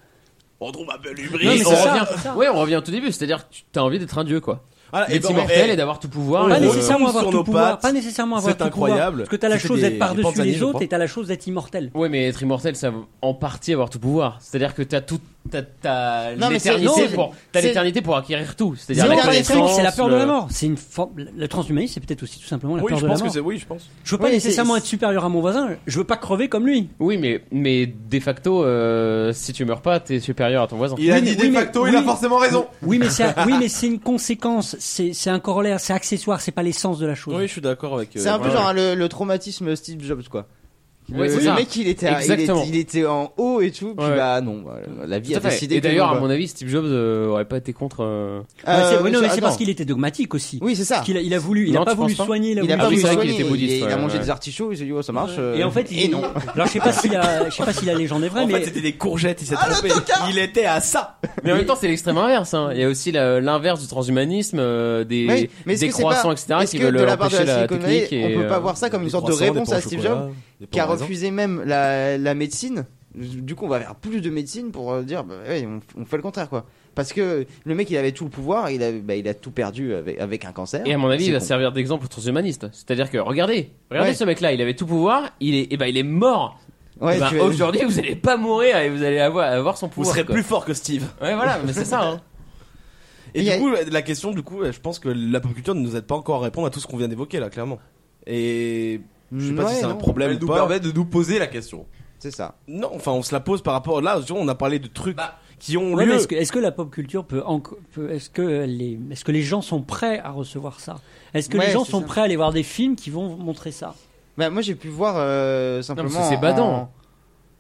S2: On trouve un peu
S5: Non, mais
S2: on
S5: c'est ça.
S2: revient.
S5: Ouais, on revient au tout début, c'est-à-dire que tu as envie d'être un dieu, quoi.
S2: Ah, et
S5: d'être
S2: ben,
S5: immortel
S2: eh,
S5: et d'avoir tout pouvoir. euh,
S6: Pas
S5: et de-
S6: nécessairement avoir
S2: sur
S6: tout
S2: nos
S6: pouvoir,
S2: pattes,
S6: pas nécessairement avoir
S2: c'est
S6: tout pouvoir.
S2: incroyable.
S6: Parce que t'as la
S2: C'était
S6: chose
S2: des-
S6: d'être
S2: des
S6: par-dessus
S2: Panzani,
S6: les
S2: je
S6: autres
S2: crois.
S6: et t'as la chose d'être immortel.
S5: Ouais, mais être immortel, ça veut en partie avoir tout pouvoir. C'est-à-dire que t'as tout, t'as, t'as
S6: Non, mais c'est-
S5: l'éternité
S6: non,
S5: pour,
S6: c'est-
S5: t'as
S6: c'est-
S5: l'éternité pour acquérir tout. C'est-à-dire
S6: C'est
S5: la
S6: la peur des trucs,
S5: connaissance,
S6: c'est la peur de
S5: le-
S6: la mort. C'est une forme. Le transhumanisme, c'est peut-être aussi tout simplement la
S5: Oui,
S6: peur
S5: je
S6: de la
S5: pense que
S6: mort.
S5: c'est- oui, je pense.
S6: Je veux pas
S5: Oui, mais c'est-
S6: nécessairement être supérieur à mon voisin. Je veux pas crever comme lui.
S5: Oui, mais, mais de facto, euh, si tu meurs pas, t'es supérieur à ton voisin.
S6: Oui, mais- oui, mais- oui, Oui, mais c'est oui, mais c'est une conséquence. C'est c'est un corollaire. C'est accessoire. C'est pas l'essence de la chose.
S2: Oui, je suis d'accord avec.
S4: C'est un peu genre hein, le, le traumatisme Steve Jobs, quoi. Le,
S5: Ouais, c'est
S4: le
S5: ça.
S4: mec, il était, il, était,
S5: Exactement.
S4: il était en haut et tout, puis
S5: Ouais.
S4: bah non, bah, la vie
S5: Tout
S4: a
S5: à fait.
S4: décidé.
S5: Et
S4: que non,
S5: d'ailleurs, à
S4: bah.
S5: mon avis, Steve Jobs euh, aurait pas été contre. euh,
S6: Ouais, c'est-
S4: Euh,
S6: oui, non, mais c'est
S4: attends.
S6: parce qu'il était dogmatique aussi.
S4: Oui, c'est ça.
S6: Qu'il a- il a voulu- il a
S4: Non,
S6: pas
S4: tu
S6: voulu
S4: penses
S6: soigner, il a
S4: Il a
S6: voulu
S4: pas voulu
S6: soigner. Ah oui, c'est vrai
S4: soigner.
S6: qu'il était
S4: il-
S6: bouddhiste,
S4: Il a
S6: ouais,
S4: mangé
S6: ouais.
S4: des artichauts, il s'est dit, oh, ça marche.
S6: Et en fait, il-
S4: et non.
S6: Alors, je sais pas si la, je sais pas si la légende est vraie,
S5: En
S6: mais
S5: fait, c'était
S2: des courgettes, il
S4: Ah,
S2: s'est
S5: trompé.
S17: Il était à ça.
S5: Mais en même temps, c'est l'extrême inverse. hein. Il y a aussi la- l'inverse du transhumanisme, euh, des,
S4: Oui, mais est-ce
S5: des
S4: que c'est
S5: croissants,
S4: pas-
S5: etc.,
S4: est-ce
S5: qui
S4: que
S5: veulent euh,
S4: de la part de
S5: empêcher
S4: la
S5: la
S4: Silicon Valley,
S5: technique. et,
S4: on peut pas
S5: euh,
S4: voir ça comme une
S5: des
S4: sorte de
S5: croissants, des
S4: réponse
S5: pains
S4: à
S5: au
S4: Steve
S5: chocolat,
S4: Jobs
S5: des pains
S4: qui a
S5: au raisin.
S4: refusé même la, la médecine. Du coup, on va vers plus de médecine pour euh, dire, bah, ouais, on, on fait le contraire, quoi. Parce que le mec, il avait tout le pouvoir, il a, bah, il a tout perdu avec, avec un cancer.
S5: Et à mon avis, il
S4: C'est
S5: va
S4: con.
S5: servir d'exemple aux transhumanistes. C'est-à-dire que regardez, regardez
S4: Ouais.
S5: ce mec-là, il avait tout pouvoir, il est, eh ben, il est mort.
S4: Ouais,
S5: Eh ben,
S4: tu vas-
S5: Aujourd'hui, vous allez pas mourir et vous allez avoir, avoir son pouvoir.
S2: serez
S5: quoi.
S2: plus fort que Steve.
S5: Ouais, voilà, mais c'est ça. hein.
S2: Et du coup, la question, du coup, je pense que la pop culture ne nous aide pas encore à répondre à tout ce qu'on vient d'évoquer là, clairement. Et je sais pas
S3: Ouais,
S2: si c'est un
S3: non.
S2: problème
S3: Elle
S2: ou
S3: nous
S2: pas.
S3: permet de nous poser la question.
S4: C'est ça.
S2: Non, enfin, on se la pose par rapport. Là, tu vois, on a parlé de trucs
S3: Bah.
S2: qui ont
S6: Ouais, mais
S2: lieu.
S6: est-ce que, est-ce que la pop culture peut, enco- peut- est-ce que les, est-ce que les gens sont prêts à recevoir ça Est-ce que
S4: Ouais,
S6: les gens
S4: c'est
S6: sont
S4: ça.
S6: prêts à aller voir des films qui vont montrer ça
S4: Bah, moi j'ai pu voir euh, simplement.
S6: parce que c'est badant.
S4: en-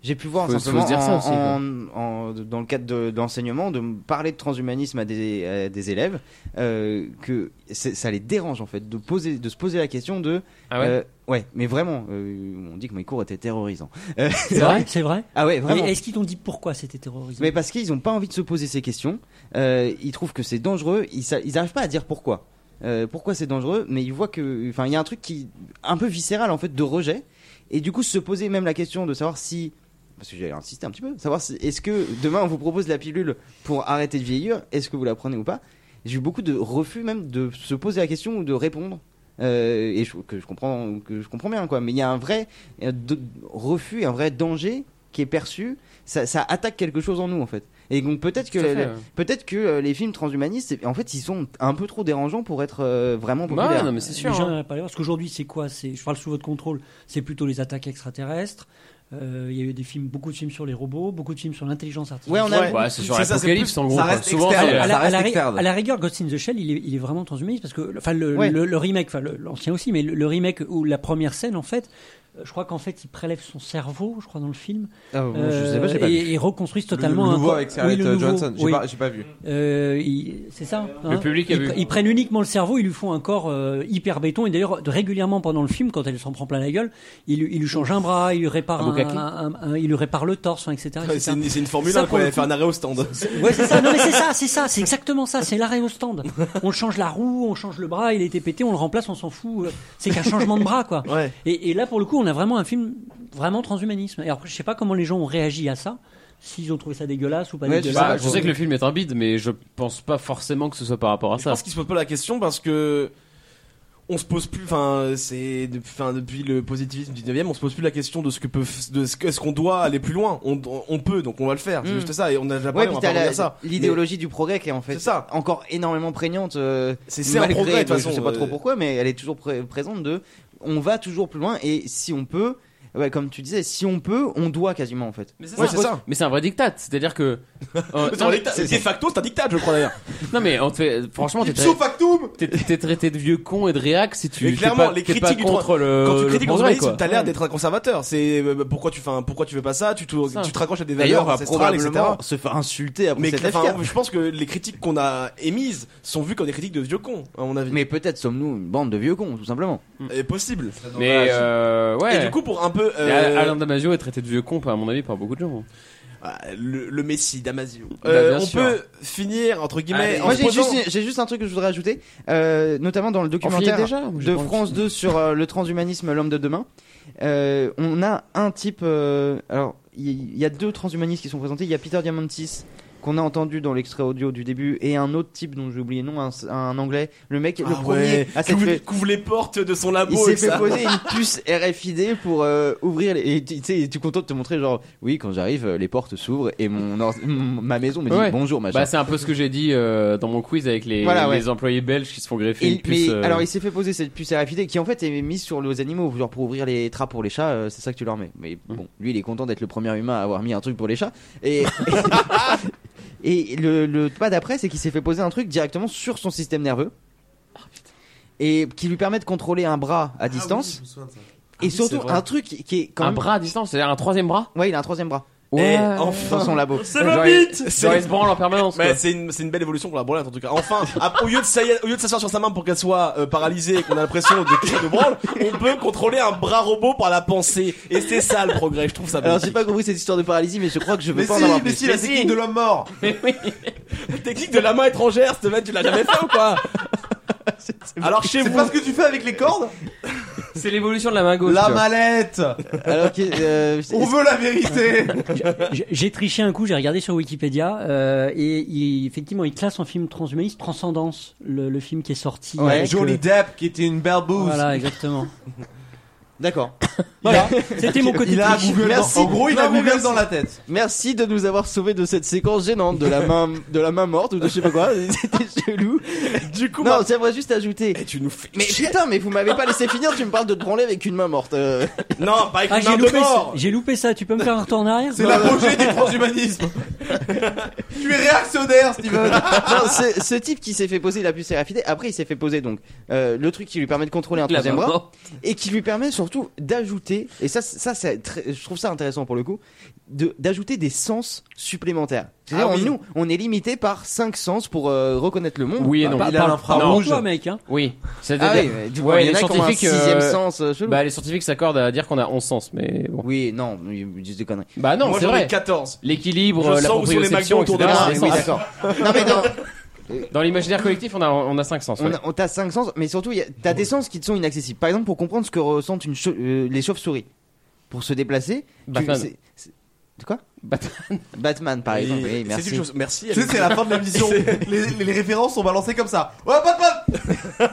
S4: J'ai pu voir
S6: Faut- faut
S4: simplement
S6: se dire ça
S4: en-
S6: aussi, quoi.
S4: en- en- dans le cadre de, de l'enseignement de me parler de transhumanisme à des, à des élèves euh, que c'est- ça les dérange en fait de poser de se poser la question de
S5: Ah ouais
S4: euh, ouais mais vraiment euh, on dit que mes cours étaient terrorisants Euh,
S6: C'est vrai, c'est vrai.
S4: ah ouais
S6: Et
S4: vraiment
S6: Est-ce qu'ils t'ont dit pourquoi c'était terrorisant
S4: mais parce qu'ils n'ont pas envie de se poser ces questions. Euh, ils trouvent que c'est dangereux. Ils sa- ils n'arrivent pas à dire pourquoi. Euh, pourquoi c'est dangereux Mais ils voient que, enfin, il y a un truc qui un peu viscéral en fait de rejet. Et du coup, se poser même la question de savoir si, parce que j'ai insisté un petit peu, savoir si est-ce que demain on vous propose la pilule pour arrêter de vieillir, est-ce que vous la prenez ou pas J'ai eu beaucoup de refus même de se poser la question ou de répondre. Euh, et je, que je comprends que je comprends bien quoi mais il y a un vrai euh, de- refus un vrai danger qui est perçu ça, ça attaque quelque chose en nous en fait et donc peut-être que
S5: Tout à
S4: la-
S5: fait,
S4: la-
S5: ouais.
S4: peut-être que euh, les films transhumanistes en fait ils sont un peu trop dérangeants pour être euh, vraiment populaires
S6: Les
S5: hein.
S6: gens n'auraient pas les voir. Parce qu'aujourd'hui, c'est quoi C'est, je parle sous votre contrôle. C'est plutôt les attaques extraterrestres. Euh, Il y a eu des films, beaucoup de films sur les robots, beaucoup de films sur l'intelligence artificielle.
S5: Ouais, on a- Ouais, c'est sur C'est ça, l'apocalypse, c'est plus- en gros, ça quoi. reste Souvent, externe, c'est-
S6: à,
S5: ça
S6: la, à,
S5: reste
S6: la, ri-
S5: externe.
S6: à la rigueur, Ghost in the Shell, il est, il est vraiment transhumaniste parce que, enfin, le,
S5: Ouais.
S6: le, le remake, enfin, le- l'ancien aussi, mais le, le remake ou la première scène, en fait. euh, Je crois qu'en fait, il prélève son cerveau, je crois, dans le film. Euh,
S4: Ah, moi, je sais pas, j'ai pas
S6: et,
S4: vu.
S6: et reconstruisent
S4: Le- le
S6: totalement un
S4: nouveau
S6: corps-
S4: avec Scarlett
S6: oui, le nouveau,
S4: Johansson, j'ai
S6: oui.
S4: pas- j'ai pas vu.
S6: Euh, il- c'est ça. hein.
S5: Le public a
S6: ils,
S5: vu.
S6: ils prennent uniquement le cerveau, ils lui font un corps euh, hyper béton. Et d'ailleurs, régulièrement pendant le film, quand elle s'en prend plein la gueule, il, lui- il lui change un bras, il lui répare,
S2: Un beau
S6: un- un-
S2: caquet.
S6: un- un- il lui répare le torse, hein, etc.
S2: Ouais,
S6: etc.
S2: C'est une, c'est une Formule
S6: Ça,
S2: 1
S6: pour
S2: quoi,
S6: le
S2: elle
S6: coup,
S2: fait un arrêt au stand.
S6: Ouais, c'est ça. Non, mais c'est ça, c'est ça, c'est exactement ça. C'est l'arrêt au stand. On change la roue, on change le bras, il a été pété, on le remplace, on s'en fout. Euh, C'est qu'un changement de bras, quoi. Et, et là, pour le coup, on a vraiment un film vraiment transhumanisme. Et après, je sais pas comment les gens ont réagi à ça. S'ils ont trouvé ça dégueulasse ou pas
S5: je, sais
S6: dégueulasse.
S5: pas, je sais que le film est un bide, mais je pense pas forcément que ce soit par rapport à
S2: Je
S5: ça.
S2: pense qu'il se pose pas la question parce que on se pose plus, enfin, c'est, de- enfin, depuis le positivisme du 19e, on se pose plus la question de ce que peut, f- de ce que- est-ce qu'on doit aller plus loin. On, on peut, donc on va le
S5: hein.
S2: faire. C'est
S4: Mm.
S2: juste ça. Et on a déjà
S4: Ouais,
S2: parlé,
S4: puis
S2: on va
S4: t'as
S2: pas
S4: la-
S2: revenir à ça.
S4: l'idéologie du progrès qui est en fait encore énormément prégnante. euh,
S2: C'est- c'est un
S4: malgré-
S2: progrès, de toute
S4: donc,
S2: façon,
S4: Je sais pas
S2: euh,
S4: trop pourquoi, mais elle est toujours pré- présente de on va toujours plus loin et si on peut, ouais, comme tu disais, si on peut, on doit quasiment en fait.
S5: Mais
S4: Moi, je pense-
S5: Mais c'est un vrai dictat. C'est-à-dire que.
S2: [laughs]
S5: euh,
S4: C'est un
S5: non, mais-
S4: diktat.
S5: c'est-
S4: De
S2: facto, c'est un dictat, je crois d'ailleurs.
S5: non, mais on te fait- franchement, t'es
S18: Ipso
S5: tra- t'es- T'es traité de vieux con et de réac si tu.
S2: Mais
S5: t'es
S2: clairement,
S5: pas-
S2: les
S5: t'es pas
S2: critiques du
S5: contre
S2: tro-
S5: le.
S2: quand tu
S5: le
S2: critiques le
S5: progrès,
S2: transhumanisme,
S5: quoi.
S2: t'as l'air d'être un conservateur. C'est euh, pourquoi tu, enfin, pourquoi tu veux pas ça Tu te, tu te raccroches à des valeurs
S4: D'ailleurs, va
S2: ancestrales, etc.
S4: probablement se faire insulter après
S2: Mais
S4: cette
S2: enfin,
S4: affaire.
S2: je pense que les critiques qu'on a émises sont vues comme des critiques de vieux cons, à mon avis.
S4: Mais peut-être sommes-nous une bande de vieux cons, tout simplement.
S2: Est possible.
S5: Mais euh, ouais.
S2: Et du coup, pour un peu.
S5: Et
S2: euh,
S5: Alain Damasio est traité de vieux con, à mon avis, par beaucoup de gens. hein.
S2: Ah, le, le Messi Damasio.
S5: Bah,
S2: Euh,
S5: bien
S2: on
S5: sûr.
S2: peut finir entre guillemets. en
S4: Moi, j'ai
S2: posant-
S4: juste, j'ai juste un truc que je voudrais ajouter, euh, notamment dans le documentaire
S5: finit déjà Ou j'ai
S4: de
S5: pas envie de
S4: France
S5: finir
S4: 2 sur euh, le transhumanisme, l'homme de demain. Euh, on a un type. euh, alors, il y, il y a deux transhumanistes qui sont présentés. Il y a Peter Diamantis qu'on a entendu dans l'extrait audio du début et un autre type dont j'ai oublié le nom, un, un anglais. Le mec,
S2: Ah
S4: le
S2: ouais,
S4: premier, à s'être
S2: couvre,
S4: fait-
S2: couvre les portes de son labo.
S4: il s'est
S2: et
S4: fait
S2: ça.
S5: [laughs]
S4: poser une puce RFID pour euh, ouvrir les... et tu tu sais tu es content de te montrer genre oui quand j'arrive euh, les portes s'ouvrent et mon or- m- ma maison me dit
S5: Ouais.
S4: bonjour machin.
S5: Bah, c'est un peu ce que j'ai dit euh, dans mon quiz avec les,
S4: Voilà, ouais.
S5: les employés belges qui se font greffer
S4: Et-
S5: une puce.
S4: mais
S5: euh,
S4: alors il s'est fait poser cette puce RFID qui en fait est mise sur les animaux genre pour ouvrir les trappes pour les chats euh, c'est ça que tu leur mets mais
S5: Mmh.
S4: bon lui il est content d'être le premier humain à avoir mis un truc pour les chats
S5: [laughs]
S4: et et le, le pas d'après c'est qu'il s'est fait poser un truc directement sur son système nerveux
S5: Oh,
S4: et qui lui permet de contrôler un bras
S5: Ah
S4: à
S3: Ah
S4: distance et surtout un truc qui qui est quand
S5: Un
S4: même-
S5: bras à distance, c'est-à-dire un troisième bras
S4: Ouais, il a un troisième bras.
S5: Ouais.
S4: Dans son labo.
S2: C'est
S5: Genre,
S2: ma
S5: il-
S2: bite
S5: genre, il se branle en permanence,
S2: Mais
S5: quoi.
S2: c'est une, c'est une belle évolution pour la branlette en tout cas. Enfin, [laughs] à- au lieu de s'aille- au lieu de s'asseoir sur sa main pour qu'elle soit euh, paralysée et qu'on a l'impression de qu'elle
S3: [laughs]
S2: nous branle, on peut contrôler un bras robot par la pensée. Et c'est ça le progrès, je trouve ça
S4: Alors
S2: bien.
S4: j'ai pas compris cette histoire de paralysie, mais je crois que je veux
S2: Mais
S4: pas
S2: si,
S4: en avoir
S2: mais
S4: plus.
S2: si, la technique de
S4: l'homme mort.
S2: La technique de la main étrangère, ce mec, tu l'as jamais fait ou quoi Alors chez vous.
S3: C'est pas ce que tu fais avec les cordes
S5: C'est l'évolution de la main gauche.
S3: La
S5: tu vois.
S3: mallette
S4: Alors que,
S5: euh,
S3: On veut la vérité
S6: J'ai- J'ai triché un coup, j'ai regardé sur Wikipédia euh, et il- effectivement, il classe en film transhumaniste Transcendance, le, le film qui est sorti.
S3: Ouais,
S6: avec,
S3: Johnny
S6: euh,
S3: Depp qui était une [laughs] belle bouse.
S6: Voilà,
S4: [laughs]
S6: exactement.
S4: D'accord.
S3: [laughs]
S6: Voilà, c'était mon côté
S4: Il a un
S6: triche.
S4: Google dans-
S6: Merci.
S4: En gros, il
S6: Non,
S4: a un
S6: mais
S4: Google
S6: merci.
S4: dans la tête. Merci de nous avoir sauvés de cette séquence gênante de la main, de la main morte ou de je sais pas quoi. C'était chelou.
S2: Du coup,
S4: non, j'aimerais juste ajouter.
S2: tu nous fais.
S4: Mais putain, mais vous m'avez pas laissé finir. Tu me parles de te branler avec une main morte. euh.
S2: Non, pas
S6: Ah, j'ai loupé, ça- j'ai loupé ça, tu peux me faire un retour en arrière
S4: C'est l'apogée
S3: du
S4: [laughs]
S3: transhumanisme.
S4: Tu es réactionnaire, Steven. non, ce, ce type qui s'est fait poser la puce RFID, après il s'est fait poser donc euh, le truc qui lui permet de contrôler un
S5: La
S4: troisième
S5: main
S4: bras
S5: morte.
S4: et qui lui permet surtout d'ajouter et ça c'est- ça c'est très- je trouve ça intéressant pour le coup de d'ajouter des sens supplémentaires. C'est-à-dire
S5: Ah oui.
S4: on- nous on est limité par cinq sens pour euh, reconnaître le monde.
S5: Oui et non.
S4: Par- par hein.
S5: Non.
S4: Non.
S6: hein.
S5: Oui.
S4: Ah oui, mais tu vois, il y en
S5: les
S4: a qui ont un
S5: scientifiques,
S4: sixième sens, euh, chelou.
S5: Bah, les scientifiques s'accordent à dire qu'on a 11 sens, mais bon.
S4: Oui, non, ils disent des conneries.
S5: Bah non,
S4: Moi,
S5: c'est
S4: j'en ai
S5: vrai.
S2: 14.
S5: L'équilibre,
S4: Je
S5: la
S4: sens où sont les
S5: proprioception,
S4: McDo autour de
S5: etc.
S4: moi.
S5: c'est
S4: Oui,
S5: sens.
S4: d'accord. Non, mais non.
S5: Dans l'imaginaire collectif, on a, on a 5 sens.
S4: On
S5: ouais.
S4: a- on- T'as cinq sens, mais surtout, y a- t'as des sens qui te sont inaccessibles. Par exemple, pour comprendre ce que ressentent une chau- euh, les chauves-souris, pour se déplacer, tu-
S5: Batman.
S4: c'est- c'est- de quoi Batman. [laughs] Batman, par
S2: Oui,
S4: exemple. oui,
S2: c'est
S4: merci.
S2: une chose- merci,
S3: Tu sais, c'est la fin de la mission. [laughs] les, les- les références sont balancées comme ça. Ouais, pas de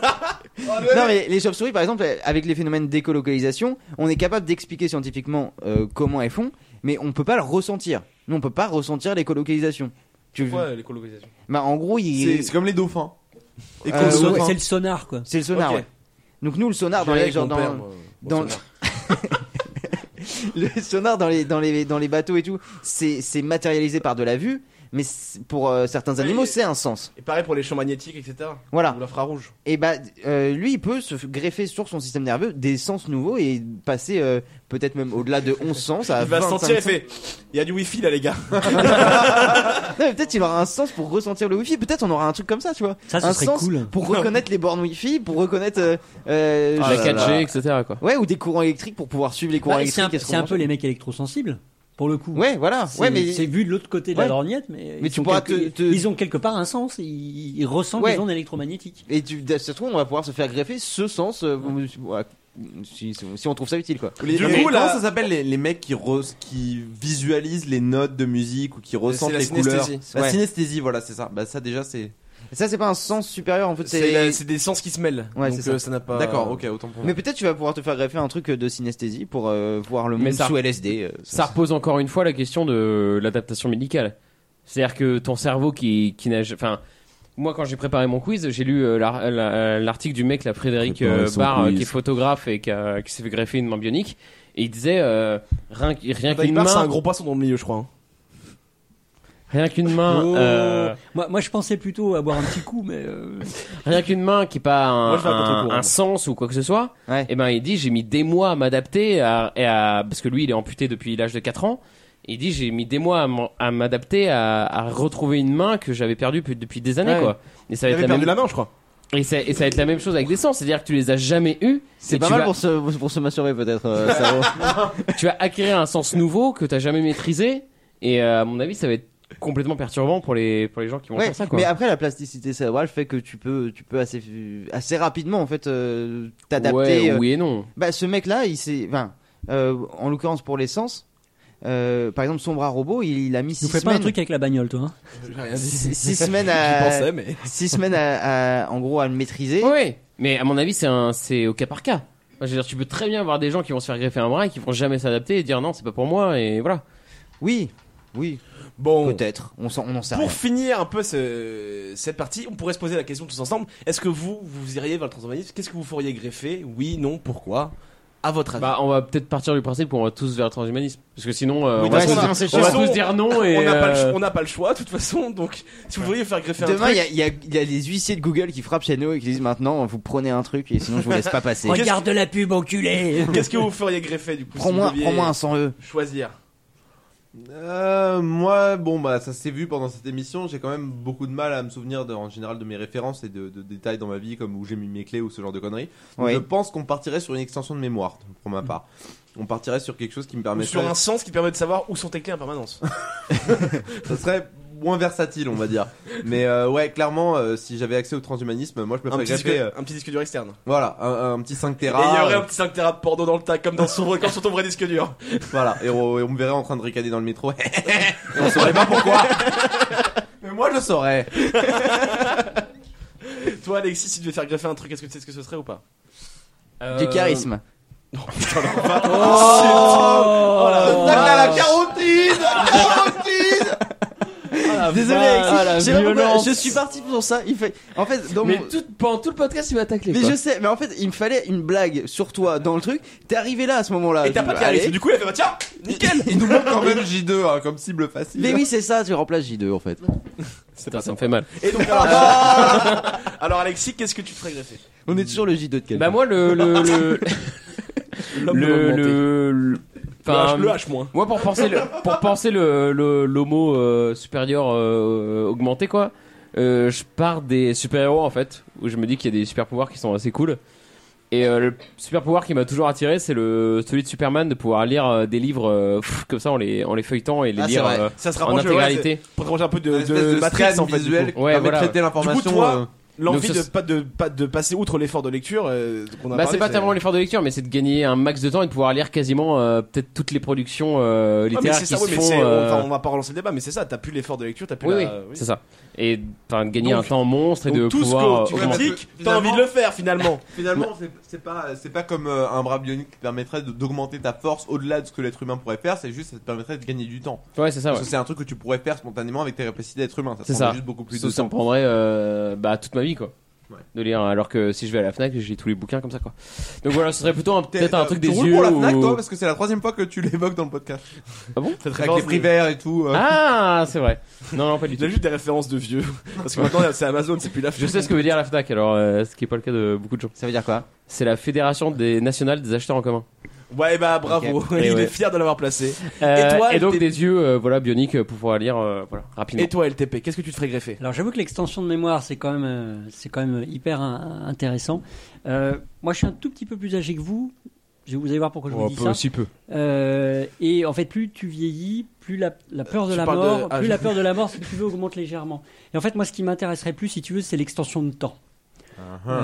S3: [laughs]
S4: Non, mais les chauves-souris, par exemple, avec les phénomènes d'écolocalisation, on est capable d'expliquer scientifiquement euh, comment elles font, mais on peut pas le ressentir. Nous, on peut pas ressentir l'écolocalisation. Tu...
S2: Ouais, euh, les colocalisations.
S4: Bah, en gros, il...
S3: C'est- c'est comme les dauphins.
S4: Et
S6: Euh, ouais, c'est le sonar, quoi.
S4: C'est le sonar,
S6: Ok.
S4: ouais. Donc nous, le sonar dans
S6: J'allais avec
S4: les genre
S6: mon
S4: dans,
S6: père, moi, au
S4: dans- [laughs] le sonar dans les dans les dans les bateaux et tout, c'est c'est matérialisé par de la vue, mais c'est- pour euh, certains animaux, c'est un sens.
S2: Et pareil pour les champs magnétiques, etc.
S4: Voilà.
S2: Ou l'infrarouge.
S4: Et bah euh, lui, il peut se f- greffer sur son système nerveux des sens nouveaux et passer euh, peut-être même au-delà de 11 sens à
S2: Il va
S4: 25
S2: sentir et
S4: sens.
S2: fait. Il y a du wifi là, les gars.
S4: Ah Non, mais peut-être il aura un sens pour ressentir le wifi, peut-être on aura un truc comme ça, tu vois.
S2: Ça, ce
S4: un
S2: serait
S4: sens
S2: cool.
S4: pour reconnaître les bornes wifi, pour reconnaître euh, euh,
S5: La
S4: je-
S5: 4G, etc. Quoi.
S4: Ouais, ou des courants électriques pour pouvoir suivre les courants
S6: Bah, c'est
S4: électriques.
S6: un,
S4: et se
S6: c'est un peu
S4: remonter.
S6: les mecs électrosensibles, pour le coup.
S4: Ouais, voilà.
S6: C'est-
S4: Ouais, mais
S6: C'est vu de l'autre côté de
S4: Ouais.
S6: la lorgnette, mais,
S4: Mais
S6: ils,
S4: tu
S6: ont
S4: pourras
S6: quelque-
S4: te- te-
S6: ils ont quelque part un sens, ils, ils ressentent
S4: Ouais.
S6: les ondes électromagnétiques.
S4: Et tu, ça se trouve, on va pouvoir se faire greffer ce sens euh, ouais, si, si on trouve ça utile quoi.
S3: Les, les- comment ça s'appelle les, les mecs qui, re- qui visualisent les notes de musique ou qui ressentent
S4: la
S3: les couleurs
S4: synesthésie.
S3: La
S4: Ouais.
S3: synesthésie, voilà, c'est ça. Bah ça déjà c'est.
S19: Ça, c'est pas un sens supérieur en fait.
S2: C'est la- c'est des sens qui se mêlent.
S19: Ouais,
S2: Donc,
S19: c'est ça.
S2: euh, ça n'a pas-
S19: D'accord, ok,
S3: autant pour
S19: Mais peut-être tu vas pouvoir te faire greffer un
S4: euh,
S19: truc de synesthésie pour euh, voir le monde
S5: ça-
S19: sous LSD. euh,
S5: ça repose encore une fois la question de l'adaptation médicale. C'est-à-dire que ton cerveau qui, qui n'a. Enfin, moi, quand j'ai préparé mon quiz, j'ai lu euh, l'ar- la- l'article du mec, la Frédéric
S13: Préparer
S5: euh,
S13: son
S5: Barre, euh,
S13: quiz.
S5: qui est photographe et qui, a- qui s'est fait greffer une main bionique. Et il disait euh, rien, qu- rien
S2: Bah, il
S5: qu'une
S2: part, c'est
S5: main.
S2: un gros poisson dans le milieu, je crois. hein.
S5: Rien qu'une main.
S2: Oh.
S5: euh,
S6: Moi, moi, je pensais plutôt à boire un petit coup, mais. euh,
S5: Rien qu'une main qui n'est pas un,
S6: Moi, je vais à
S5: un-
S6: contre-courant.
S5: un sens ou quoi que ce soit, et ben il dit j'ai mis des mois à m'adapter à, et à- parce que lui il est amputé depuis l'âge de 4 ans. Il dit j'ai mis des mois à m'en- à m'adapter à, à retrouver une main que j'avais perdue pe- depuis des années
S2: Ouais.
S5: quoi. Et ça va
S2: Il
S5: être
S2: avait
S5: la
S2: perdu
S5: même...
S2: la main, je crois.
S5: Et ça, et ça va être la même chose avec des sens, c'est-à-dire que tu les as jamais eus.
S19: C'est
S5: et
S19: pas
S5: tu
S19: mal
S5: vas- [laughs]
S19: pour se, pour se masturber peut-être. euh, ça vaut.
S5: tu vas acquérir un sens nouveau que t'as jamais maîtrisé. Et euh, à mon avis ça va être complètement perturbant pour les pour les gens qui vont
S19: Ouais,
S5: faire ça quoi.
S19: Mais après, la plasticité cérébrale fait que tu peux, tu peux assez, assez rapidement en fait euh, t'adapter.
S5: Ouais,
S19: euh.
S5: oui et non.
S19: Bah, ce mec-là, il s'est, enfin, euh, en l'occurrence pour l'essence. Euh, par exemple, son bras robot, il, il a mis 6
S6: Nous fais pas un
S19: semaines,
S6: truc avec la bagnole,
S5: [laughs]
S6: toi. hein
S19: six- six semaines à, [laughs] six semaines à, à- en gros, à le maîtriser.
S5: Oui, mais à mon avis, c'est un, c'est au cas par cas. Moi, je veux dire, tu peux très bien avoir des gens qui vont se faire greffer un bras et qui vont jamais s'adapter et dire non, c'est pas pour moi et voilà.
S19: Oui, oui.
S2: Bon,
S19: peut-être. On s'en, on en sait
S2: Pour
S19: rien.
S2: finir un peu ce- cette partie, on pourrait se poser la question tous ensemble. Est-ce que vous, vous iriez vers le transhumanisme Qu'est-ce que vous feriez greffer Oui, non, pourquoi À votre avis.
S5: Bah, on va peut-être partir du principe qu'on va tous vers le transhumanisme. Parce que sinon, euh, on,
S2: Oui, de
S5: va
S2: toute
S5: tous,
S2: façon,
S5: on
S2: on
S5: va
S2: a-
S5: tous dire non et.
S2: [laughs] On n'a pas, le
S5: euh,
S2: cho- on n'a pas le choix, de toute façon. Donc, [laughs] si vous voudriez faire greffer un
S19: Demain,
S2: truc.
S19: il y a, il y, a- il y a les huissiers de Google qui frappent chez nous et qui disent maintenant, vous prenez un truc et sinon je vous laisse pas passer.
S6: Regarde la pub, enculé.
S2: Qu'est-ce que vous feriez greffer du coup si
S19: Prends-moi-
S2: vous deviez
S19: prends-moi un 100 E.
S2: Choisir.
S3: Euh, moi, bon, bah, ça s'est vu pendant cette émission. J'ai quand même beaucoup de mal à me souvenir de- en général de mes références et de, de détails dans ma vie, comme où j'ai mis mes clés ou ce genre de conneries. Donc,
S2: Oui.
S3: Je pense qu'on partirait sur une extension de mémoire, pour ma part. On partirait sur quelque chose qui me
S19: Ah,
S2: Ou
S3: permettrait.
S2: sur un sens qui permet de savoir où sont tes clés
S19: [laughs]
S2: en permanence.
S3: [laughs] ça serait moins versatile, on va dire. Mais euh, ouais, clairement, euh, si j'avais accès au transhumanisme, moi, je me
S2: Un
S3: ferais
S2: petit, disque,
S3: greffer. euh,
S2: un petit disque dur externe.
S3: Voilà, un, un petit 5
S2: Et il y
S3: téra.
S2: aurait
S3: euh,
S2: un petit 5 téra de porno dans le tas, comme dans son vrai, comme sur ton vrai disque dur.
S3: Voilà, et on, et on me verrait en train de ricader dans le métro. [laughs] et
S2: [laughs]
S3: on saurait pas pourquoi. [laughs] Mais moi, je saurais.
S2: Toi, Alexis, si tu devais faire greffer un truc, est-ce que tu sais ce que ce serait ou pas
S5: Euh,
S19: Du charisme.
S2: Oh, [laughs] putain, la vache.
S19: Oh,
S2: Oh, la
S19: tacle à la
S2: vache.
S19: carotide Désolé, Alexis,
S5: Ah, Oh la
S19: je sais pas pourquoi,
S5: violence.
S19: je suis parti pour ça. Il fait, en fait, dans
S5: Mais
S19: mon-
S5: tout, pendant tout le podcast, il m'a taclé.
S19: mais
S5: quoi.
S19: je sais, mais en fait, il me fallait une blague sur toi dans le truc. T'es arrivé là à ce moment-là.
S2: Et t'as
S19: Je
S2: pas
S19: dis,
S2: de charisme.
S19: allez.
S2: Du coup, il a fait bah, tiens, nickel
S3: Il nous manque quand même J2 hein, comme cible facile.
S19: Mais oui, c'est ça, tu remplaces J2 en
S2: [laughs]
S19: fait.
S5: Putain, ça me fait mal.
S2: Et donc, alors, alors, Alexis, qu'est-ce que tu te ferais greffer
S19: On est toujours le J2 de quelqu'un.
S5: Bah, moi, le. le, le...
S2: L'homme
S5: le,
S2: augmenté.
S5: le, le- enfin,
S2: Le H- le H moins.
S5: Moi, pour penser le, pour penser le, le- l'homo euh, supérieur euh, augmenté, quoi, euh, je pars des super-héros, en fait, où je me dis qu'il y a des super-pouvoirs qui sont assez cool. Et euh, le super-pouvoir qui m'a toujours attiré, c'est le, celui de Superman, de pouvoir lire euh, des livres euh, pff, comme ça en les, en les feuilletant et les
S3: Ah, c'est
S5: lire
S3: vrai.
S5: euh,
S2: Ça se
S5: en
S2: rapproche ouais,
S5: intégralité.
S2: c'est- pour te rapprocher un peu de,
S3: Une espèce
S2: de,
S3: de
S2: Matrix
S3: scan
S2: en fait,
S3: visuel
S2: du coup.
S3: qui Ouais, permet de voilà. traiter l'information,
S2: Du coup, toi,
S3: euh.
S2: l'envie
S5: Donc,
S2: de
S5: ça,
S2: pas de pas de passer outre l'effort de lecture euh, qu'on a
S5: Bah,
S2: parlé,
S5: c'est pas tellement l'effort de lecture, mais c'est de gagner un max de temps et de pouvoir lire quasiment euh, peut-être toutes les productions euh,
S2: Ouais, mais
S5: littéraires
S2: c'est
S5: qui
S2: ça, oui,
S5: se
S2: mais
S5: font.
S2: c'est- on-
S5: euh,
S2: enfin, on va pas relancer le débat, mais c'est ça. T'as plus l'effort de lecture, t'as plus
S5: Oui,
S2: la-
S5: oui,
S3: Bah
S2: oui.
S5: c'est ça. Et enfin, de gagner
S2: Donc-
S5: un temps monstre et
S2: donc
S5: de
S2: tout
S5: pouvoir.
S2: ce que
S5: euh,
S2: tu
S5: augmenter.
S2: critiques, t'as envie de le faire finalement.
S3: [laughs] Finalement, c'est- c'est pas, c'est pas comme euh, un bras bionique qui permettrait de- d'augmenter ta force au-delà de ce que l'être humain pourrait faire, c'est juste ça te permettrait de gagner du temps.
S5: Ouais, c'est ça,
S3: Parce
S5: ouais.
S3: que c'est un truc que tu pourrais faire spontanément avec tes capacités d'être humain, ça te
S5: C'est
S3: prendrait
S5: ça.
S3: juste beaucoup plus
S5: Ça,
S3: de
S5: ça me
S3: temps.
S5: prendrait euh, bah, toute ma vie, quoi.
S3: Ouais.
S5: De lire, alors que si je vais à la Fnac, j'ai tous les bouquins comme ça, quoi. Donc voilà, ce serait plutôt un- peut-être un
S3: Euh,
S5: truc
S3: tu
S5: des
S3: roules
S5: yeux.
S3: pour la FNAC,
S5: ou-
S3: toi, parce que c'est la troisième fois que tu [laughs] l'évoques dans le podcast.
S5: Ah bon
S2: Cette
S3: Avec les prix verts et tout. euh.
S5: Ah, c'est vrai. Non,
S2: [laughs]
S5: non, pas du
S2: Il a juste des références de vieux. [laughs] Parce que maintenant, c'est Amazon, c'est plus la
S5: Je sais ce que veut dire la FNAC, alors, euh, ce qui n'est pas le cas de beaucoup de gens.
S19: Ça veut dire quoi
S5: C'est la Fédération des nationales des acheteurs en commun.
S2: Ouais, bah bravo.
S5: Ok.
S2: [laughs] Il
S5: Et ouais.
S2: est fier de l'avoir placé.
S5: Euh,
S2: et toi,
S5: donc
S2: LTP,
S5: des yeux, euh, voilà, bioniques euh, pour pouvoir lire, euh, voilà, rapidement.
S2: et toi, LTP, qu'est-ce que tu te ferais greffer
S6: Alors j'avoue que l'extension de mémoire, c'est quand même, euh, c'est quand même hyper euh, intéressant. Euh, moi, je suis un tout petit peu plus âgé que vous. Je vous allez voir pourquoi je
S5: Oh,
S6: vous dis
S5: peu
S6: ça.
S5: aussi peu.
S6: Euh, et en fait, plus tu vieillis, plus la, la peur de
S5: tu
S6: la
S5: parles de-
S6: mort,
S5: ah,
S6: plus
S5: je-
S6: la peur de la mort, si tu veux, augmente légèrement. Et en fait, moi, ce qui m'intéresserait plus, si tu veux, c'est l'extension de temps.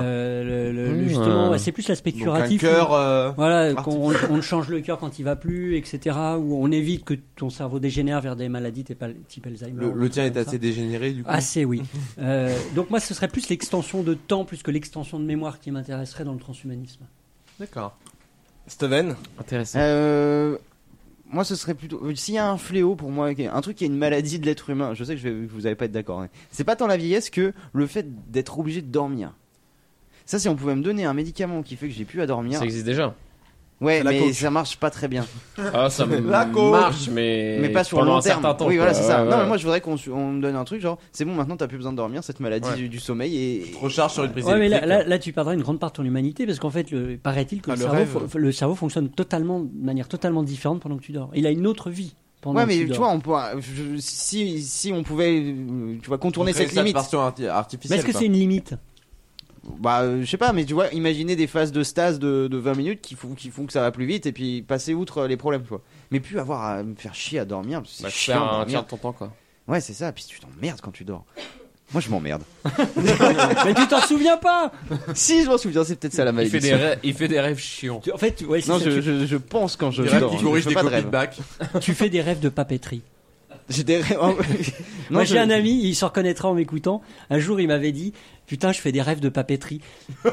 S6: Euh, le- le- le-
S4: Mmh.
S6: justement, ouais, c'est plus l'aspect
S4: Donc, un
S6: curatif.
S4: cœur,
S6: où-
S4: euh,
S6: voilà, qu'on- on, on change le cœur quand il va plus, etc. Où on évite que ton cerveau dégénère vers des maladies type al- type Alzheimer.
S3: Le-
S6: ou
S3: le
S6: des
S3: tien
S6: trucs
S3: est
S6: comme
S3: assez
S6: ça.
S3: dégénéré, du coup
S6: Assez, oui. [laughs] Euh, donc moi, ce serait plus l'extension de temps plus que l'extension de mémoire qui m'intéresserait dans le transhumanisme.
S3: D'accord.
S2: Steven
S5: Intéressant.
S4: Euh, moi, ce serait plutôt. euh, S'il y a un fléau pour moi, un truc qui est une maladie de l'être humain, je sais que je vais- vous n'allez pas être d'accord. hein. C'est pas tant la vieillesse que le fait d'être obligé de dormir. Ça, si on pouvait me donner un médicament qui fait que j'ai plus à dormir.
S5: Ça existe déjà.
S4: Ouais,
S5: C'est la
S4: mais
S5: coke.
S4: ça marche pas très bien.
S5: Ah, ça m-
S4: La coke.
S5: marche, mais
S4: Mais pas sur le
S5: pendant
S4: long
S5: un
S4: terme.
S5: certain temps,
S4: oui, voilà,
S5: quoi.
S4: c'est ça.
S5: Ouais,
S4: non,
S5: ouais.
S4: mais moi, je voudrais qu'on su- on me donne un truc genre, c'est bon, maintenant t'as plus besoin de dormir, cette maladie du, du sommeil et.
S3: Tu te recharges sur une prise
S6: Ouais, mais là, là, là, tu perdras une grande part de ton humanité parce qu'en fait, le- paraît-il que
S4: Ah,
S6: le,
S4: le
S6: cerveau,
S4: rêve.
S6: fo- le cerveau fonctionne totalement de manière totalement différente pendant que tu dors. Il a une autre vie pendant
S4: Ouais,
S6: que
S4: mais
S6: tu
S4: tu
S6: dors.
S4: vois, on pourra- je- si, si on pouvait, euh, tu vois, contourner
S3: Créer
S4: cette
S3: ça de
S4: limite.
S3: façon arti- artificielle,
S4: Mais est-ce que
S3: quoi.
S4: c'est une
S6: limite
S4: Bah, euh, je sais pas, mais tu vois, imaginez des phases de stase de, de 20 minutes qui font, qui font que ça va plus vite et puis passer outre euh, les problèmes, quoi. Mais plus avoir à me faire chier à dormir, parce que c'est
S5: Bah,
S4: chiant.
S5: faire
S4: de
S5: un
S4: dormir.
S5: tiers de ton temps, quoi.
S4: Ouais, c'est ça, puis tu t'emmerdes quand tu dors. Moi, je m'emmerde.
S6: [laughs] mais tu t'en souviens pas
S4: [laughs] Si, je m'en souviens, c'est peut-être ça la
S5: Il
S4: maladie.
S5: fait, des rêves, il fait des rêves chiants.
S6: En fait, ouais, c'est
S4: Non,
S6: ça,
S4: je,
S6: tu-
S4: je, je pense quand je
S6: Des rêves
S5: hein.
S4: dors.
S6: qui
S4: je
S6: corrigent
S4: fais
S6: des
S4: pas de
S6: copies
S4: rêve.
S6: de bac. [laughs] tu fais des rêves de papeterie.
S4: J'ai des rêves. oh,
S6: [laughs]
S4: Non,
S6: Moi, j'ai
S4: je-
S6: un ami, il se reconnaîtra en m'écoutant. Un jour, il m'avait dit Putain, je fais des rêves de papeterie. je,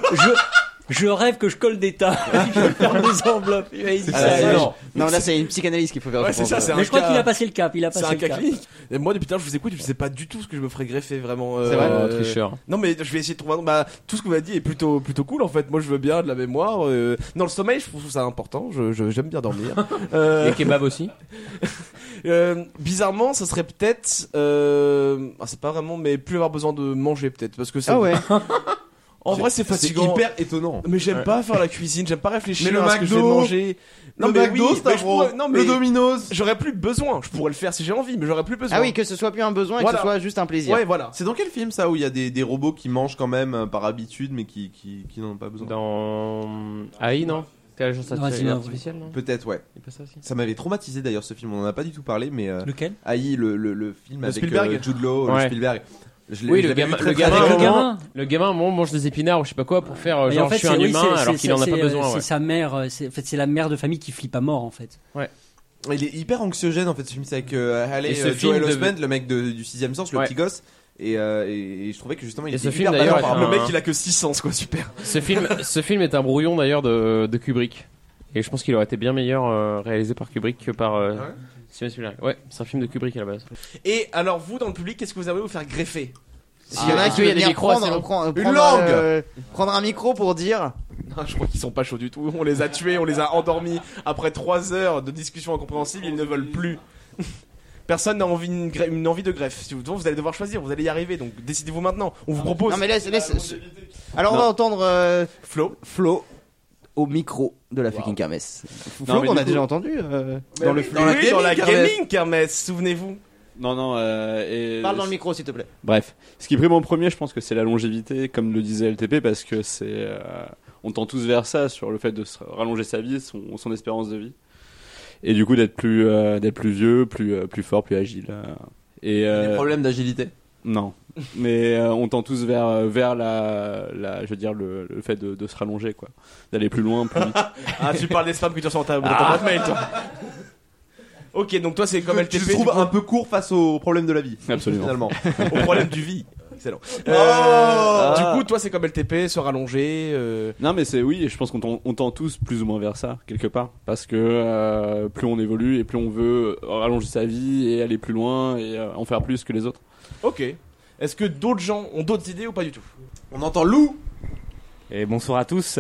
S6: je rêve que je colle des tas. [laughs] je ferme des enveloppes. Il m'avait dit
S4: Ah,
S6: ça.
S4: là,
S6: Et
S4: là,
S6: je-
S4: je- non, là, c'est une psychanalyse qu'il faut faire.
S2: Ouais,
S4: je
S2: c'est
S4: pense. hein.
S2: ça, c'est
S6: Mais
S2: un
S6: je crois
S2: cas-
S6: qu'il a passé le cap. Il a
S2: C'est
S6: passé
S2: un
S6: le
S2: cas
S6: cap.
S2: clinique. Et moi, depuis tard, je vous écoute, je sais pas du tout ce que je me ferais greffer vraiment. euh,
S5: C'est vrai Oh, tricheur.
S2: Non, mais je vais essayer de trouver. un- Bah, tout ce que vous avez dit est plutôt, plutôt cool en fait. Moi, je veux bien de la mémoire. euh, Non, le sommeil, je trouve ça important. Je, je- j'aime bien dormir.
S5: Les kebabs aussi.
S2: [laughs] Euh, bizarrement, ça serait peut-être. euh, ah, c'est pas vraiment, mais plus avoir besoin de manger peut-être. Parce que ça.
S3: Ah ouais.
S2: [laughs] En vrai,
S3: C'est- c'est
S2: c'est fatigant.
S3: hyper étonnant.
S2: Mais j'aime
S3: Ouais.
S2: pas faire la cuisine, j'aime pas réfléchir
S3: Mais le
S2: à ce que je vais
S3: McDo,
S2: manger.
S3: le McDo,
S2: mais je
S3: Stavro,
S2: pourrais- non,
S3: le
S2: mais
S3: Domino's.
S2: J'aurais plus besoin. Je pourrais le faire si j'ai envie, mais j'aurais plus besoin.
S4: Ah oui, que ce soit plus un besoin et
S2: Voilà.
S4: que ce soit juste un plaisir.
S2: Ouais, voilà.
S3: C'est dans quel film ça où il y a des, des robots qui mangent quand même euh, par habitude mais qui, qui, qui n'en ont pas besoin
S5: Dans. AI, non C'est l'agence
S3: Non,
S5: artificielle,
S3: c'est-
S5: artificielle, non
S3: Peut-être, ouais.
S5: Il y a pas ça aussi
S3: m'avait traumatisé d'ailleurs ce film, on en a pas du tout parlé, mais. euh,
S5: Lequel
S3: AI, le, le, le film
S5: De
S3: avec
S5: Spielberg
S3: euh, Jude Law, le
S5: Ouais.
S3: Spielberg. Je l'ai-
S5: oui, le
S3: je l'avais
S5: gamin,
S3: vu très,
S5: le
S3: très
S5: gamin,
S3: jeune.
S5: le gamin, le gamin, à un moment, mange des épinards ou je sais pas quoi pour faire euh,
S6: Et
S5: genre
S6: en fait,
S5: je suis
S6: c'est-
S5: un
S6: oui,
S5: humain
S6: c'est-
S5: alors
S6: c'est-
S5: qu'il en a
S6: c'est,
S5: pas
S6: euh,
S5: besoin.
S6: C'est
S5: ouais.
S6: sa mère, euh, c'est, en fait, c'est la mère de famille qui flippe à mort en fait.
S5: Ouais.
S3: Il est hyper anxiogène en fait ce film, c'est avec euh, Haley,
S5: Et ce
S3: euh,
S5: film
S3: Joel
S5: devait-
S3: Osment, le mec de- du 6ème sens, le petit gosse. Et, euh, et- et je trouvais que justement il
S5: Et
S3: était
S5: ce
S3: hyper
S5: film,
S3: badant
S5: d'ailleurs,
S3: par
S5: est
S3: rapport-
S5: un-
S2: que 6 sens, quoi, super.
S5: Ce film, ce film est un brouillon d'ailleurs de, de Kubrick. Et je pense qu'il aurait été bien meilleur euh, réalisé par Kubrick que par euh,
S3: Ah
S5: Steven Spielberg. Ouais, c'est un film de Kubrick à la base.
S2: Et alors, vous, dans le public, qu'est-ce que vous avez à vous faire greffer
S4: S'il
S20: Ah,
S4: y en a qui veulent venir prendre, prendre-
S2: Une
S4: prendre,
S2: langue
S4: euh, prendre un micro pour dire.
S2: Non, je crois qu'ils sont pas chauds du tout. On les a tués, on les a endormis. Après 3 heures de discussion incompréhensible, ils ne veulent plus. Personne n'a envie une, gre- une envie de greffe. Si vous, vous allez devoir choisir, vous allez y arriver. Donc décidez-vous maintenant. On vous propose.
S4: Non, mais laisse- laisse- Alors, on va entendre euh,
S2: Flo.
S4: Flo au micro de la fucking kermesse.
S20: Non,
S4: Flo
S20: mais
S4: qu'on
S20: du
S4: a
S20: coup-
S4: déjà entendu euh,
S20: Mais
S4: dans
S20: oui,
S4: le
S20: dans la gaming
S4: Oui,
S20: kermesse.
S2: kermesse, souvenez-vous.
S20: Non, non. euh, et-
S4: Parle dans le micro s'il te plaît.
S20: Bref, ce qui est prime en premier, je pense que c'est la longévité, comme le disait LTP, parce que c'est. euh, on tend tous vers ça, sur le fait de se rallonger sa vie, son, son espérance de vie. Et du coup, d'être plus, euh, d'être plus vieux, plus, euh, plus fort, plus agile. euh. Et,
S3: Des
S20: euh,
S3: problèmes d'agilité.
S20: Non. Mais euh, on tend tous vers, euh, vers la, la- je veux dire, le, le fait de, de se rallonger, quoi. D'aller plus loin, plus vite.
S2: Ah, tu parles des spams que tu reçois dans ta, dans ta
S20: Ah.
S2: boîte mail, toi. Ok, donc toi, c'est comme LTP.
S3: [laughs] Tu te
S2: du
S3: trouves
S2: coup.
S3: un peu court face aux problèmes de la vie.
S20: Absolument.
S3: Finalement.
S20: [laughs]
S2: Au problème du vie. Excellent. Euh,
S20: Ah.
S2: Du coup, toi, c'est comme LTP, se rallonger. euh,
S20: Non, mais c'est oui, et je pense qu'on tend, on tend tous plus ou moins vers ça, quelque part. Parce que euh, plus on évolue et plus on veut rallonger sa vie et aller plus loin et euh, en faire plus que les autres.
S2: Ok. Est-ce que d'autres gens ont d'autres idées ou pas du tout
S3: On entend loup
S7: Et bonsoir à
S3: [laughs]
S7: tous.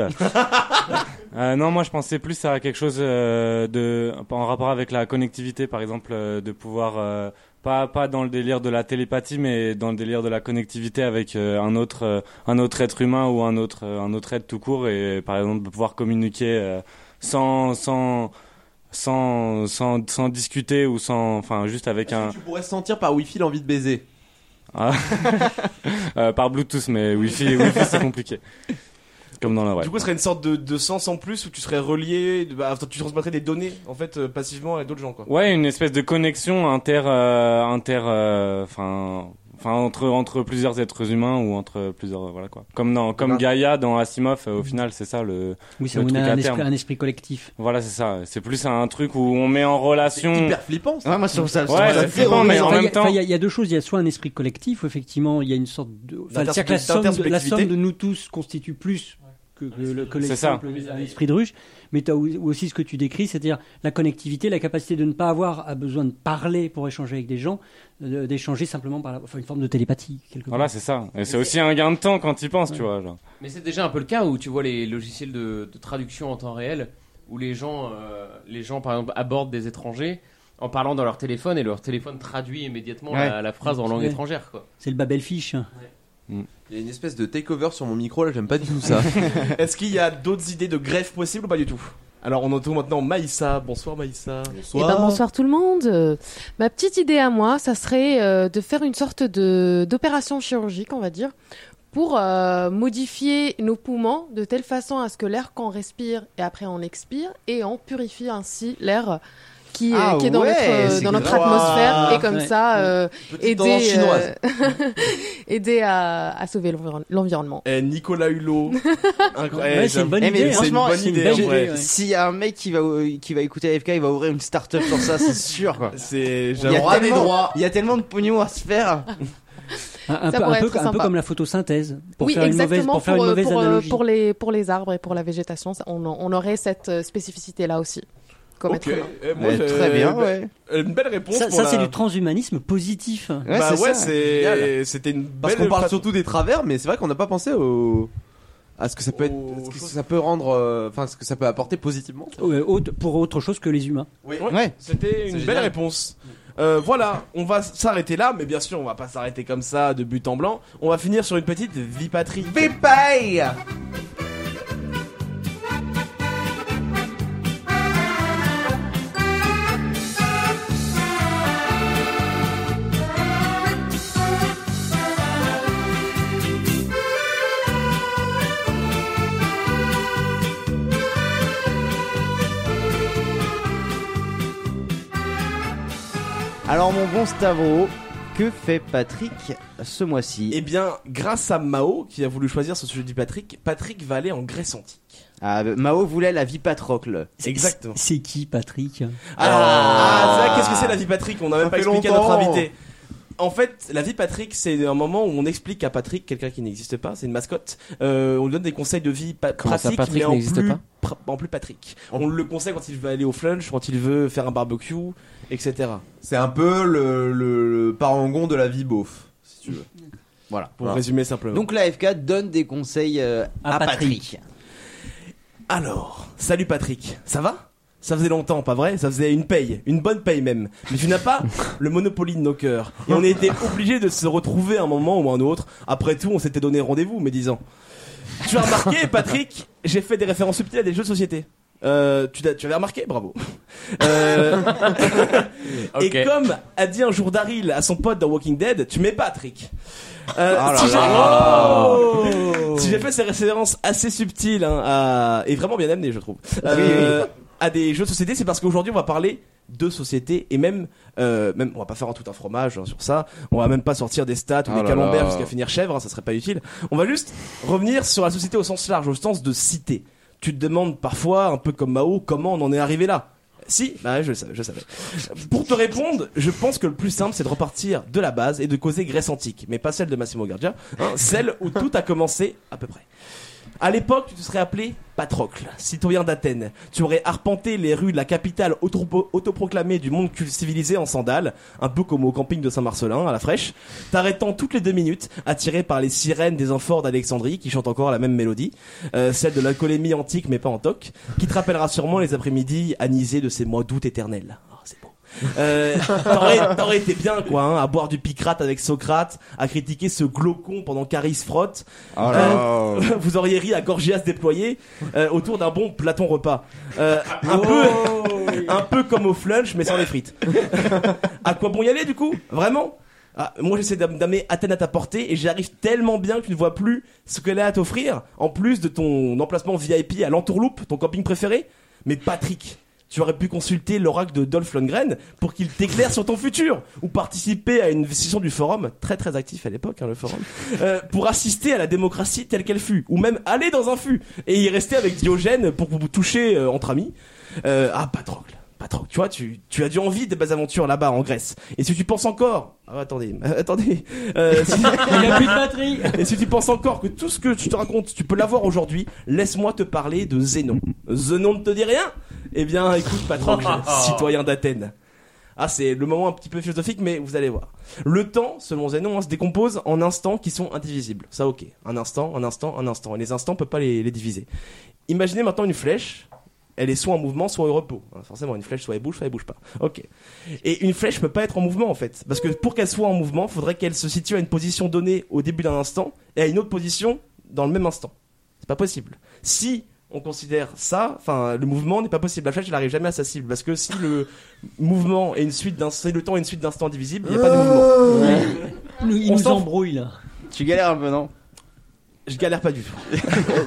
S7: Euh, non, moi je pensais plus à quelque chose euh, de, en rapport avec la connectivité, par exemple, euh, de pouvoir, euh, pas, pas dans le délire de la télépathie, mais dans le délire de la connectivité avec euh, un, autre, euh, un autre être humain ou un autre, euh, un autre être tout court, et par exemple de pouvoir communiquer euh, sans, sans, sans, sans, sans discuter ou sans, enfin juste avec un...
S3: Tu pourrais sentir par wifi l'envie de baiser.
S7: Ah. [laughs] Euh, par Bluetooth, mais Wi-Fi, Wi-Fi
S3: [laughs]
S7: c'est compliqué. Comme dans la vraie.
S2: Du coup, ce serait une sorte de, de sens en plus où tu serais relié, de- bah, tu transmettrais des données en fait euh, passivement à d'autres gens quoi.
S7: Ouais, une espèce de connexion inter, euh, inter, euh, enfin, Enfin, entre, entre plusieurs êtres humains ou entre plusieurs. Voilà quoi. Comme, dans, comme
S6: Voilà.
S7: Gaïa dans Asimov, euh, au final, c'est ça le.
S6: Oui, c'est-
S7: le
S6: on a
S7: truc à
S6: un esprit-
S7: terme.
S6: un esprit collectif.
S7: Voilà, c'est ça. C'est plus un truc où on met en relation.
S6: C'est hyper
S3: flippant
S19: Ouais, moi, je trouve ça- je trouve
S7: Ouais,
S19: ça
S7: c'est flippant, mais en
S6: Enfin, il y a-
S7: même temps.
S6: enfin, il y, a- il y a deux choses. Il y a soit un esprit collectif, où effectivement, il y a une sorte de. enfin,
S7: D'interspect-
S6: c'est-à-dire que la somme, de, la somme
S7: d'interspectivité.
S6: de nous tous constitue plus que, que le, que les
S7: C'est ça.
S6: simples- un esprit de ruche. Mais tu as aussi ce que tu décris, c'est-à-dire la connectivité, la capacité de ne pas avoir à besoin de parler pour échanger avec des gens, euh, d'échanger simplement par la- enfin, une forme de télépathie, quelque part.
S7: Voilà, c'est ça. Et c'est aussi un gain de temps quand tu y penses, tu vois. genre.
S5: Mais c'est déjà un peu le cas où tu vois les logiciels de, de traduction en temps réel, où les gens, euh, les gens par exemple, abordent des étrangers en parlant dans leur téléphone et leur téléphone traduit immédiatement
S6: Ouais.
S5: la, la phrase en langue
S6: Ouais.
S5: étrangère. Quoi.
S6: C'est le Babelfish.
S7: Mm.
S3: Il y a une espèce de takeover sur mon micro là, j'aime pas du tout ça.
S2: [laughs] Est-ce qu'il y a d'autres idées de greffe possibles ou pas du tout Alors on entend maintenant Maïssa. Bonsoir Maïssa.
S21: Eh ben, bonsoir tout le monde. Euh, Ma petite idée à moi, ça serait euh, de faire une sorte de d'opération chirurgique, on va dire, pour euh, modifier nos poumons de telle façon à ce que l'air qu'on respire et après on expire et on purifie ainsi l'air qui, euh,
S19: Ah
S21: qui est dans
S19: ouais,
S21: notre,
S19: c'est
S21: dans notre
S19: cool.
S21: atmosphère et comme
S19: Ouais.
S21: ça euh,
S19: Petite
S21: aider,
S19: tendance chinoise.
S21: euh, [laughs] aider à, à sauver l'environ- l'environnement.
S2: Eh, Nicolas Hulot. Incroyable.
S19: Eh, mais
S4: hein.
S19: franchement,
S2: bonne idée, en vrai.
S19: S'il y a un mec qui va, qui va écouter AFK, il va ouvrir une start-up sur ça, c'est sûr. quoi.
S2: C'est,
S19: Il y a
S2: j'aurai des
S19: tellement-
S2: droits.
S19: Il y a tellement de pognon à se faire.
S6: Un, un
S21: Ça
S6: peu, un
S21: pourrait
S6: peu-
S21: être
S6: un peu
S21: sympa.
S6: comme la photosynthèse. Pour
S21: oui,
S6: faire une mauvaise,
S21: exactement,
S6: pour faire une
S21: euh,
S6: mauvaise
S21: pour, euh,
S6: analogie.
S21: pour les, pour les arbres et pour la végétation, ça, on, on aurait cette euh, spécificité-là aussi. Comme être
S2: Ok.
S21: humain.
S2: Eh, moi,
S19: Ouais,
S2: j'ai-
S19: très bien,
S2: une-
S19: ouais.
S2: Une belle réponse.
S6: Ça,
S2: pour
S6: ça,
S2: la-
S6: c'est du transhumanisme positif.
S2: bah ouais, c'est, c'était une belle.
S3: Parce qu'on parle
S2: façon-
S3: surtout des travers, mais c'est vrai qu'on n'a pas pensé au à ce que ça peut être, ce que ça peut rendre, euh, enfin ce que ça peut apporter positivement.
S6: Ouais, autre- pour autre chose que les humains.
S2: Ouais, C'était une
S3: C'est
S2: belle
S3: génial.
S2: réponse. Euh, voilà, on va s'arrêter là, mais bien sûr, on va pas s'arrêter comme ça de but en blanc. On va finir sur une petite Vipatrie.
S3: Vipaille
S19: Alors, mon bon Stavro, que fait Patrick ce mois-ci
S2: Eh bien, grâce à Mao qui a voulu choisir ce sujet du Patrick, Patrick va aller en Grèce antique.
S19: Ah, Mao voulait la vie patrocle.
S2: Exactement.
S6: C'est qui, Patrick
S2: Alors, ah, c'est vrai, qu'est-ce que c'est la vie Patrick On n'a même pas
S19: fait
S2: expliqué à notre
S19: longtemps.
S2: invité. En fait, la vie Patrick, c'est un moment où on explique à Patrick, quelqu'un qui n'existe pas, c'est une mascotte, euh, on lui donne des conseils de vie pa-
S5: Comment ça,
S2: pratiques,
S5: Patrick
S2: mais en
S5: n'existe
S2: plus,
S5: pas
S2: pra- en plus Patrick. On le conseille quand il veut aller au flunch, quand il veut faire un barbecue, etc.
S3: C'est un peu le, le, le parangon de la vie beauf, si [laughs] tu veux.
S19: Voilà.
S2: Pour résumer simplement.
S19: Donc, l'AFK donne des conseils euh, à,
S2: À
S19: Patrick.
S2: Alors, salut Patrick, ça va Ça faisait longtemps, pas vrai Ça faisait une paye, une bonne paye même. Mais tu n'as pas le monopoly de nos cœurs. Et on a été obligés de se retrouver à un moment ou à un autre. Après tout, on s'était donné rendez-vous, mais disons. Tu as remarqué, Patrick, j'ai fait des références subtiles à des jeux de société. Euh, tu, l'as- tu avais remarqué Bravo. Euh, Et
S1: Ok.
S2: comme a dit un jour Daryl à son pote dans Walking Dead, tu mets Patrick. Euh,
S1: Oh là
S2: si j'ai-
S1: là.
S2: Oh si j'ai fait ces références assez subtiles hein, à- et vraiment bien amenées, je trouve, euh, à des jeux de société, c'est parce qu'aujourd'hui on va parler de société et même, euh, même on va pas faire en tout un fromage hein, sur ça. On va même pas sortir des stats ou
S3: Oh
S2: des
S3: là
S2: camemberts
S3: là.
S2: jusqu'à finir chèvre, hein, ça serait pas utile. On va juste revenir sur la société au sens large, au sens de cité. Tu te demandes parfois, un peu comme Mao, comment on en est arrivé là. Si, bah ouais, je le savais, je le savais. Pour te répondre, je pense que le plus simple, c'est de repartir de la base et de causer Grèce antique, mais pas celle de Massimo Gardia, hein, celle où tout a commencé à peu près. À l'époque, tu te serais appelé Patrocle, citoyen d'Athènes. Tu aurais arpenté les rues de la capitale autopo- autoproclamée du monde cul- civilisé en sandales, un peu comme au camping de Saint-Marcelin, à la fraîche, t'arrêtant toutes les deux minutes, attiré par les sirènes des amphores d'Alexandrie qui chantent encore la même mélodie, euh, celle de l'alcoolémie antique mais pas en toc, qui te rappellera sûrement les après-midi anisés de ces mois d'août éternels. Ah, c'est beau. Euh, t'aurais, t'aurais été bien quoi, hein, à boire du picrate avec Socrate, à critiquer ce glaucon pendant qu'Aris frotte.
S1: Oh là
S2: Euh,
S1: là.
S2: [laughs] vous auriez ri à Gorgias déployé euh, autour d'un bon platon repas. Euh, un,
S1: Oh.
S2: peu, un peu comme au flunch mais sans les frites. à quoi bon y aller du coup Vraiment Ah, moi j'essaie d'am- d'amener Athènes à ta portée et j'arrive tellement bien que tu ne vois plus ce qu'elle a à t'offrir en plus de ton emplacement VIP à l'entourloupe, ton camping préféré. Mais Patrick, tu aurais pu consulter l'oracle de Dolph Lundgren pour qu'il t'éclaire sur ton futur ou participer à une session du forum très très actif à l'époque hein, le forum euh, pour assister à la démocratie telle qu'elle fut ou même aller dans un fût et y rester avec Diogène pour vous toucher euh, entre amis Euh, ah Patrocle Patrocle tu vois tu, tu as dû envie des belles aventures là-bas en Grèce et si tu penses encore ah, attendez [laughs] euh, attendez euh, si-
S1: [laughs] Il y a plus de batterie.
S2: et si tu penses encore que tout ce que je te raconte, tu peux l'avoir aujourd'hui, laisse-moi te parler de Zénon. Zénon ne te dit rien Eh bien, écoute,
S1: [laughs]
S2: Patrocle, citoyen d'Athènes. Ah, c'est le moment un petit peu philosophique, mais vous allez voir. Le temps, selon Zénon, hein, se décompose en instants qui sont indivisibles. Ça, ok. Un instant, un instant, un instant. Et les instants, on peut pas les, les diviser. Imaginez maintenant une flèche. Elle est soit en mouvement, soit au repos. Hein, Forcément, une flèche, soit elle bouge, soit elle bouge pas. Ok. Et une flèche peut pas être en mouvement, en fait. Parce que pour qu'elle soit en mouvement, faudrait qu'elle se situe à une position donnée au début d'un instant et à une autre position dans le même instant. C'est pas possible. Si on considère ça, enfin, le mouvement n'est pas possible. La flèche, elle arrive jamais à sa cible. Parce que si le mouvement est une suite d'un, si le temps est une suite d'instants indivisibles, il n'y a pas de
S19: Oh
S2: mouvement.
S6: Nous- il
S2: On
S6: nous
S2: s'en-
S6: embrouille là.
S19: Tu galères un peu, non
S2: Je galère pas du tout.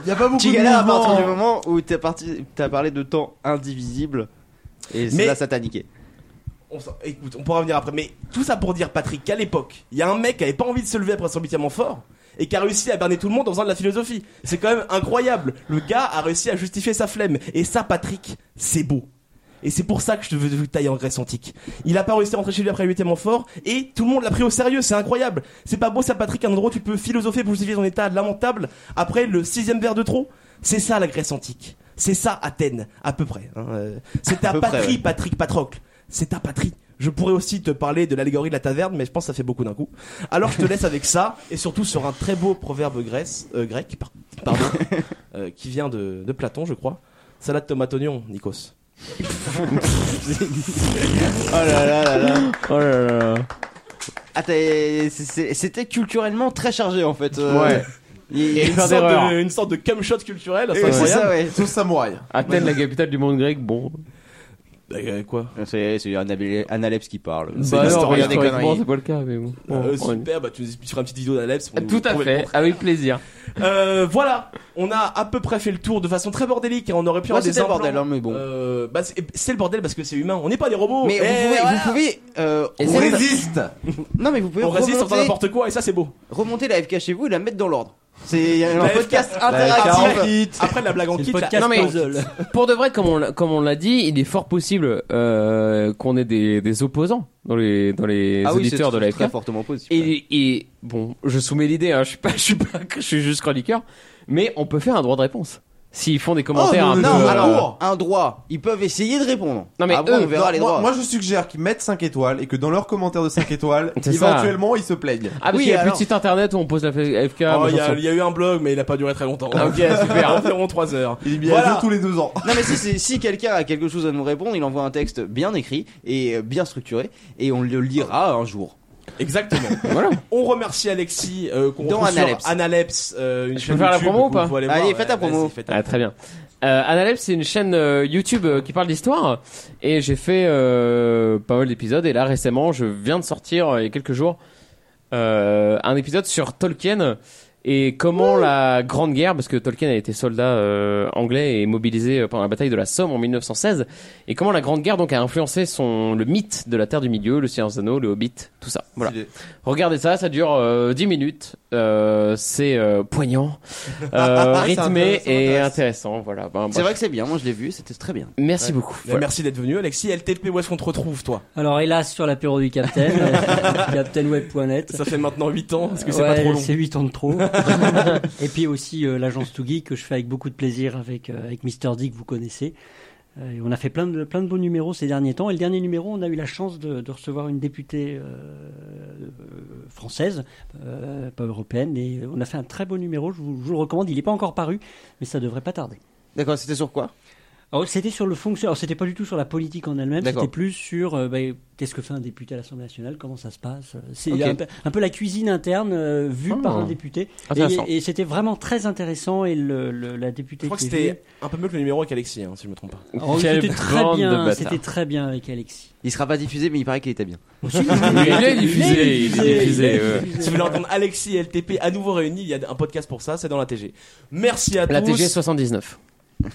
S19: Il a pas
S2: beaucoup
S19: Tu
S2: de
S19: galères à
S2: mouvements.
S19: partir du moment où t'as parti- t'as parlé de temps indivisible et
S2: Mais-
S19: c'est là ça t'a niqué.
S2: On s'en- écoute, on pourra revenir après. Mais tout ça pour dire, Patrick, qu'à l'époque, il y a un mec qui avait pas envie de se lever après son huitième fort et qui a réussi à berner tout le monde en faisant de la philosophie. C'est quand même incroyable. Le gars a réussi à justifier sa flemme. Et ça, Patrick, c'est beau. Et c'est pour ça que je te veux te tailler en Grèce antique. Il a pas réussi à rentrer chez lui après le huitième fort et tout le monde l'a pris au sérieux. C'est incroyable. C'est pas beau, ça, Patrick, un endroit où tu peux philosopher pour justifier ton état lamentable après le sixième verre de trop. C'est ça la Grèce antique. C'est ça Athènes, à peu près. hein. Euh, C'est à
S19: peu près,
S2: Patrie,
S19: ouais.
S2: Patrick Patrocle. C'est ta patrie. Je pourrais aussi te parler de l'allégorie de la taverne, mais je pense que ça fait beaucoup d'un coup. Alors je te laisse avec ça, et surtout sur un très beau proverbe grèce- euh, grec par- pardon, euh, qui vient de, de Platon, je crois. Salade tomate oignon, Nikos.
S19: [laughs] Oh là là là Oh là. Ah, t'es- c'est- c'est- c'était culturellement très chargé en fait. euh,
S5: Ouais.
S19: il- il y a
S2: Et
S19: eu
S2: une
S19: plein
S2: sorte,
S19: d'erreurs.
S2: de, une sorte de cum shot culturel,
S19: Et
S2: c'est
S19: ouais,
S2: incroyable.
S19: c'est ça, ouais.
S3: Sauf samouraï.
S5: Athènes, la capitale du monde grec, bon.
S19: Bah,
S2: quoi
S19: C'est c'est un Abel- un Aleps qui parle.
S5: Bah
S19: euh, une
S5: alors,
S19: histoire, il y a des
S5: historiquement,
S19: conneries.
S5: c'est pas le cas, mais bon. Bon,
S2: Euh,
S5: on-
S2: super, bah, tu nous feras une petite vidéo d'Aleps. pour nous
S5: Ah, Tout à
S2: prouver le
S5: fait,
S2: contraire.
S5: avec plaisir.
S2: Euh, voilà, on a à peu près fait le tour de façon très bordélique. hein. On aurait pu
S19: Ouais,
S2: avoir des
S19: c'était le
S2: implants.
S19: bordel, hein, mais bon.
S2: Euh, bah, c'est c'est le bordel parce que c'est humain. On n'est pas des robots.
S19: Mais vous
S2: Eh,
S19: pouvez,
S2: voilà.
S19: vous pouvez, euh,
S2: Et
S19: on
S2: c'est-
S5: [laughs]
S19: résiste. Non mais vous pouvez
S2: On résiste en faisant
S19: remonter,
S2: n'importe quoi et ça c'est beau.
S19: remonter la FK chez vous et la mettre dans l'ordre. C'est un
S2: La
S19: podcast
S2: FK.
S19: interactif.
S2: Après de la blague en kit, la-
S5: Non, mais pour de vrai, comme on, l'a- comme on l'a dit, il est fort possible euh, qu'on ait des, des opposants dans les, dans les
S19: Ah oui,
S5: auditeurs
S19: c'est
S5: de la
S19: très
S5: FK.
S19: fortement possible.
S5: Et, et bon, je soumets l'idée, hein, je, suis pas, [laughs] je, suis pas, je suis juste chroniqueur, mais on peut faire un droit de réponse. S'ils font des commentaires un
S19: Oh, non,
S5: peu, euh,
S19: alors, un droit, ils peuvent essayer de répondre.
S5: Non,
S3: Ah
S5: mais
S19: Après,
S5: eux,
S19: on verra
S5: non,
S19: les
S5: moi-
S19: droits.
S3: Moi je suggère qu'ils mettent 5 étoiles et que dans leurs commentaires de 5 étoiles,
S5: C'est ça.
S3: éventuellement ils se plaignent.
S5: Ah, parce qu'il y a plus de site internet où on pose la FK.
S2: Oh,
S5: machin,
S2: Il y, a-
S5: Ah, ça.
S2: il y a eu un blog, mais il a pas duré très longtemps. [laughs]
S5: Ah, ok, super.
S2: Environ 3 heures.
S3: Il est
S19: mis à jour tous
S3: les 2 ans.
S19: Non mais si, c'est- si quelqu'un a quelque chose à nous répondre, il envoie un texte bien écrit et euh, bien structuré et on le lira un jour.
S2: Exactement.
S19: [laughs]
S2: On remercie Alexis euh, qu'on
S19: Dans
S2: retrouve sur
S19: Analeps.
S2: Analeps, euh, une
S5: Je
S2: chaîne
S5: peux faire la
S2: YouTube
S5: promo ou
S2: que
S5: pas
S2: vous pouvez aller
S5: Allez,
S2: voir.
S5: fais ta
S2: Ouais,
S5: promo.
S2: vas-y, fais ta
S5: Ah, très bien. Euh, Analep, c'est une chaîne euh, YouTube euh, qui parle d'histoire et j'ai fait euh, pas mal d'épisodes et là récemment je viens de sortir euh, il y a quelques jours euh, un épisode sur Tolkien et comment la Grande Guerre, parce que Tolkien a été soldat euh, anglais et mobilisé euh, pendant la bataille de la Somme en 1916, et comment la Grande Guerre donc a influencé son le mythe de la Terre du Milieu, le Seigneur des Anneaux, le Hobbit, tout ça. Voilà. Regardez ça, ça dure euh, 10 minutes, euh, c'est euh, poignant, euh,
S19: Ça
S5: rythmé
S19: m'intéresse, ça
S5: et
S19: m'intéresse.
S5: intéressant. Voilà. Ben,
S19: C'est
S5: bref.
S19: vrai que c'est bien, moi je l'ai vu, c'était très bien.
S5: Merci
S2: Ouais.
S5: beaucoup.
S2: Mais Bah, Merci d'être venu, Alexis. LTP, où est-ce qu'on te retrouve, toi
S6: Alors hélas sur l'apéro du Captain, euh, [laughs] captainweb.net.
S2: Ça fait maintenant 8 ans, est-ce que c'est
S6: Ouais,
S2: pas trop long
S6: C'est 8 ans de
S2: [laughs]
S6: trop. Et puis aussi euh, l'agence To Geek que je fais avec beaucoup de plaisir avec, euh, avec Mister D que vous connaissez. Euh, et on a fait plein de, plein de beaux numéros ces derniers temps. Et le dernier numéro, on a eu la chance de, de recevoir une députée euh, euh, française, euh, pas européenne. Et on a fait un très beau numéro, je vous, je vous le recommande. Il n'est pas encore paru, mais ça devrait pas tarder.
S19: D'accord, c'était sur quoi
S6: Alors, c'était sur le fonctionnement. Alors, c'était pas du tout sur la politique en elle-même.
S19: D'accord.
S6: C'était plus sur euh, bah, qu'est-ce que fait un député à l'Assemblée nationale, comment ça se passe. euh, C'est
S19: Ok.
S6: un, peu- un peu la cuisine interne euh, vue
S19: Ah.
S6: par un député.
S2: Intéressant.
S6: Et, et c'était vraiment très intéressant. Et le, le- la députée.
S2: Je crois que
S6: qui est
S2: c'était
S6: venue-
S2: un peu mieux que le numéro avec Alexis, hein, si je me trompe pas.
S6: Alors, C'était Oh, très bien. C'était très bien
S5: [laughs]
S6: avec Alexis.
S19: Il sera pas diffusé, mais il paraît qu'il était bien.
S6: si, il est- Mais il est diffusé, il est diffusé, il est diffusé.
S2: Si vous voulez entendre Alexis et LTP à nouveau réunis, il y a un podcast pour ça, c'est dans la TG. Merci à
S5: La
S2: tous.
S5: TG 79.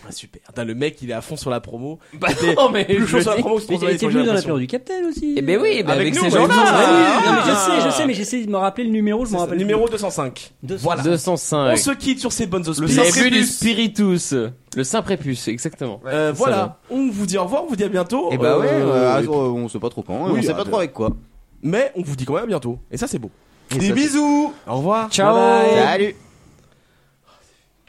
S2: Ah, super. Putain, le mec, il est à fond sur la promo.
S5: Bah
S2: C'était
S5: non, mais
S2: plus
S5: je
S2: chaud sur la
S5: dis-
S2: promo que
S5: mais il était venu dans la période
S6: du Capitaine aussi.
S5: Eh ben oui, bah, avec ces
S2: nous,
S5: gens-là.
S2: ouais.
S5: Ah,
S6: Non, mais je sais, je sais, mais j'essaie de me rappeler le numéro, je
S2: C'est
S6: me
S2: ça,
S6: rappelle.
S2: numéro
S6: plus.
S2: 205.
S5: Voilà. 205.
S2: On se quitte sur ces bonnes
S5: Le
S2: auspices.
S5: début du spiritus. Le saint prépuce, exactement.
S2: Euh,
S5: Ça,
S2: voilà, on vous dit au revoir, on vous dit à bientôt.
S5: Eh bah ouais, euh,
S3: Oh,
S5: à-
S2: on sait pas trop quand,
S5: on sait pas trop
S2: avec quoi. Mais on vous dit quand même à bientôt, et ça c'est beau.
S3: Des bisous
S2: Au revoir.
S3: Ciao.
S2: Bye bye.
S3: Salut.